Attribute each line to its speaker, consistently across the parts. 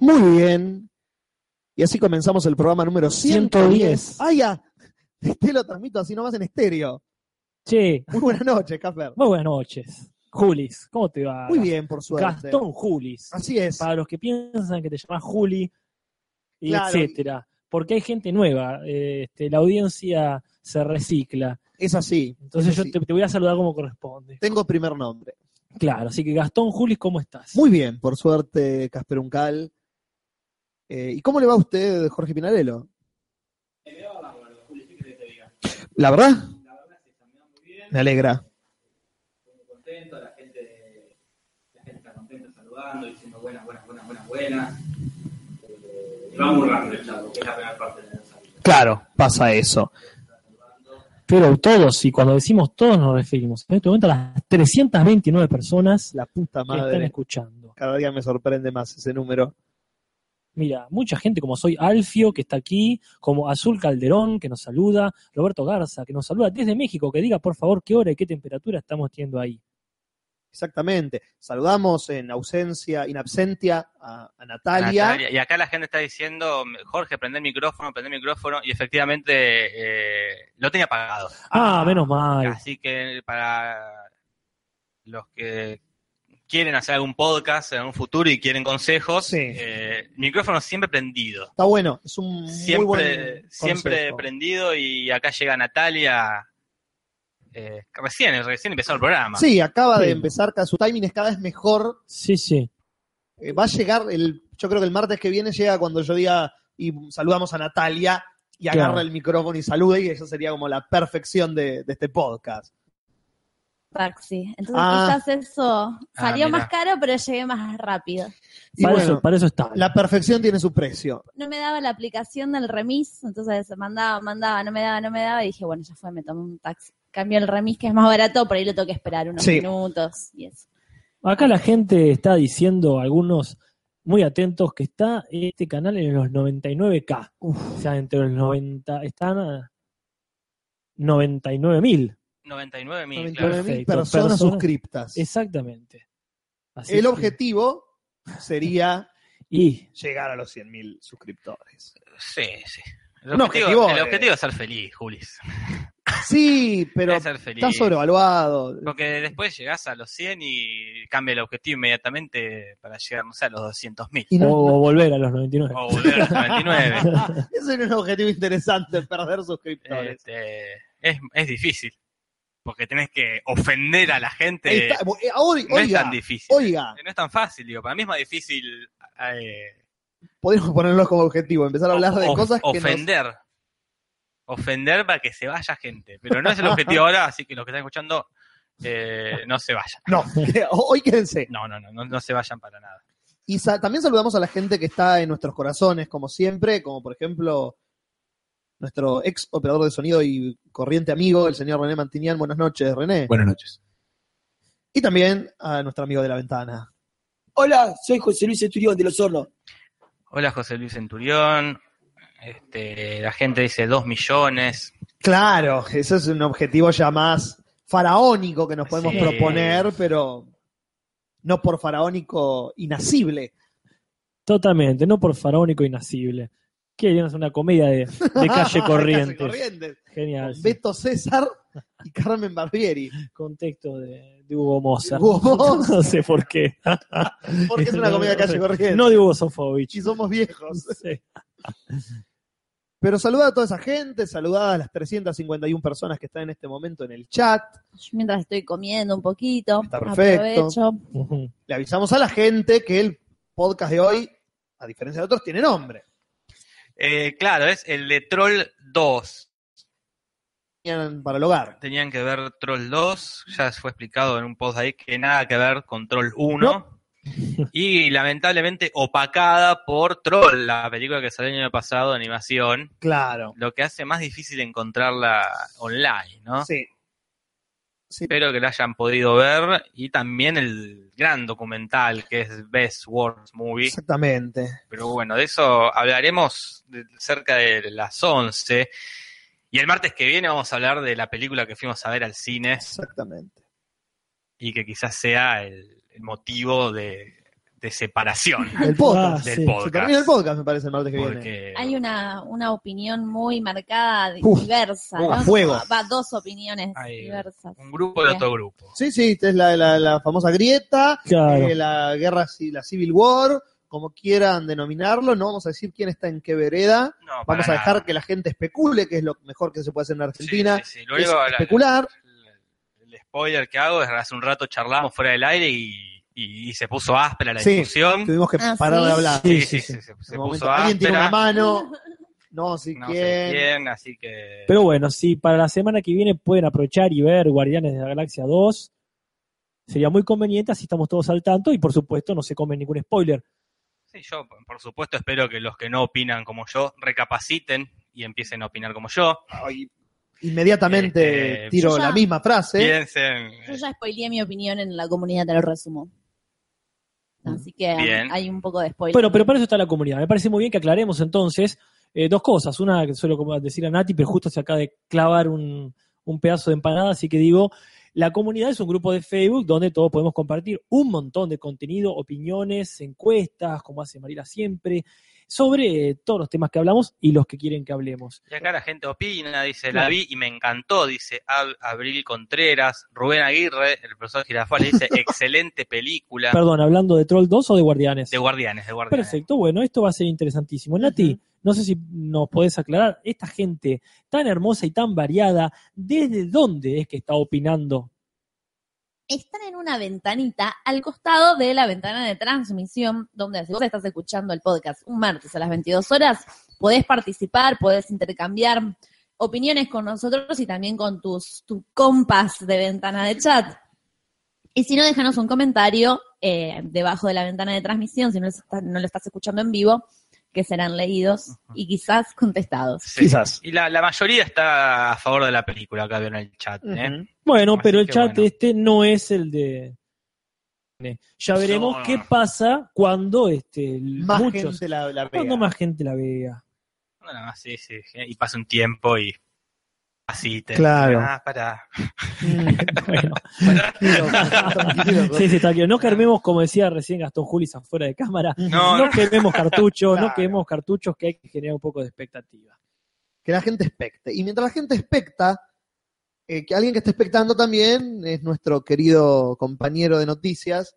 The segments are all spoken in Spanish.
Speaker 1: Muy bien. Y así comenzamos el programa número 110.
Speaker 2: 110.
Speaker 1: ¡Ay, ya! Te lo transmito así nomás en estéreo.
Speaker 2: Che,
Speaker 1: Muy buenas noches, Café.
Speaker 2: muy buenas noches. Julis, ¿cómo te va?
Speaker 1: Muy bien, por suerte.
Speaker 2: Gastón Julis.
Speaker 1: Así es.
Speaker 2: Para los que piensan que te llamas Juli, y
Speaker 1: Claro.
Speaker 2: etcétera. Porque hay gente nueva. eh, este, la audiencia se recicla.
Speaker 1: Es así.
Speaker 2: Entonces
Speaker 1: es
Speaker 2: yo
Speaker 1: así.
Speaker 2: te, te voy a saludar como corresponde.
Speaker 1: Tengo primer nombre.
Speaker 2: Claro, así que Gastón Julis, ¿cómo estás?
Speaker 1: Muy bien, por suerte, Casper Uncal. Eh, ¿Y cómo le va a usted, Jorge Pinarello? La verdad, me alegra.
Speaker 3: muy contento, la gente, la gente está contenta saludando, diciendo buenas, buenas, buenas, buenas, buenas. Eh, y va muy rápido el charlo, que es la primera parte de la salida.
Speaker 1: Claro, pasa eso.
Speaker 2: Pero todos, y cuando decimos todos nos referimos en este momento a las 329 personas
Speaker 1: La puta
Speaker 2: que están
Speaker 1: madre.
Speaker 2: escuchando.
Speaker 1: Cada día me sorprende más ese número.
Speaker 2: Mira, mucha gente como soy Alfio, que está aquí, como Azul Calderón, que nos saluda, Roberto Garza, que nos saluda desde México, que diga por favor qué hora y qué temperatura estamos teniendo ahí.
Speaker 1: Exactamente. Saludamos en ausencia, in absentia, a, a Natalia.
Speaker 3: Natalia, Y acá la gente está diciendo, Jorge, prende el micrófono, prende el micrófono, y efectivamente eh, lo tenía apagado.
Speaker 2: Ah, menos mal.
Speaker 3: Así que para los que quieren hacer algún podcast en un futuro y quieren consejos,
Speaker 1: Sí.
Speaker 3: eh, micrófono siempre prendido.
Speaker 1: Está bueno, es un muy
Speaker 3: siempre,
Speaker 1: buen
Speaker 3: siempre
Speaker 1: consejo.
Speaker 3: prendido y acá llega Natalia. eh, recién, recién empezó el programa.
Speaker 1: Sí, acaba de
Speaker 2: Sí.
Speaker 1: empezar, ca- su timing es cada vez mejor.
Speaker 2: Sí, sí.
Speaker 1: Eh, va a llegar, el, yo creo que el martes que viene llega cuando yo diga y saludamos a Natalia y
Speaker 2: Claro.
Speaker 1: agarra el micrófono y saluda y eso sería como la perfección de, de este podcast.
Speaker 4: Paxi. Entonces
Speaker 1: Ah.
Speaker 4: quizás eso salió
Speaker 3: mirá.
Speaker 4: más caro, pero llegué más rápido.
Speaker 1: Y
Speaker 2: Para,
Speaker 1: bueno,
Speaker 2: eso, para eso está.
Speaker 1: la perfección tiene su precio.
Speaker 4: No me daba la aplicación del remis, entonces mandaba, mandaba, no me daba, no me daba, y dije, bueno, ya fue, me tomé un taxi. Cambio el remis, que es más barato, por ahí lo tengo que esperar unos
Speaker 1: Sí.
Speaker 4: minutos y eso.
Speaker 2: Acá la gente está diciendo, algunos muy atentos, que está este canal en los 99K. O sea, entre los 90, están a 99.000.
Speaker 3: 99 mil,
Speaker 1: 99.000
Speaker 3: claro.
Speaker 1: personas,
Speaker 2: Perfecto, personas-
Speaker 1: suscriptas.
Speaker 2: Exactamente. Así
Speaker 1: el
Speaker 2: que-
Speaker 1: objetivo sería
Speaker 2: Y
Speaker 1: llegar a los 100.000 suscriptores.
Speaker 3: Sí, sí. El
Speaker 1: Un
Speaker 3: objetivo,
Speaker 1: objetivo,
Speaker 3: el
Speaker 1: eh.
Speaker 3: objetivo es ser feliz, Julis.
Speaker 1: Sí, pero
Speaker 3: es ser feliz.
Speaker 1: está sobrevaluado.
Speaker 3: Porque después llegás a los 100 y cambia el objetivo inmediatamente para llegar, no sé, a los 200 mil.
Speaker 1: Y
Speaker 2: o,
Speaker 1: no-
Speaker 2: o volver a los 99.
Speaker 3: O volver a los 99.
Speaker 1: Ese era un objetivo interesante, perder suscriptores.
Speaker 3: Este, es, es difícil. Porque tenés que ofender a la
Speaker 1: Ahí
Speaker 3: gente.
Speaker 1: está. Bu- eh, ahora-
Speaker 3: Este, No es
Speaker 1: oiga,
Speaker 3: tan difícil.
Speaker 1: oiga,
Speaker 3: No es tan fácil, digo. Para mí es más difícil eh,
Speaker 1: podemos ponerlos como objetivo, empezar a hablar de
Speaker 3: of-
Speaker 1: cosas que nos-
Speaker 3: ofender. Ofender para que se vaya gente. Pero no es el objetivo ahora, así que los que están escuchando eh, no se vayan.
Speaker 1: No, hoy quédense.
Speaker 3: No, no, no, no, no se vayan para nada.
Speaker 1: Y sa- también saludamos a la gente que está en nuestros corazones, como siempre, como por ejemplo nuestro ex operador de sonido y corriente amigo, el señor René Mantinian. Buenas noches, René.
Speaker 5: Buenas noches.
Speaker 1: Y también a nuestro amigo de la ventana.
Speaker 6: Hola, soy José Luis Esturión de Los Hornos.
Speaker 3: Hola José Luis Centurión. Este, la gente dice 2 millones.
Speaker 1: Claro, ese es un objetivo ya más faraónico que nos podemos
Speaker 3: Sí.
Speaker 1: proponer, pero no por faraónico inacible.
Speaker 2: Totalmente, no por faraónico inasible. Querían hacer una comedia de, de calle
Speaker 1: corriente.
Speaker 2: corriente. Genial. sí.
Speaker 1: Ah, Beto César y Carmen Barbieri.
Speaker 2: Contexto de, de Hugo Moza.
Speaker 1: Hugo Moza.
Speaker 2: no sé por qué.
Speaker 1: Porque es una comedia de calle corriente.
Speaker 2: No de Hugo Sofovich.
Speaker 1: y somos viejos.
Speaker 2: Sí.
Speaker 1: Pero saludad a toda esa gente, saludad a las 351 personas que están en este momento en el chat.
Speaker 4: Yo mientras estoy comiendo un poquito,
Speaker 1: Está perfecto.
Speaker 4: aprovecho.
Speaker 2: Ujú.
Speaker 1: Le avisamos a la gente que el podcast de hoy, a diferencia de otros, tiene nombre.
Speaker 3: Eh, claro, es el de Troll 2.
Speaker 1: Tenían Para el hogar.
Speaker 3: Tenían que ver Troll 2. Ya fue explicado en un post ahí que nada que ver con Troll 1. Y lamentablemente opacada por Troll, la película que salió el año pasado de animación.
Speaker 1: Claro.
Speaker 3: lo que hace más difícil encontrarla online, ¿no?
Speaker 1: Sí. Sí.
Speaker 3: Espero que la hayan podido ver y también el gran documental que es Best Worst Movie.
Speaker 1: Exactamente.
Speaker 3: Pero bueno, de eso hablaremos de- cerca de las 11. Y el martes que viene vamos a hablar de la película que fuimos a ver al cine
Speaker 1: Exactamente.
Speaker 3: y que quizás sea el, el motivo de, de separación
Speaker 1: El podcast.
Speaker 2: Ah,
Speaker 3: del
Speaker 2: sí.
Speaker 1: Se
Speaker 3: podcast.
Speaker 1: termina el podcast, me parece, el martes que viene.
Speaker 3: Porque
Speaker 4: Hay una, una opinión muy marcada, di-
Speaker 1: Uf,
Speaker 4: diversa.
Speaker 1: uh,
Speaker 4: ¿no?
Speaker 1: a fuego.
Speaker 4: Va dos opiniones
Speaker 3: Ahí.
Speaker 4: diversas.
Speaker 3: un grupo y otro grupo.
Speaker 1: Sí, sí, esta es la, la- la famosa grieta,
Speaker 2: Claro.
Speaker 1: eh, la guerra, ci- la Civil War, como quieran denominarlo. No vamos a decir quién está en qué vereda.
Speaker 3: No, para
Speaker 1: Vamos a dejar
Speaker 3: nada.
Speaker 1: que la gente especule, que es lo mejor que se puede hacer en
Speaker 3: Sí,
Speaker 1: Argentina.
Speaker 3: sí, sí. Lo
Speaker 1: es
Speaker 3: único, la- la-
Speaker 1: especular.
Speaker 3: el spoiler que hago es hace un rato charlamos fuera del aire y, y- y se puso áspera la
Speaker 1: Sí.
Speaker 3: discusión.
Speaker 1: Tuvimos que
Speaker 4: Ah,
Speaker 1: parar
Speaker 4: sí.
Speaker 1: de hablar.
Speaker 2: Sí,
Speaker 3: Sí,
Speaker 2: sí, sí.
Speaker 3: sí, sí, se- se
Speaker 1: En un
Speaker 3: puso
Speaker 1: momento, Alguien tiene una
Speaker 3: áspera.
Speaker 1: mano. No, si
Speaker 3: No sé
Speaker 1: quién.
Speaker 3: quién, así que.
Speaker 2: Pero bueno, si para la semana que viene pueden aprovechar y ver Guardianes de la Galaxia 2, sería muy conveniente, así estamos todos al tanto y por supuesto no se come ningún spoiler.
Speaker 3: Sí, yo, por supuesto, espero que los que no opinan como yo recapaciten y empiecen a opinar como yo.
Speaker 6: Ay,
Speaker 1: Inmediatamente
Speaker 3: Este,
Speaker 1: tiro
Speaker 4: yo ya-
Speaker 1: la misma frase.
Speaker 3: Piensen.
Speaker 4: Yo ya spoileé mi opinión en la comunidad, te lo resumo. Así que
Speaker 3: Bien.
Speaker 4: hay un poco de spoiler.
Speaker 2: Mm. Pero, pero para eso está la comunidad. Me parece muy bien que aclaremos entonces eh, dos cosas. Una que suelo como decir a Nati, pero justo se acaba de clavar un, un pedazo de empanada, así que digo, la comunidad es un grupo de Facebook donde todos podemos compartir un montón de contenido, opiniones, encuestas, como hace Marila siempre, sobre eh, todos los temas que hablamos y los que quieren que hablemos.
Speaker 3: Y acá la gente opina, dice,
Speaker 2: Claro.
Speaker 3: la vi y me encantó, dice Ab- Abril Contreras, Rubén Aguirre, el profesor Girafales, dice, excelente película
Speaker 2: Perdón, hablando de Troll 2 o de Guardianes.
Speaker 3: de Guardianes, de Guardianes.
Speaker 2: Perfecto, bueno, esto va a ser interesantísimo. Nati, no sé si nos podés aclarar, esta gente tan hermosa y tan variada, ¿desde dónde es que está opinando?
Speaker 4: están en una ventanita al costado de la ventana de transmisión, donde si vos estás escuchando el podcast un martes a las 22 horas, podés participar, podés intercambiar opiniones con nosotros y también con tus, tus compas de ventana de chat. Y si no, déjanos un comentario eh, debajo de la ventana de transmisión, si no, los estás- no lo estás escuchando en vivo, que serán leídos y quizás contestados.
Speaker 3: Sí.
Speaker 6: Quizás.
Speaker 3: Y la, la mayoría está a favor de la película, acá veo en el chat. ¿eh?
Speaker 1: Ujú.
Speaker 2: Bueno,
Speaker 3: Así
Speaker 2: pero el
Speaker 3: que
Speaker 2: chat
Speaker 3: bueno.
Speaker 2: este no es el de... Ya veremos
Speaker 3: No.
Speaker 2: qué pasa cuando este,
Speaker 1: Más
Speaker 2: muchos...
Speaker 1: gente la, la
Speaker 2: Cuando
Speaker 1: pega.
Speaker 2: más gente la vea.
Speaker 3: Bueno, sí, sí, y pasa un tiempo y así te...
Speaker 1: Claro.
Speaker 3: Ah, para.
Speaker 1: Mm,
Speaker 2: Bueno,
Speaker 1: Tranquilo, tranquilo.
Speaker 2: sí, sí, está bien. No quememos, como decía recién Gastón Julis afuera de cámara,
Speaker 3: No,
Speaker 2: no
Speaker 3: no.
Speaker 2: quememos cartuchos, no
Speaker 1: Claro.
Speaker 2: quememos cartuchos que hay que generar un poco de expectativa.
Speaker 1: que la gente expecte. Y mientras la gente expecta, eh, que alguien que esté expectando también es nuestro querido compañero de noticias.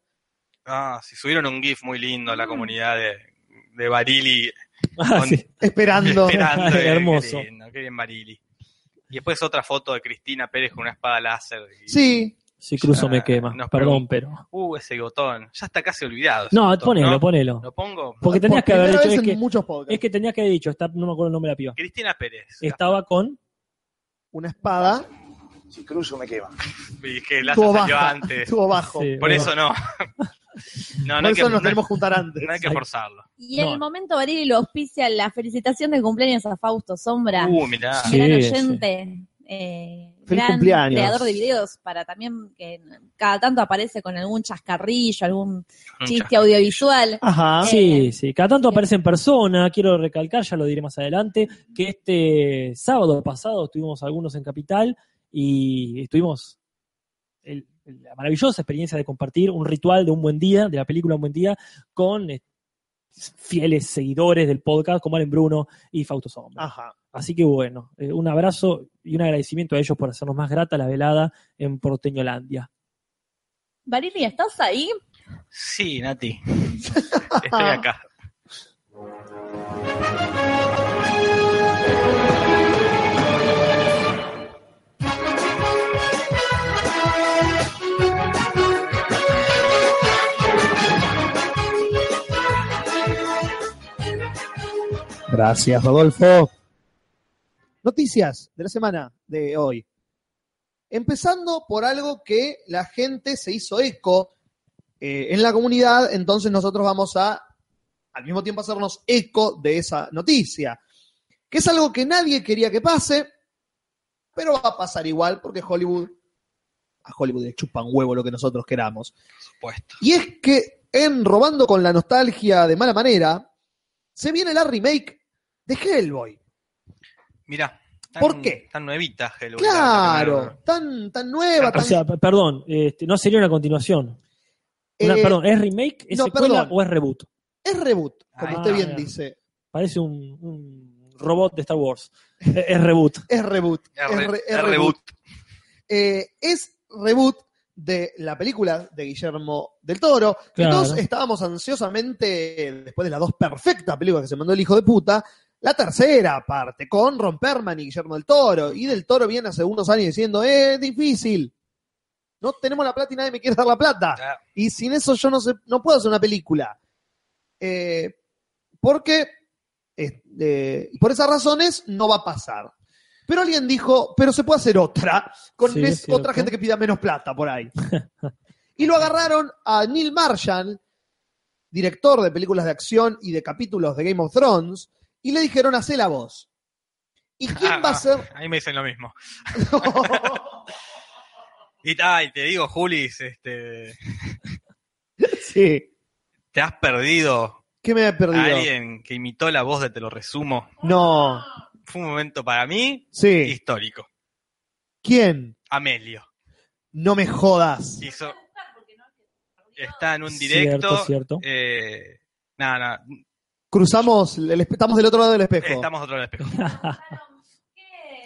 Speaker 3: Ah, sí, subieron un GIF muy lindo a la
Speaker 4: Mm.
Speaker 3: comunidad de, de Barili
Speaker 2: Ah,
Speaker 3: Con-
Speaker 2: sí.
Speaker 1: Esperando.
Speaker 3: esperando. eh,
Speaker 2: Hermoso.
Speaker 3: Qué lindo, qué bien Barili. Y después otra foto de Cristina Pérez con una espada láser. y-
Speaker 1: Sí,
Speaker 2: Si cruzo
Speaker 3: Ah,
Speaker 2: me quema,
Speaker 3: nos
Speaker 2: perdón, pero.
Speaker 3: Uh, ese botón. Ya está casi olvidado. ese
Speaker 2: No,
Speaker 3: botón,
Speaker 2: ponelo,
Speaker 3: ¿no?
Speaker 2: ponelo.
Speaker 3: Lo pongo.
Speaker 2: Porque tenías
Speaker 1: por
Speaker 2: que haber
Speaker 1: primera
Speaker 2: dicho,
Speaker 1: vez
Speaker 2: es
Speaker 1: en
Speaker 2: que,
Speaker 1: muchos podcasts.
Speaker 2: es que tenías que haber dicho, está, no me acuerdo el nombre de la piba.
Speaker 3: Cristina Pérez.
Speaker 2: Estaba con.
Speaker 1: Una espada
Speaker 6: Si cruzo me quema.
Speaker 3: Y que la
Speaker 1: estuvo
Speaker 3: salió
Speaker 1: baja.
Speaker 3: antes.
Speaker 1: Estuvo bajo.
Speaker 2: Sí,
Speaker 3: Por
Speaker 2: bueno.
Speaker 3: eso no. no,
Speaker 1: Por
Speaker 3: no hay
Speaker 1: eso
Speaker 3: que,
Speaker 1: nos
Speaker 3: no hay-
Speaker 1: tenemos que juntar antes.
Speaker 3: no hay que forzarlo.
Speaker 4: Y en
Speaker 2: No.
Speaker 4: el momento Barili lo auspicia la felicitación de cumpleaños a Fausto Sombra.
Speaker 3: Uh, mirá.
Speaker 2: Sí.
Speaker 4: gran oyente, eh,
Speaker 1: Feliz
Speaker 4: gran
Speaker 1: cumpleaños.
Speaker 4: creador de videos para también que cada tanto aparece con algún chascarrillo, algún chiste audiovisual.
Speaker 1: Ajá.
Speaker 3: Ah,
Speaker 4: Eh,
Speaker 2: Sí, sí. Cada tanto aparece en persona. Quiero recalcar, ya lo diré más adelante, que este sábado pasado estuvimos algunos en Capital y estuvimos. el- la maravillosa experiencia de compartir un ritual de un buen día, de la película Un Buen Día, con eh, fieles seguidores del podcast como Allen Bruno y Fausto Sombra.
Speaker 3: Ah.
Speaker 1: Ajá.
Speaker 2: Así que bueno, eh, un abrazo y un agradecimiento a ellos por hacernos más grata la velada en Porteñolandia.
Speaker 4: Barili, ¿estás ahí?
Speaker 3: Sí, Nati. Estoy acá.
Speaker 1: Gracias, Rodolfo. Noticias de la semana de hoy. Empezando por algo que la gente se hizo eco eh, en la comunidad, entonces nosotros vamos a, al mismo tiempo, hacernos eco de esa noticia, que es algo que nadie quería que pase, pero va a pasar igual porque Hollywood, a Hollywood le chupan huevo lo que nosotros queramos.
Speaker 3: Supuesto.
Speaker 1: Y es que en Robando con la Nostalgia de mala manera, se viene la remake de Hellboy.
Speaker 3: Mirá. Tan,
Speaker 1: ¿Por qué?
Speaker 3: Tan nuevita, Hello.
Speaker 1: Claro, tan, tan nueva,
Speaker 2: Ah, O
Speaker 1: tan...
Speaker 2: sea, p- perdón, este, no sería una continuación. Una-
Speaker 1: Eh,
Speaker 2: perdón, ¿es remake, es
Speaker 1: no,
Speaker 2: secuela
Speaker 1: perdón.
Speaker 2: o es reboot?
Speaker 1: Es reboot, como
Speaker 3: Ah,
Speaker 1: usted bien
Speaker 2: bien.
Speaker 1: dice.
Speaker 2: Parece un, un robot de Star Wars. es, es reboot.
Speaker 1: Es reboot.
Speaker 3: Es
Speaker 1: es
Speaker 3: re-
Speaker 1: re- es
Speaker 3: es
Speaker 1: reboot.
Speaker 3: reboot.
Speaker 1: Eh, es reboot de la película de Guillermo del Toro. que
Speaker 2: Claro.
Speaker 1: Todos estábamos ansiosamente, después de las dos perfectas películas que se mandó el hijo de puta, la tercera parte, con Ron Perlman y Guillermo del Toro. Y del Toro viene hace unos años diciendo, eh, es difícil. No tenemos la plata y nadie me quiere dar la plata.
Speaker 3: Ah,
Speaker 1: Y sin eso yo no, sé, no puedo hacer una película. Eh, porque eh, eh, por esas razones no va a pasar. Pero alguien dijo, pero se puede hacer otra, con
Speaker 2: Sí,
Speaker 1: mes-
Speaker 2: es cierto.
Speaker 1: otra gente que pida menos plata por ahí. y lo agarraron a Neil Marshall, director de películas de acción y de capítulos de Game of Thrones, y le dijeron, hacé la voz. ¿Y quién
Speaker 3: ah,
Speaker 1: va a ser?
Speaker 3: Ahí me dicen lo mismo. Y, ta, y te digo, Julis, este,
Speaker 1: sí.
Speaker 3: te has perdido
Speaker 1: ¿Qué me he
Speaker 3: a
Speaker 1: perdido?
Speaker 3: alguien que imitó la voz de Te lo resumo.
Speaker 1: No.
Speaker 3: Fue un momento para mí
Speaker 1: Sí.
Speaker 3: histórico.
Speaker 1: ¿Quién?
Speaker 3: Amelio.
Speaker 1: No me jodas.
Speaker 3: Hizo, está en un
Speaker 2: Cierto,
Speaker 3: directo.
Speaker 2: cierto.
Speaker 3: eh, nada, nada,
Speaker 1: Cruzamos, el espe- estamos del otro lado del espejo.
Speaker 3: estamos otro lado del espejo.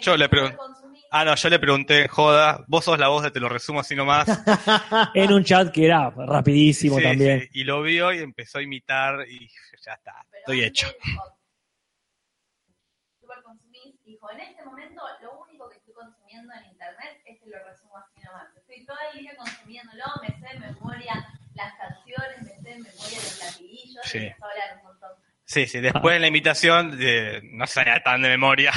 Speaker 3: Yo le pregunto. Ah, no, yo le pregunté, joda, vos sos la voz de Te lo resumo así nomás.
Speaker 2: En un chat que era rapidísimo
Speaker 3: Sí,
Speaker 2: también.
Speaker 3: sí, y lo vio y empezó a imitar y dije, ya está, estoy hecho.
Speaker 4: Superconsumís, dijo, en este momento lo único que estoy consumiendo en internet es que lo resumo así nomás. Estoy todo el día consumiéndolo, me sé de memoria las canciones, me sé de memoria los latiguillos,
Speaker 3: Sí.
Speaker 4: y empezó a hablar un montón.
Speaker 3: Sí, sí, después en la imitación eh, no salía tan de memoria.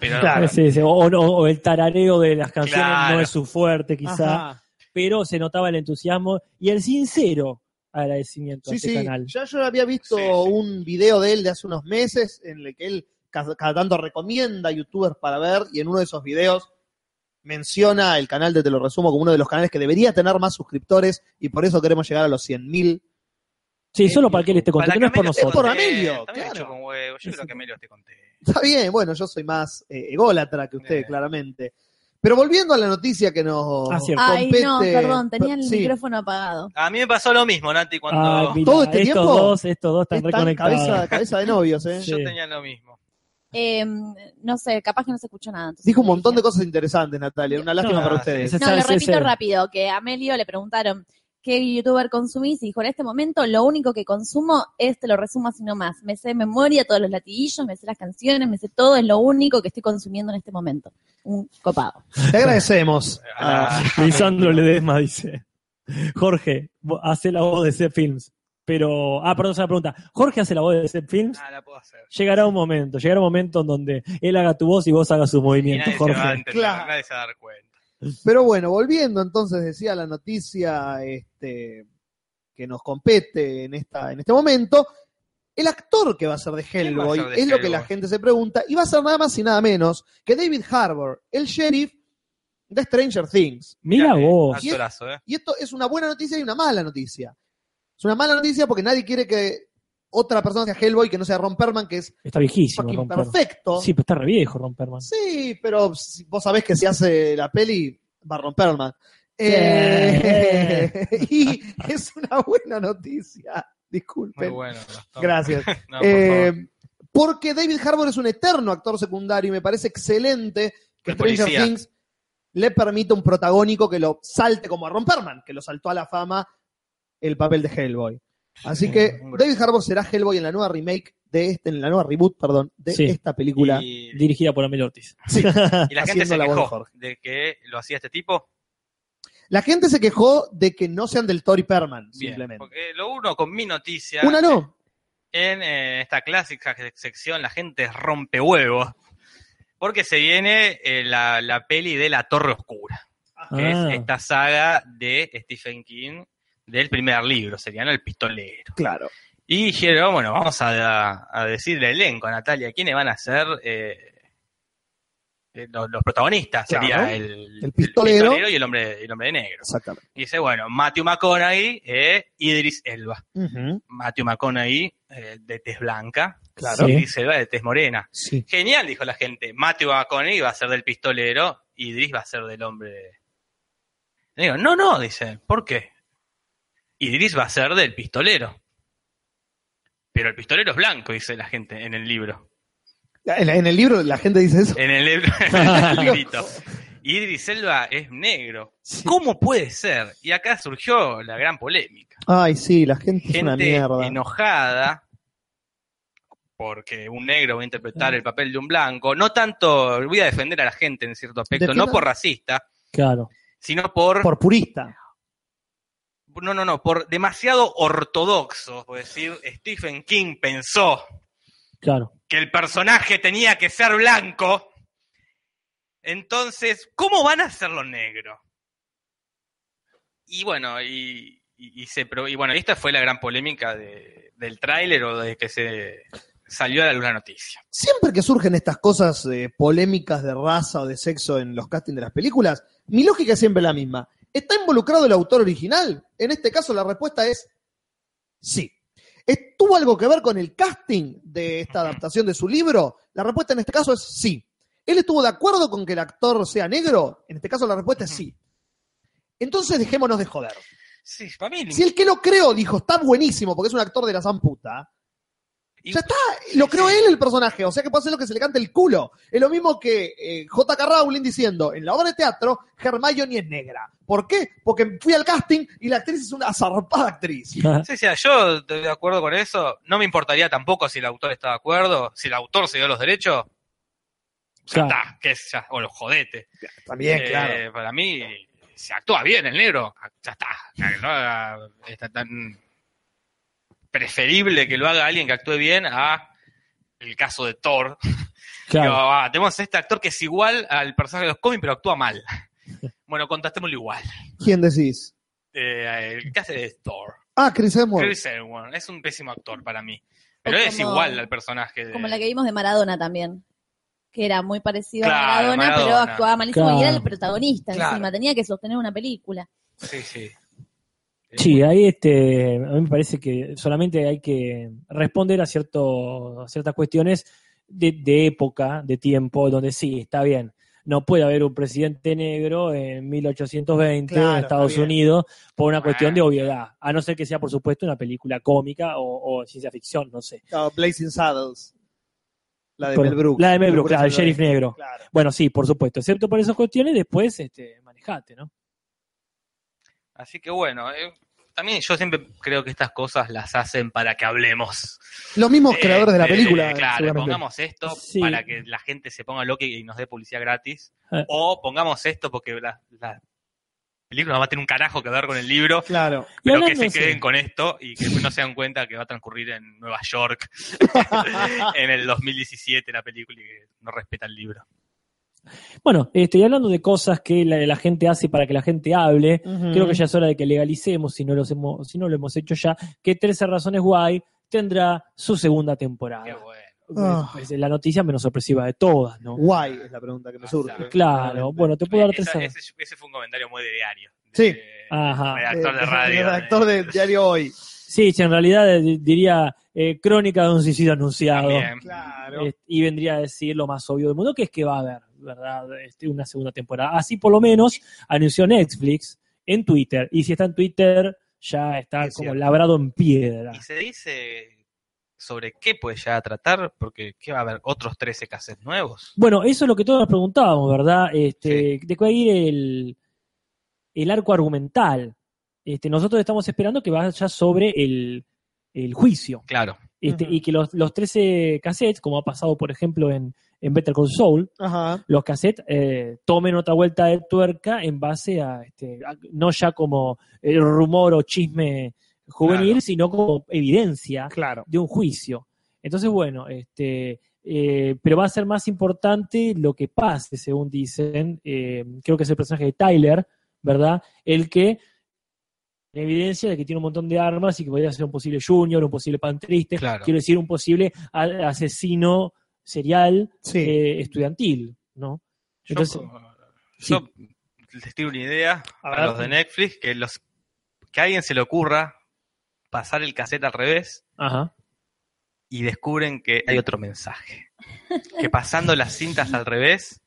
Speaker 3: Pero
Speaker 1: Claro.
Speaker 2: Sí, sí, O, o no, o el tarareo de las canciones
Speaker 3: Claro.
Speaker 2: no es su fuerte, quizá.
Speaker 1: Ajá.
Speaker 2: Pero se notaba el entusiasmo y el sincero agradecimiento a
Speaker 1: Sí,
Speaker 2: este
Speaker 1: sí.
Speaker 2: canal.
Speaker 1: Ya yo había visto
Speaker 3: Sí, sí.
Speaker 1: un video de él de hace unos meses en el que él cada, cada tanto recomienda youtubers para ver y en uno de esos videos menciona el canal de Te lo resumo como uno de los canales que debería tener más suscriptores y por eso queremos llegar a los 100.000.
Speaker 2: Sí, solo para que él esté contento, no es por
Speaker 3: Amelio esté
Speaker 1: Es
Speaker 2: nosotros.
Speaker 1: por
Speaker 3: contento,
Speaker 1: Amelio,
Speaker 3: también
Speaker 1: claro.
Speaker 3: hecho con huevo, Yo creo
Speaker 2: Sí.
Speaker 3: que Amelio te conté.
Speaker 1: Está bien, bueno, yo soy más eh, ególatra que usted,
Speaker 3: Eh.
Speaker 1: claramente. Pero volviendo a la noticia que nos
Speaker 2: Ah, cierto.
Speaker 4: Ay, no,
Speaker 1: compete-
Speaker 4: perdón, tenía el
Speaker 1: Sí,
Speaker 4: micrófono apagado.
Speaker 3: A mí me pasó lo mismo, Nati, cuando
Speaker 2: Ah, mira,
Speaker 1: ¿Todo este
Speaker 2: estos
Speaker 1: tiempo?
Speaker 2: dos, estos dos están
Speaker 1: están cabeza,
Speaker 2: reconectados.
Speaker 1: cabeza de novios, ¿eh?
Speaker 2: Sí.
Speaker 3: yo tenía lo mismo.
Speaker 4: Eh, no sé, capaz que no se escuchó nada. entonces
Speaker 1: Dijo un
Speaker 4: no
Speaker 1: montón
Speaker 4: dije.
Speaker 1: de cosas interesantes, Natalia. Una lástima
Speaker 2: No,
Speaker 1: para
Speaker 3: sí,
Speaker 1: ustedes.
Speaker 2: ese-
Speaker 4: No, lo
Speaker 2: Ese-
Speaker 4: repito
Speaker 2: ese-
Speaker 4: rápido, que a Amelio le preguntaron qué youtuber consumís y dijo, en este momento lo único que consumo es, te lo resumo así nomás, me sé de memoria todos los latiguillos, me sé las canciones, me sé todo, es lo único que estoy consumiendo en este momento. Un copado.
Speaker 1: Te agradecemos.
Speaker 3: A la-
Speaker 1: Ah,
Speaker 2: Lisandro Ledesma dice: Jorge, vo- hace la voz de Z Films. Pero. Ah, perdón, esa es la pregunta. ¿Jorge hace la voz de Z Films?
Speaker 3: Ah, la puedo hacer.
Speaker 2: Llegará un momento, llegará un momento en donde él haga tu voz y vos hagas sus
Speaker 3: Y
Speaker 2: movimientos,
Speaker 3: nadie se, va a
Speaker 2: Jorge.
Speaker 3: entender,
Speaker 1: Claro.
Speaker 3: nadie se va a dar cuenta.
Speaker 1: Pero bueno, volviendo entonces, decía la noticia este, que nos compete en, esta, en este momento, el actor que va a ser de
Speaker 3: va a
Speaker 1: Hellboy
Speaker 3: ser de
Speaker 1: es lo que la
Speaker 3: Hellboy?
Speaker 1: gente se pregunta, y va a ser nada más y nada menos que David Harbour, el sheriff de Stranger Things.
Speaker 2: Mira
Speaker 3: Mirá,
Speaker 2: vos.
Speaker 1: así-
Speaker 3: Actorazo, ¿eh?
Speaker 1: Y esto es una buena noticia y una mala noticia. Es una mala noticia porque nadie quiere que otra persona sea Hellboy que no sea Ron Perlman, que es
Speaker 2: Está viejísimo,
Speaker 1: fucking
Speaker 2: Romperman.
Speaker 1: perfecto.
Speaker 2: Sí, pero está re viejo, Romperman.
Speaker 1: Sí, pero si- vos sabés que si hace la peli, va a romper más. y es una buena noticia.
Speaker 3: Muy
Speaker 1: Disculpen.
Speaker 3: bueno. Gastón.
Speaker 1: Gracias.
Speaker 3: No, por
Speaker 1: Eh,
Speaker 3: favor.
Speaker 1: porque David Harbour es un eterno actor secundario y me parece excelente que
Speaker 3: El
Speaker 1: Stranger
Speaker 3: policía.
Speaker 1: Things le permita un protagónico que lo salte como a Ron Perlman, que lo saltó a la fama el papel de Hellboy. Así que
Speaker 3: Hombre.
Speaker 1: David Harbour será Hellboy en la nueva remake de este, en la nueva reboot, perdón, de
Speaker 2: Sí.
Speaker 1: esta película.
Speaker 3: Y-
Speaker 2: Dirigida por Amelio Ortiz.
Speaker 1: Sí.
Speaker 3: Y la gente
Speaker 1: haciendo
Speaker 3: se
Speaker 1: la voz de
Speaker 3: quejó
Speaker 1: Jorge.
Speaker 3: de que lo hacía este tipo.
Speaker 1: La gente se quejó de que no sean del Tori Perman,
Speaker 3: Bien,
Speaker 1: simplemente.
Speaker 3: Porque lo uno con mi noticia.
Speaker 1: Una no.
Speaker 3: En eh, esta clásica sec- sección, la gente rompe huevos. Porque se viene eh, la, la peli de La Torre Oscura. que
Speaker 2: Ah.
Speaker 3: Es esta saga de Stephen King del primer libro, serían El Pistolero.
Speaker 1: Claro.
Speaker 3: Y dijeron, bueno, vamos a, a- a decirle el elenco, Natalia, quiénes van a ser eh, eh, los, los protagonistas.
Speaker 1: Claro.
Speaker 3: Sería el,
Speaker 1: El pistolero.
Speaker 3: y el hombre, el hombre de negro.
Speaker 1: Exactamente.
Speaker 3: Y dice, bueno, Matthew McConaughey, eh, Idris Elba. Matthew McConaughey, eh, de tez blanca.
Speaker 1: Claro.
Speaker 2: Sí.
Speaker 3: Idris Elba, de tez morena.
Speaker 2: Sí.
Speaker 3: Genial, dijo la gente. Matthew McConaughey va a ser del pistolero, Idris va a ser del hombre. Digo, no, no, dice, ¿por qué? Idris va a ser del pistolero. Pero el pistolero es blanco, dice la gente en el libro.
Speaker 1: En, la- en el libro la gente dice eso.
Speaker 3: En el libro. en el librito. Idris Elba es negro. ¿Cómo puede ser? Y acá surgió la gran polémica.
Speaker 1: Ay, sí, la gente, es una
Speaker 3: gente
Speaker 1: mierda.
Speaker 3: enojada porque un negro va a interpretar el papel de un blanco. No tanto, voy a defender a la gente en cierto aspecto,
Speaker 1: Defienda-
Speaker 3: no por racista,
Speaker 2: Claro.
Speaker 3: sino por,
Speaker 1: Por purista.
Speaker 3: no, no, no, por demasiado ortodoxo. Por decir, Stephen King pensó
Speaker 2: Claro.
Speaker 3: que el personaje tenía que ser blanco. Entonces, ¿cómo van a hacerlo negro? Y bueno, y, y- y se pro- y bueno, esta fue la gran polémica de- del tráiler o de que se salió a la luz la noticia.
Speaker 1: Siempre que surgen estas cosas eh, polémicas de raza o de sexo en los castings de las películas, mi lógica es siempre la misma. ¿Está involucrado el autor original? En este caso la respuesta es sí. ¿Estuvo algo que ver con el casting de esta adaptación de su libro? La respuesta en este caso es sí. ¿Él estuvo de acuerdo con que el actor sea negro? En este caso la respuesta es sí. Entonces dejémonos de joder.
Speaker 3: Sí, para mí.
Speaker 1: Si el que lo creó dijo, está buenísimo porque es un actor de la zamputa,
Speaker 3: y-
Speaker 1: ya está, lo creó él el personaje, o sea que puede hacer lo que se le cante el culo. Es lo mismo que eh, J.K. Rowling diciendo, en la obra de teatro, Hermione es negra. ¿Por qué? Porque fui al casting y la actriz es una zarpada actriz.
Speaker 3: Sí, sí, yo estoy de acuerdo con eso. No me importaría tampoco si el autor está de acuerdo, si el autor se dio los derechos, ya
Speaker 2: Claro.
Speaker 3: está, que es ya, o los jodetes.
Speaker 1: También,
Speaker 3: Eh,
Speaker 1: claro.
Speaker 3: Para mí, se actúa bien el negro. Ya está. Que lo haga- está tan preferible que lo haga alguien que actúe bien a el caso de Thor.
Speaker 2: Claro.
Speaker 3: Digo, ah, tenemos a este actor que es igual al personaje de los cómics, pero actúa mal. Bueno, contástemoslo igual.
Speaker 1: ¿Quién decís?
Speaker 3: Eh, el que hace de Thor.
Speaker 1: Ah, Chris Hemsworth.
Speaker 3: Chris Hemsworth, es un pésimo actor para mí. Pero
Speaker 4: O
Speaker 3: es
Speaker 4: como-
Speaker 3: igual al personaje de...
Speaker 4: Como la que vimos de Maradona también. Que era muy parecido
Speaker 3: Claro,
Speaker 4: a Maradona,
Speaker 3: Maradona.
Speaker 4: pero actuaba malísimo y era
Speaker 2: Claro.
Speaker 4: el protagonista
Speaker 3: Claro.
Speaker 4: encima. Tenía que sostener una película.
Speaker 3: Sí, sí. Eh,
Speaker 2: Sí, ahí este, a mí me parece que solamente hay que responder a, cierto, a ciertas cuestiones de, de época, de tiempo, donde sí, está bien. No puede haber un presidente negro en 1820
Speaker 1: Claro,
Speaker 2: en
Speaker 1: está
Speaker 2: Estados
Speaker 1: bien.
Speaker 2: Unidos por una
Speaker 3: Ah.
Speaker 2: cuestión de obviedad, a no ser que sea, por supuesto, una película cómica o, o ciencia ficción, no sé.
Speaker 1: Ah, Blazing Saddles. La de
Speaker 2: Pero-
Speaker 1: Mel Brooks.
Speaker 2: La de Mel Brooks,
Speaker 1: Locura
Speaker 2: claro, el
Speaker 1: sin
Speaker 2: sheriff
Speaker 1: ley.
Speaker 2: negro.
Speaker 1: Claro.
Speaker 2: Bueno, sí, por supuesto, excepto por esas cuestiones, después este, manejate, ¿no?
Speaker 3: Así que bueno, eh, también yo siempre creo que estas cosas las hacen para que hablemos.
Speaker 1: Los mismos
Speaker 3: Eh,
Speaker 1: creadores de la
Speaker 3: eh,
Speaker 1: película.
Speaker 3: claro,
Speaker 1: seguramente.
Speaker 3: pongamos esto
Speaker 2: Sí.
Speaker 3: para que la gente se ponga loca y nos dé publicidad gratis.
Speaker 2: Eh.
Speaker 3: O pongamos esto porque la, la película no va a tener un carajo que ver con el libro.
Speaker 1: Claro.
Speaker 2: Y
Speaker 3: Pero que
Speaker 2: hablando,
Speaker 3: se
Speaker 2: sí.
Speaker 3: queden con esto y que después no se dan cuenta que va a transcurrir en Nueva York en el 2017 la película y que no respeta el libro.
Speaker 2: Bueno, este, y hablando de cosas que la- la gente hace para que la gente hable, Creo
Speaker 1: Mm.
Speaker 2: que ya es hora de que legalicemos, si no, los hemos, si no lo hemos hecho ya, que 13 Razones Guay tendrá su segunda
Speaker 3: Qué
Speaker 2: temporada.
Speaker 3: bueno.
Speaker 1: Ah. Uh.
Speaker 2: Es la noticia menos sorpresiva de todas, ¿no?
Speaker 1: Guay es la pregunta que me surge.
Speaker 2: Claro, bueno, te puedo dar tres Ah,
Speaker 3: Esa-
Speaker 2: razones.
Speaker 3: ese, ese fue un comentario muy de diario.
Speaker 1: Sí.
Speaker 3: De-
Speaker 2: Ajá.
Speaker 3: Redactor de
Speaker 1: Eh,
Speaker 3: radio.
Speaker 1: Redactor de Diario Hoy.
Speaker 2: Sí, en realidad eh, diría eh, crónica de un suicidio anunciado.
Speaker 3: También.
Speaker 1: Claro.
Speaker 2: Este, y vendría a decir lo más obvio del mundo, que es que va a haber, ¿verdad? Este, una segunda temporada. Así por lo menos anunció Netflix en Twitter. Y si está en Twitter, ya está
Speaker 1: Es
Speaker 2: como
Speaker 1: cierto.
Speaker 2: labrado en piedra.
Speaker 3: Y se dice sobre qué puede llegar a tratar, porque ¿qué va a haber? ¿Otros 13 cassettes nuevos?
Speaker 2: Bueno, eso es lo que todos nos preguntábamos, ¿verdad? Este, ¿De qué va a ir el, el arco argumental? Este, nosotros estamos esperando que vaya sobre el, el juicio.
Speaker 3: Claro.
Speaker 2: Este,
Speaker 1: Ujú.
Speaker 2: Y que los, los 13 cassettes, como ha pasado, por ejemplo, en, en Better Call Saul,
Speaker 1: Ajá.
Speaker 2: los cassettes eh, tomen otra vuelta de tuerca en base a, este, a- no ya como el rumor o chisme juvenil,
Speaker 3: Claro.
Speaker 2: sino como evidencia
Speaker 1: Claro.
Speaker 2: de un juicio. Entonces, bueno, este, eh, pero va a ser más importante lo que pase, según dicen. eh, creo que es el personaje de Tyler, ¿verdad? El que en evidencia de que tiene un montón de armas y que podría ser un posible junior, un posible pantriste,
Speaker 3: Claro.
Speaker 2: quiero decir, un posible a- asesino serial
Speaker 1: Sí.
Speaker 2: eh, estudiantil, ¿no?
Speaker 3: Yo,
Speaker 2: Entonces, sí.
Speaker 3: yo les tiro una idea
Speaker 1: A
Speaker 3: a,
Speaker 1: ver.
Speaker 3: los de Netflix, que los que a alguien se le ocurra pasar el cassette al revés
Speaker 2: Ajá.
Speaker 3: y descubren que hay otro mensaje. Que pasando las cintas al revés...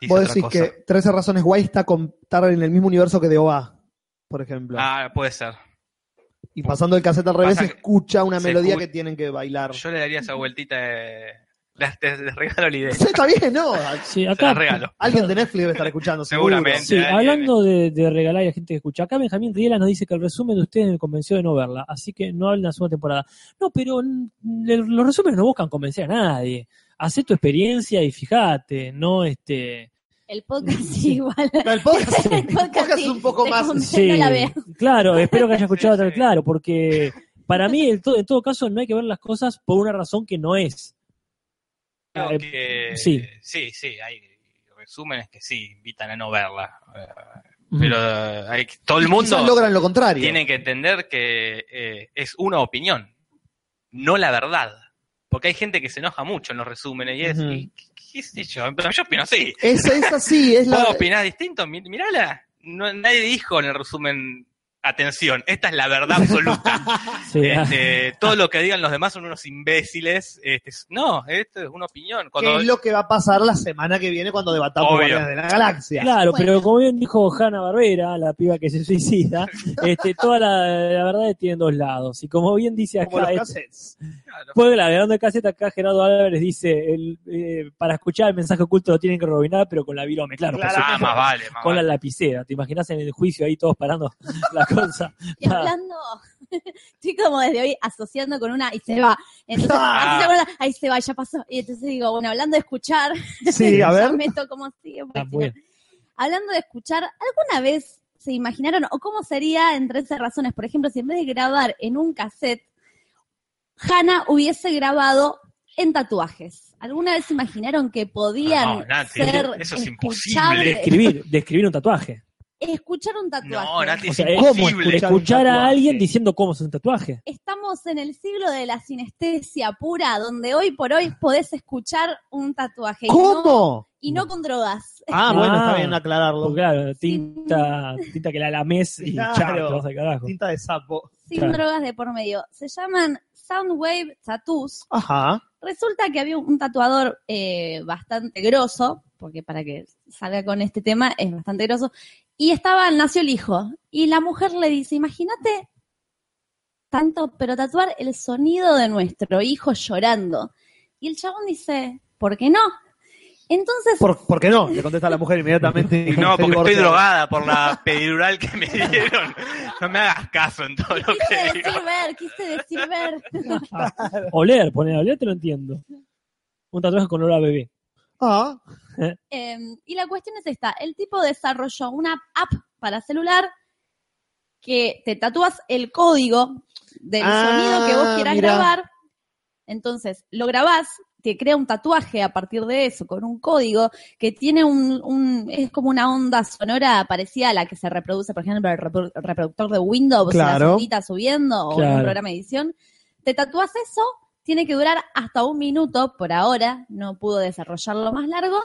Speaker 3: Dice
Speaker 1: Vos
Speaker 3: otra
Speaker 1: decís
Speaker 3: cosa.
Speaker 1: que 13 razones guay está con estar en el mismo universo que de OA. por ejemplo.
Speaker 3: Ah, puede ser.
Speaker 1: y pasando el cassette al revés,
Speaker 3: pasa que
Speaker 1: escucha una
Speaker 3: se
Speaker 1: melodía
Speaker 3: escu-
Speaker 1: que tienen que bailar.
Speaker 3: Yo le daría esa vueltita de... las- te- Les regalo la idea.
Speaker 1: Sí, Está bien, ¿no?
Speaker 2: Sí,
Speaker 3: Se
Speaker 2: acá,
Speaker 3: la regalo.
Speaker 1: Alguien de Netflix debe estar escuchando, seguro.
Speaker 3: Seguramente.
Speaker 2: Sí,
Speaker 3: Alguien-
Speaker 2: hablando de, de regalar a la gente que escucha, acá Benjamín Riela nos dice que el resumen de ustedes me convenció de no verla, así que no hablen de la segunda temporada. No, pero mm, le- los resúmenes no buscan convencer a nadie. Hacé tu experiencia y fíjate, no este.
Speaker 4: El podcast sí, igual.
Speaker 1: No, el podcast,
Speaker 4: El podcast
Speaker 1: podcast
Speaker 4: sí,
Speaker 1: un poco
Speaker 4: te
Speaker 1: más-
Speaker 4: conté,
Speaker 2: Sí,
Speaker 4: no la veas.
Speaker 2: claro, espero que haya escuchado
Speaker 3: Sí,
Speaker 2: tal
Speaker 3: sí.
Speaker 2: claro, porque para mí, en todo, en todo caso, no hay que ver las cosas por una razón que no es.
Speaker 3: Creo
Speaker 2: Eh,
Speaker 3: que-
Speaker 2: sí.
Speaker 3: sí, sí, hay resúmenes que sí, invitan a no verla. Eh, Pero eh, hay, que- todo el
Speaker 1: Quizás
Speaker 3: mundo
Speaker 1: logran lo contrario.
Speaker 3: tiene que entender que eh, es una opinión, no la verdad. Porque hay gente que se enoja mucho en los resúmenes y es,
Speaker 1: Ujú.
Speaker 3: y- ¿qué, qué sé yo? Pero yo opino así.
Speaker 1: Es, es así, es
Speaker 3: ¿Vos
Speaker 1: la.
Speaker 3: opinás distinto? Mi- Mirala. No- nadie dijo en el resumen, atención, esta es la verdad absoluta.
Speaker 2: Sí, ah,
Speaker 3: Este, todo lo que digan los demás son unos imbéciles. Este, no, esto es una opinión.
Speaker 1: ¿Qué
Speaker 3: Cuando,
Speaker 1: es lo que va a pasar la semana que viene cuando debatamos
Speaker 3: Obvio.
Speaker 1: Guardianes de la Galaxia?
Speaker 2: Claro,
Speaker 4: Bueno.
Speaker 2: pero como bien dijo Hanna Barbera, la piba que se suicida, este, toda la, la verdad tiene dos lados. Y como bien dice
Speaker 1: Como los
Speaker 2: acá, este,
Speaker 1: cassettes.
Speaker 3: Claro.
Speaker 2: Pues la grabando de caseta acá Gerardo Álvarez dice, el, eh, para escuchar el mensaje oculto lo tienen que robinar, pero con la virome, claro. por
Speaker 3: Ah,
Speaker 2: supuesto.
Speaker 3: más vale, más
Speaker 2: con la
Speaker 3: vale.
Speaker 2: lapicera, ¿te imaginas en el juicio ahí todos parando la cosa?
Speaker 4: Y hablando, estoy como desde hoy asociando con una y se va. Entonces,
Speaker 1: Ah.
Speaker 4: así se acuerda, ahí se va, ya pasó. Y entonces digo, bueno, hablando de escuchar,
Speaker 1: Sí, a
Speaker 4: ya
Speaker 1: ver.
Speaker 4: meto cómo sigue, porque
Speaker 2: Ah,
Speaker 4: si no-
Speaker 2: bueno.
Speaker 4: Hablando de escuchar, ¿alguna vez se imaginaron o cómo sería en 13 razones? Por ejemplo, si en vez de grabar en un cassette, Hannah hubiese grabado en tatuajes. ¿Alguna vez se imaginaron que podían
Speaker 3: No, Nati,
Speaker 4: ser
Speaker 3: eso es
Speaker 4: escuchables?
Speaker 2: Describir, describir un tatuaje.
Speaker 4: Escuchar un tatuaje.
Speaker 3: No, Nati,
Speaker 2: O
Speaker 3: es
Speaker 2: sea,
Speaker 1: ¿cómo
Speaker 3: imposible.
Speaker 1: Escuchar un
Speaker 2: Escuchar a
Speaker 1: tatuaje.
Speaker 2: alguien diciendo cómo es un tatuaje.
Speaker 4: Estamos en el siglo de la sinestesia pura, donde hoy por hoy podés escuchar un tatuaje. y no-
Speaker 1: ¿Cómo?
Speaker 4: Y no, con drogas.
Speaker 1: Ah,
Speaker 2: Ah.
Speaker 1: bueno, está bien aclararlo.
Speaker 2: Porque, claro, tinta, tinta que la lames y
Speaker 1: Claro.
Speaker 2: chao, te vas al carajo.
Speaker 1: Tinta de sapo.
Speaker 4: Sin
Speaker 2: Claro.
Speaker 4: drogas de por medio. Se llaman Soundwave Tattoos.
Speaker 1: Ajá.
Speaker 4: Resulta que había un tatuador eh, bastante grosso, porque para que salga con este tema es bastante grosso, y estaba, nació el hijo, y la mujer le dice, imagínate tanto, pero tatuar el sonido de nuestro hijo llorando. Y el chabón dice, ¿por qué no? Entonces,
Speaker 1: ¿Por, por qué no? Le contesta la mujer inmediatamente.
Speaker 3: No, porque estoy
Speaker 1: divorciada.
Speaker 3: drogada por la pedidural que me dieron. No me hagas caso en todo lo
Speaker 4: quise
Speaker 3: que digo.
Speaker 4: decir ver, quise decir ver.
Speaker 2: Oler, poner a oler, te lo entiendo. Un tatuaje con olor a bebé.
Speaker 1: Ah,
Speaker 4: Eh, y la cuestión es esta: el tipo desarrolló una app para celular que te tatúas el código del
Speaker 1: Ah,
Speaker 4: sonido que vos quieras
Speaker 1: mirá.
Speaker 4: grabar. Entonces, lo grabás, te crea un tatuaje a partir de eso, con un código que tiene un, un- es como una onda sonora parecida a la que se reproduce, por ejemplo, el reprodu- reproductor de Windows,
Speaker 1: Claro.
Speaker 4: la sonita subiendo o en
Speaker 2: Claro.
Speaker 4: un programa de edición. Te tatúas eso, tiene que durar hasta un minuto por ahora, no pudo desarrollarlo más largo.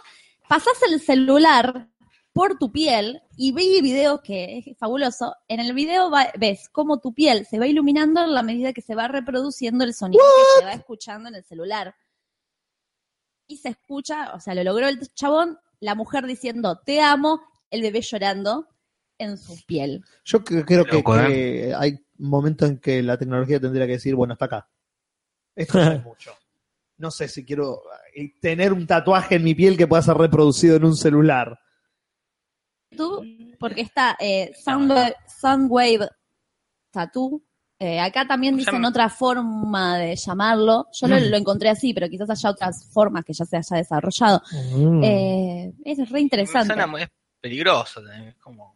Speaker 4: Pasás el celular por tu piel y vi videos que es fabuloso. En el video va- ves cómo tu piel se va iluminando a la medida que se va reproduciendo el sonido que se va escuchando en el celular. Y se escucha, o sea, lo logró el chabón, la mujer diciendo te amo, el bebé llorando en su piel.
Speaker 1: yo cre- creo que,
Speaker 3: Loco, ¿eh?
Speaker 1: que hay momentos en que la tecnología tendría que decir, bueno, hasta acá. Esto ya es mucho. No sé si quiero eh, tener un tatuaje en mi piel que pueda ser reproducido en un celular.
Speaker 4: Tú, porque está eh, Soundwave, Soundwave Tattoo. Eh, acá también dicen
Speaker 3: Llama- Mm.
Speaker 4: otra forma de llamarlo. Yo lo, lo encontré así, pero quizás haya otras formas que ya se haya desarrollado.
Speaker 2: Mm.
Speaker 4: Eh, es re interesante.
Speaker 3: Suena muy- es peligroso. también, es Como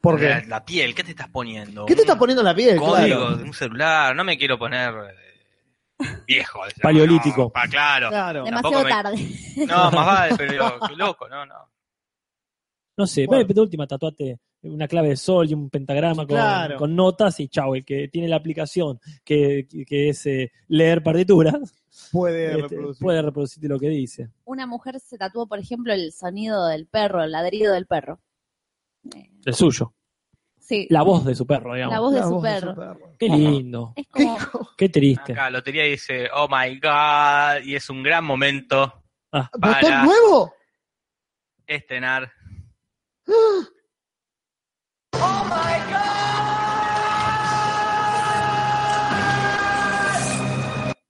Speaker 1: Porque,
Speaker 3: la, la piel, ¿qué te estás poniendo?
Speaker 1: ¿qué te
Speaker 3: Un
Speaker 1: estás poniendo en la piel?
Speaker 3: Código
Speaker 1: Claro.
Speaker 3: de un celular. No me quiero poner eh, viejo. digamos,
Speaker 2: Paleolítico.
Speaker 3: no, pa- claro.
Speaker 1: Claro.
Speaker 4: Demasiado
Speaker 3: Tampoco me-
Speaker 4: tarde.
Speaker 3: No, más vale, pero qué loco, no, no.
Speaker 2: No sé,
Speaker 1: Bueno.
Speaker 2: ve, de última tatuate una clave de sol y un pentagrama con,
Speaker 1: Claro.
Speaker 2: con notas y chao, el que tiene la aplicación que, que es eh, leer partituras,
Speaker 1: Puede
Speaker 2: este,
Speaker 1: reproducir.
Speaker 2: puede reproducirte lo que dice.
Speaker 4: Una mujer se tatuó, por ejemplo, el sonido del perro, el ladrido del perro.
Speaker 2: El suyo.
Speaker 4: Sí,
Speaker 2: La voz de su perro,
Speaker 4: la
Speaker 2: digamos.
Speaker 4: voz de
Speaker 1: La
Speaker 4: su
Speaker 1: voz de
Speaker 4: perro.
Speaker 2: Qué lindo,
Speaker 4: Es como,
Speaker 2: qué triste.
Speaker 3: Acá Lotería dice, oh my god, y es un gran momento
Speaker 2: Ah,
Speaker 3: Para.
Speaker 1: ¿Botón nuevo?
Speaker 3: estrenar.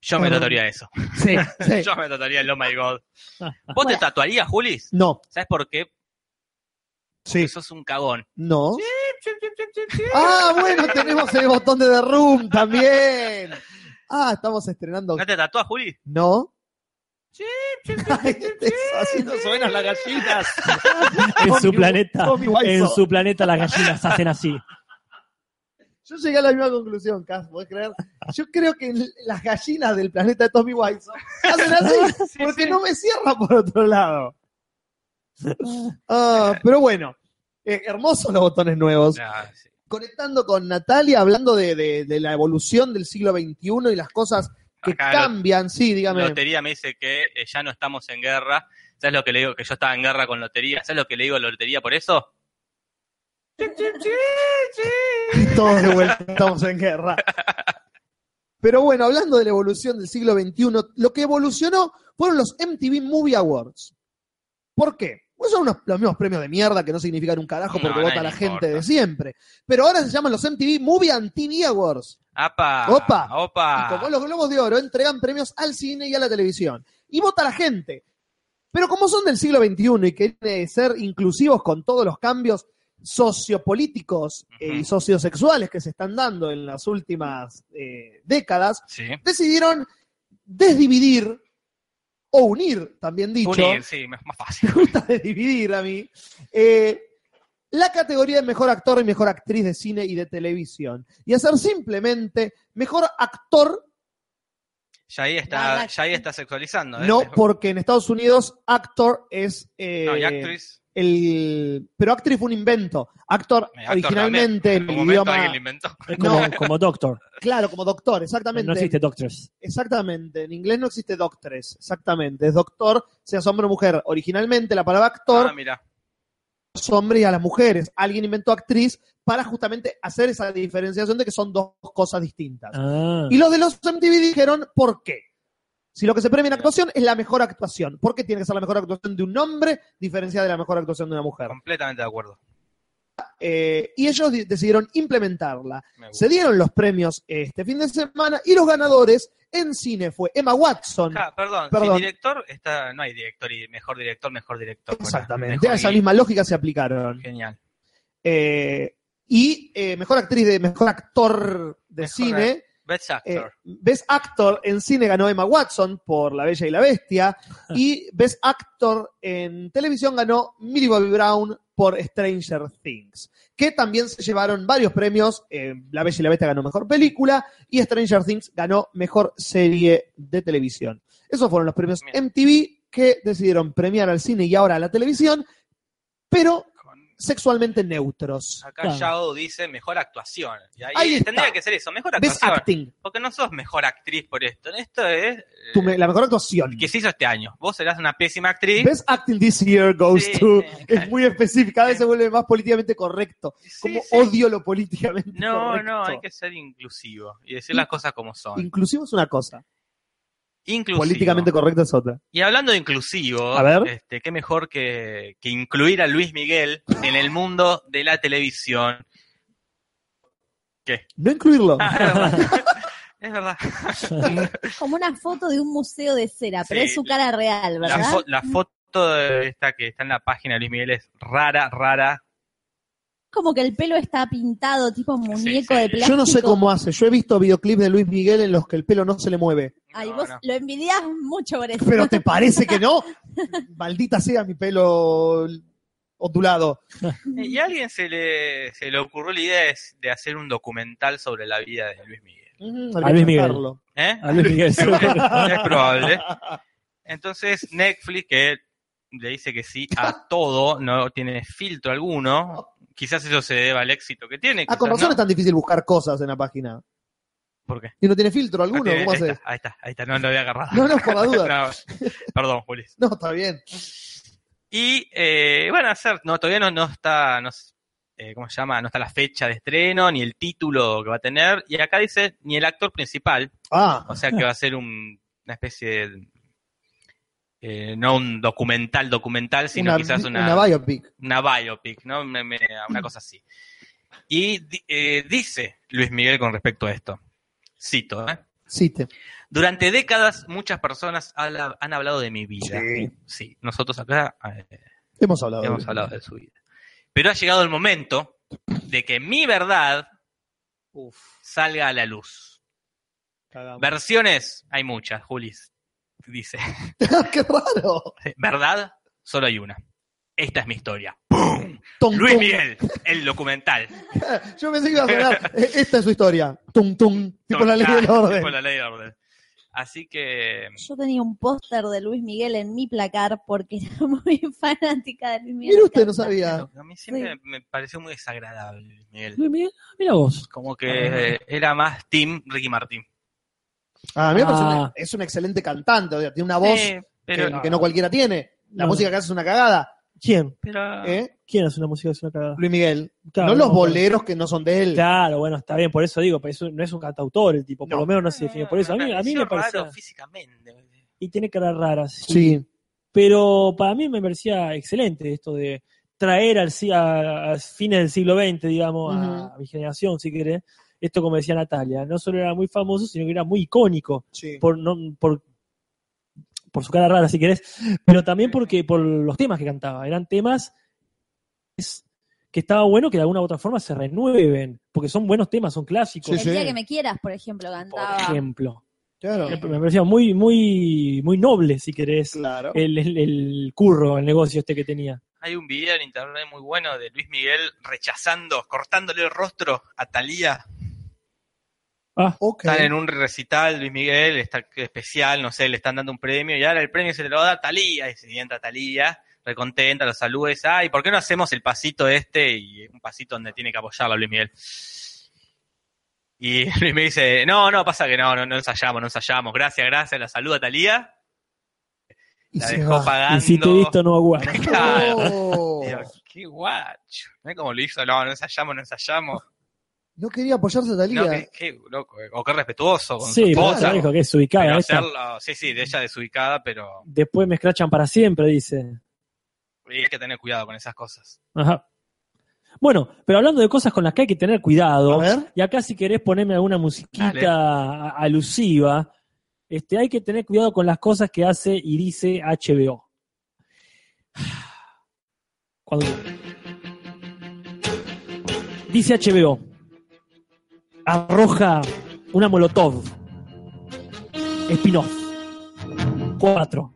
Speaker 3: Yo me tatuaría eso.
Speaker 1: Sí, sí. Ah.
Speaker 3: Yo me tatuaría el Oh My God. ¿Vos
Speaker 4: Bueno.
Speaker 3: te tatuarías, Julis?
Speaker 1: No,
Speaker 3: ¿Sabes por qué?
Speaker 1: sí,
Speaker 3: Porque sos un cagón.
Speaker 1: no. Ah, bueno, tenemos el botón de The Room también. Ah, estamos estrenando.
Speaker 3: ¿No te tatúas, Juli?
Speaker 1: No. Ay, te- haciendo
Speaker 3: suenan las gallinas.
Speaker 2: En
Speaker 1: Tommy
Speaker 2: su
Speaker 1: Wi-
Speaker 2: planeta,
Speaker 1: Tommy Wiseau.
Speaker 2: en su planeta las gallinas hacen así.
Speaker 1: Yo llegué a la misma conclusión, Cas, ¿podés creer? Yo creo que l- las gallinas del planeta de Tommy Wiseau hacen así, porque no me cierra por otro lado. Ah, pero bueno, eh, hermosos los botones nuevos. Conectando con Natalia, hablando de, de- de la evolución del siglo XXI y las cosas que
Speaker 3: Acá lo-
Speaker 1: cambian. Sí, dígame.
Speaker 3: Lotería me dice que eh, ya no estamos en guerra. ¿Sabes lo que le digo? Que yo estaba en guerra con Lotería. ¿Sabes lo que le digo a Lotería por eso?
Speaker 1: Todos de vuelta estamos en guerra. Pero bueno, hablando de la evolución del siglo XXI, lo que evolucionó fueron los MTV Movie Awards. ¿Por qué? Pues son unos- los mismos premios de mierda que no significan un carajo porque
Speaker 3: No,
Speaker 1: vota
Speaker 3: a nadie
Speaker 1: la
Speaker 3: le
Speaker 1: gente
Speaker 3: importa.
Speaker 1: de siempre. Pero ahora se llaman los MTV Movie and TV Awards.
Speaker 3: ¡Apa!
Speaker 1: Opa. Y como
Speaker 3: ¡Opa!
Speaker 1: los Globos de Oro entregan premios al cine y a la televisión. Y vota la gente. Pero como son del siglo XXI y quieren eh, ser inclusivos con todos los cambios sociopolíticos eh, y
Speaker 3: Ujú.
Speaker 1: sociosexuales que se están dando en las últimas eh, décadas,
Speaker 3: Sí.
Speaker 1: decidieron desdividir o unir, también dicho,
Speaker 3: Unir, sí, más más fácil.
Speaker 1: gusta de dividir a mí. Eh, la categoría de mejor actor y mejor actriz de cine y de televisión. Y hacer simplemente mejor actor,
Speaker 3: Ya ahí
Speaker 4: La-
Speaker 3: está,
Speaker 4: la-
Speaker 3: ya ahí está sexualizando. ¿eh?
Speaker 1: no,
Speaker 3: Mejor-
Speaker 1: porque en Estados Unidos actor es. eh,
Speaker 3: no, y actriz.
Speaker 1: el, pero actriz fue un invento. Actor,
Speaker 3: eh, actor
Speaker 1: originalmente
Speaker 3: también. En
Speaker 1: en
Speaker 3: algún
Speaker 1: el
Speaker 3: momento
Speaker 1: idioma.
Speaker 3: alguien lo inventó. Ah,
Speaker 2: Es como,
Speaker 1: No.
Speaker 2: como doctor.
Speaker 1: Claro, como doctor, exactamente.
Speaker 2: No existe doctors.
Speaker 1: Exactamente, en inglés no existe doctores, exactamente. Es doctor, seas hombre o mujer. Originalmente la palabra actor
Speaker 3: Ah, mira.
Speaker 1: los hombres y a las mujeres. Alguien inventó actriz para justamente hacer esa diferenciación de que son dos cosas distintas.
Speaker 2: Ah,
Speaker 1: Y los de los MTV dijeron, ¿por qué? Si lo que se premia en actuación es la mejor actuación, ¿por qué tiene que ser la mejor actuación de un hombre diferenciada de la mejor actuación de una mujer?
Speaker 3: Completamente de acuerdo.
Speaker 1: Eh, y ellos di- decidieron implementarla.
Speaker 3: Me gusta.
Speaker 1: Se dieron los premios este fin de semana y los ganadores en cine fue Emma Watson.
Speaker 3: Ah, perdón,
Speaker 1: Perdón.
Speaker 3: si director, está, no hay director y mejor director, mejor director. Bueno,
Speaker 1: Exactamente,
Speaker 3: mejor
Speaker 1: a esa
Speaker 3: guion.
Speaker 1: misma lógica se aplicaron.
Speaker 3: Genial.
Speaker 1: Eh, y eh, mejor actriz de mejor actor de
Speaker 3: Mejor
Speaker 1: cine,
Speaker 3: Best
Speaker 1: eh,
Speaker 3: actor.
Speaker 1: Best Actor en cine ganó Emma Watson por La Bella y la Bestia y Best Actor en televisión ganó Millie Bobby Brown por Stranger Things, que también se llevaron varios premios. eh, la Bella y la Bestia ganó Mejor Película y Stranger Things ganó Mejor Serie de Televisión. Esos fueron los premios
Speaker 3: Bien.
Speaker 1: MTV que decidieron premiar al cine y ahora a la televisión, pero
Speaker 3: Con-
Speaker 1: sexualmente neutros.
Speaker 3: Acá
Speaker 2: Claro.
Speaker 3: Yao dice mejor actuación. Y ahí,
Speaker 1: Ahí está.
Speaker 3: tendría que ser eso, mejor
Speaker 1: Best
Speaker 3: actuación.
Speaker 1: Acting,
Speaker 3: Porque no sos mejor actriz por esto. Esto es. eh,
Speaker 1: tu me- la mejor actuación.
Speaker 3: que se hizo este año. Vos serás una pésima actriz.
Speaker 1: Best Acting this year goes
Speaker 3: Sí,
Speaker 1: to.
Speaker 3: sí,
Speaker 1: Es
Speaker 3: claro.
Speaker 1: muy específico, cada vez se vuelve más políticamente correcto.
Speaker 3: Sí,
Speaker 1: Como
Speaker 3: sí.
Speaker 1: odio lo políticamente
Speaker 3: No,
Speaker 1: correcto.
Speaker 3: no, hay que ser inclusivo y decir las cosas como son.
Speaker 1: Inclusivo es una cosa,
Speaker 3: Inclusivo.
Speaker 1: políticamente correcto es otra.
Speaker 3: Y hablando de inclusivo,
Speaker 1: A ver.
Speaker 3: Este, qué mejor que, que incluir a Luis Miguel en el mundo de la televisión.
Speaker 1: No incluirlo.
Speaker 3: Ah, es verdad. es verdad.
Speaker 4: Como una foto de un museo de cera, pero
Speaker 3: Sí,
Speaker 4: es su cara real,
Speaker 3: La,
Speaker 4: ¿verdad?
Speaker 3: fo- la foto de esta que está en la página de Luis Miguel es rara, rara.
Speaker 4: Como que el pelo está pintado, tipo muñeco
Speaker 3: sí.
Speaker 4: de plástico.
Speaker 1: Yo no sé cómo hace. Yo he visto videoclips de Luis Miguel en los que el pelo no se le mueve.
Speaker 4: Ay,
Speaker 3: No,
Speaker 4: Ah, vos
Speaker 3: no.
Speaker 4: lo envidias mucho por eso.
Speaker 1: Pero te parece que no. Maldita sea mi pelo ondulado.
Speaker 3: Eh, Y a alguien se le, se le ocurrió la idea de, de hacer un documental sobre la vida de Luis Miguel.
Speaker 1: Mm,
Speaker 2: A Luis Miguel.
Speaker 1: Carlos.
Speaker 3: ¿Eh?
Speaker 2: a Luis Miguel.
Speaker 3: es probable. Entonces Netflix, que le dice que sí a todo, no tiene filtro alguno, quizás eso se deba al éxito que tiene.
Speaker 1: Ah, con
Speaker 3: quizás
Speaker 1: razón
Speaker 3: no.
Speaker 1: es tan difícil buscar cosas en la página.
Speaker 3: ¿Por qué?
Speaker 1: Y no tiene filtro alguno.
Speaker 3: Ah, tiene-
Speaker 1: ¿Cómo
Speaker 3: ahí,
Speaker 1: haces?
Speaker 3: está, ahí está, ahí está, no lo había agarrado.
Speaker 1: No, no, por la duda.
Speaker 3: No, Perdón, Juli.
Speaker 1: No, está bien.
Speaker 3: Y eh, van a hacer, no, todavía no, no está, no, s- eh, ¿cómo se llama? No está la fecha de estreno, ni el título que va a tener. Y acá dice, ni el actor principal,
Speaker 1: Ah,
Speaker 3: o sea que va a ser un- una especie de... eh, no un documental, documental, sino
Speaker 1: una,
Speaker 3: quizás
Speaker 1: una biopic.
Speaker 3: una biopic, ¿no? Me- me- una cosa así. Y di- eh, dice Luis Miguel con respecto a esto. Cito, ¿eh?
Speaker 1: Cite.
Speaker 3: Durante décadas muchas personas habla- han hablado de mi vida.
Speaker 1: Sí.
Speaker 3: Sí, nosotros acá eh,
Speaker 1: Hemos hablado. de
Speaker 3: hemos
Speaker 1: él.
Speaker 3: hablado de su vida. Pero ha llegado el momento de que mi verdad
Speaker 1: Uf,
Speaker 3: salga a la luz.
Speaker 1: cagamos.
Speaker 3: Versiones hay muchas, Julis dice.
Speaker 1: ¡Qué raro!
Speaker 3: ¿Verdad? Solo hay una. Esta es mi historia.
Speaker 1: Tum,
Speaker 3: Luis
Speaker 1: tum.
Speaker 3: Miguel, el documental.
Speaker 1: Yo pensé que iba a sonar. eh, Esta es su historia. Tum, tum. Tipo la ley
Speaker 3: Ah,
Speaker 1: del orden.
Speaker 3: Tipo la ley del orden. Así que
Speaker 4: Yo tenía un póster de Luis Miguel en mi placar porque era muy fanática de Luis Miguel.
Speaker 1: Mira usted, no
Speaker 4: sabía.
Speaker 2: Ah.
Speaker 1: sabía.
Speaker 3: a mí siempre me pareció muy desagradable Luis Miguel.
Speaker 2: Luis Miguel, ah, mira vos.
Speaker 3: Como que eh, era más Team Ricky Martín.
Speaker 1: Ah, mira, pero es,
Speaker 2: Ah.
Speaker 1: un, es un excelente cantante. o sea, tiene una voz
Speaker 3: Eh,
Speaker 1: que-
Speaker 3: pero,
Speaker 1: que, no cualquiera tiene. La
Speaker 2: No.
Speaker 1: música que hace es una cagada.
Speaker 2: ¿Quién?
Speaker 3: pero-
Speaker 1: ¿eh?
Speaker 2: ¿Quién hace una música que es una cagada?
Speaker 1: Luis Miguel.
Speaker 2: Claro,
Speaker 1: no los
Speaker 2: no,
Speaker 1: boleros que no son de él.
Speaker 2: Claro, bueno, está bien, por eso digo, pero eso no es un cantautor el tipo, por
Speaker 1: No.
Speaker 2: lo menos no se define por eso. A mí, a mí me
Speaker 3: pareció
Speaker 2: parecía.
Speaker 3: eh, raro físicamente.
Speaker 2: Y tiene cara rara, sí.
Speaker 1: Sí.
Speaker 2: Pero para mí me parecía excelente esto de traer al, ci- a, a fines del siglo XX, digamos, a,
Speaker 1: Ujú.
Speaker 2: a mi generación, si querés, esto como decía Natalia, no solo era muy famoso, sino que era muy icónico
Speaker 1: sí.
Speaker 2: por no por por su cara rara si querés, pero también porque por los temas que cantaba, eran temas es- que estaba bueno que de alguna u otra forma se renueven, porque son buenos temas, son clásicos,
Speaker 1: Sí,
Speaker 4: El día
Speaker 1: sí.
Speaker 4: que me quieras, por ejemplo,
Speaker 2: por
Speaker 4: cantaba.
Speaker 2: ejemplo.
Speaker 1: Claro.
Speaker 2: Me me parecía muy muy muy noble si querés
Speaker 1: Claro.
Speaker 2: el, el- el curro, el negocio este que tenía.
Speaker 3: Hay un video en internet muy bueno de Luis Miguel rechazando, cortándole el rostro a Talía.
Speaker 2: Ah,
Speaker 1: Ok.
Speaker 3: Están en un recital, Luis Miguel, está especial, no sé, le están dando un premio y ahora el premio se lo da a Talía. Y se entra Talía, recontenta, lo saluda y dice, ay, ¿por qué no hacemos el pasito este y un pasito donde tiene que apoyarla Luis Miguel? Y Luis Miguel dice, no, no, pasa que no, no, no ensayamos, no ensayamos, gracias, gracias, la saluda Talía.
Speaker 1: Y
Speaker 3: La
Speaker 1: se
Speaker 3: dejó
Speaker 1: va.
Speaker 3: pagando.
Speaker 2: y si te he visto no aguardo.
Speaker 3: Claro.
Speaker 1: Oh.
Speaker 3: Digo, qué guacho. ¿No es como lo hizo? No, no ensayamos, no ensayamos.
Speaker 1: No quería apoyarse a Talía.
Speaker 3: No, qué, qué loco, eh. O qué respetuoso con su
Speaker 2: Sí, pero
Speaker 3: esposa.
Speaker 2: te dijo que es ubicada.
Speaker 3: Pero
Speaker 2: esta.
Speaker 3: hacerlo- sí, sí, de ella desubicada, pero
Speaker 2: Después me escrachan para siempre, dice.
Speaker 3: hay que tener cuidado con esas cosas.
Speaker 2: Ajá. Bueno, pero hablando de cosas con las que hay que tener
Speaker 1: A
Speaker 2: cuidado,
Speaker 1: ver.
Speaker 2: y acá si querés ponerme alguna
Speaker 3: Dale.
Speaker 2: musiquita a- alusiva, este, hay que tener cuidado con las cosas que hace y dice HBO. Cuando- Dice HBO, arroja una molotov, spin-off, cuatro,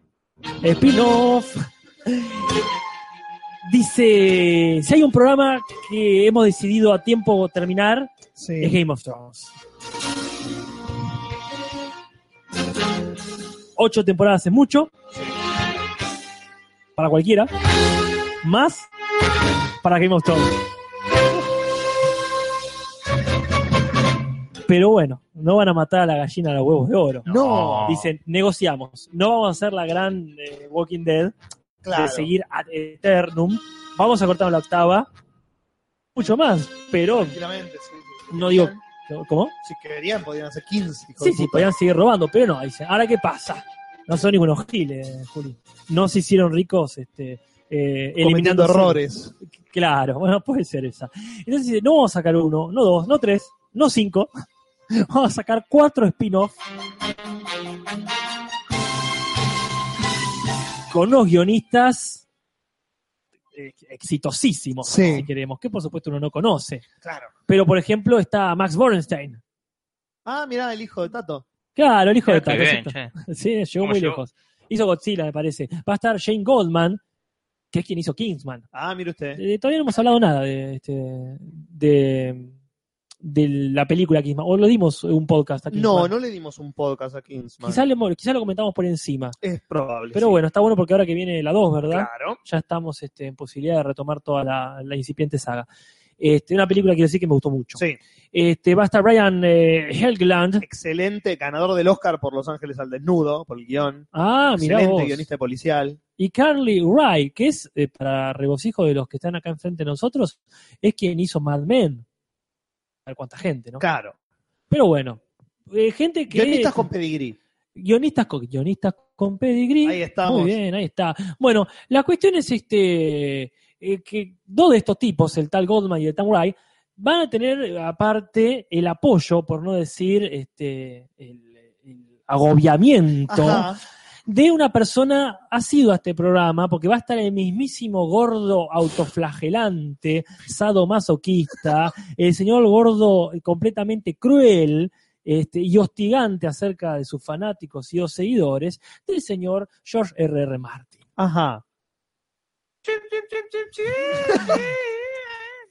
Speaker 2: spin-off. Dice, si hay un programa que hemos decidido a tiempo terminar,
Speaker 1: Sí.
Speaker 2: es Game of Thrones. Ocho temporadas es mucho. Para cualquiera. Más para Game of Thrones. Pero bueno, no van a matar a la gallina a los huevos de oro.
Speaker 1: No.
Speaker 2: Dicen, negociamos. No vamos a hacer la gran eh, Walking Dead
Speaker 1: Claro.
Speaker 2: de seguir ad eternum. Vamos a cortar la octava. Mucho más, pero
Speaker 1: Tranquilamente, sí, sí.
Speaker 2: No digo- ¿Cómo?
Speaker 1: Si querían, podían hacer 15. hijo
Speaker 2: Sí,
Speaker 1: de
Speaker 2: sí,
Speaker 1: puta.
Speaker 2: podían seguir robando, pero no, dicen, ¿ahora qué pasa? No son ningunos giles, Juli. No se hicieron ricos, este, eh,
Speaker 1: Cometiendo
Speaker 2: eliminándose-
Speaker 1: errores.
Speaker 2: Claro, bueno, puede ser esa. Entonces dice, no vamos a sacar uno, no dos, no tres, no cinco. Vamos a sacar cuatro spin-offs. Con unos guionistas eh, exitosísimos,
Speaker 1: Sí.
Speaker 2: si queremos, que por supuesto uno no conoce.
Speaker 1: Claro.
Speaker 2: Pero, por ejemplo, está Max Borenstein.
Speaker 1: Ah, mirá, el hijo de Tato.
Speaker 2: Claro, el hijo de
Speaker 3: Qué
Speaker 2: Tato.
Speaker 3: bien,
Speaker 2: ¿cierto?
Speaker 3: che.
Speaker 2: Sí, llegó
Speaker 3: ¿Cómo
Speaker 2: muy
Speaker 3: llegó?
Speaker 2: lejos. Hizo Godzilla, me parece. Va a estar Jane Goldman, que es quien hizo Kingsman.
Speaker 1: Ah, mire usted.
Speaker 2: Eh, todavía no hemos hablado nada de, este, de, de la película Kingsman. O lo dimos en un podcast a Kingsman.
Speaker 1: No, no le dimos un podcast a Kingsman.
Speaker 2: Quizás, le mo- quizás lo comentamos por encima.
Speaker 1: es probable.
Speaker 2: Pero
Speaker 1: sí.
Speaker 2: bueno, está bueno porque ahora que viene la 2, ¿verdad?
Speaker 1: Claro.
Speaker 2: Ya estamos este, en posibilidad de retomar toda la, la incipiente saga. Este, una película, quiero decir, que me gustó mucho.
Speaker 1: Sí.
Speaker 2: Este, va a estar Brian eh, Helgeland.
Speaker 1: Excelente ganador del Oscar por Los Ángeles al Desnudo, por el guión.
Speaker 2: Ah, mirá
Speaker 1: Excelente
Speaker 2: vos.
Speaker 1: guionista policial.
Speaker 2: Y Carly Wright, que es, eh, para regocijo de los que están acá enfrente de nosotros, es quien hizo Mad Men. A ver cuánta gente, ¿no?
Speaker 1: Claro.
Speaker 2: Pero bueno, eh, gente que...
Speaker 1: Guionistas con pedigrí.
Speaker 2: guionistas con, guionistas con pedigree.
Speaker 1: Ahí estamos.
Speaker 2: Muy bien, ahí está. Bueno, la cuestión es este eh, que dos de estos tipos, el tal Goldman y el tal Wright, van a tener aparte el apoyo, por no decir este, el, el agobiamiento
Speaker 1: Ajá.
Speaker 2: de una persona asidua a este programa, porque va a estar el mismísimo gordo autoflagelante, sadomasoquista, el señor gordo completamente cruel este, y hostigante acerca de sus fanáticos y los seguidores, del señor George R.R. Martin.
Speaker 1: Ajá.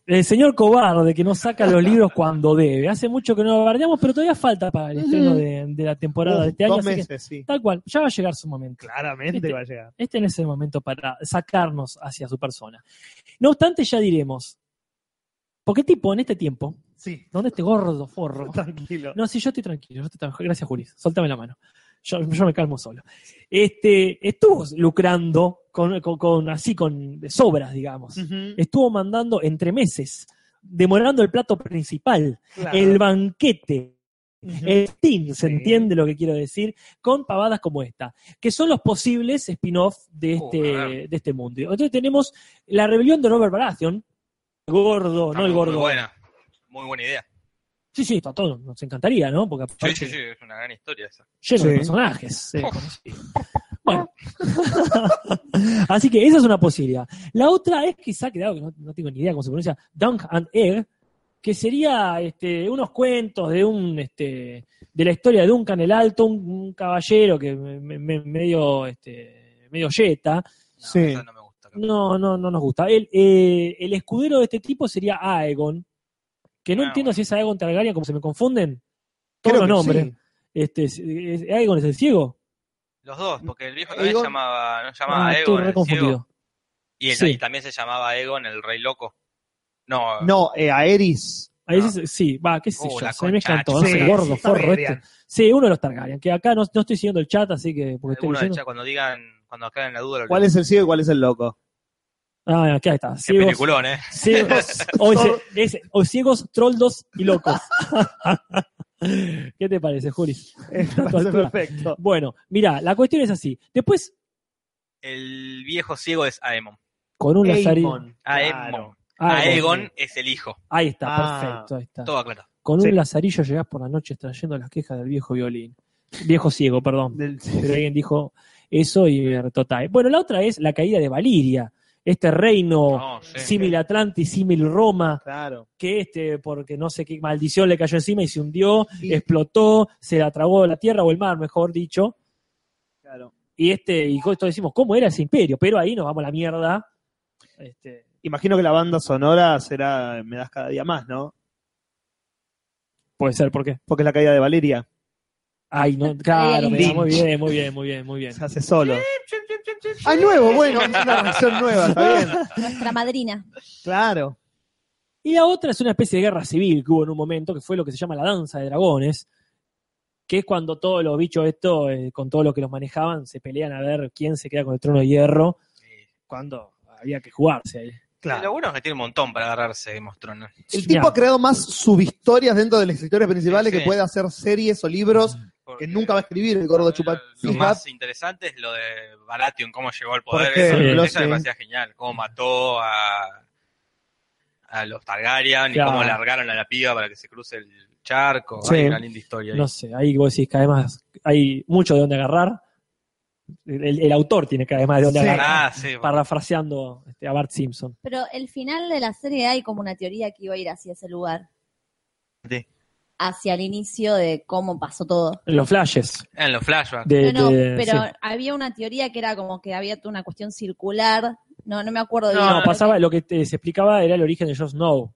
Speaker 2: El señor cobarde que no saca los libros cuando debe. Hace mucho que no lo bardeamos, pero todavía falta para el estreno de, de la temporada de este año.
Speaker 1: Dos
Speaker 2: así que,
Speaker 1: meses, sí.
Speaker 2: tal cual, ya va a llegar su momento.
Speaker 1: Claramente va a llegar.
Speaker 2: Este no es el momento para sacarnos hacia su persona. No obstante, ya diremos. Porque tipo, en este tiempo,
Speaker 1: Sí,
Speaker 2: donde este gordo forro.
Speaker 1: tranquilo.
Speaker 2: No, sí, yo estoy tranquilo, yo estoy tranquilo. Gracias, Julis. Soltame la mano. Yo, yo me calmo solo. Este, estuvo lucrando con, con- con- así, con sobras, digamos.
Speaker 1: Ujú,
Speaker 2: Estuvo mandando entre meses, demorando el plato principal,
Speaker 1: claro.
Speaker 2: el banquete,
Speaker 1: Ujú.
Speaker 2: el team, ¿se
Speaker 1: Sí.
Speaker 2: entiende lo que quiero decir? Con pavadas como esta, que son los posibles spin-off de este,
Speaker 3: Joder.
Speaker 2: de este mundo. Entonces tenemos la rebelión de Robert Baratheon, gordo, no el gordo.
Speaker 3: Muy buena. Muy buena idea.
Speaker 2: Sí, sí, está todo, nos encantaría, ¿no? Porque
Speaker 3: Sí,
Speaker 2: aparte-
Speaker 3: sí, sí, es una gran historia esa.
Speaker 2: lleno de
Speaker 1: Sí.
Speaker 2: personajes.
Speaker 3: Oh.
Speaker 2: conocidos. Bueno. Así que esa es una posibilidad. La otra es quizá, que dado que no, no tengo ni idea cómo se pronuncia, Dunk and Egg, que sería este, unos cuentos de un este, de la historia de Duncan el Alto, un, un caballero que me- me- medio este, medio yeta.
Speaker 3: No,
Speaker 1: Sí.
Speaker 3: esa no me gusta.
Speaker 2: No, no, no nos gusta. El, eh, el escudero de este tipo sería Aegon, que no
Speaker 3: Ah,
Speaker 2: entiendo
Speaker 3: bueno.
Speaker 2: si es Aegon Targaryen, como se me confunden todos
Speaker 1: Creo
Speaker 2: los
Speaker 1: que
Speaker 2: nombres.
Speaker 1: sí.
Speaker 2: Este, es- es- Aegon es el ciego.
Speaker 3: Los dos, porque el viejo también
Speaker 1: Aegon-
Speaker 3: llamaba, no llamaba
Speaker 2: Ah, estoy
Speaker 3: Egon,
Speaker 2: re
Speaker 3: el ciego,
Speaker 2: confundido.
Speaker 3: y, el-
Speaker 2: Sí.
Speaker 3: y también se llamaba Egon, el rey loco. No,
Speaker 1: No, eh, Aeris.
Speaker 2: A veces,
Speaker 3: Ah.
Speaker 2: sí, va, qué sé
Speaker 3: Uh,
Speaker 2: yo,
Speaker 3: la
Speaker 2: se me mezclan
Speaker 3: concha,
Speaker 2: todos, no
Speaker 1: sí,
Speaker 2: sé, gordo,
Speaker 1: sí,
Speaker 2: forro
Speaker 1: Targaryen.
Speaker 2: este. Sí, uno de los Targaryen, que acá no, no estoy siguiendo el chat, así que porque estoy
Speaker 3: alguno de
Speaker 2: leyendo.
Speaker 3: ya cuando digan, cuando aclaren la duda, lo
Speaker 1: ¿Cuál es el ciego y cuál es el loco?
Speaker 2: Ah, acá está,
Speaker 3: Qué
Speaker 2: ciegos,
Speaker 3: peliculón, eh.
Speaker 2: ciegos, o, ese- ese, o ciegos, troldos y locos. ¿Qué te parece, Juris?
Speaker 1: Eh, me
Speaker 2: tu
Speaker 1: parece
Speaker 2: altura.
Speaker 1: perfecto.
Speaker 2: Bueno, mira, la cuestión es así. Después,
Speaker 3: El viejo ciego es Aemon.
Speaker 2: con un lazarillo.
Speaker 1: Aemon,
Speaker 3: Ah, Aemon.
Speaker 1: claro.
Speaker 2: Ah,
Speaker 3: Aegon es el hijo.
Speaker 2: Ahí está,
Speaker 1: Ah.
Speaker 2: perfecto, ahí está.
Speaker 3: Todo claro.
Speaker 2: Con un
Speaker 1: Sí.
Speaker 2: lazarillo llegás por la noche trayendo las quejas del viejo violín. Viejo ciego, perdón.
Speaker 1: Del-
Speaker 2: pero alguien dijo eso y me retó Tae. Bueno, la otra es la caída de Valiria, este reino
Speaker 3: No, sí.
Speaker 2: símil Atlantis, símil Roma,
Speaker 1: Claro.
Speaker 2: que este, porque no sé qué maldición le cayó encima y se hundió,
Speaker 1: Y-
Speaker 2: explotó, se la tragó la tierra o el mar, mejor dicho.
Speaker 1: claro.
Speaker 2: Y este, y esto decimos, ¿cómo era ese imperio? Pero ahí nos vamos a la mierda. Este,
Speaker 1: Imagino que la banda sonora será Me das cada día más, ¿no?
Speaker 2: puede ser, ¿por qué?
Speaker 1: Porque es la caída de Valeria.
Speaker 2: Ay, no, claro,
Speaker 4: Ay,
Speaker 2: me da- muy
Speaker 1: Lynch.
Speaker 2: bien, muy bien, muy bien, muy bien.
Speaker 1: Se hace solo. Ah, nuevo, bueno, es una versión nueva, está bien.
Speaker 4: Nuestra madrina.
Speaker 1: Claro.
Speaker 2: Y la otra es una especie de guerra civil que hubo en un momento, que fue lo que se llama la danza de dragones, que es cuando todos los bichos estos, eh, con todos los que los manejaban, se pelean a ver quién se queda con el trono de hierro, cuando había que jugarse ahí.
Speaker 3: Y Lo bueno es que tiene un montón para agarrarse de Mostrón.
Speaker 1: El tipo ha creado más subhistorias dentro de las historias principales
Speaker 3: Sí,
Speaker 1: que
Speaker 3: sí.
Speaker 1: puede hacer series o libros que nunca va a escribir el gordo chupa.
Speaker 3: Lo más interesante es lo de Baratheon, cómo llegó al poder.
Speaker 1: Porque-
Speaker 3: Eso,
Speaker 2: Sí.
Speaker 1: Sí.
Speaker 3: eso me parecía genial. Cómo mató a, a los Targaryen
Speaker 2: Claro.
Speaker 3: y cómo largaron a la piba para que se cruce el charco.
Speaker 2: Sí.
Speaker 3: Hay una linda historia ahí.
Speaker 2: No sé, ahí vos decís que además hay mucho de dónde agarrar. El, el autor tiene que además de dónde
Speaker 1: Sí.
Speaker 2: agarrar,
Speaker 3: Ah, sí.
Speaker 2: parafraseando este, a Bart Simpson.
Speaker 4: Pero el final de la serie hay como una teoría que iba a ir hacia ese lugar.
Speaker 3: Sí.
Speaker 4: Hacia el inicio de cómo pasó todo.
Speaker 2: Los flashes
Speaker 3: En los flashbacks.
Speaker 2: de...
Speaker 4: no, no,
Speaker 2: de-
Speaker 4: pero
Speaker 2: sí.
Speaker 4: había una teoría que era como que había una cuestión circular. No, no me acuerdo
Speaker 3: No,
Speaker 4: bien.
Speaker 2: No, pasaba, lo que te- se explicaba era el origen de Jon Snow.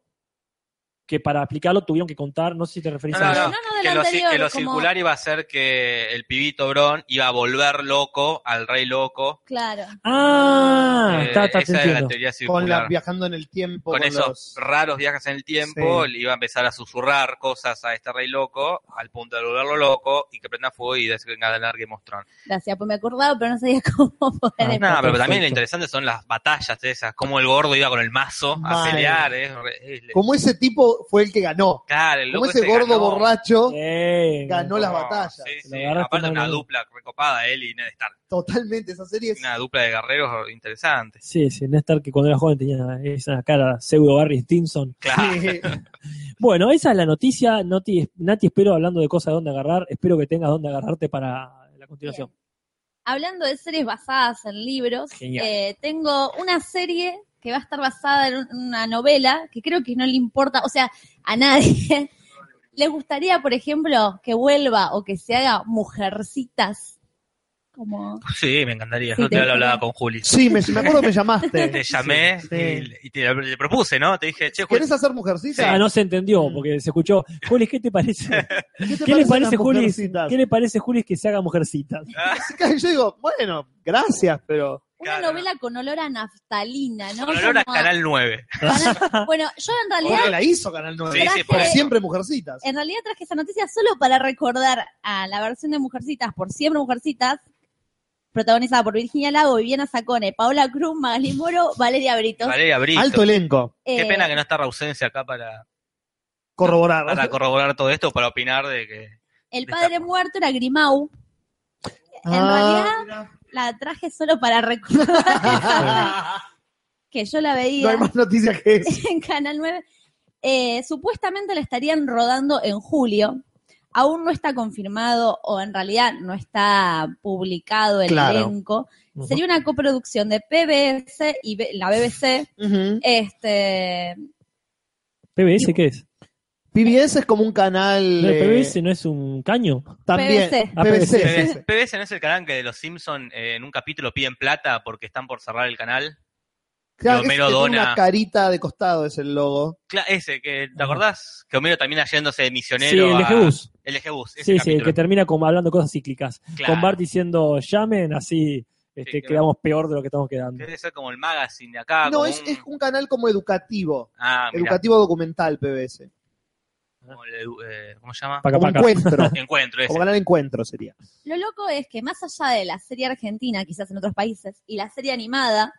Speaker 2: Que para explicarlo tuvieron que contar, no sé si te referís
Speaker 3: No,
Speaker 2: a
Speaker 3: no,
Speaker 2: eso.
Speaker 3: no,
Speaker 4: No, no, del
Speaker 3: que, lo, ci-
Speaker 4: anterior,
Speaker 3: que lo
Speaker 4: como-
Speaker 3: circular iba a ser que el pibito Bron iba a volver loco al rey loco.
Speaker 4: Claro.
Speaker 2: Ah,
Speaker 3: Eh,
Speaker 2: está, está, te
Speaker 3: esa era la
Speaker 2: entiendo.
Speaker 3: teoría
Speaker 1: Con la,
Speaker 3: circular. Con,
Speaker 1: viajando en el tiempo.
Speaker 3: esos
Speaker 1: los-
Speaker 3: raros viajes en el tiempo,
Speaker 1: Sí.
Speaker 3: le iba a empezar a susurrar cosas a este rey loco, al punto de volverlo loco y que prenda fuego y desencadenar Game of Thrones.
Speaker 4: Gracias, pues me acordaba, pero no sabía cómo poder.
Speaker 2: Ah,
Speaker 3: No,
Speaker 2: está
Speaker 3: pero también
Speaker 2: perfecto.
Speaker 3: lo interesante son las batallas esas, como el gordo iba con el mazo a
Speaker 1: Mal.
Speaker 3: pelear. es re- es-
Speaker 1: Como ese tipo gordo fue el que ganó.
Speaker 3: Claro, el
Speaker 1: Como
Speaker 3: loco
Speaker 1: ese
Speaker 3: ese
Speaker 1: gordo
Speaker 3: ganó.
Speaker 1: borracho
Speaker 2: Eh,
Speaker 1: ganó las batallas.
Speaker 3: Sí,
Speaker 2: Lo
Speaker 3: sí.
Speaker 2: agarraste
Speaker 3: Aparte
Speaker 2: mal,
Speaker 3: una
Speaker 2: boludo.
Speaker 3: dupla recopada, él y Ned Stark.
Speaker 1: Totalmente, esa serie es
Speaker 3: Una dupla de guerreros interesante.
Speaker 2: Sí, sí, Nestor que cuando era joven tenía esa cara pseudo Barry Stinson.
Speaker 3: Claro.
Speaker 1: Sí.
Speaker 2: Bueno, esa es la noticia. Nati, Nati, espero hablando de cosas de dónde agarrar, espero que tengas dónde agarrarte para la continuación.
Speaker 4: Bien. Hablando de series basadas en libros,
Speaker 2: Genial.
Speaker 4: eh, tengo una serie que va a estar basada en un- una novela que creo que no le importa, o sea, a nadie. ¿Les gustaría, por ejemplo, que vuelva o que se haga Mujercitas? Como...
Speaker 3: Sí, me encantaría.
Speaker 4: Sí,
Speaker 3: Yo
Speaker 4: te
Speaker 3: te lo hablaba
Speaker 4: gustaría.
Speaker 3: con Juli.
Speaker 1: Sí, me, me acuerdo que me
Speaker 3: Te
Speaker 1: llamaste.
Speaker 3: llamé
Speaker 1: Sí.
Speaker 3: Y, y te le propuse, ¿no? Te dije, che, Juli,
Speaker 1: ¿Querés hacer mujercita?
Speaker 2: Ah, no se entendió
Speaker 1: Mm.
Speaker 2: porque se escuchó. Juli, ¿qué te parece?
Speaker 1: ¿Qué, te
Speaker 2: ¿Qué le
Speaker 1: parecen
Speaker 2: parece,
Speaker 1: las
Speaker 2: Juli?
Speaker 1: mujercitas?
Speaker 2: ¿Qué le parece, Juli, que se haga mujercitas?
Speaker 1: Y Yo digo, bueno, gracias, pero
Speaker 4: Una
Speaker 3: Claro.
Speaker 4: novela con olor a naftalina, ¿no?
Speaker 3: con olor a
Speaker 4: Como-
Speaker 3: Canal 9.
Speaker 4: Canal- Bueno, yo en realidad
Speaker 1: porque la hizo Canal 9.
Speaker 3: Sí, sí, por
Speaker 1: Por
Speaker 4: eso.
Speaker 1: siempre mujercitas.
Speaker 4: En realidad traje esa noticia solo para recordar a la versión de Mujercitas por Siempre Mujercitas, protagonizada por Virginia Lago, Viviana Sacone, Paola Cruz, Magali Moro, Valeria Brito. Eh,
Speaker 3: Valeria Brito.
Speaker 1: Alto elenco,
Speaker 3: Qué pena que no está Rausencia acá para,
Speaker 1: corroborar.
Speaker 3: para corroborar todo esto, para opinar de que.
Speaker 4: El padre muerto era Grimau. En realidad la traje solo para recordar
Speaker 1: Ah.
Speaker 4: que yo la veía
Speaker 1: no hay más noticias que eso.
Speaker 4: en Canal 9. Eh, supuestamente la estarían rodando en julio. Aún no está confirmado o en realidad no está publicado el
Speaker 1: Claro.
Speaker 4: elenco. Sería una coproducción de PBS y B- la BBC. Este,
Speaker 2: ¿PBS qué es?
Speaker 1: PBS es como un canal.
Speaker 2: No,
Speaker 1: eh,
Speaker 2: ¿PBS no es un caño?
Speaker 1: También.
Speaker 4: PBS.
Speaker 2: Ah,
Speaker 1: PBS.
Speaker 3: PBS, PBS no es el canal que de los Simpsons en un capítulo piden plata porque están por cerrar el canal.
Speaker 1: Claro,
Speaker 3: Que Homero
Speaker 1: es- es
Speaker 3: dona.
Speaker 1: una carita de costado es el logo.
Speaker 3: Cla- ese, que, ¿te
Speaker 2: Ajá.
Speaker 3: acordás? Que Homero termina yéndose de
Speaker 2: Sí,
Speaker 3: misionero.
Speaker 2: el de
Speaker 3: a-
Speaker 2: Jebus.
Speaker 3: El Egebus.
Speaker 2: Sí,
Speaker 3: ese
Speaker 2: sí, el
Speaker 3: Ah, capítulo.
Speaker 2: que termina como hablando cosas cíclicas.
Speaker 3: Claro.
Speaker 2: Con Bart diciendo, llamen, así este,
Speaker 3: Sí, claro.
Speaker 2: quedamos peor de lo que estamos quedando.
Speaker 3: Que Debe ser como el magazine de acá.
Speaker 1: no,
Speaker 3: como
Speaker 1: es,
Speaker 3: Ah, un-
Speaker 1: es un canal como educativo.
Speaker 3: Ah, mirá,
Speaker 1: educativo documental, PBS.
Speaker 3: como el edu- eh, ¿Cómo se llama?
Speaker 2: Paca,
Speaker 1: Como
Speaker 2: paca.
Speaker 1: encuentro.
Speaker 3: Encuentro, ese.
Speaker 1: como canal encuentro sería.
Speaker 4: lo loco es que más allá de la serie argentina, quizás en otros países, y la serie animada,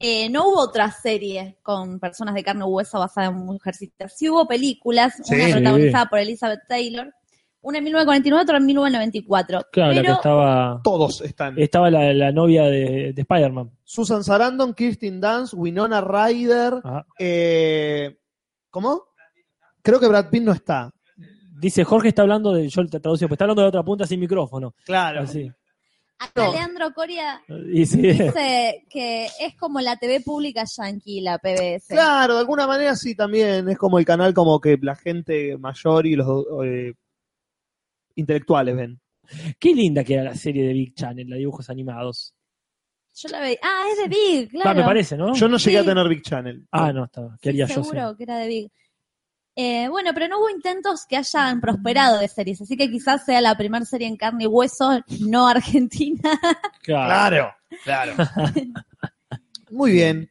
Speaker 4: eh, no hubo otra serie con personas de carne y hueso basada en mujercitas. Sí hubo películas,
Speaker 2: Sí.
Speaker 4: una protagonizada por Elizabeth Taylor, una en 1949, otra en 1994.
Speaker 2: Claro, la que
Speaker 4: pero
Speaker 2: estaba...
Speaker 1: Todos están.
Speaker 2: Estaba la, la novia de, de Spider-Man.
Speaker 1: Susan Sarandon, Kirsten Dunst, Winona Ryder.
Speaker 2: Ajá.
Speaker 1: eh, ¿Cómo? Creo que Brad Pitt no está.
Speaker 2: Dice, Jorge está hablando de... Yo te traducción, pero está hablando de otra punta sin micrófono.
Speaker 1: Claro.
Speaker 2: Así.
Speaker 4: acá
Speaker 1: no.
Speaker 4: Leandro Coria
Speaker 2: Y sí,
Speaker 4: dice que es como la TV pública yankee, la PBS.
Speaker 1: Claro, de alguna manera sí también. Es como el canal como que la gente mayor y los eh, intelectuales ven.
Speaker 2: qué linda que era la serie de Big Channel, la de dibujos animados.
Speaker 4: Yo la veía. Ah, es de Big, claro.
Speaker 2: Ah, me parece, ¿no?
Speaker 1: Yo no llegué a
Speaker 4: Sí.
Speaker 1: tener Big Channel.
Speaker 2: Ah, no, estaba.
Speaker 4: Sí,
Speaker 2: Quería yo
Speaker 4: seguro
Speaker 2: ser.
Speaker 4: que era de Big. Eh, bueno, pero no hubo intentos que hayan prosperado de series, así que quizás sea la primera serie en carne y hueso, no argentina.
Speaker 2: Claro.
Speaker 1: Claro, claro. Muy bien.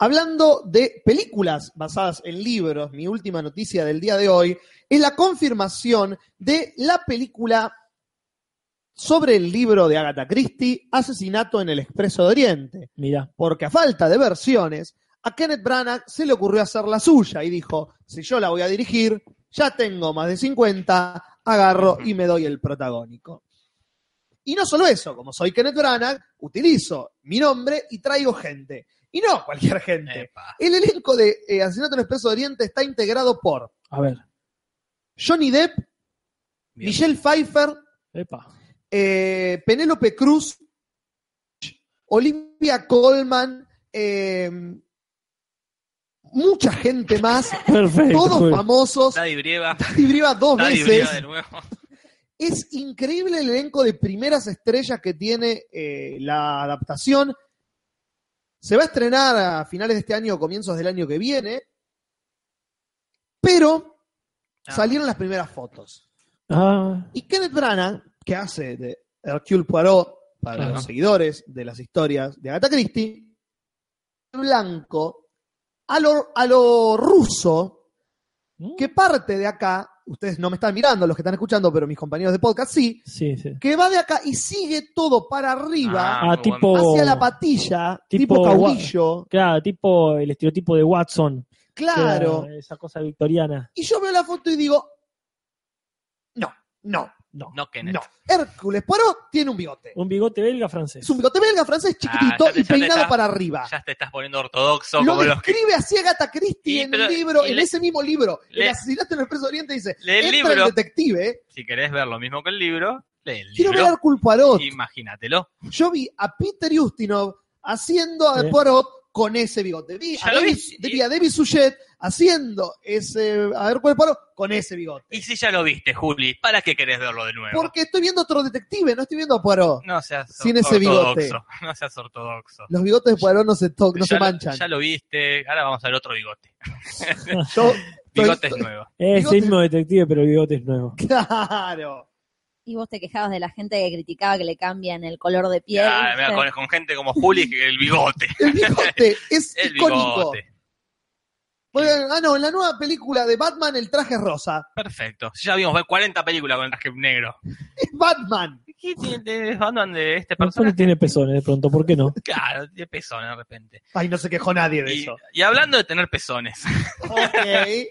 Speaker 1: Hablando de películas basadas en libros, mi última noticia del día de hoy es la confirmación de la película sobre el libro de Agatha Christie, Asesinato en el Expreso de Oriente,
Speaker 2: Mira,
Speaker 1: porque a falta de versiones, a Kenneth Branagh se le ocurrió hacer la suya y dijo, si yo la voy a dirigir, ya tengo más de 50, agarro y me doy el protagónico. Y no solo eso, como soy Kenneth Branagh, utilizo mi nombre y traigo gente. Y no cualquier gente.
Speaker 3: Epa.
Speaker 1: El elenco de eh, Asesinato en el Expreso de Oriente está integrado por
Speaker 2: a ver.
Speaker 1: Johnny Depp,
Speaker 3: Bien.
Speaker 1: Michelle Pfeiffer,
Speaker 2: Epa.
Speaker 1: eh, Penélope Cruz, Olivia Colman, eh, mucha gente más,
Speaker 2: Perfecto.
Speaker 1: todos
Speaker 2: Juli.
Speaker 1: famosos.
Speaker 3: Daddy Brieva.
Speaker 1: Daddy Brieva dos
Speaker 3: Daddy
Speaker 1: veces.
Speaker 3: Brieva de nuevo.
Speaker 1: Es increíble el elenco de primeras estrellas que tiene eh, la adaptación. Se va a estrenar a finales de este año o comienzos del año que viene. Pero
Speaker 3: Ah.
Speaker 1: salieron las primeras fotos.
Speaker 2: Ah,
Speaker 1: Y Kenneth Branagh, que hace de Hercule Poirot para
Speaker 2: Claro.
Speaker 1: los seguidores de las historias de Agatha Christie, blanco, a lo, a lo ruso,
Speaker 2: ¿Mm?
Speaker 1: que parte de acá, ustedes no me están mirando los que están escuchando, pero mis compañeros de podcast sí,
Speaker 2: sí, sí.
Speaker 1: que va de acá y sigue todo para arriba,
Speaker 2: Ah,
Speaker 3: muy
Speaker 2: tipo-
Speaker 3: buen-
Speaker 1: hacia la patilla, tipo,
Speaker 2: Tipo-
Speaker 1: caudillo.
Speaker 2: Claro, tipo el estereotipo de Watson.
Speaker 1: Claro.
Speaker 2: Era Esa cosa victoriana.
Speaker 1: Y yo veo la foto y digo, no, no, no,
Speaker 3: No, Kenneth.
Speaker 1: no. Hércules Poirot tiene un bigote.
Speaker 2: Un bigote belga francés.
Speaker 1: Es un bigote belga francés chiquitito
Speaker 3: Ah, ya te-
Speaker 1: y
Speaker 3: ya te
Speaker 1: peinado
Speaker 3: está-
Speaker 1: para arriba.
Speaker 3: Ya te estás poniendo ortodoxo
Speaker 1: Lo
Speaker 3: como los que.
Speaker 1: describe así Agatha Christie
Speaker 3: Y,
Speaker 1: en
Speaker 3: pero,
Speaker 1: un libro,
Speaker 3: y
Speaker 1: en
Speaker 3: le-
Speaker 1: ese mismo libro. el
Speaker 3: le-
Speaker 1: asesinato en el Expreso Oriente dice,
Speaker 3: Lee el
Speaker 1: entra
Speaker 3: libro.
Speaker 1: el detective, ¿eh?
Speaker 3: Si querés ver lo mismo que el libro, lee el
Speaker 1: quiero ver a
Speaker 3: libro.
Speaker 1: Hercule Poirot.
Speaker 3: Imagínatelo.
Speaker 1: Yo vi a Peter Ustinov haciendo a
Speaker 2: Sí.
Speaker 1: Poirot con ese bigote. Vi
Speaker 3: Ya
Speaker 1: a,
Speaker 3: lo
Speaker 1: David,
Speaker 3: vi.
Speaker 1: vi a David Suchet haciendo ese, a Hercule Poirot con ese bigote.
Speaker 3: Y si ya lo viste, Juli, ¿para qué querés verlo de nuevo?
Speaker 1: Porque estoy viendo otro detective, no estoy viendo a Poirot.
Speaker 3: No seas
Speaker 1: Sin
Speaker 3: ortodoxo.
Speaker 1: ese bigote.
Speaker 3: No seas ortodoxo.
Speaker 1: Los bigotes de Poirot no se, to- no
Speaker 3: ya,
Speaker 1: se
Speaker 3: lo-
Speaker 1: manchan.
Speaker 3: ya lo viste, ahora vamos al otro bigote.
Speaker 1: Yo-
Speaker 3: Bigotes
Speaker 1: estoy-
Speaker 3: nuevos.
Speaker 2: es el
Speaker 1: bigote-
Speaker 2: mismo detective, pero el bigote es nuevo.
Speaker 1: Claro.
Speaker 4: Y vos te quejabas de la gente que criticaba que le cambian el color de piel.
Speaker 3: Ah, mira, con, con gente como Juli, que el bigote.
Speaker 1: El bigote es
Speaker 3: El
Speaker 1: icónico.
Speaker 3: bigote.
Speaker 1: Bueno, ah, no, en la nueva película de Batman el traje es rosa.
Speaker 3: Perfecto. Ya vimos 40 películas con el traje negro.
Speaker 1: Es Batman.
Speaker 3: ¿Qué tiene de Batman de este
Speaker 2: Persona
Speaker 3: personaje?
Speaker 2: tiene pezones de pronto, ¿por qué no?
Speaker 3: Claro, de pezones de repente.
Speaker 1: Ay, no se quejó nadie de
Speaker 3: Y,
Speaker 1: eso.
Speaker 3: y hablando de tener pezones.
Speaker 1: Ok.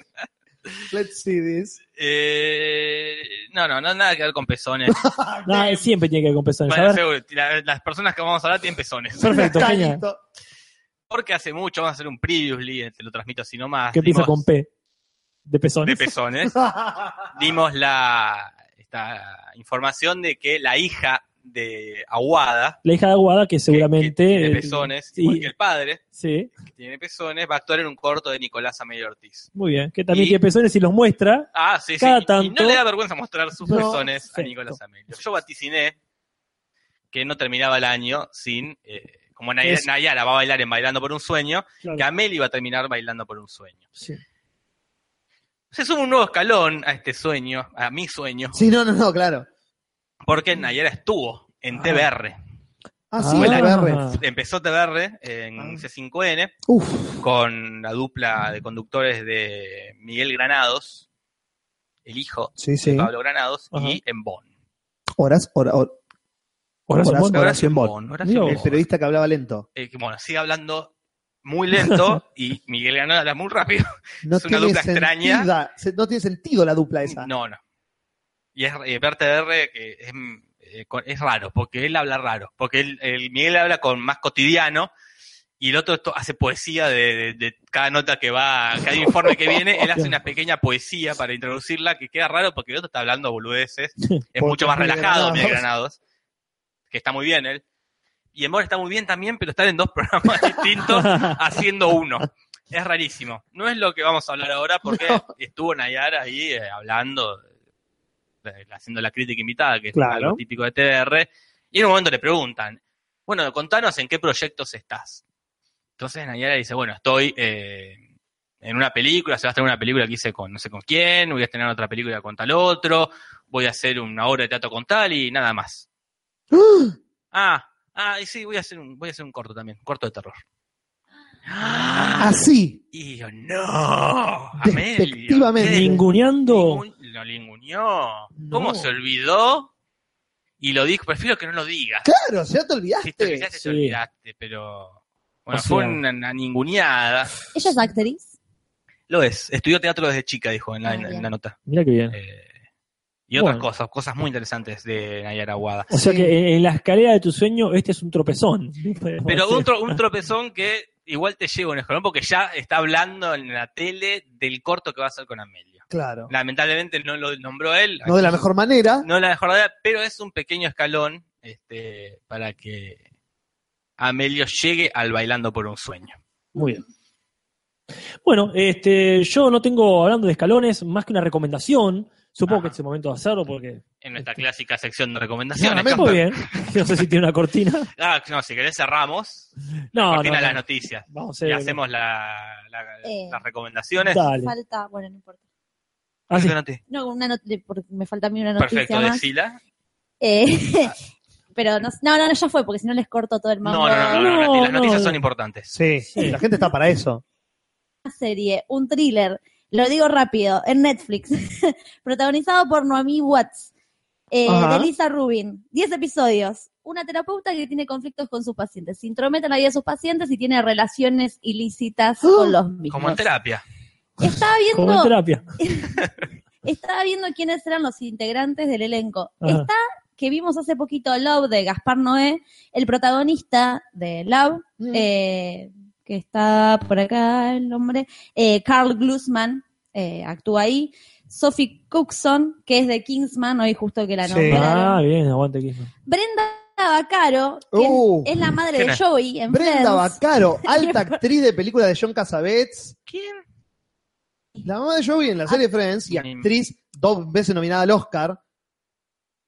Speaker 1: Let's see this.
Speaker 3: eh, no, no, no, nada que ver con pezones.
Speaker 1: Ah,
Speaker 2: Nah, siempre tiene que ver con pezones.
Speaker 3: Bueno,
Speaker 2: A ver,
Speaker 3: seguro, la- las personas que vamos a hablar tienen pezones.
Speaker 2: perfecto,
Speaker 1: Está
Speaker 2: genial.
Speaker 1: listo.
Speaker 3: Porque hace mucho, vamos a hacer un previously, eh, te lo transmito así nomás.
Speaker 2: ¿Qué empieza
Speaker 3: dimos-
Speaker 2: con P? ¿De
Speaker 3: De
Speaker 2: pezones?
Speaker 3: pezones. dimos la esta información de que la hija de Aguada,
Speaker 2: La hija de Aguada, que
Speaker 3: que-
Speaker 2: seguramente.
Speaker 3: que tiene
Speaker 2: eh,
Speaker 3: pezones,
Speaker 2: sí.
Speaker 3: igual que el padre,
Speaker 2: Sí,
Speaker 3: que tiene pezones, va a actuar en un corto de Nicolás Amelio Ortiz.
Speaker 2: muy bien. Que también
Speaker 3: Y-
Speaker 2: tiene pezones y los muestra.
Speaker 3: Ah, sí, sí.
Speaker 2: Cada
Speaker 3: y- Y
Speaker 2: tanto-
Speaker 3: no le da vergüenza mostrar sus
Speaker 2: No,
Speaker 3: pezones
Speaker 2: perfecto.
Speaker 3: a Nicolás Amelio. Yo vaticiné que no terminaba el año sin, eh, como Nay-
Speaker 2: Es-
Speaker 3: Nayara va a bailar en Bailando por un Sueño, que Amelio va a terminar bailando por un sueño.
Speaker 2: Sí.
Speaker 3: Se suma un nuevo escalón a este sueño, a mi sueño,
Speaker 1: Sí, no, no, no, claro.
Speaker 3: porque Nayara estuvo en
Speaker 2: Ah.
Speaker 3: TBR.
Speaker 1: Ah, sí,
Speaker 2: Ah.
Speaker 1: el TBR.
Speaker 3: Empezó TBR en C5N
Speaker 1: Uf.
Speaker 3: con la dupla de conductores de Miguel Granados, el hijo
Speaker 1: Sí,
Speaker 3: de
Speaker 1: sí.
Speaker 3: Pablo Granados,
Speaker 2: Ajá.
Speaker 3: y en Bonn.
Speaker 1: Horas, hora, hor-
Speaker 2: Horacio
Speaker 1: Horacio-
Speaker 2: Montt.
Speaker 1: en Bonn.
Speaker 3: Horacio
Speaker 2: Dios.
Speaker 3: en
Speaker 1: el
Speaker 3: Bonn.
Speaker 1: periodista que hablaba lento.
Speaker 3: Eh, que, bueno, sigue hablando muy lento y Miguel Granados habla muy rápido.
Speaker 1: No
Speaker 3: Es una
Speaker 1: tiene
Speaker 3: dupla
Speaker 1: sentido-
Speaker 3: extraña.
Speaker 1: se- no tiene sentido la dupla esa.
Speaker 3: No, no. Y es eh, ver TBR que es, mm, eh, con- es raro, porque él habla raro, porque él, el Miguel habla con más cotidiano. Y el otro to- hace poesía de, de- de cada nota que va, cada informe que viene, él hace una pequeña poesía para introducirla que queda raro porque el otro está hablando boludeces. Es
Speaker 1: Porque
Speaker 3: mucho más
Speaker 1: es Miguel
Speaker 3: relajado
Speaker 1: Granados.
Speaker 3: Miguel Granados, que está muy bien él. Y Emor está muy bien también, pero estar en dos programas distintos haciendo uno. Es rarísimo. No es lo que vamos a hablar ahora porque estuvo Nayara ahí eh, hablando, eh, haciendo la crítica invitada, que
Speaker 2: Claro.
Speaker 3: es algo típico de TDR. Y en un momento le preguntan, bueno, contanos en qué proyectos estás. Entonces Nayara dice, bueno, estoy eh, en una película, se va a tener una película que hice con no sé con quién, voy a tener otra película con tal otro, voy a hacer una obra de teatro con tal y nada más. Ah, ah, y sí, voy a hacer un, voy a hacer un corto también, un corto de terror.
Speaker 1: Ah, Así,
Speaker 3: Y yo, no, Amelio,
Speaker 1: Despectivamente.
Speaker 3: ¿qué?
Speaker 2: Ninguneando.
Speaker 3: Lingu- Lo linguneó.
Speaker 1: No.
Speaker 3: ¿Cómo se olvidó? Y lo dijo, prefiero que no lo digas.
Speaker 1: claro, ya te
Speaker 3: Si te
Speaker 1: olvidaste.
Speaker 3: olvidaste,
Speaker 2: Sí.
Speaker 3: te olvidaste, pero. Bueno,
Speaker 2: O
Speaker 3: fue
Speaker 2: sea.
Speaker 3: una, una ninguneada.
Speaker 4: ¿Ella es actriz?
Speaker 3: Lo es, estudió teatro desde chica, dijo en la,
Speaker 4: Ah,
Speaker 3: en la- en la
Speaker 4: bien.
Speaker 3: nota.
Speaker 2: Mira qué bien.
Speaker 3: Eh, y otras
Speaker 2: Bueno.
Speaker 3: cosas, cosas muy interesantes de Nayara Aguada.
Speaker 2: O sea
Speaker 1: Sí.
Speaker 2: que en, en la escalera de tu sueño, este es un tropezón. Pues
Speaker 3: Pero un, tro- un tropezón que igual te lleva un escalón porque ya está hablando en la tele del corto que va a hacer con Amelia.
Speaker 1: Claro.
Speaker 3: Lamentablemente no lo nombró él.
Speaker 1: No de la mejor manera.
Speaker 3: no la mejor idea, pero es un pequeño escalón este, para que Amelio llegue al bailando por un sueño.
Speaker 2: Muy bien. Bueno, este, yo no tengo, hablando de escalones, más que una recomendación. Supongo
Speaker 3: Ajá.
Speaker 2: que es el momento de hacerlo porque.
Speaker 3: En nuestra clásica sección de recomendaciones.
Speaker 1: Claramente.
Speaker 2: Muy
Speaker 3: Casper.
Speaker 2: bien. Este. No sé si tiene una cortina.
Speaker 3: Ah, no, si querés cerramos,
Speaker 2: No,
Speaker 3: cortina
Speaker 2: no, no.
Speaker 3: las noticias.
Speaker 2: Vamos a
Speaker 3: Y
Speaker 2: hacer-
Speaker 3: hacemos la- la-
Speaker 4: Eh.
Speaker 3: las recomendaciones.
Speaker 2: Dale.
Speaker 4: Falta, bueno, no importa.
Speaker 2: Ah, sí.
Speaker 3: Impresionante.
Speaker 4: No, una not- de- porque me falta a mí una noticia
Speaker 3: Perfecto,
Speaker 4: más.
Speaker 3: decila.
Speaker 4: Eh, pero no, no, no, ya fue, porque si no les corto todo el
Speaker 3: No,
Speaker 4: mambo.
Speaker 3: no, no, no, no,
Speaker 2: No,
Speaker 3: Nati, las noticias
Speaker 2: no.
Speaker 3: son importantes.
Speaker 1: Sí,
Speaker 2: Sí.
Speaker 1: la gente está para eso.
Speaker 4: Una serie, un thriller, lo digo rápido, en Netflix, protagonizado por Noemí Watts, eh,
Speaker 1: Ajá.
Speaker 4: de Lisa Rubin. 10 episodios. Una terapeuta que tiene conflictos con sus pacientes, se intromete en la vida de sus pacientes y tiene relaciones ilícitas
Speaker 1: ¡Ah!
Speaker 4: con los mismos.
Speaker 3: Como en terapia.
Speaker 4: Estaba
Speaker 2: Como en
Speaker 4: viendo,
Speaker 2: terapia.
Speaker 4: estaba viendo quiénes eran los integrantes del elenco.
Speaker 2: Ajá.
Speaker 4: Está que vimos hace poquito Love de Gaspar Noé, el protagonista de Love,
Speaker 1: Mm.
Speaker 4: eh, que está por acá el nombre, eh, Carl Glusman eh, actúa ahí, Sophie Cookson, que es de Kingsman, hoy justo que la
Speaker 1: Sí.
Speaker 4: nombraron,
Speaker 2: Ah, bien, aguante Kisma.
Speaker 4: Brenda Bacaro, que es-
Speaker 1: Uh.
Speaker 4: es, la madre
Speaker 3: ¿Quién
Speaker 4: de
Speaker 3: es?
Speaker 4: Joey en
Speaker 1: Brenda
Speaker 4: Friends.
Speaker 1: Bacaro, alta actriz de películas de John Cassavetes,
Speaker 3: ¿Quién?
Speaker 1: la mamá de Joey en la serie Friends y
Speaker 3: ni-
Speaker 1: actriz dos veces nominada al Oscar.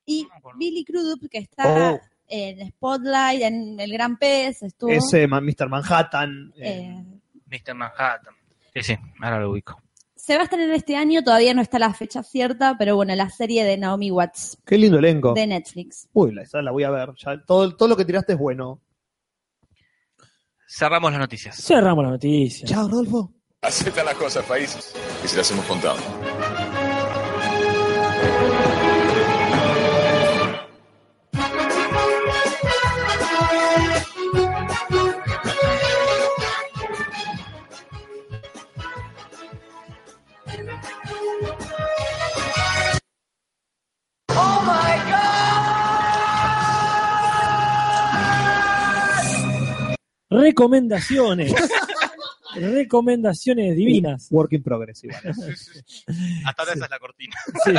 Speaker 4: y
Speaker 3: No me acuerdo.
Speaker 4: Billy Crudup, que está
Speaker 1: Oh.
Speaker 4: en Spotlight, en El Gran Pez, estuvo...
Speaker 1: Ese eh, ma- Mr. Manhattan. eh,
Speaker 4: Oh. eh,
Speaker 3: Mr. Manhattan. Sí, sí, ahora lo ubico.
Speaker 4: se va a estrenar este año, todavía no está la fecha cierta, pero bueno, la serie de Naomi Watts
Speaker 1: Qué lindo elenco.
Speaker 4: de Netflix.
Speaker 1: Uy, la- esa la voy a ver. ya todo, todo lo que tiraste es bueno.
Speaker 3: Cerramos las noticias.
Speaker 2: Cerramos la noticia.
Speaker 1: Chao, Rodolfo.
Speaker 5: Así están las cosas, países. Y se las hemos contado.
Speaker 2: Recomendaciones. Recomendaciones divinas.
Speaker 1: Work in progress, igual.
Speaker 3: Hasta ahora esa es la cortina.
Speaker 2: Sí.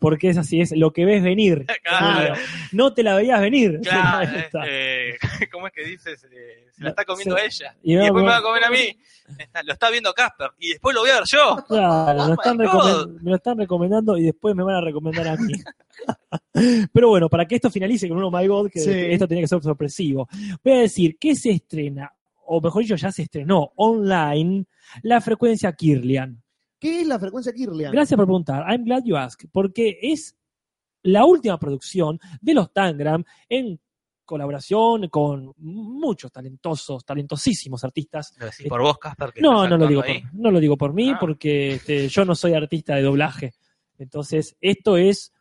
Speaker 2: Porque es así, es lo que ves venir.
Speaker 3: Claro.
Speaker 2: No te la veías venir.
Speaker 3: Claro,
Speaker 2: Ahí está.
Speaker 3: eh, ¿cómo es que dices? Eh, se la está comiendo
Speaker 2: Se-
Speaker 3: ella.
Speaker 2: y
Speaker 3: Y,
Speaker 2: va a
Speaker 3: después me va a
Speaker 2: comer-
Speaker 3: comer a mí. Está- lo está viendo Casper. Y después lo voy a ver yo.
Speaker 2: Claro,
Speaker 3: Oh
Speaker 2: lo
Speaker 3: my
Speaker 2: están
Speaker 3: God.
Speaker 2: recomen- me lo están recomendando y después me van a recomendar a mí. Pero bueno, para que esto finalice con uno My God, que,
Speaker 1: Sí.
Speaker 2: que esto tenía que ser sorpresivo, voy a decir que se estrena, o mejor dicho, ya se estrenó online la frecuencia Kirlian.
Speaker 1: ¿Qué es la frecuencia Kirlian?
Speaker 2: Gracias por preguntar. I'm glad you asked, porque es la última producción de los Tangram en colaboración con muchos talentosos, talentosísimos artistas
Speaker 3: Lo decís por vos, Casper. que
Speaker 2: no,
Speaker 3: estás
Speaker 2: no lo, digo
Speaker 3: actuando ahí.
Speaker 2: por, no lo digo por mí,
Speaker 3: Ah.
Speaker 2: porque este, yo no soy artista de doblaje. Entonces, esto es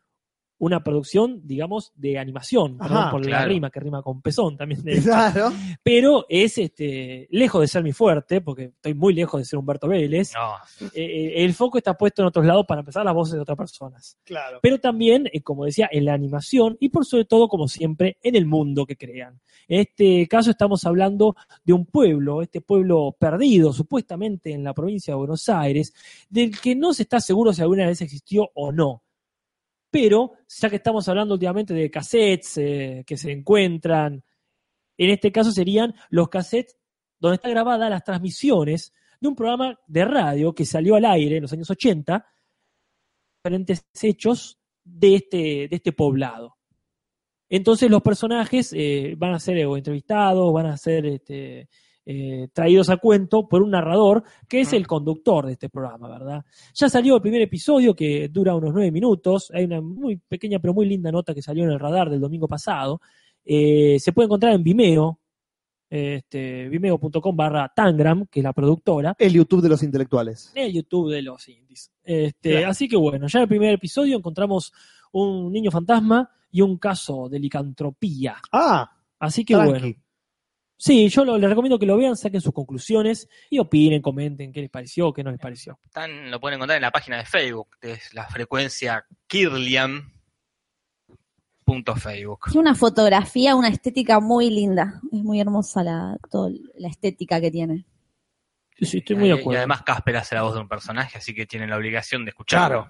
Speaker 2: una producción, digamos, de animación,
Speaker 1: Ajá,
Speaker 2: perdón por la
Speaker 3: claro.
Speaker 2: rima, que rima con pezón también. de-
Speaker 1: Claro.
Speaker 2: pero es este, lejos de ser mi fuerte, porque estoy muy lejos de ser Humberto Vélez.
Speaker 3: No,
Speaker 2: Eh, eh, el foco está puesto en otros lados para empezar las voces de otras personas.
Speaker 1: Claro.
Speaker 2: Pero también, eh, como decía, en la animación y por sobre todo, como siempre, en el mundo que crean. En este caso estamos hablando de un pueblo, este pueblo perdido supuestamente en la provincia de Buenos Aires, del que no se está seguro si alguna vez existió o no. Pero, ya que estamos hablando últimamente de cassettes eh, que se encuentran, en este caso serían los cassettes donde está grabada las transmisiones de un programa de radio que salió al aire en los años 80, diferentes hechos de este, de este poblado. Entonces los personajes eh, van a ser o entrevistados, van a ser este, eh, traídos a cuento por un narrador que es el conductor de este programa, ¿verdad? Ya salió el primer episodio que dura unos nueve minutos, hay una muy pequeña pero muy linda nota que salió en el radar del domingo pasado, Eh, se puede encontrar en Vimeo, este, vimeo.com barra Tangram, que es la productora,
Speaker 1: El YouTube de los intelectuales.
Speaker 2: el YouTube de los indies. Este,
Speaker 1: Claro.
Speaker 2: Así que bueno, ya en el primer episodio encontramos un niño fantasma y un caso de licantropía.
Speaker 1: Ah,
Speaker 2: Así que
Speaker 1: tranqui.
Speaker 2: bueno. Sí, yo lo- les recomiendo que lo vean, saquen sus conclusiones y opinen, comenten qué les pareció, qué no les pareció.
Speaker 3: están, lo pueden encontrar en la página de Facebook, que es la frecuencia kirlian.facebook.
Speaker 4: Tiene una fotografía, una estética muy linda. Es muy hermosa la, todo- la estética que tiene.
Speaker 2: Sí, sí, estoy muy de
Speaker 3: Eh, Y- Y
Speaker 2: acuerdo.
Speaker 3: además Casper hace la voz de un personaje, así que tienen la obligación de escucharlo.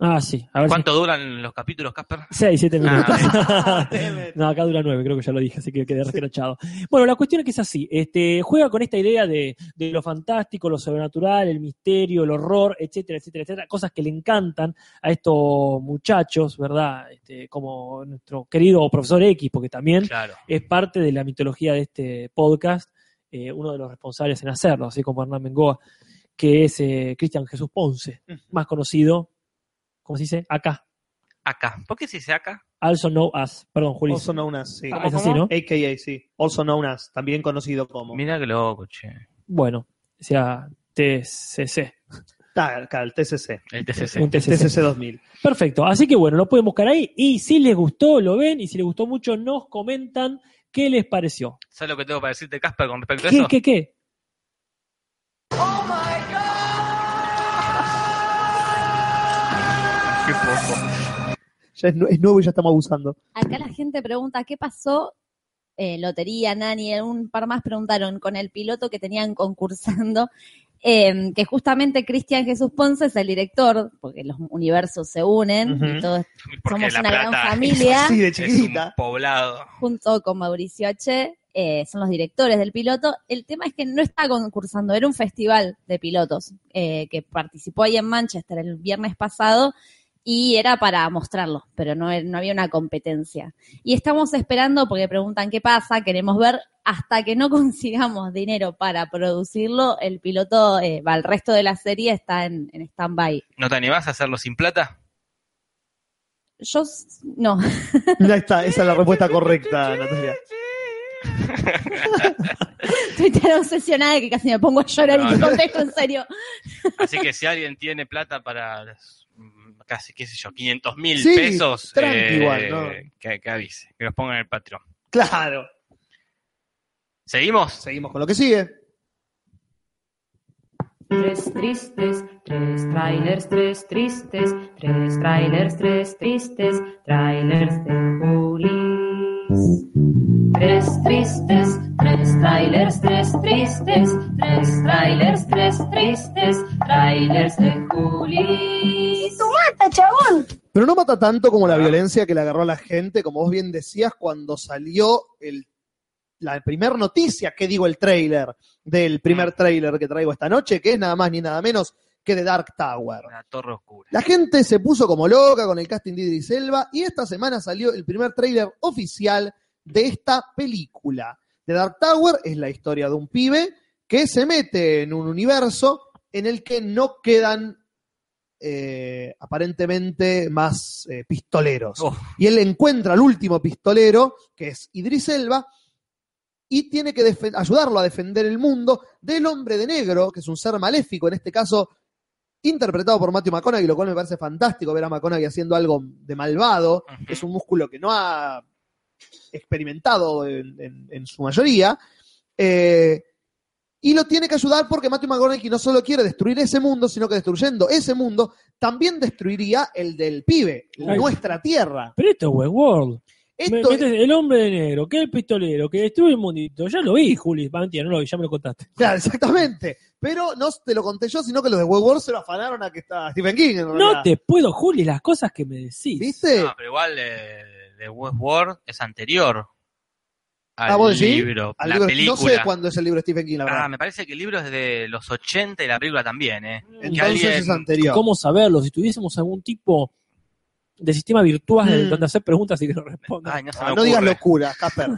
Speaker 2: ah, sí. A ver
Speaker 3: ¿Cuánto duran los capítulos, Casper?
Speaker 2: 6, 7
Speaker 3: Ah,
Speaker 2: minutos. no, acá dura 9, creo que ya lo dije, así que quedé rescrachado. Bueno, la cuestión es que es así. Este, juega con esta idea de, de lo fantástico, lo sobrenatural, el misterio, el horror, etcétera, etcétera, etcétera. Cosas que le encantan a estos muchachos, ¿verdad? Este, como nuestro querido profesor X, porque también
Speaker 3: Claro.
Speaker 2: es parte de la mitología de este podcast, eh, uno de los responsables en hacerlo, así como Hernán Bengoa, que es eh, Cristian Jesús Ponce, más conocido, ¿cómo se dice? Acá.
Speaker 3: Acá. ¿Por qué se dice acá?
Speaker 2: Also know as. Perdón, Juli.
Speaker 1: Also known as, sí.
Speaker 2: Ah, es así, ¿no?
Speaker 1: AKA, sí. Also known as, también conocido como.
Speaker 3: Mira que loco, che.
Speaker 2: Bueno, o sea, TCC.
Speaker 1: Tal, cal, TCC.
Speaker 3: El TCC.
Speaker 2: Un TCC.
Speaker 1: TCC 2000.
Speaker 2: Perfecto. Así que bueno, lo pueden buscar ahí. Y si les gustó, lo ven. Y si les gustó mucho, nos comentan qué les pareció.
Speaker 3: ¿Sabes lo que tengo para decirte, Casper, con respecto a
Speaker 2: ¿Qué,
Speaker 3: eso?
Speaker 2: qué, qué?
Speaker 3: Qué poco.
Speaker 1: Ya es, nue- es nuevo y ya estamos abusando.
Speaker 4: Acá la gente pregunta, ¿qué pasó? Eh, lotería, Nani, un par más preguntaron con el piloto que tenían concursando, eh, que justamente Cristian Jesús Ponce es el director, porque los universos se unen y
Speaker 1: Ujú.
Speaker 4: todos
Speaker 3: Porque
Speaker 4: somos
Speaker 3: La
Speaker 4: una gran
Speaker 3: Plata
Speaker 4: familia.
Speaker 1: Sí, de
Speaker 3: es un
Speaker 1: chiquitita.
Speaker 3: poblado.
Speaker 4: junto con Mauricio H. eh, son los directores del piloto. El tema es que no está concursando, era un festival de pilotos eh, que participó ahí en Manchester el viernes pasado y era para mostrarlo, pero no, no había una competencia. Y estamos esperando, porque preguntan qué pasa, queremos ver, hasta que no consigamos dinero para producirlo, el piloto, eh, va, el resto de la serie está en, en stand-by.
Speaker 3: ¿No te animás a hacerlo sin plata?
Speaker 4: Yo, s- no,
Speaker 1: Ya está, esa es la respuesta correcta, Natalia.
Speaker 4: estoy tan obsesionada que casi me pongo a llorar
Speaker 3: No,
Speaker 4: y te
Speaker 3: no.
Speaker 4: contesto en serio.
Speaker 3: Así que si alguien tiene plata para las, mm, casi, qué sé yo, 500 mil
Speaker 1: Sí,
Speaker 3: pesos, eh,
Speaker 1: tranqui igual, ¿no?
Speaker 3: que, que avise, que los pongan en el Patreon.
Speaker 1: Claro.
Speaker 3: ¿Seguimos?
Speaker 1: Seguimos con lo que sigue.
Speaker 7: Tres tristes, tres trailers, tres tristes, tres trailers, tres tristes, trailers de Julis. Tres tristes, tres trailers, tres tristes, tres trailers, tres tristes, trailers de Julis.
Speaker 1: Pero no mata tanto como la violencia que le agarró a la gente, como vos bien decías, cuando salió el, la primer noticia, que digo el trailer, del primer trailer que traigo esta noche, que es nada más ni nada menos que de Dark Tower.
Speaker 3: La Torre Oscura.
Speaker 1: La gente se puso como loca con el casting de Idris Elba y esta semana salió el primer tráiler oficial de esta película. The Dark Tower es la historia de un pibe que se mete en un universo en el que no quedan eh, aparentemente más eh, pistoleros.
Speaker 3: Uf.
Speaker 1: Y él encuentra al último pistolero, que es Idris Elba, y tiene que defen- ayudarlo a defender el mundo del hombre de negro, que es un ser maléfico, en este caso interpretado por Matthew McConaughey, lo cual me parece fantástico ver a McConaughey haciendo algo de malvado,
Speaker 3: Ujú.
Speaker 1: que es un músculo que no ha experimentado en, en- en su mayoría, eh, y lo tiene que ayudar porque Matthew McConaughey no solo quiere destruir ese mundo, sino que destruyendo ese mundo, también destruiría el del pibe,
Speaker 2: Ay.
Speaker 1: nuestra tierra.
Speaker 2: Pero esto es Westworld. Me-
Speaker 1: Esto
Speaker 2: me- El hombre de negro, que el pistolero, que destruye el mundito. Ya lo vi, Juli. Va, mentira, no lo vi, ya me lo contaste.
Speaker 1: Claro, exactamente. Pero no te lo conté yo, sino que los de Westworld se lo afanaron a que está Stephen King. en
Speaker 2: No
Speaker 1: realidad.
Speaker 2: te puedo, Juli, las cosas que me decís.
Speaker 1: ¿Viste?
Speaker 3: No, pero igual eh, de Westworld es anterior al
Speaker 1: Ah, ¿vos decís?
Speaker 3: libro,
Speaker 1: Al
Speaker 3: la
Speaker 1: libro-
Speaker 3: película.
Speaker 1: No sé cuándo es el libro de Stephen King, la verdad.
Speaker 3: Ah, me parece que el libro es de los 80 y la película también, ¿eh?
Speaker 1: Entonces
Speaker 3: alguien-
Speaker 1: es anterior.
Speaker 2: ¿Cómo saberlo? Si tuviésemos algún tipo de sistema virtual
Speaker 1: Mm.
Speaker 2: donde hacer preguntas y que nos respondan.
Speaker 3: Ay, no se
Speaker 1: Ah,
Speaker 3: me
Speaker 1: no digas
Speaker 3: ocurre.
Speaker 1: locura, Casper.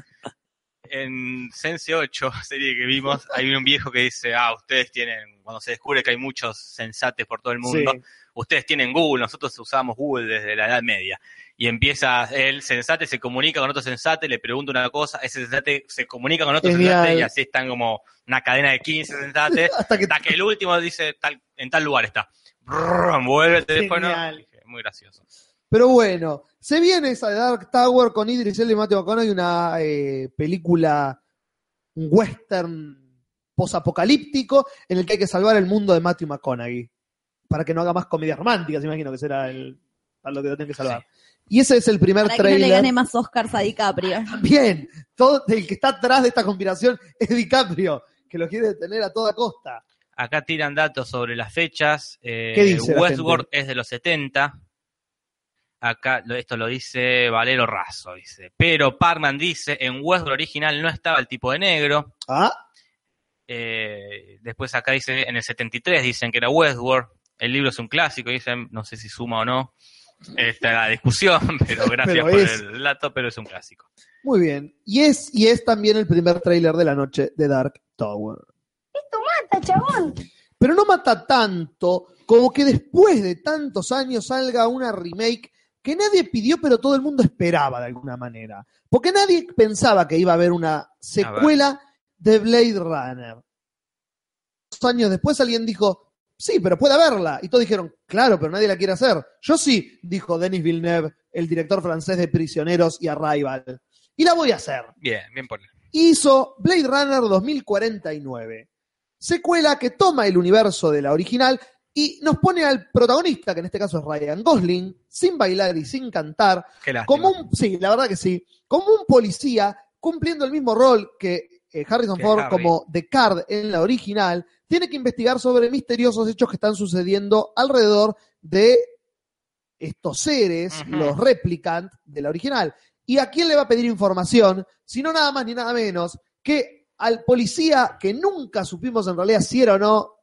Speaker 3: en Sense 8, serie que vimos, hay un viejo que dice, ah, ustedes tienen, cuando se descubre que hay muchos sensates por todo el mundo,
Speaker 1: Sí.
Speaker 3: ustedes tienen Google, nosotros usamos Google desde la Edad Media. Y empieza el sensate, se comunica con otro sensate, le pregunta una cosa, ese sensate se comunica con otro
Speaker 1: Genial.
Speaker 3: sensate y así están como una cadena de 15 sensates,
Speaker 1: Hasta que
Speaker 3: hasta que el último dice, tal, en tal lugar está. Brrr, Vuelve el teléfono.
Speaker 1: Genial.
Speaker 3: Dije, Muy gracioso.
Speaker 1: Pero bueno, se viene esa de Dark Tower con Idris Elba y Matthew McConaughey, una eh, película un western posapocalíptico en el que hay que salvar el mundo de Matthew McConaughey. Para que no haga más comedias románticas, imagino que será el, para lo que lo tienen que salvar. Y ese es el primer
Speaker 4: Para que no
Speaker 1: trailer.
Speaker 4: le gane más Oscars a DiCaprio.
Speaker 1: Bien, todo el que está atrás de esta conspiración es DiCaprio, que lo quiere detener a toda costa.
Speaker 3: Acá tiran datos sobre las fechas. Eh,
Speaker 1: ¿Qué dice la
Speaker 3: Westworld es de los 70. Acá lo- esto lo dice Valero Razo, dice. Pero Parman dice, en Westworld original no estaba el tipo de negro.
Speaker 1: Ah,
Speaker 3: Eh, después acá dice, en el 73 dicen que era Westworld. El libro es un clásico, dicen, no sé si suma o no. Esta es la discusión, pero gracias
Speaker 1: Pero
Speaker 3: por
Speaker 1: es.
Speaker 3: el dato, pero es un clásico.
Speaker 1: muy bien. Y es, y es también el primer tráiler de la noche de Dark Tower. Pero no mata tanto como que después de tantos años salga una remake que nadie pidió, pero todo el mundo esperaba de alguna manera. Porque nadie pensaba que iba a haber una secuela de Blade Runner. Dos años después alguien dijo, sí, pero puede haberla. Y todos dijeron, claro, pero nadie la quiere hacer. Yo sí, dijo Denis Villeneuve, el director francés de Prisioneros y Arrival. Y la voy a hacer
Speaker 3: Bien, bien por él.
Speaker 1: hizo Blade Runner 2049, secuela que toma el universo de la original, Y nos pone al protagonista, que en este caso es Ryan Gosling, sin bailar y sin cantar,
Speaker 3: Qué lástima.
Speaker 1: como un, sí, la verdad que sí, como un policía cumpliendo el mismo rol que eh, Harrison
Speaker 3: Que
Speaker 1: Ford
Speaker 3: Harry.
Speaker 1: como The Card en la original, tiene que investigar sobre misteriosos hechos que están sucediendo alrededor de estos seres,
Speaker 3: Ujú.
Speaker 1: los replicant de la original. ¿Y a quién le va a pedir información? Si no nada más ni nada menos que al policía que nunca supimos en realidad si era o no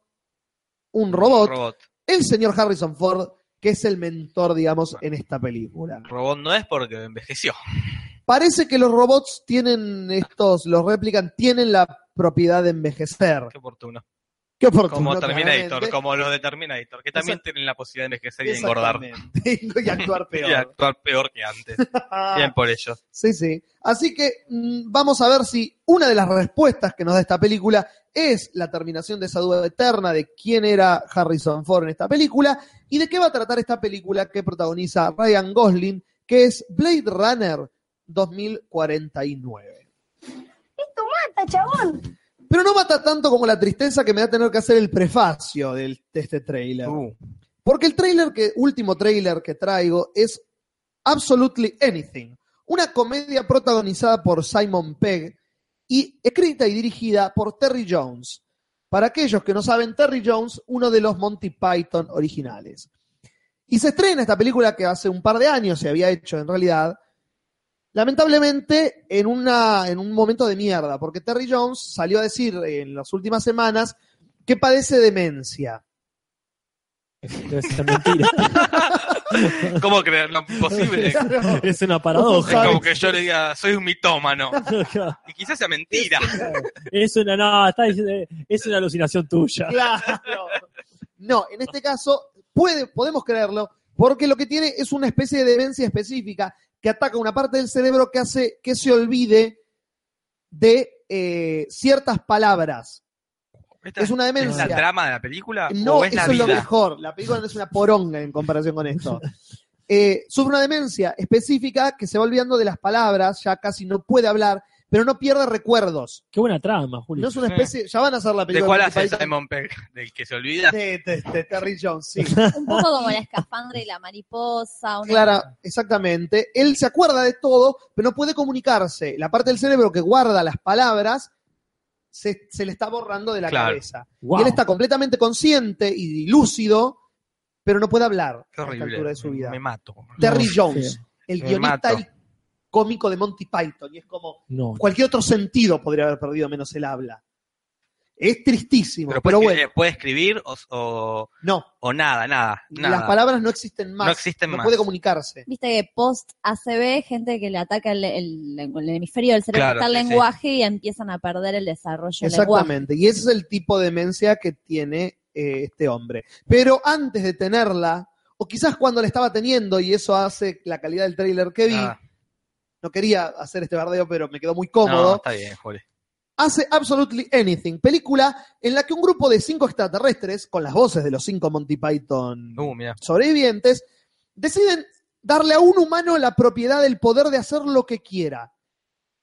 Speaker 1: un robot,
Speaker 3: Robot.
Speaker 1: el señor Harrison Ford, que es el mentor, digamos, en esta película.
Speaker 3: Robot no es porque envejeció.
Speaker 1: Parece que los robots tienen estos, los replican, tienen la propiedad de envejecer.
Speaker 3: Qué oportuno.
Speaker 1: Qué oportuno,
Speaker 3: Como Terminator,
Speaker 1: claramente.
Speaker 3: como los de Terminator, que también tienen la posibilidad de envejecer y engordar.
Speaker 1: Exactamente. y actuar
Speaker 3: Y
Speaker 1: peor.
Speaker 3: actuar peor que antes. Bien por ellos.
Speaker 1: Sí, sí. Así que mm, vamos a ver si una de las respuestas que nos da esta película es la terminación de esa duda eterna de quién era Harrison Ford en esta película y de qué va a tratar esta película que protagoniza Ryan Gosling, que es Blade Runner 2049.
Speaker 8: Esto mata, chabón.
Speaker 1: Pero no mata tanto como la tristeza que me da tener que hacer el prefacio del- de este tráiler. Porque el tráiler que, último tráiler que traigo es Absolutely Anything, una comedia protagonizada por Simon Pegg y escrita y dirigida por Terry Jones. Para aquellos que no saben, Terry Jones, uno de los Monty Python originales. Y se estrena esta película que hace un par de años se había hecho en realidad, lamentablemente en, una, en un momento de mierda, porque Terry Jones salió a decir en las últimas semanas que padece demencia.
Speaker 2: Debe ser mentira.
Speaker 3: ¿Cómo creerlo? Imposible. Es
Speaker 2: es una paradoja.
Speaker 3: como que yo le diga, soy un mitómano. Y quizás sea mentira.
Speaker 2: es una no, está diciendo, eh, es una alucinación tuya.
Speaker 1: Claro. No, en este caso puede, podemos creerlo, porque lo que tiene es una especie de demencia específica que ataca una parte del cerebro que hace que se olvide de eh, ciertas palabras.
Speaker 3: Esta
Speaker 1: Es una
Speaker 3: ¿Es
Speaker 1: demencia.
Speaker 3: la trama de la película?
Speaker 1: No,
Speaker 3: ¿O es
Speaker 1: eso
Speaker 3: la
Speaker 1: es lo
Speaker 3: vida?
Speaker 1: mejor. La película no es una poronga en comparación con esto. Eh, sufre una demencia específica que se va olvidando de las palabras, ya casi no puede hablar, pero no pierde recuerdos.
Speaker 2: Qué buena trama, Julio.
Speaker 1: No es una especie. Ya van a hacer la
Speaker 3: ¿De
Speaker 1: película.
Speaker 3: cuál
Speaker 1: Monty
Speaker 3: hace
Speaker 1: Python.
Speaker 3: Simon Pegg? ¿Del que se olvida?
Speaker 1: De- de- de Terry Jones, sí.
Speaker 4: Un poco como la escafandra y la mariposa. Una...
Speaker 1: Clara, exactamente. Él se acuerda de todo, pero no puede comunicarse. La parte del cerebro que guarda las palabras se, se le está borrando de la
Speaker 3: Claro.
Speaker 1: cabeza.
Speaker 2: Guau.
Speaker 1: Y él está completamente consciente y lúcido, pero no puede hablar
Speaker 3: Qué
Speaker 1: a esta altura
Speaker 3: horrible.
Speaker 1: de su vida.
Speaker 3: Me mato.
Speaker 1: Terry
Speaker 2: No,
Speaker 1: Jones, el
Speaker 3: Me
Speaker 1: guionista
Speaker 3: mato.
Speaker 1: y cómico de Monty Python. Y es como
Speaker 2: No,
Speaker 1: cualquier otro sentido podría haber perdido menos el habla. Es tristísimo,
Speaker 3: Pero, pues, eh,
Speaker 1: pero,
Speaker 3: puede,
Speaker 1: bueno,
Speaker 3: escribir, puede escribir o, o-
Speaker 1: no.
Speaker 3: o nada, nada, nada.
Speaker 1: Las palabras no existen más.
Speaker 3: No existen más.
Speaker 1: puede comunicarse.
Speaker 4: Viste que post ACB, gente que le ataca el, el- el hemisferio del cerebro
Speaker 3: Claro,
Speaker 4: que está el
Speaker 3: sí, sí.
Speaker 4: lenguaje y empiezan a perder el desarrollo del lenguaje.
Speaker 1: Exactamente, y ese es el tipo de demencia que tiene eh, este hombre. Pero antes de tenerla, o quizás cuando la estaba teniendo, y eso hace la calidad del tráiler que vi,
Speaker 3: Ah,
Speaker 1: no quería hacer este bardeo, pero me quedó muy
Speaker 3: no,
Speaker 1: cómodo,
Speaker 3: está bien, Juli.
Speaker 1: hace Absolutely Anything, película en la que un grupo de cinco extraterrestres, con las voces de los cinco Monty Python
Speaker 3: Uh, mira.
Speaker 1: sobrevivientes, deciden darle a un humano la propiedad del poder de hacer lo que quiera.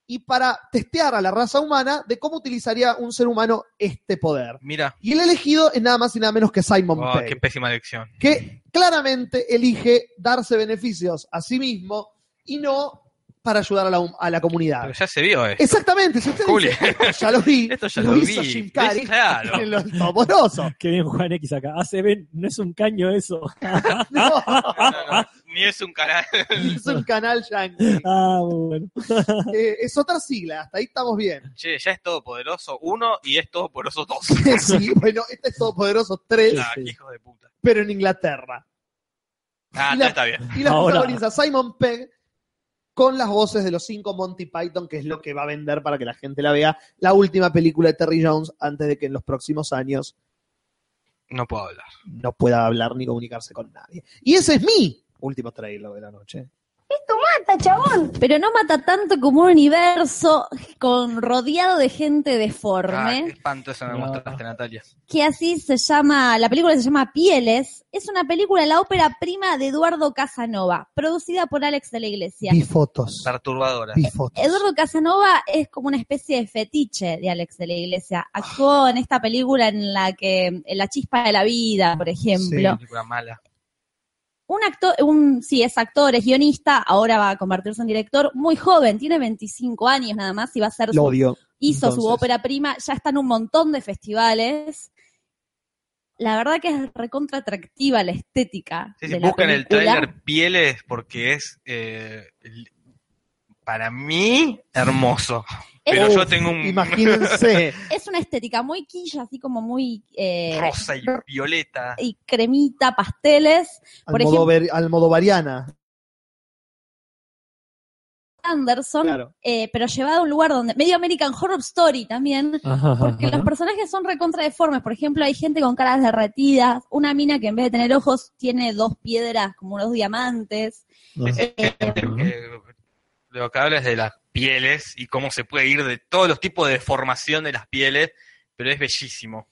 Speaker 1: Y para testear a la raza humana de cómo utilizaría un ser humano este poder.
Speaker 3: Mira.
Speaker 1: Y el elegido es nada más y nada menos que Simon
Speaker 3: Oh,
Speaker 1: Pegg,
Speaker 3: qué pésima elección.
Speaker 1: que claramente elige darse beneficios a sí mismo y no para ayudar a la, hum- a la comunidad.
Speaker 3: Pero ya se vio, eh.
Speaker 1: Exactamente, si usted
Speaker 3: Juli.
Speaker 1: dice, "Esto Ah. Este ya lo vi,
Speaker 3: Esto ya lo
Speaker 1: hizo
Speaker 3: vi.
Speaker 1: Jim Carrey
Speaker 3: ¿Ves? Claro.
Speaker 1: en los Toporosos.
Speaker 2: qué bien Juan X acá. ACB no es un caño eso.
Speaker 1: No,
Speaker 3: No, no, no. Ni es un canal.
Speaker 1: es un canal yankee.
Speaker 2: Ah, bueno.
Speaker 1: Eh, es otra sigla, hasta ahí estamos bien.
Speaker 3: Che, ya es Todopoderoso 1 y es Todopoderoso 2.
Speaker 1: sí, bueno, este es Todopoderoso 3,
Speaker 3: Ah, qué hijo de puta.
Speaker 1: pero en Inglaterra.
Speaker 3: Ah,
Speaker 1: Y la-
Speaker 3: está bien.
Speaker 1: Y la
Speaker 2: Ahora.
Speaker 1: protagoniza Simon Pegg con las voces de los cinco Monty Python, que es lo que va a vender para que la gente la vea, la última película de Terry Jones antes de que en los próximos años
Speaker 3: No puedo hablar. Ah,
Speaker 1: no pueda hablar ni comunicarse con nadie. Y ese es mi último trailer de la noche.
Speaker 8: Esto mata, chabón.
Speaker 4: Pero no mata tanto como un universo con rodeado de gente
Speaker 3: Ah, qué
Speaker 4: deforme,
Speaker 3: espanto eso me
Speaker 2: No.
Speaker 3: mostraste, Natalia.
Speaker 4: que así se llama, la película se llama Pieles. Es una película, la ópera prima de Eduardo Casanova, producida por Alex de la Iglesia.
Speaker 1: Vi fotos.
Speaker 3: Perturbadora.
Speaker 1: Vi fotos.
Speaker 4: Eduardo Casanova es como una especie de fetiche de Alex de la Iglesia.
Speaker 1: Ah.
Speaker 4: Actuó en esta película en la que, en La Chispa de la Vida, por ejemplo.
Speaker 3: Película mala.
Speaker 4: un actor, un, sí, es actor, es guionista, ahora va a convertirse en director, muy joven, tiene 25 años nada más y va a ser,
Speaker 1: Lo
Speaker 4: su-
Speaker 1: odio.
Speaker 4: hizo su
Speaker 1: entonces.
Speaker 4: ópera prima, ya está en un montón de festivales. La verdad que es recontra atractiva la estética
Speaker 3: Sí, sí,
Speaker 4: de la
Speaker 3: buscan el
Speaker 4: película.
Speaker 3: tráiler Pieles porque es, eh, el- para mí, hermoso. Pero
Speaker 1: Uf,
Speaker 3: yo tengo un
Speaker 1: Imagínense.
Speaker 4: Es una estética muy quilla, así como muy eh,
Speaker 3: rosa y violeta.
Speaker 4: y cremita, pasteles. Por ejemplo-
Speaker 1: Almodóvar- Almodovariana.
Speaker 4: Anderson,
Speaker 1: Claro.
Speaker 4: eh, pero llevado a un lugar donde medio American Horror Story también,
Speaker 2: Ajá,
Speaker 4: Porque
Speaker 2: ajá.
Speaker 4: los personajes son recontra deformes. Por ejemplo, hay gente con caras derretidas, una mina que en vez de tener ojos tiene dos piedras como unos diamantes. Eh,
Speaker 3: Eh, lo que habla es de las pieles y cómo se puede ir de todos los tipos de deformación de las pieles, pero es bellísimo.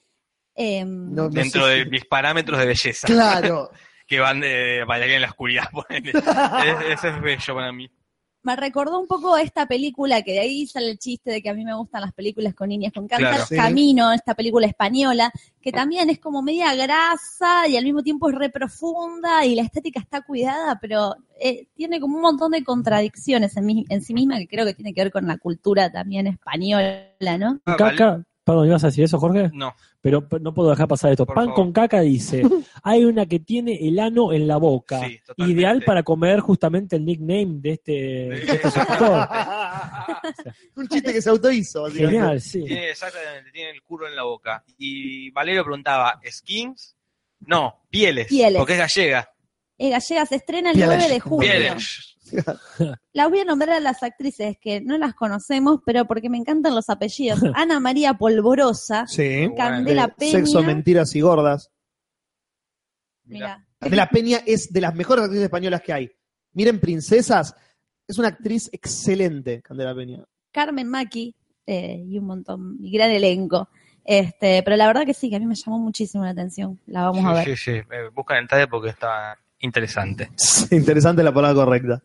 Speaker 4: eh,
Speaker 1: No, no
Speaker 3: dentro
Speaker 1: sé
Speaker 3: de
Speaker 1: si-
Speaker 3: mis parámetros de belleza,
Speaker 1: Claro.
Speaker 3: que van de bailarín en la oscuridad. ponele. Es- eso es bello para mí.
Speaker 4: Me recordó un poco esta película, que de ahí sale el chiste de que a mí me gustan las películas con niñas con cáncer.
Speaker 3: Claro.
Speaker 1: Sí.
Speaker 4: Camino, esta película española, que también es como media grasa y al mismo tiempo es re profunda y la estética está cuidada, pero eh, tiene como un montón de contradicciones en, mi- en sí misma que creo que tiene que ver con la cultura también española, ¿no?
Speaker 3: Ah, vale.
Speaker 2: Caca, perdón, ¿ibas a decir eso, Jorge?
Speaker 3: No,
Speaker 2: Pero p- no puedo dejar pasar esto.
Speaker 3: Por
Speaker 2: Pan
Speaker 3: favor.
Speaker 2: con caca dice, hay una que tiene el ano en la boca.
Speaker 3: Sí, totalmente.
Speaker 2: Ideal para comer justamente el nickname de este,
Speaker 1: Eh.
Speaker 2: de
Speaker 3: Eh,
Speaker 2: este suscriptor.
Speaker 1: Un chiste que se autohizo. básicamente.
Speaker 2: Genial, sí.
Speaker 3: tiene exactamente, tiene el culo en la boca. Y Valerio preguntaba, ¿skins? No, pieles,
Speaker 4: Pieles.
Speaker 3: porque es gallega.
Speaker 4: Eh, Gallega se estrena el
Speaker 1: Pieles.
Speaker 4: 9 de junio.
Speaker 3: Pieles.
Speaker 4: Las voy a nombrar a las actrices que no las conocemos, pero porque me encantan los apellidos. Ana María Polvorosa,
Speaker 1: Sí.
Speaker 4: Candela
Speaker 1: De
Speaker 4: Peña.
Speaker 1: Sexo, mentiras y gordas.
Speaker 4: Mirá.
Speaker 1: Candela Peña es de las mejores actrices españolas que hay. Miren, princesas. Es una actriz excelente, Candela Peña.
Speaker 4: Carmen Maki eh, y un montón, y gran elenco. Este, pero la verdad que sí, que a mí me llamó muchísimo la atención. La vamos a ver.
Speaker 3: Sí, sí, sí. Eh, Buscan en talla porque está interesante.
Speaker 1: Sí, Interesante la palabra correcta.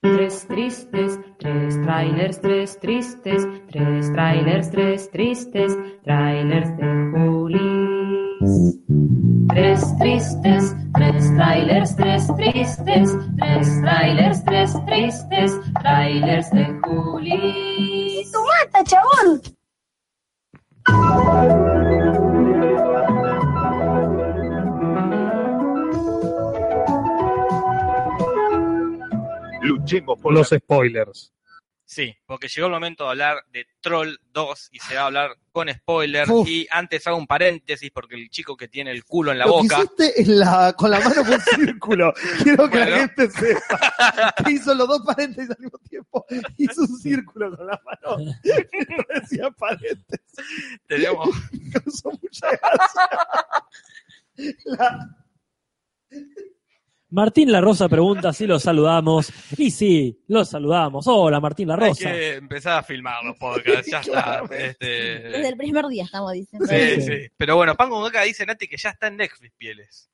Speaker 7: Tres tristes, tres trailers, tres tristes, tres trailers, tres tristes, trailers de Juli. Tres tristes, tres trailers, tres tristes, tres trailers, tres tristes, trailers de Juli.
Speaker 8: ¡Tú
Speaker 1: Este
Speaker 8: mata, chabón!
Speaker 9: Luchemos por los spoilers.
Speaker 3: Sí, porque llegó el momento de hablar de Troll 2 y se va a hablar con spoiler.
Speaker 1: Uf.
Speaker 3: Y antes hago un paréntesis porque el chico que tiene el culo en la
Speaker 1: Lo
Speaker 3: boca.
Speaker 1: que hiciste es la, con la mano fue un círculo. Quiero que
Speaker 3: Bueno.
Speaker 1: la gente sepa. Que hizo los dos paréntesis al mismo tiempo. Hizo un círculo con la mano. No decía paréntesis.
Speaker 3: Tenemos,
Speaker 1: Me causó mucha gracia. La-
Speaker 2: Martín La Rosa pregunta si lo saludamos. Y sí, lo saludamos. Hola, Martín La
Speaker 3: hay
Speaker 2: Rosa.
Speaker 3: que empezar a filmar los podcasts, ya está.
Speaker 1: Claramente.
Speaker 4: Desde
Speaker 3: Este,
Speaker 4: el primer día estamos diciendo.
Speaker 3: sí, sí. Pero bueno, Pango Gaga dice Nati que ya está en Netflix Pieles.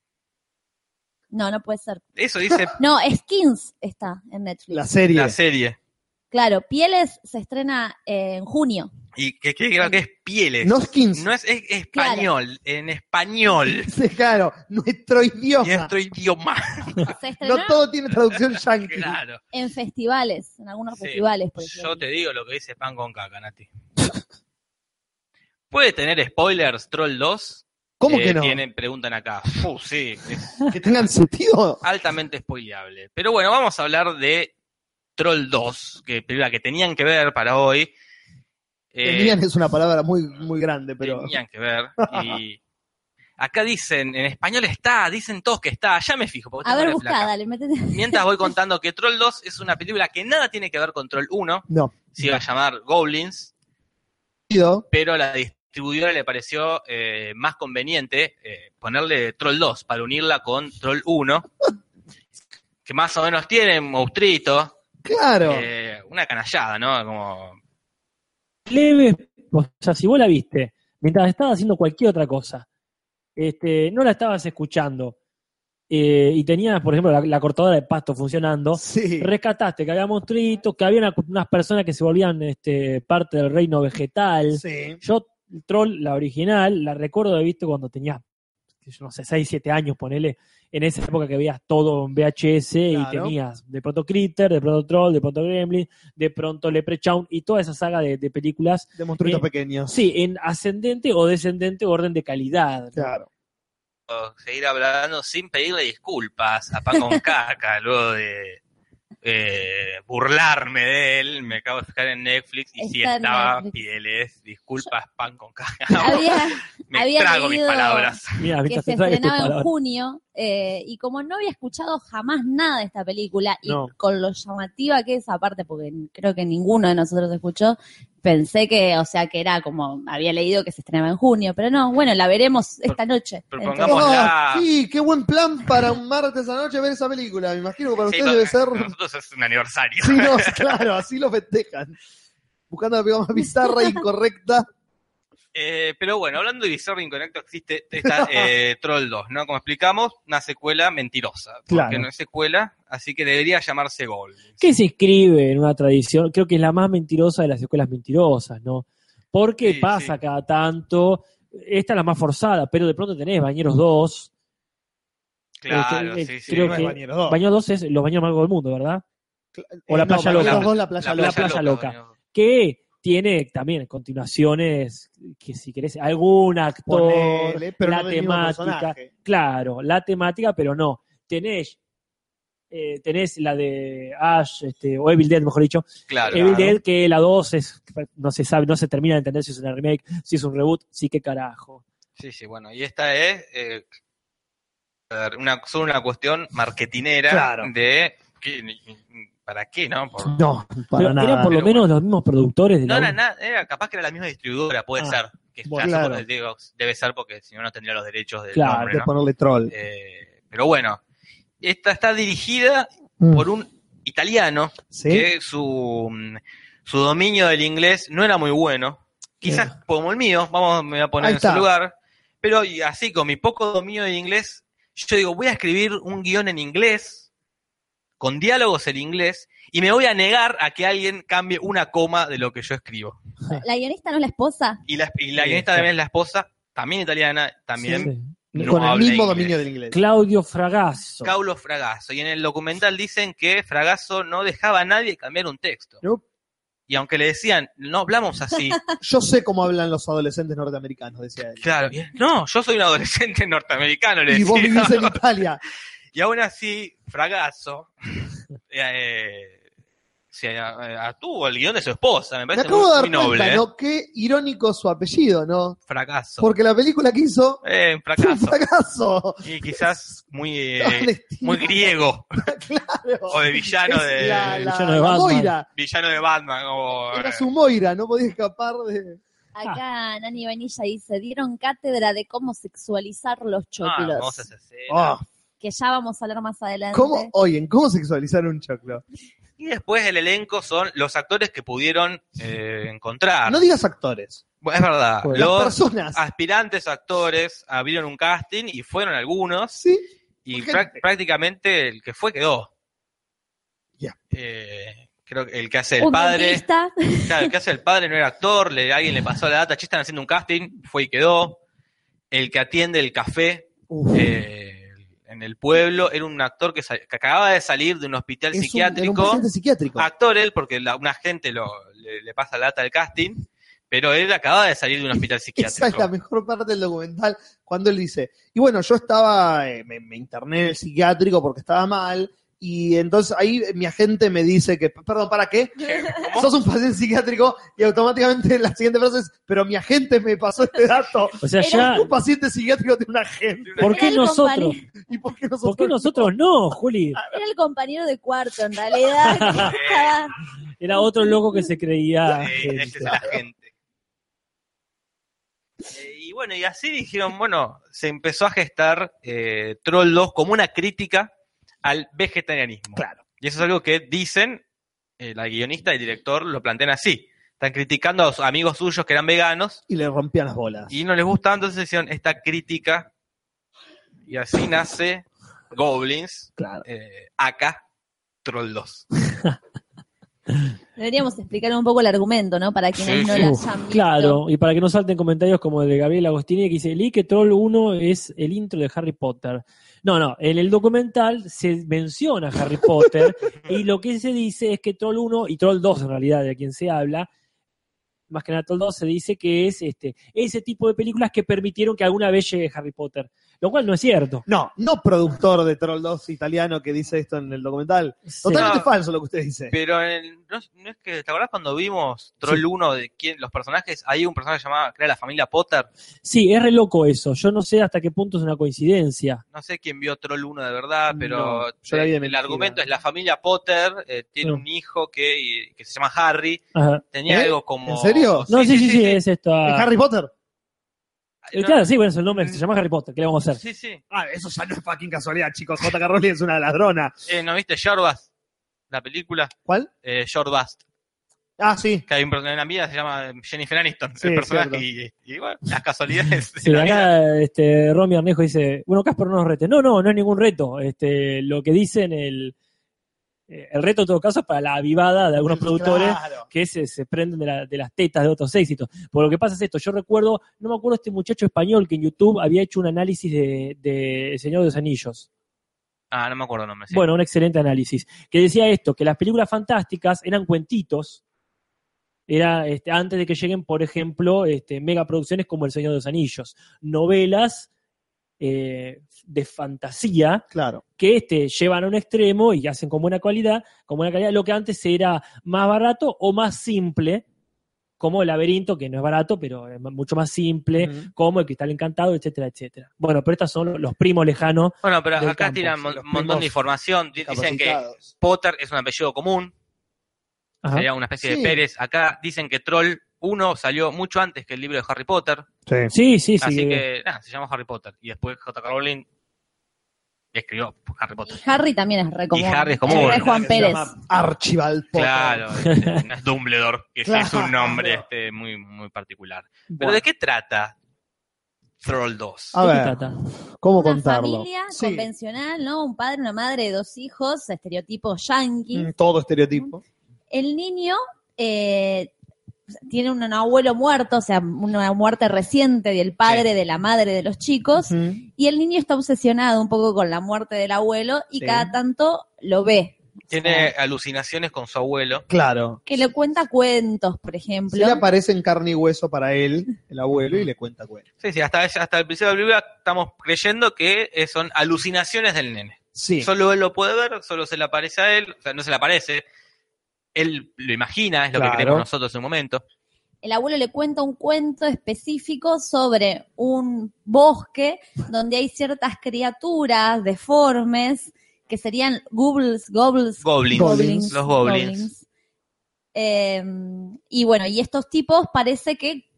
Speaker 4: No, no puede ser.
Speaker 3: Eso dice
Speaker 4: No, Skins está en Netflix.
Speaker 1: la serie.
Speaker 3: la serie.
Speaker 4: Claro, Pieles se estrena eh, en junio.
Speaker 3: Y que, que creo que es Pieles.
Speaker 1: No skins.
Speaker 3: No es, es español, en español.
Speaker 1: Sí, claro, nuestro idioma.
Speaker 3: Nuestro idioma.
Speaker 4: Se estrenó
Speaker 1: No todo tiene traducción yankee.
Speaker 3: Claro.
Speaker 4: en festivales, en algunos
Speaker 3: Sí.
Speaker 4: festivales, por ejemplo.
Speaker 3: Yo te digo lo que dice Pan con caca, Nati. ¿Puede tener spoilers Troll 2?
Speaker 1: ¿Cómo
Speaker 3: Eh,
Speaker 1: que no?
Speaker 3: Tienen, preguntan acá. Fu, sí, es
Speaker 1: Que tengan sentido.
Speaker 3: altamente spoileable. Pero bueno, vamos a hablar de Troll 2, que película que tenían que ver para hoy. Eh,
Speaker 1: Tenían es una palabra muy, muy grande, pero.
Speaker 3: tenían que ver. Y acá dicen, en español está, dicen todos que está, ya me fijo. porque
Speaker 4: A
Speaker 3: tengo
Speaker 4: ver,
Speaker 3: la
Speaker 4: buscá,
Speaker 3: placa.
Speaker 4: dale, métete.
Speaker 3: Mientras voy contando que Troll 2 es una película que nada tiene que ver con Troll 1,
Speaker 1: No.
Speaker 3: se iba a llamar Goblins,
Speaker 1: Sentido.
Speaker 3: pero a la distribuidora le pareció eh, más conveniente eh, ponerle Troll 2 para unirla con Troll 1. que más o menos tienen monstruitos,
Speaker 1: Claro.
Speaker 3: eh, una canallada, ¿no? Como
Speaker 2: leve, o sea, si vos la viste, mientras estabas haciendo cualquier otra cosa, este, no la estabas escuchando, eh, y tenías, por ejemplo, la, la cortadora de pasto funcionando,
Speaker 1: sí.
Speaker 2: rescataste que había monstruitos, que había una- unas personas que se volvían este, parte del reino vegetal.
Speaker 1: sí.
Speaker 2: Yo, Troll, la original, la recuerdo de haber visto cuando tenías, qué sé yo no sé, 6, 7 años, ponele, en esa época que veías todo en VHS y
Speaker 1: Claro.
Speaker 2: tenías de pronto Critter, de pronto Troll, de pronto Gremlin, de pronto Leprechaun y toda esa saga de, de películas,
Speaker 1: De monstruitos
Speaker 2: Eh,
Speaker 1: pequeños.
Speaker 2: sí, en ascendente o descendente orden de calidad.
Speaker 1: Claro.
Speaker 3: seguir hablando sin pedirle disculpas a Pan con Caca, luego de eh, burlarme de él, me acabo de fijar en Netflix y si
Speaker 4: Está en
Speaker 3: estaba
Speaker 4: Netflix.
Speaker 3: pieles, disculpas Pan con Caca.
Speaker 4: Había,
Speaker 3: me
Speaker 4: había
Speaker 3: trago mis
Speaker 4: leído-
Speaker 3: palabras.
Speaker 2: Mira,
Speaker 4: que
Speaker 2: viste,
Speaker 4: se
Speaker 2: te traje tus
Speaker 4: estrenaba en
Speaker 2: palabras.
Speaker 4: junio, eh, y como no había escuchado jamás nada de esta película, y
Speaker 2: No.
Speaker 4: con lo llamativa que es aparte, porque creo que ninguno de nosotros escuchó, pensé que, o sea, que era como, había leído que se estrenaba en junio, pero no, bueno, la veremos esta noche.
Speaker 3: propongamos- Vamos,
Speaker 1: Oh,
Speaker 3: la-
Speaker 1: Sí, qué buen plan para un martes a la noche ver esa película. Me imagino que para
Speaker 3: Sí,
Speaker 1: ustedes
Speaker 3: pa-
Speaker 1: debe ser.
Speaker 3: para Nosotros es un aniversario.
Speaker 1: Sí, no, claro, así lo festejan. Buscando la pegada más bizarra e incorrecta.
Speaker 3: Eh, pero bueno, hablando de Discerning Incorrecto, existe esta eh, Troll 2, ¿no? Como explicamos, una secuela mentirosa. Porque
Speaker 2: Claro.
Speaker 3: no es secuela, así que debería llamarse Gol.
Speaker 2: que se escribe en una tradición, creo que es la más mentirosa de las escuelas mentirosas, ¿no? Porque
Speaker 3: Sí,
Speaker 2: pasa
Speaker 3: sí.
Speaker 2: cada tanto, esta es la más forzada, pero de pronto tenés Bañeros 2.
Speaker 3: Claro,
Speaker 2: Eh,
Speaker 3: sí, sí.
Speaker 2: creo
Speaker 1: No es
Speaker 2: que-
Speaker 1: Bañeros dos.
Speaker 2: Bañeros 2 es los bañeros más largos del mundo, ¿verdad? o la
Speaker 1: Eh, no,
Speaker 2: playa
Speaker 1: Bañeros
Speaker 2: loca.
Speaker 1: dos, la playa
Speaker 2: La
Speaker 1: loca.
Speaker 2: playa loca. Que tiene también continuaciones que si querés, algún actor,
Speaker 1: Ponele, pero
Speaker 2: la
Speaker 1: no del mismo
Speaker 2: temática,
Speaker 1: personaje.
Speaker 2: claro, la temática, pero no. Tenés, eh, tenés la de Ash, este, o Evil Dead, mejor dicho,
Speaker 3: Claro.
Speaker 2: Evil Dead, que la 2 es, no se sabe, no se termina de entender si es una remake, si es un reboot, sí que carajo.
Speaker 3: Sí, sí, bueno, y esta es eh, a ver, una, solo una cuestión marketinera
Speaker 1: Claro.
Speaker 3: de ¿qué- para qué, ¿no? Por-
Speaker 1: No, para
Speaker 2: pero
Speaker 1: nada.
Speaker 2: eran por lo
Speaker 3: Pero
Speaker 2: menos los mismos productores de
Speaker 3: no
Speaker 2: la
Speaker 3: era
Speaker 2: uno.
Speaker 3: nada, era capaz que era la misma distribuidora, puede
Speaker 1: Ah,
Speaker 3: ser. Que ya
Speaker 1: bueno,
Speaker 3: supo-
Speaker 1: claro.
Speaker 3: digo, debe ser porque si no, no tendría los derechos del
Speaker 2: Claro,
Speaker 3: nombre,
Speaker 1: De
Speaker 3: ¿no?
Speaker 1: ponerle troll.
Speaker 3: Eh, pero bueno, esta está dirigida
Speaker 1: Mm.
Speaker 3: por un italiano
Speaker 1: ¿Sí?
Speaker 3: que su, su dominio del inglés no era muy bueno. Quizás como el mío, vamos, me voy a
Speaker 1: Eh.
Speaker 3: poner
Speaker 1: Ahí
Speaker 3: en su
Speaker 1: está.
Speaker 3: lugar. Pero y así, con mi poco dominio del inglés, yo digo, voy a escribir un guión en inglés, con diálogos en inglés, y me voy a negar a que alguien cambie una coma de lo que yo escribo.
Speaker 4: La guionista no es la esposa.
Speaker 3: Y la, y la
Speaker 2: Ahí
Speaker 3: guionista
Speaker 2: está.
Speaker 3: también es la esposa, también italiana, también
Speaker 2: Sí.
Speaker 3: no
Speaker 1: con el
Speaker 3: habla
Speaker 1: mismo
Speaker 3: inglés.
Speaker 1: dominio del inglés.
Speaker 2: Claudio Fragasso.
Speaker 3: Caulo Fragasso. Y en el documental dicen que Fragasso no dejaba a nadie cambiar un texto.
Speaker 1: No.
Speaker 3: Y aunque le decían, no hablamos así,
Speaker 1: Yo sé cómo hablan los adolescentes norteamericanos, decía él.
Speaker 3: claro, y él, no, yo soy un adolescente norteamericano, le
Speaker 1: Y vos
Speaker 3: decía.
Speaker 1: vivís en Italia.
Speaker 3: Y aún así, Fragasso eh, se eh, atuvo al guión de su esposa, me
Speaker 1: Me
Speaker 3: parece
Speaker 1: acabo
Speaker 3: muy,
Speaker 1: de dar
Speaker 3: muy noble.
Speaker 1: cuenta,
Speaker 3: eh.
Speaker 1: ¿no? Qué irónico su apellido, ¿no?
Speaker 3: Fragasso.
Speaker 1: Porque la película que hizo
Speaker 3: Eh, un
Speaker 1: fue un
Speaker 3: fracaso.
Speaker 1: fracaso.
Speaker 3: Y quizás muy, eh,
Speaker 1: Clandestino,
Speaker 3: muy griego,
Speaker 1: claro.
Speaker 3: o de villano
Speaker 1: Es
Speaker 3: de,
Speaker 1: la, la-
Speaker 2: Villano de
Speaker 1: la
Speaker 2: Batman.
Speaker 1: Moira.
Speaker 3: villano de Batman. o,
Speaker 1: Era
Speaker 3: eh,
Speaker 1: su Moira, no podía escapar de.
Speaker 2: Ah.
Speaker 4: Acá Nani Vanilla dice, dieron cátedra de cómo sexualizar los
Speaker 3: ah,
Speaker 4: choclos.
Speaker 3: hermosa esa escena.
Speaker 1: Ah,
Speaker 4: que ya vamos a hablar más adelante.
Speaker 1: ¿cómo, oye, ¿cómo sexualizar un choclo?
Speaker 3: Y después el elenco son los actores que pudieron eh, encontrar.
Speaker 1: No digas actores,
Speaker 3: Bueno, es verdad,
Speaker 2: Pues,
Speaker 1: las
Speaker 3: los
Speaker 1: personas.
Speaker 3: aspirantes actores abrieron un casting y fueron algunos
Speaker 1: Sí,
Speaker 3: y
Speaker 1: gente.
Speaker 3: prá- prácticamente el que fue quedó.
Speaker 1: Ya.
Speaker 3: Eh, creo que el que hace el
Speaker 4: Un
Speaker 3: padre,
Speaker 4: dentista.
Speaker 3: claro, el que hace el padre no era actor, le, alguien le pasó la data, che, están haciendo un casting, fue y quedó. El que atiende el café
Speaker 1: Uf,
Speaker 3: eh, en el pueblo era un actor que, sa- que acababa de salir de un hospital
Speaker 1: es un, era
Speaker 3: psiquiátrico
Speaker 1: un paciente psiquiátrico.
Speaker 3: actor él, porque la- una gente lo, le, le pasa la data del casting, pero él acaba de salir de un hospital
Speaker 1: Esa es la
Speaker 3: psiquiátrico.
Speaker 1: mejor parte del documental, cuando él dice, y bueno, yo estaba, eh, me, me interné en el psiquiátrico porque estaba mal, y entonces ahí eh, mi agente me dice que, perdón, ¿para qué? Sos un paciente psiquiátrico y automáticamente la siguiente frase es, pero mi agente me pasó este dato.
Speaker 2: O sea,
Speaker 4: Era
Speaker 2: ya,
Speaker 1: Un paciente psiquiátrico tiene un agente.
Speaker 2: ¿por qué
Speaker 4: Era el
Speaker 2: nosotros?
Speaker 1: ¿Y por qué nosotros?
Speaker 2: ¿Por qué nosotros no, Juli?
Speaker 4: Era el compañero de cuarto, en realidad. Estaba-
Speaker 2: Era otro loco que se creía. este,
Speaker 3: Eh,
Speaker 2: gente.
Speaker 3: ese es la gente. Eh, Y bueno, y así dijeron, bueno, se empezó a gestar eh, Troll 2 como una crítica al vegetarianismo.
Speaker 1: Claro.
Speaker 3: Y eso es algo que dicen, eh, la guionista y el director lo plantean así. Están criticando a los amigos suyos que eran veganos
Speaker 1: Y le rompían las bolas.
Speaker 3: y no les gustaba, entonces hicieron esta crítica. Y así nace Goblins,
Speaker 1: Claro.
Speaker 3: eh, acá, Troll 2.
Speaker 4: Deberíamos explicar un poco el argumento, ¿no? Para quienes
Speaker 3: Sí,
Speaker 4: no
Speaker 3: sí.
Speaker 4: la
Speaker 2: Uf,
Speaker 4: hayan visto.
Speaker 2: Claro, y para que no salten comentarios como el de Gabriel Agostini que dice, leí que Troll 1 es el intro de Harry Potter. No, no, en el documental se menciona Harry Potter y lo que se dice es que Troll 1 y Troll 2 en realidad, de quien se habla, más que nada Troll 2 se dice que es este ese tipo de películas que permitieron que alguna vez llegue Harry Potter, lo cual no es cierto.
Speaker 1: No, no productor de Troll 2 italiano que dice esto en el documental. Totalmente
Speaker 3: No.
Speaker 1: falso lo que usted dice.
Speaker 3: Pero en- no, no es que, ¿te acordás cuando vimos Troll 1 de quién, los personajes? Hay un personaje llamado, creo, la familia Potter.
Speaker 2: Sí, es re loco eso, yo no sé hasta qué punto es una coincidencia.
Speaker 3: No sé quién vio Troll 1 de verdad, pero
Speaker 1: No, yo la vi de
Speaker 3: eh, el
Speaker 1: mentira.
Speaker 3: argumento es la familia Potter eh, tiene
Speaker 2: No.
Speaker 3: un hijo que, y- que se llama Harry.
Speaker 2: Ajá.
Speaker 3: Tenía
Speaker 1: ¿Eh?
Speaker 3: algo como.
Speaker 1: ¿En serio?
Speaker 2: No, sí, sí, sí,
Speaker 1: ¿Es
Speaker 2: es esta...
Speaker 1: Harry Potter?
Speaker 2: Eh, Claro, sí, bueno, es el nombre, se llama Harry Potter, ¿qué le vamos a hacer?
Speaker 3: Sí, sí.
Speaker 1: Ah, eso ya no es fucking casualidad, chicos. J.K. Rowling es una ladrona.
Speaker 3: Eh, ¿No viste Jorvast? La película
Speaker 1: ¿Cuál?
Speaker 3: eh, Jorvast.
Speaker 1: Ah, sí.
Speaker 3: Que hay un personaje en la vida se llama Jennifer Aniston.
Speaker 1: Sí,
Speaker 3: el personaje.
Speaker 1: cierto.
Speaker 3: Y, y bueno, las casualidades. de
Speaker 2: Sí,
Speaker 3: la vida.
Speaker 2: acá este, Romy Arnejo dice, bueno, Casper no nos rete. No, no, no es ningún reto. Este, lo que dicen, el, eh, el reto en todo caso es para la avivada de algunos productores
Speaker 1: Claro.
Speaker 2: que se, se prenden de, la- de las tetas de otros éxitos. Por lo que pasa es esto, yo recuerdo, no me acuerdo este muchacho español que en YouTube había hecho un análisis de, de El Señor de los Anillos.
Speaker 3: Ah, no me acuerdo el nombre. sí.
Speaker 2: Bueno, un excelente análisis. Que decía esto, que las películas fantásticas eran cuentitos, era este, antes de que lleguen, por ejemplo, este, megaproducciones como El Señor de los Anillos, novelas eh, de fantasía
Speaker 1: Claro.
Speaker 2: que este, llevan a un extremo y hacen con buena calidad, con buena calidad, lo que antes era más barato o más simple, como el laberinto, que no es barato, pero es mucho más
Speaker 3: Mm.
Speaker 2: simple,
Speaker 1: Ujú.
Speaker 2: como el cristal encantado, etcétera, etcétera. Bueno, pero estos son los- los primos lejanos
Speaker 3: Bueno, pero
Speaker 2: del
Speaker 3: acá
Speaker 2: campo,
Speaker 3: tiran
Speaker 2: sí,
Speaker 3: un
Speaker 1: los
Speaker 3: montón
Speaker 1: primos
Speaker 3: de información. Di- Dicen que
Speaker 1: Capacitados.
Speaker 3: Potter es un apellido común.
Speaker 2: Ajá.
Speaker 3: Sería una especie
Speaker 1: Sí.
Speaker 3: de Pérez. Acá dicen que Troll 1 salió mucho antes que el libro de Harry Potter.
Speaker 2: Sí, sí, sí.
Speaker 3: Así que, nada, se llama Harry Potter. Y después J.K. Rowling escribió Harry
Speaker 4: Y
Speaker 3: Potter.
Speaker 4: Harry también es re común.
Speaker 3: Harry es común.
Speaker 4: Es re Juan
Speaker 1: Se
Speaker 4: Pérez.
Speaker 1: llama Archibald Potter.
Speaker 3: Claro, este, no es Dumbledore, que ese es
Speaker 1: Claro.
Speaker 3: un nombre este, muy, muy particular. ¿Pero
Speaker 1: Bueno.
Speaker 3: de qué trata Troll 2?
Speaker 1: A
Speaker 2: ¿De qué
Speaker 1: ver,
Speaker 2: trata?
Speaker 1: ¿cómo
Speaker 4: Una
Speaker 1: contarlo?
Speaker 4: familia
Speaker 1: Sí.
Speaker 4: convencional, ¿no? Un padre, una madre, dos hijos, estereotipo yankee.
Speaker 1: Mm, Todo estereotipo.
Speaker 4: El niño eh, tiene un abuelo muerto, o sea, una muerte reciente del padre, de la madre de los chicos.
Speaker 1: Ujú.
Speaker 4: Y el niño está obsesionado un poco con la muerte del abuelo y
Speaker 1: Sí.
Speaker 4: cada tanto lo ve. O sea,
Speaker 3: Tiene alucinaciones con su abuelo.
Speaker 1: Claro.
Speaker 4: que le cuenta cuentos, por
Speaker 1: Se
Speaker 4: ejemplo.
Speaker 1: le aparece en carne y hueso para él, el abuelo, y le cuenta cuentos.
Speaker 3: Sí, sí, hasta, hasta el principio de la película estamos creyendo que eh, son alucinaciones del nene.
Speaker 1: Sí.
Speaker 3: Solo él lo puede ver, solo se le aparece a él, o sea, no se le aparece. Él lo imagina, es lo
Speaker 1: Claro.
Speaker 3: que creemos nosotros en un momento.
Speaker 4: El abuelo le cuenta un cuento específico sobre un bosque donde hay ciertas criaturas deformes que serían gobles, gobles,
Speaker 3: Goblins,
Speaker 1: Goblins.
Speaker 3: los goblins.
Speaker 4: Eh, y bueno, y estos tipos parece que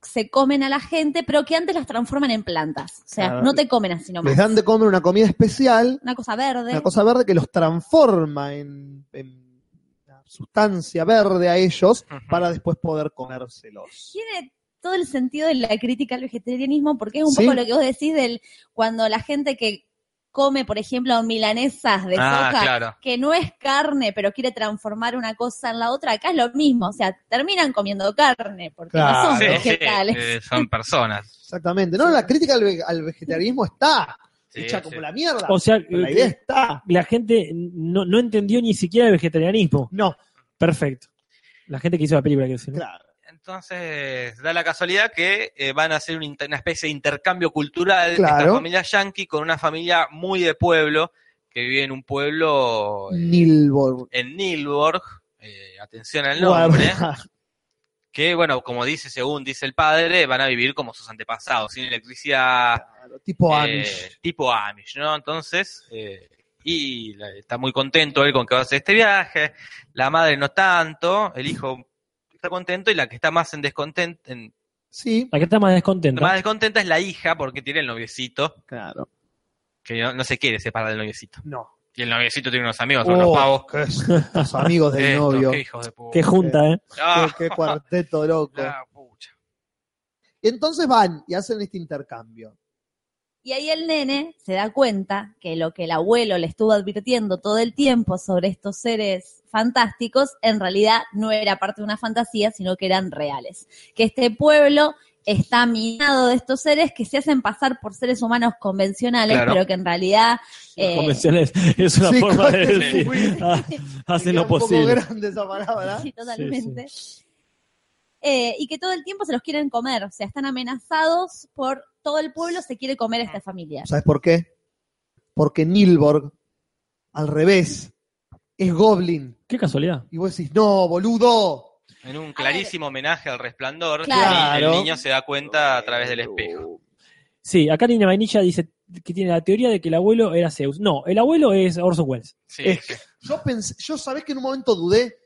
Speaker 4: se comen a la gente, pero que antes las transforman en plantas. O sea,
Speaker 1: Claro.
Speaker 4: no te comen así nomás.
Speaker 1: Ah. Les dan de comer una comida especial
Speaker 4: una cosa verde.
Speaker 1: una cosa verde que los transforma en, en una sustancia verde a ellos
Speaker 3: Ujú.
Speaker 1: para después poder comérselos.
Speaker 4: tiene todo el sentido de la crítica al vegetarianismo porque es un
Speaker 1: Sí.
Speaker 4: poco lo que vos decís del cuando la gente que come, por ejemplo, milanesas de
Speaker 3: Ah,
Speaker 4: soja,
Speaker 3: claro.
Speaker 4: que no es carne, pero quiere transformar una cosa en la otra, acá es lo mismo, o sea, terminan comiendo carne porque
Speaker 1: Claro.
Speaker 4: no son
Speaker 1: Sí, sí,
Speaker 4: vegetales.
Speaker 3: eh, son personas.
Speaker 1: Exactamente. No, la crítica al, ve- al vegetarianismo está
Speaker 3: Sí,
Speaker 1: hecha
Speaker 3: sí.
Speaker 1: como la mierda.
Speaker 2: O sea, eh,
Speaker 1: pero la idea está.
Speaker 2: la gente no, no entendió ni siquiera el vegetarianismo.
Speaker 1: No,
Speaker 2: Perfecto. La gente que hizo la película, que decir. ¿no?
Speaker 1: claro.
Speaker 3: Entonces, da la casualidad que eh, van a hacer un inter- una especie de intercambio cultural
Speaker 1: Claro.
Speaker 3: esta familia yankee con una familia muy de pueblo, que vive en un pueblo eh,
Speaker 1: Nilbor.
Speaker 3: en Nilborg, eh, atención al nombre,
Speaker 1: Guarda.
Speaker 3: que bueno, como dice, según dice el padre, van a vivir como sus antepasados, sin electricidad,
Speaker 1: Claro, tipo
Speaker 3: eh,
Speaker 1: Amish.
Speaker 3: tipo Amish, ¿no? Entonces, eh, y la- está muy contento él con que va a hacer este viaje, la madre no tanto, el hijo está contento y la que está más en descontento, en-
Speaker 1: Sí,
Speaker 2: La que está más descontenta.
Speaker 3: más descontenta es la hija porque tiene el noviecito,
Speaker 1: claro.
Speaker 3: que no, no se quiere separar del noviecito.
Speaker 1: No.
Speaker 3: Y el noviecito tiene unos amigos, unos pavos.
Speaker 1: qué es- Oh. los amigos del
Speaker 3: Estos,
Speaker 1: novio.
Speaker 3: qué
Speaker 1: Qué,
Speaker 3: hijos de puta.
Speaker 2: Que junta, ¿eh?
Speaker 3: Ah,
Speaker 1: qué cuarteto loco.
Speaker 3: la pucha.
Speaker 1: Entonces van y hacen este intercambio.
Speaker 4: Y ahí el nene se da cuenta que lo que el abuelo le estuvo advirtiendo todo el tiempo sobre estos seres fantásticos, en realidad no era parte de una fantasía, sino que eran reales. Que este pueblo está minado de estos seres que se hacen pasar por seres humanos convencionales,
Speaker 3: Claro.
Speaker 4: pero que en realidad... eh,
Speaker 2: Convencionales. Es una
Speaker 1: sí, este
Speaker 2: forma de
Speaker 1: convencionales.
Speaker 2: decir. ah,
Speaker 1: Queda
Speaker 2: hacen lo
Speaker 1: un poco
Speaker 2: posible.
Speaker 1: grande esa palabra.
Speaker 4: Sí, totalmente. Eh, y que todo el tiempo se los quieren comer, o sea, están amenazados por todo el pueblo se quiere comer a esta familia.
Speaker 1: ¿Sabes por qué? Porque Nilborg, al revés, es Goblin.
Speaker 2: Qué casualidad.
Speaker 1: Y vos decís, no, boludo.
Speaker 3: En un clarísimo homenaje al resplandor,
Speaker 4: Claro.
Speaker 3: el- el niño se da cuenta a través del espejo.
Speaker 2: Sí, acá Nina Vainilla dice que tiene la teoría de que el abuelo era Zeus. No, el abuelo es Orson Welles.
Speaker 3: Sí,
Speaker 1: Es-
Speaker 3: sí.
Speaker 1: Yo pensé, yo sabés que en un momento dudé.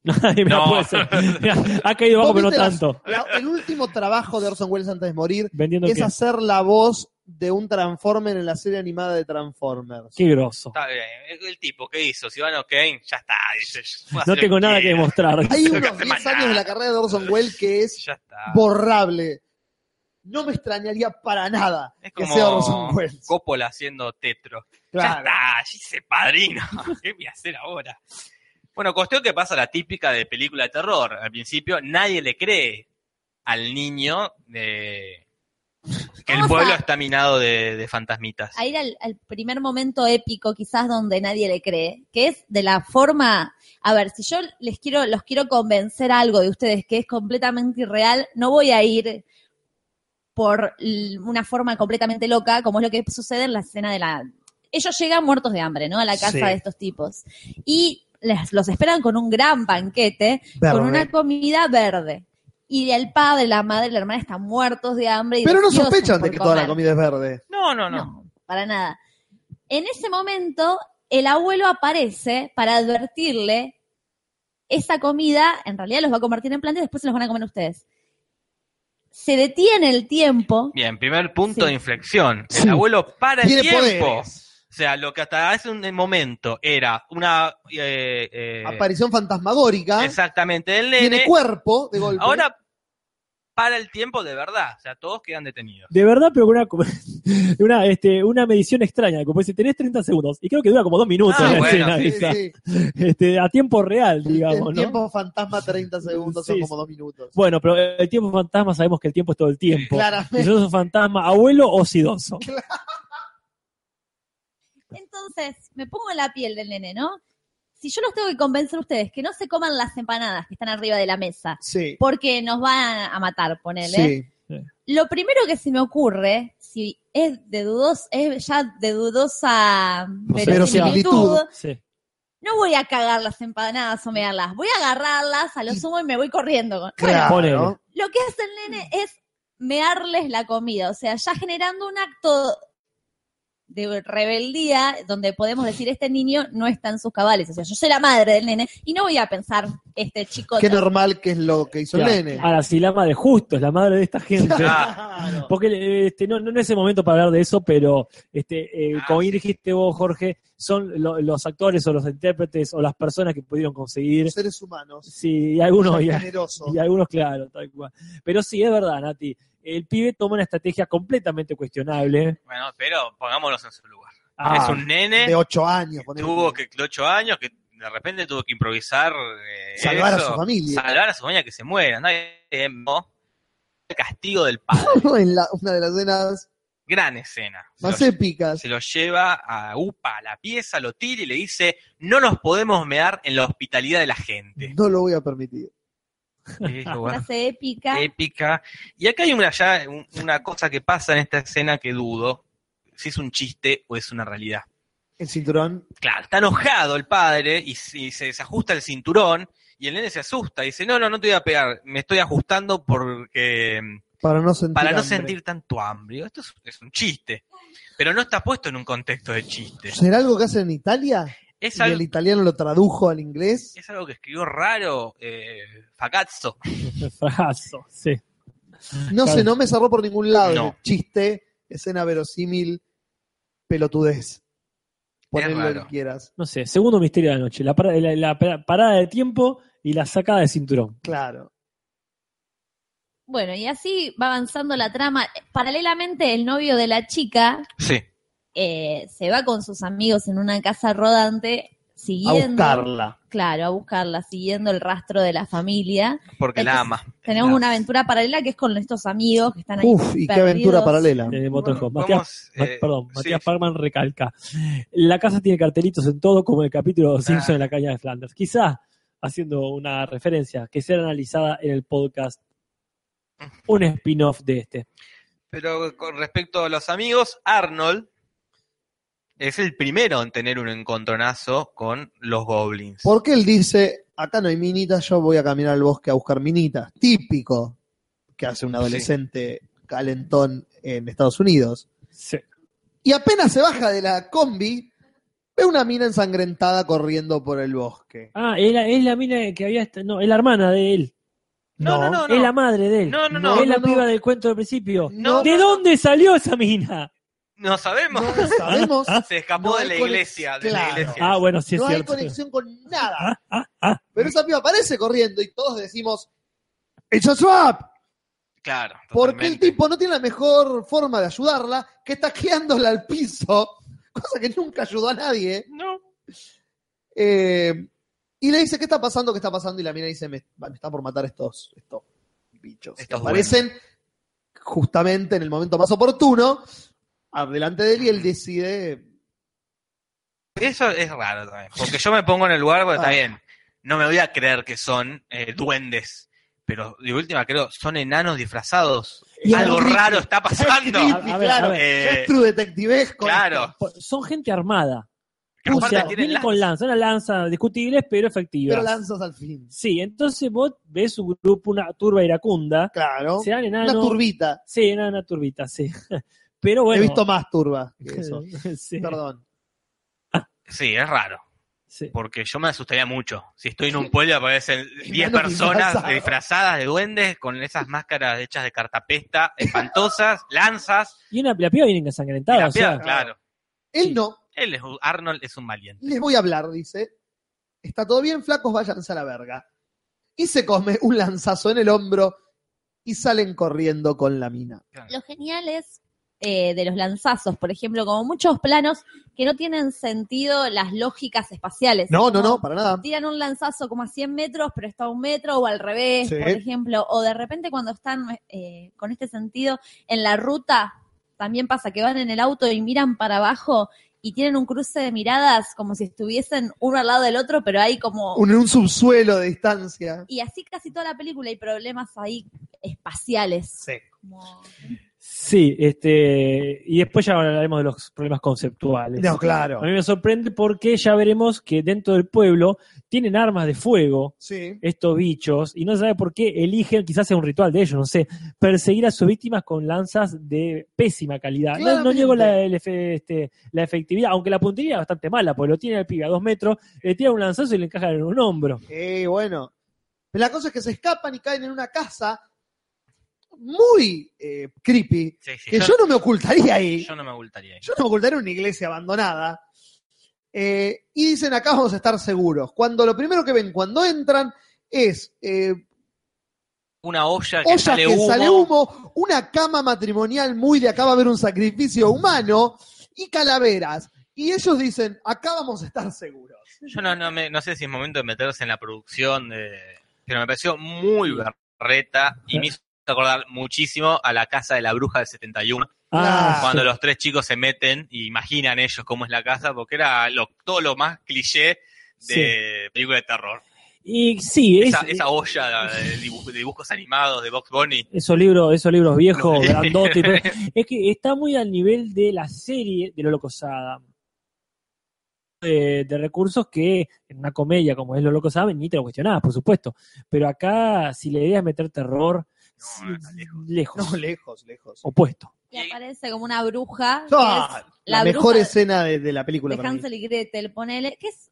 Speaker 2: Mirá,
Speaker 3: No.
Speaker 2: puede ser. Mirá, ha caído bajo,
Speaker 1: ¿Vos
Speaker 2: pero no
Speaker 1: viste las-
Speaker 2: tanto.
Speaker 1: La- el último trabajo de Orson Welles antes de morir
Speaker 2: Vendiendo
Speaker 1: es
Speaker 2: que-
Speaker 1: hacer la voz de un Transformer en la serie animada de Transformers.
Speaker 2: Qué grosso.
Speaker 3: Está bien. El- El tipo, ¿qué hizo? Si van a Kane, ya está. Dice, "Puedo hacer
Speaker 2: No
Speaker 3: lo
Speaker 2: tengo nada que
Speaker 3: quiera".
Speaker 2: demostrar.
Speaker 1: Hay
Speaker 3: No
Speaker 1: unos
Speaker 3: hace
Speaker 1: 10
Speaker 3: más
Speaker 1: años de la
Speaker 3: nada.
Speaker 1: carrera de Orson Welles que es
Speaker 3: Ya está.
Speaker 1: borrable. No me extrañaría para nada
Speaker 3: Es
Speaker 1: que
Speaker 3: como
Speaker 1: sea Orson Welles.
Speaker 3: Coppola haciendo tetro.
Speaker 1: Claro.
Speaker 3: Ya está, allí se padrino. ¿Qué voy a hacer ahora? Bueno, cuestión que pasa la típica de película de terror. Al principio nadie le cree al niño de que el
Speaker 4: Vamos
Speaker 3: pueblo
Speaker 4: a-
Speaker 3: está minado de, de fantasmitas.
Speaker 4: a ir al, al primer momento épico, quizás donde nadie le cree, que es de la forma. A ver, si yo les quiero, los quiero convencer algo de ustedes que es completamente irreal, no voy a ir por l- una forma completamente loca, como es lo que sucede en la escena de la. Ellos llegan muertos de hambre, ¿no? A la casa
Speaker 1: Sí.
Speaker 4: de estos tipos. Y les- los esperan con un gran banquete, con
Speaker 1: Verde.
Speaker 4: una comida verde. Y el padre, la madre, la hermana están muertos de hambre. Y
Speaker 1: Pero no
Speaker 4: deseosos
Speaker 1: sospechan de
Speaker 4: por
Speaker 1: que toda la
Speaker 4: comer.
Speaker 1: comida es verde.
Speaker 3: No, no, no.
Speaker 4: No, para nada. En ese momento, el abuelo aparece para advertirle esa comida, en realidad los va a convertir en plantas y después se los van a comer ustedes. Se detiene el tiempo.
Speaker 3: Bien, primer punto
Speaker 4: Sí.
Speaker 3: de inflexión. El
Speaker 2: Sí.
Speaker 3: abuelo para el
Speaker 1: Tiene
Speaker 3: tiempo.
Speaker 1: poderes.
Speaker 3: O sea, lo que hasta hace un momento era una... eh, eh,
Speaker 1: Aparición fantasmagórica.
Speaker 3: exactamente, el
Speaker 1: Tiene
Speaker 3: nene,
Speaker 1: cuerpo de golpe.
Speaker 3: ahora para el tiempo de verdad. O sea, todos quedan detenidos.
Speaker 2: De verdad, pero con una, una, este, una medición extraña. Como dice, tenés 30 segundos. Y creo que dura como dos minutos
Speaker 3: Ah,
Speaker 2: la
Speaker 3: bueno,
Speaker 2: escena
Speaker 3: sí,
Speaker 2: esa.
Speaker 1: sí.
Speaker 2: Este, a tiempo real,
Speaker 1: El
Speaker 2: digamos, ¿no?
Speaker 1: tiempo fantasma 30 segundos,
Speaker 2: Sí,
Speaker 1: son
Speaker 2: sí.
Speaker 1: como dos minutos.
Speaker 2: Bueno, pues, pero el tiempo fantasma sabemos que el tiempo es todo el tiempo. Si
Speaker 1: Claramente.
Speaker 2: sos un fantasma, abuelo o sidoso.
Speaker 4: Entonces, me pongo en la piel del nene, ¿no? Si yo los tengo que convencer a ustedes que no se coman las empanadas que están arriba de la mesa,
Speaker 1: Sí.
Speaker 4: porque nos van a matar, ponele.
Speaker 1: Sí.
Speaker 4: Lo primero que se me ocurre, si es de dudos, es ya de dudosa verosimilitud,
Speaker 1: Verosimilitud.
Speaker 2: Sí.
Speaker 4: no voy a cagar las empanadas o mearlas, voy a agarrarlas a lo sumo y me voy corriendo. Bueno,
Speaker 1: Claro.
Speaker 2: Ponele.
Speaker 4: lo que hace el nene es mearles la comida, o sea, ya generando un acto de rebeldía donde podemos decir este niño no está en sus cabales, o sea, yo soy la madre del nene y no voy a pensar este chico
Speaker 1: Qué normal que es lo que hizo
Speaker 2: Claro. Ah.
Speaker 1: el nene.
Speaker 2: Ahora, si la madre justo es la madre de esta gente.
Speaker 1: Claro.
Speaker 2: Porque este, no, no es el momento para hablar de eso, pero este, eh,
Speaker 3: Ah,
Speaker 2: como bien
Speaker 3: sí.
Speaker 2: dijiste vos, Jorge, son lo- los actores o los intérpretes o las personas que pudieron conseguir.
Speaker 1: Los seres humanos.
Speaker 2: Sí, y algunos,
Speaker 1: Son
Speaker 2: y,
Speaker 1: generosos.
Speaker 2: y algunos, claro, tal cual. Pero sí, es verdad, Nati. El pibe toma una estrategia completamente cuestionable.
Speaker 3: Bueno, pero pongámonos en su lugar.
Speaker 2: Ah,
Speaker 3: es un nene
Speaker 1: de 8 años. ponele.
Speaker 3: tuvo que ocho años que de repente tuvo que improvisar eh,
Speaker 1: salvar
Speaker 3: eso,
Speaker 1: a su familia.
Speaker 3: salvar a su familia que se muera nadie no el castigo del padre
Speaker 1: en la- una de las escenas
Speaker 3: gran escena se
Speaker 1: más
Speaker 3: lo,
Speaker 1: épicas.
Speaker 3: se lo lleva a UPA a la pieza lo tira y le dice no nos podemos mear en la hospitalidad de la gente
Speaker 1: No lo voy a permitir.
Speaker 3: Y dijo, bueno,
Speaker 4: clase épica.
Speaker 3: épica y acá hay una ya un- una cosa que pasa en esta escena que dudo si es un chiste o es una realidad
Speaker 1: El cinturón.
Speaker 3: Claro, está enojado el padre y, se- y se desajusta el cinturón y el nene se asusta y dice, no, no, no te voy a pegar, me estoy ajustando porque em,
Speaker 1: Para no sentir.
Speaker 3: para no
Speaker 1: hambre.
Speaker 3: sentir tanto hambre. Digo, Esto es, es un chiste, pero no está puesto en un contexto de chiste.
Speaker 1: ¿Será algo que hacen en Italia?
Speaker 3: Es
Speaker 1: Y
Speaker 3: algo,
Speaker 1: el italiano lo tradujo al inglés.
Speaker 3: es algo que escribió raro eh, Facazzo.
Speaker 2: fracaso, sí.
Speaker 1: No
Speaker 2: Claro.
Speaker 1: sé, no me cerró por ningún lado.
Speaker 3: No.
Speaker 1: Chiste, escena verosímil, pelotudez. Poner lo
Speaker 3: raro.
Speaker 1: que quieras.
Speaker 2: No sé, segundo misterio de la noche. La, para- la- la para- parada de tiempo y la sacada de cinturón.
Speaker 1: Claro.
Speaker 4: Bueno, y así va avanzando la trama. Paralelamente, el novio de la chica
Speaker 3: Sí.
Speaker 4: eh, se va con sus amigos en una casa rodante,
Speaker 1: A
Speaker 4: siguiendo.
Speaker 1: buscarla.
Speaker 4: Claro, a buscarla, siguiendo el rastro de la familia.
Speaker 3: Porque la ama.
Speaker 4: Entonces, Tenemos
Speaker 3: Claro.
Speaker 4: una aventura paralela que es con estos amigos que están ahí.
Speaker 1: Uf, y qué
Speaker 4: perdidos.
Speaker 1: aventura paralela.
Speaker 2: de
Speaker 3: Bueno,
Speaker 2: Motorhome.
Speaker 3: vamos,
Speaker 2: Matías, Ma-
Speaker 3: eh,
Speaker 2: perdón,
Speaker 3: sí,
Speaker 2: Matías Parman recalca. La casa tiene cartelitos en todo, como el capítulo de Simpson
Speaker 3: Ah.
Speaker 2: en la caña de Flanders. Quizá haciendo una referencia que será analizada en el podcast, un spin-off de este.
Speaker 3: Pero con respecto a los amigos, Arnold es el primero en tener un encontronazo con los goblins.
Speaker 1: Porque él dice, acá no hay minitas, yo voy a caminar al bosque a buscar minitas. Típico que hace un adolescente calentón en Estados Unidos.
Speaker 2: Sí.
Speaker 1: Y apenas se baja de la combi, ve una mina ensangrentada corriendo por el bosque.
Speaker 2: Ah, es la, es la mina que había. est- No, es la hermana de él.
Speaker 3: No, no, no, no.
Speaker 2: Es la madre de él.
Speaker 3: No, no, no.
Speaker 2: es la
Speaker 1: no, no.
Speaker 2: piba del cuento del principio.
Speaker 1: No,
Speaker 2: ¿De dónde salió esa mina?
Speaker 3: No sabemos.
Speaker 1: no sabemos.
Speaker 3: Se escapó
Speaker 1: No
Speaker 3: de
Speaker 1: hay
Speaker 3: la
Speaker 1: conex-
Speaker 3: iglesia. De
Speaker 1: claro.
Speaker 3: la iglesia.
Speaker 2: Ah, bueno, Ah, sí es
Speaker 1: no hay
Speaker 2: cierto.
Speaker 1: conexión con nada.
Speaker 2: Ah, ah, ah.
Speaker 1: Pero esa piba aparece corriendo y todos decimos, ¡It's a trap!
Speaker 3: Claro.
Speaker 1: Porque el
Speaker 3: totalmente.
Speaker 1: tipo no tiene la mejor forma de ayudarla que taqueándola al piso, cosa que nunca ayudó a nadie.
Speaker 3: No.
Speaker 1: Eh, y le dice, ¿qué está pasando? ¿Qué está pasando? Y la mina dice, me, me está por matar estos, estos bichos. que
Speaker 3: Estos
Speaker 1: aparecen justamente en el momento más oportuno. Adelante de él y él decide...
Speaker 3: Eso es raro también. Porque yo me pongo en el lugar, porque
Speaker 1: Ah.
Speaker 3: está bien. No me voy a creer que son eh, duendes. Pero de última creo, son enanos disfrazados.
Speaker 2: Y
Speaker 3: Algo
Speaker 1: creepy.
Speaker 3: raro está pasando.
Speaker 1: Es
Speaker 2: A-
Speaker 1: creepy,
Speaker 2: a ver,
Speaker 1: claro.
Speaker 2: a ver.
Speaker 1: Ya
Speaker 3: Eh,
Speaker 1: es true detectivesco.
Speaker 3: Claro.
Speaker 2: Son gente armada.
Speaker 3: Que
Speaker 2: O
Speaker 3: aparte
Speaker 2: sea,
Speaker 3: tienen
Speaker 2: vienen
Speaker 3: lanzas.
Speaker 2: con lanza, una lanza discutible, pero efectiva.
Speaker 1: Pero lanzas al fin.
Speaker 2: Sí, entonces vos ves un grupo, una turba iracunda,
Speaker 1: Claro.
Speaker 2: se dan
Speaker 1: Una
Speaker 2: enanos.
Speaker 1: turbita.
Speaker 2: Sí, era una turbita, sí. Pero bueno.
Speaker 1: He visto más turba que eso.
Speaker 2: Sí,
Speaker 1: Perdón.
Speaker 3: Sí, es raro.
Speaker 2: sí.
Speaker 3: Porque yo me asustaría mucho. Si estoy en un pueblo y aparecen 10
Speaker 1: Enanos
Speaker 3: personas
Speaker 1: disfrazados.
Speaker 3: disfrazadas de duendes con esas máscaras hechas de cartapesta, espantosas, lanzas.
Speaker 2: Y una, la piba viene
Speaker 3: y la
Speaker 2: ensangrentada. O sea,
Speaker 3: piedra, claro.
Speaker 1: Él
Speaker 2: Sí.
Speaker 1: no.
Speaker 3: Él es un- Arnold es un valiente.
Speaker 1: Les voy a hablar, dice. Está todo bien, flacos, váyanse a la verga. Y se come un lanzazo en el hombro y salen corriendo con la mina.
Speaker 4: Lo genial es eh, de los lanzazos, por ejemplo, como muchos planos que no tienen sentido las lógicas espaciales.
Speaker 1: No, no,
Speaker 4: Como
Speaker 1: no, para nada.
Speaker 4: Tiran un lanzazo como a 100 metros, pero está a un metro o al revés,
Speaker 1: Sí.
Speaker 4: por ejemplo. O de repente cuando están eh, con este sentido en la ruta, también pasa que van en el auto y miran para abajo y tienen un cruce de miradas como si estuviesen uno al lado del otro, pero hay como...
Speaker 1: Un, un subsuelo de distancia.
Speaker 4: Y así casi toda la película hay problemas ahí espaciales. Como-
Speaker 2: sí, este. Y después ya hablaremos de los problemas conceptuales.
Speaker 1: No, claro.
Speaker 2: A mí me sorprende porque ya veremos que dentro del pueblo tienen armas de fuego.
Speaker 1: Sí.
Speaker 2: estos bichos y no se sabe por qué eligen, quizás sea un ritual de ellos, no sé, perseguir a sus víctimas con lanzas de pésima calidad. No, no
Speaker 1: Claramente.
Speaker 2: niego la, el efe- este, la efectividad, aunque la puntería es bastante mala, porque lo tiene el pibe a dos metros, le tira un lanzazo y le encaja en un hombro.
Speaker 1: Eh, bueno. Pero la cosa es que se escapan y caen en una casa muy eh, creepy.
Speaker 3: Sí, sí,
Speaker 1: Que
Speaker 3: yo,
Speaker 1: yo no me ocultaría ahí.
Speaker 3: yo no me ocultaría ahí.
Speaker 1: Yo no me ocultaré una iglesia abandonada. Eh, y dicen, acá vamos a estar seguros. Cuando lo primero que ven cuando entran es eh,
Speaker 3: Una olla que,
Speaker 1: ollas
Speaker 3: sale,
Speaker 1: que
Speaker 3: humo,
Speaker 1: sale humo, una cama matrimonial muy de acá va a haber un sacrificio humano y calaveras. Y ellos dicen, acá vamos a estar seguros.
Speaker 3: Yo no, no, me- no sé si es momento de meterse en la producción, de, pero me pareció muy berreta y me hizo acordar muchísimo a la casa de la bruja del 71.
Speaker 1: Ah,
Speaker 3: cuando los tres chicos se meten y imaginan ellos cómo es la casa, porque era lo, todo lo más cliché
Speaker 2: sí.
Speaker 3: de película de terror.
Speaker 2: Y sí, es-
Speaker 3: Esa, esa olla de dibuj- de dibujos animados de Box Bunny.
Speaker 2: esos libros, esos libros viejos,
Speaker 3: Los-
Speaker 2: grandotes, y todo. es que está muy al nivel de la serie de Lolo Sada De, de recursos que en una comedia como es Lolo Sada ni te lo cuestionabas, por supuesto. Pero acá, si le ideas meter terror, si-
Speaker 3: no, está lejos.
Speaker 2: lejos,
Speaker 1: No, lejos, lejos.
Speaker 2: opuesto.
Speaker 4: Y aparece como una bruja. que
Speaker 1: Ah,
Speaker 4: es
Speaker 1: la,
Speaker 4: la, bruja
Speaker 1: mejor escena de, de la película
Speaker 4: de
Speaker 1: para mí.
Speaker 4: Hansel y Gretel, ponele, que es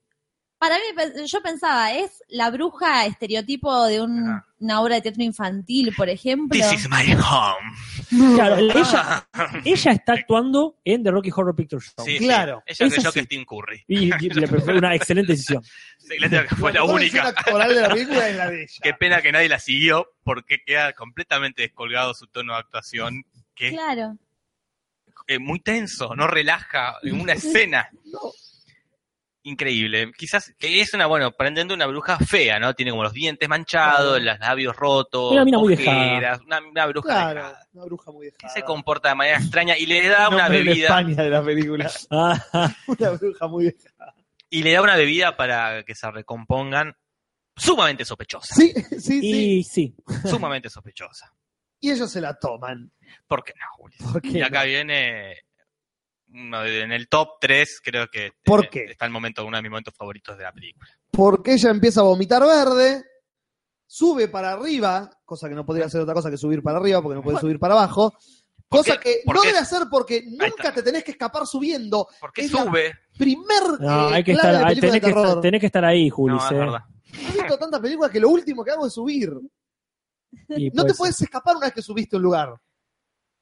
Speaker 4: Para mí, pe- yo pensaba, es la bruja estereotipo de un-
Speaker 3: Ajá.
Speaker 4: una obra de teatro infantil, por ejemplo.
Speaker 3: This is my home.
Speaker 2: Claro, ella, ella está actuando en The Rocky Horror Picture Show.
Speaker 3: Sí, sí.
Speaker 1: Claro.
Speaker 2: Esa
Speaker 3: Ella creyó
Speaker 2: sí.
Speaker 3: que es Tim Curry.
Speaker 2: Y, y le fue una excelente decisión.
Speaker 3: Sí, la que fue la
Speaker 1: mejor escena
Speaker 3: única.
Speaker 1: actoral de la película es la de ella.
Speaker 3: Qué pena que nadie la siguió porque queda completamente descolgado su tono de actuación, que es
Speaker 4: Claro.
Speaker 3: eh, muy tenso, no relaja en una escena. Increíble. Quizás que es una, bueno, prendiendo una bruja fea, ¿no? Tiene como los dientes manchados, los labios rotos,
Speaker 2: Una mina muy
Speaker 3: ojeras, una, una bruja
Speaker 1: Claro,
Speaker 3: dejada.
Speaker 1: una bruja muy
Speaker 3: Que
Speaker 1: dejada.
Speaker 3: se comporta de manera extraña y le da una
Speaker 1: Nombre de
Speaker 3: bebida.
Speaker 1: España de la película.
Speaker 2: Ah,
Speaker 1: Una bruja muy dejada.
Speaker 3: Y le da una bebida para que se recompongan. Sumamente sospechosa.
Speaker 1: Sí, sí, sí.
Speaker 2: y sí.
Speaker 3: Sumamente sospechosa.
Speaker 1: Y ellos se la toman.
Speaker 3: ¿Por qué no, Julio?
Speaker 1: ¿Por qué
Speaker 3: Y acá
Speaker 1: no?
Speaker 3: viene uno de- en el top 3, creo que
Speaker 1: ¿Por
Speaker 3: eh,
Speaker 1: qué?
Speaker 3: está el momento, uno de mis momentos favoritos de la película.
Speaker 1: Porque ella empieza a vomitar verde, sube para arriba, cosa que no podría hacer otra cosa que subir para arriba, porque no puede subir para abajo.
Speaker 3: ¿Por
Speaker 1: Cosa
Speaker 3: qué?
Speaker 1: que
Speaker 3: ¿Por
Speaker 1: no
Speaker 3: qué?
Speaker 1: debe hacer porque nunca
Speaker 3: está.
Speaker 1: te tenés que escapar subiendo.
Speaker 3: ¿Por qué
Speaker 1: Es la-
Speaker 3: sube?
Speaker 1: Primer
Speaker 2: No,
Speaker 1: eh,
Speaker 2: hay que
Speaker 1: clave
Speaker 2: estar,
Speaker 1: de
Speaker 2: hay-
Speaker 1: película
Speaker 2: tenés,
Speaker 1: de
Speaker 2: que estar,
Speaker 1: terror.
Speaker 2: tenés que estar ahí, Juli.
Speaker 3: No, es verdad.
Speaker 1: He visto tantas películas que lo último que hago es subir. No
Speaker 2: pues,
Speaker 1: te puedes escapar una vez que subiste a un lugar.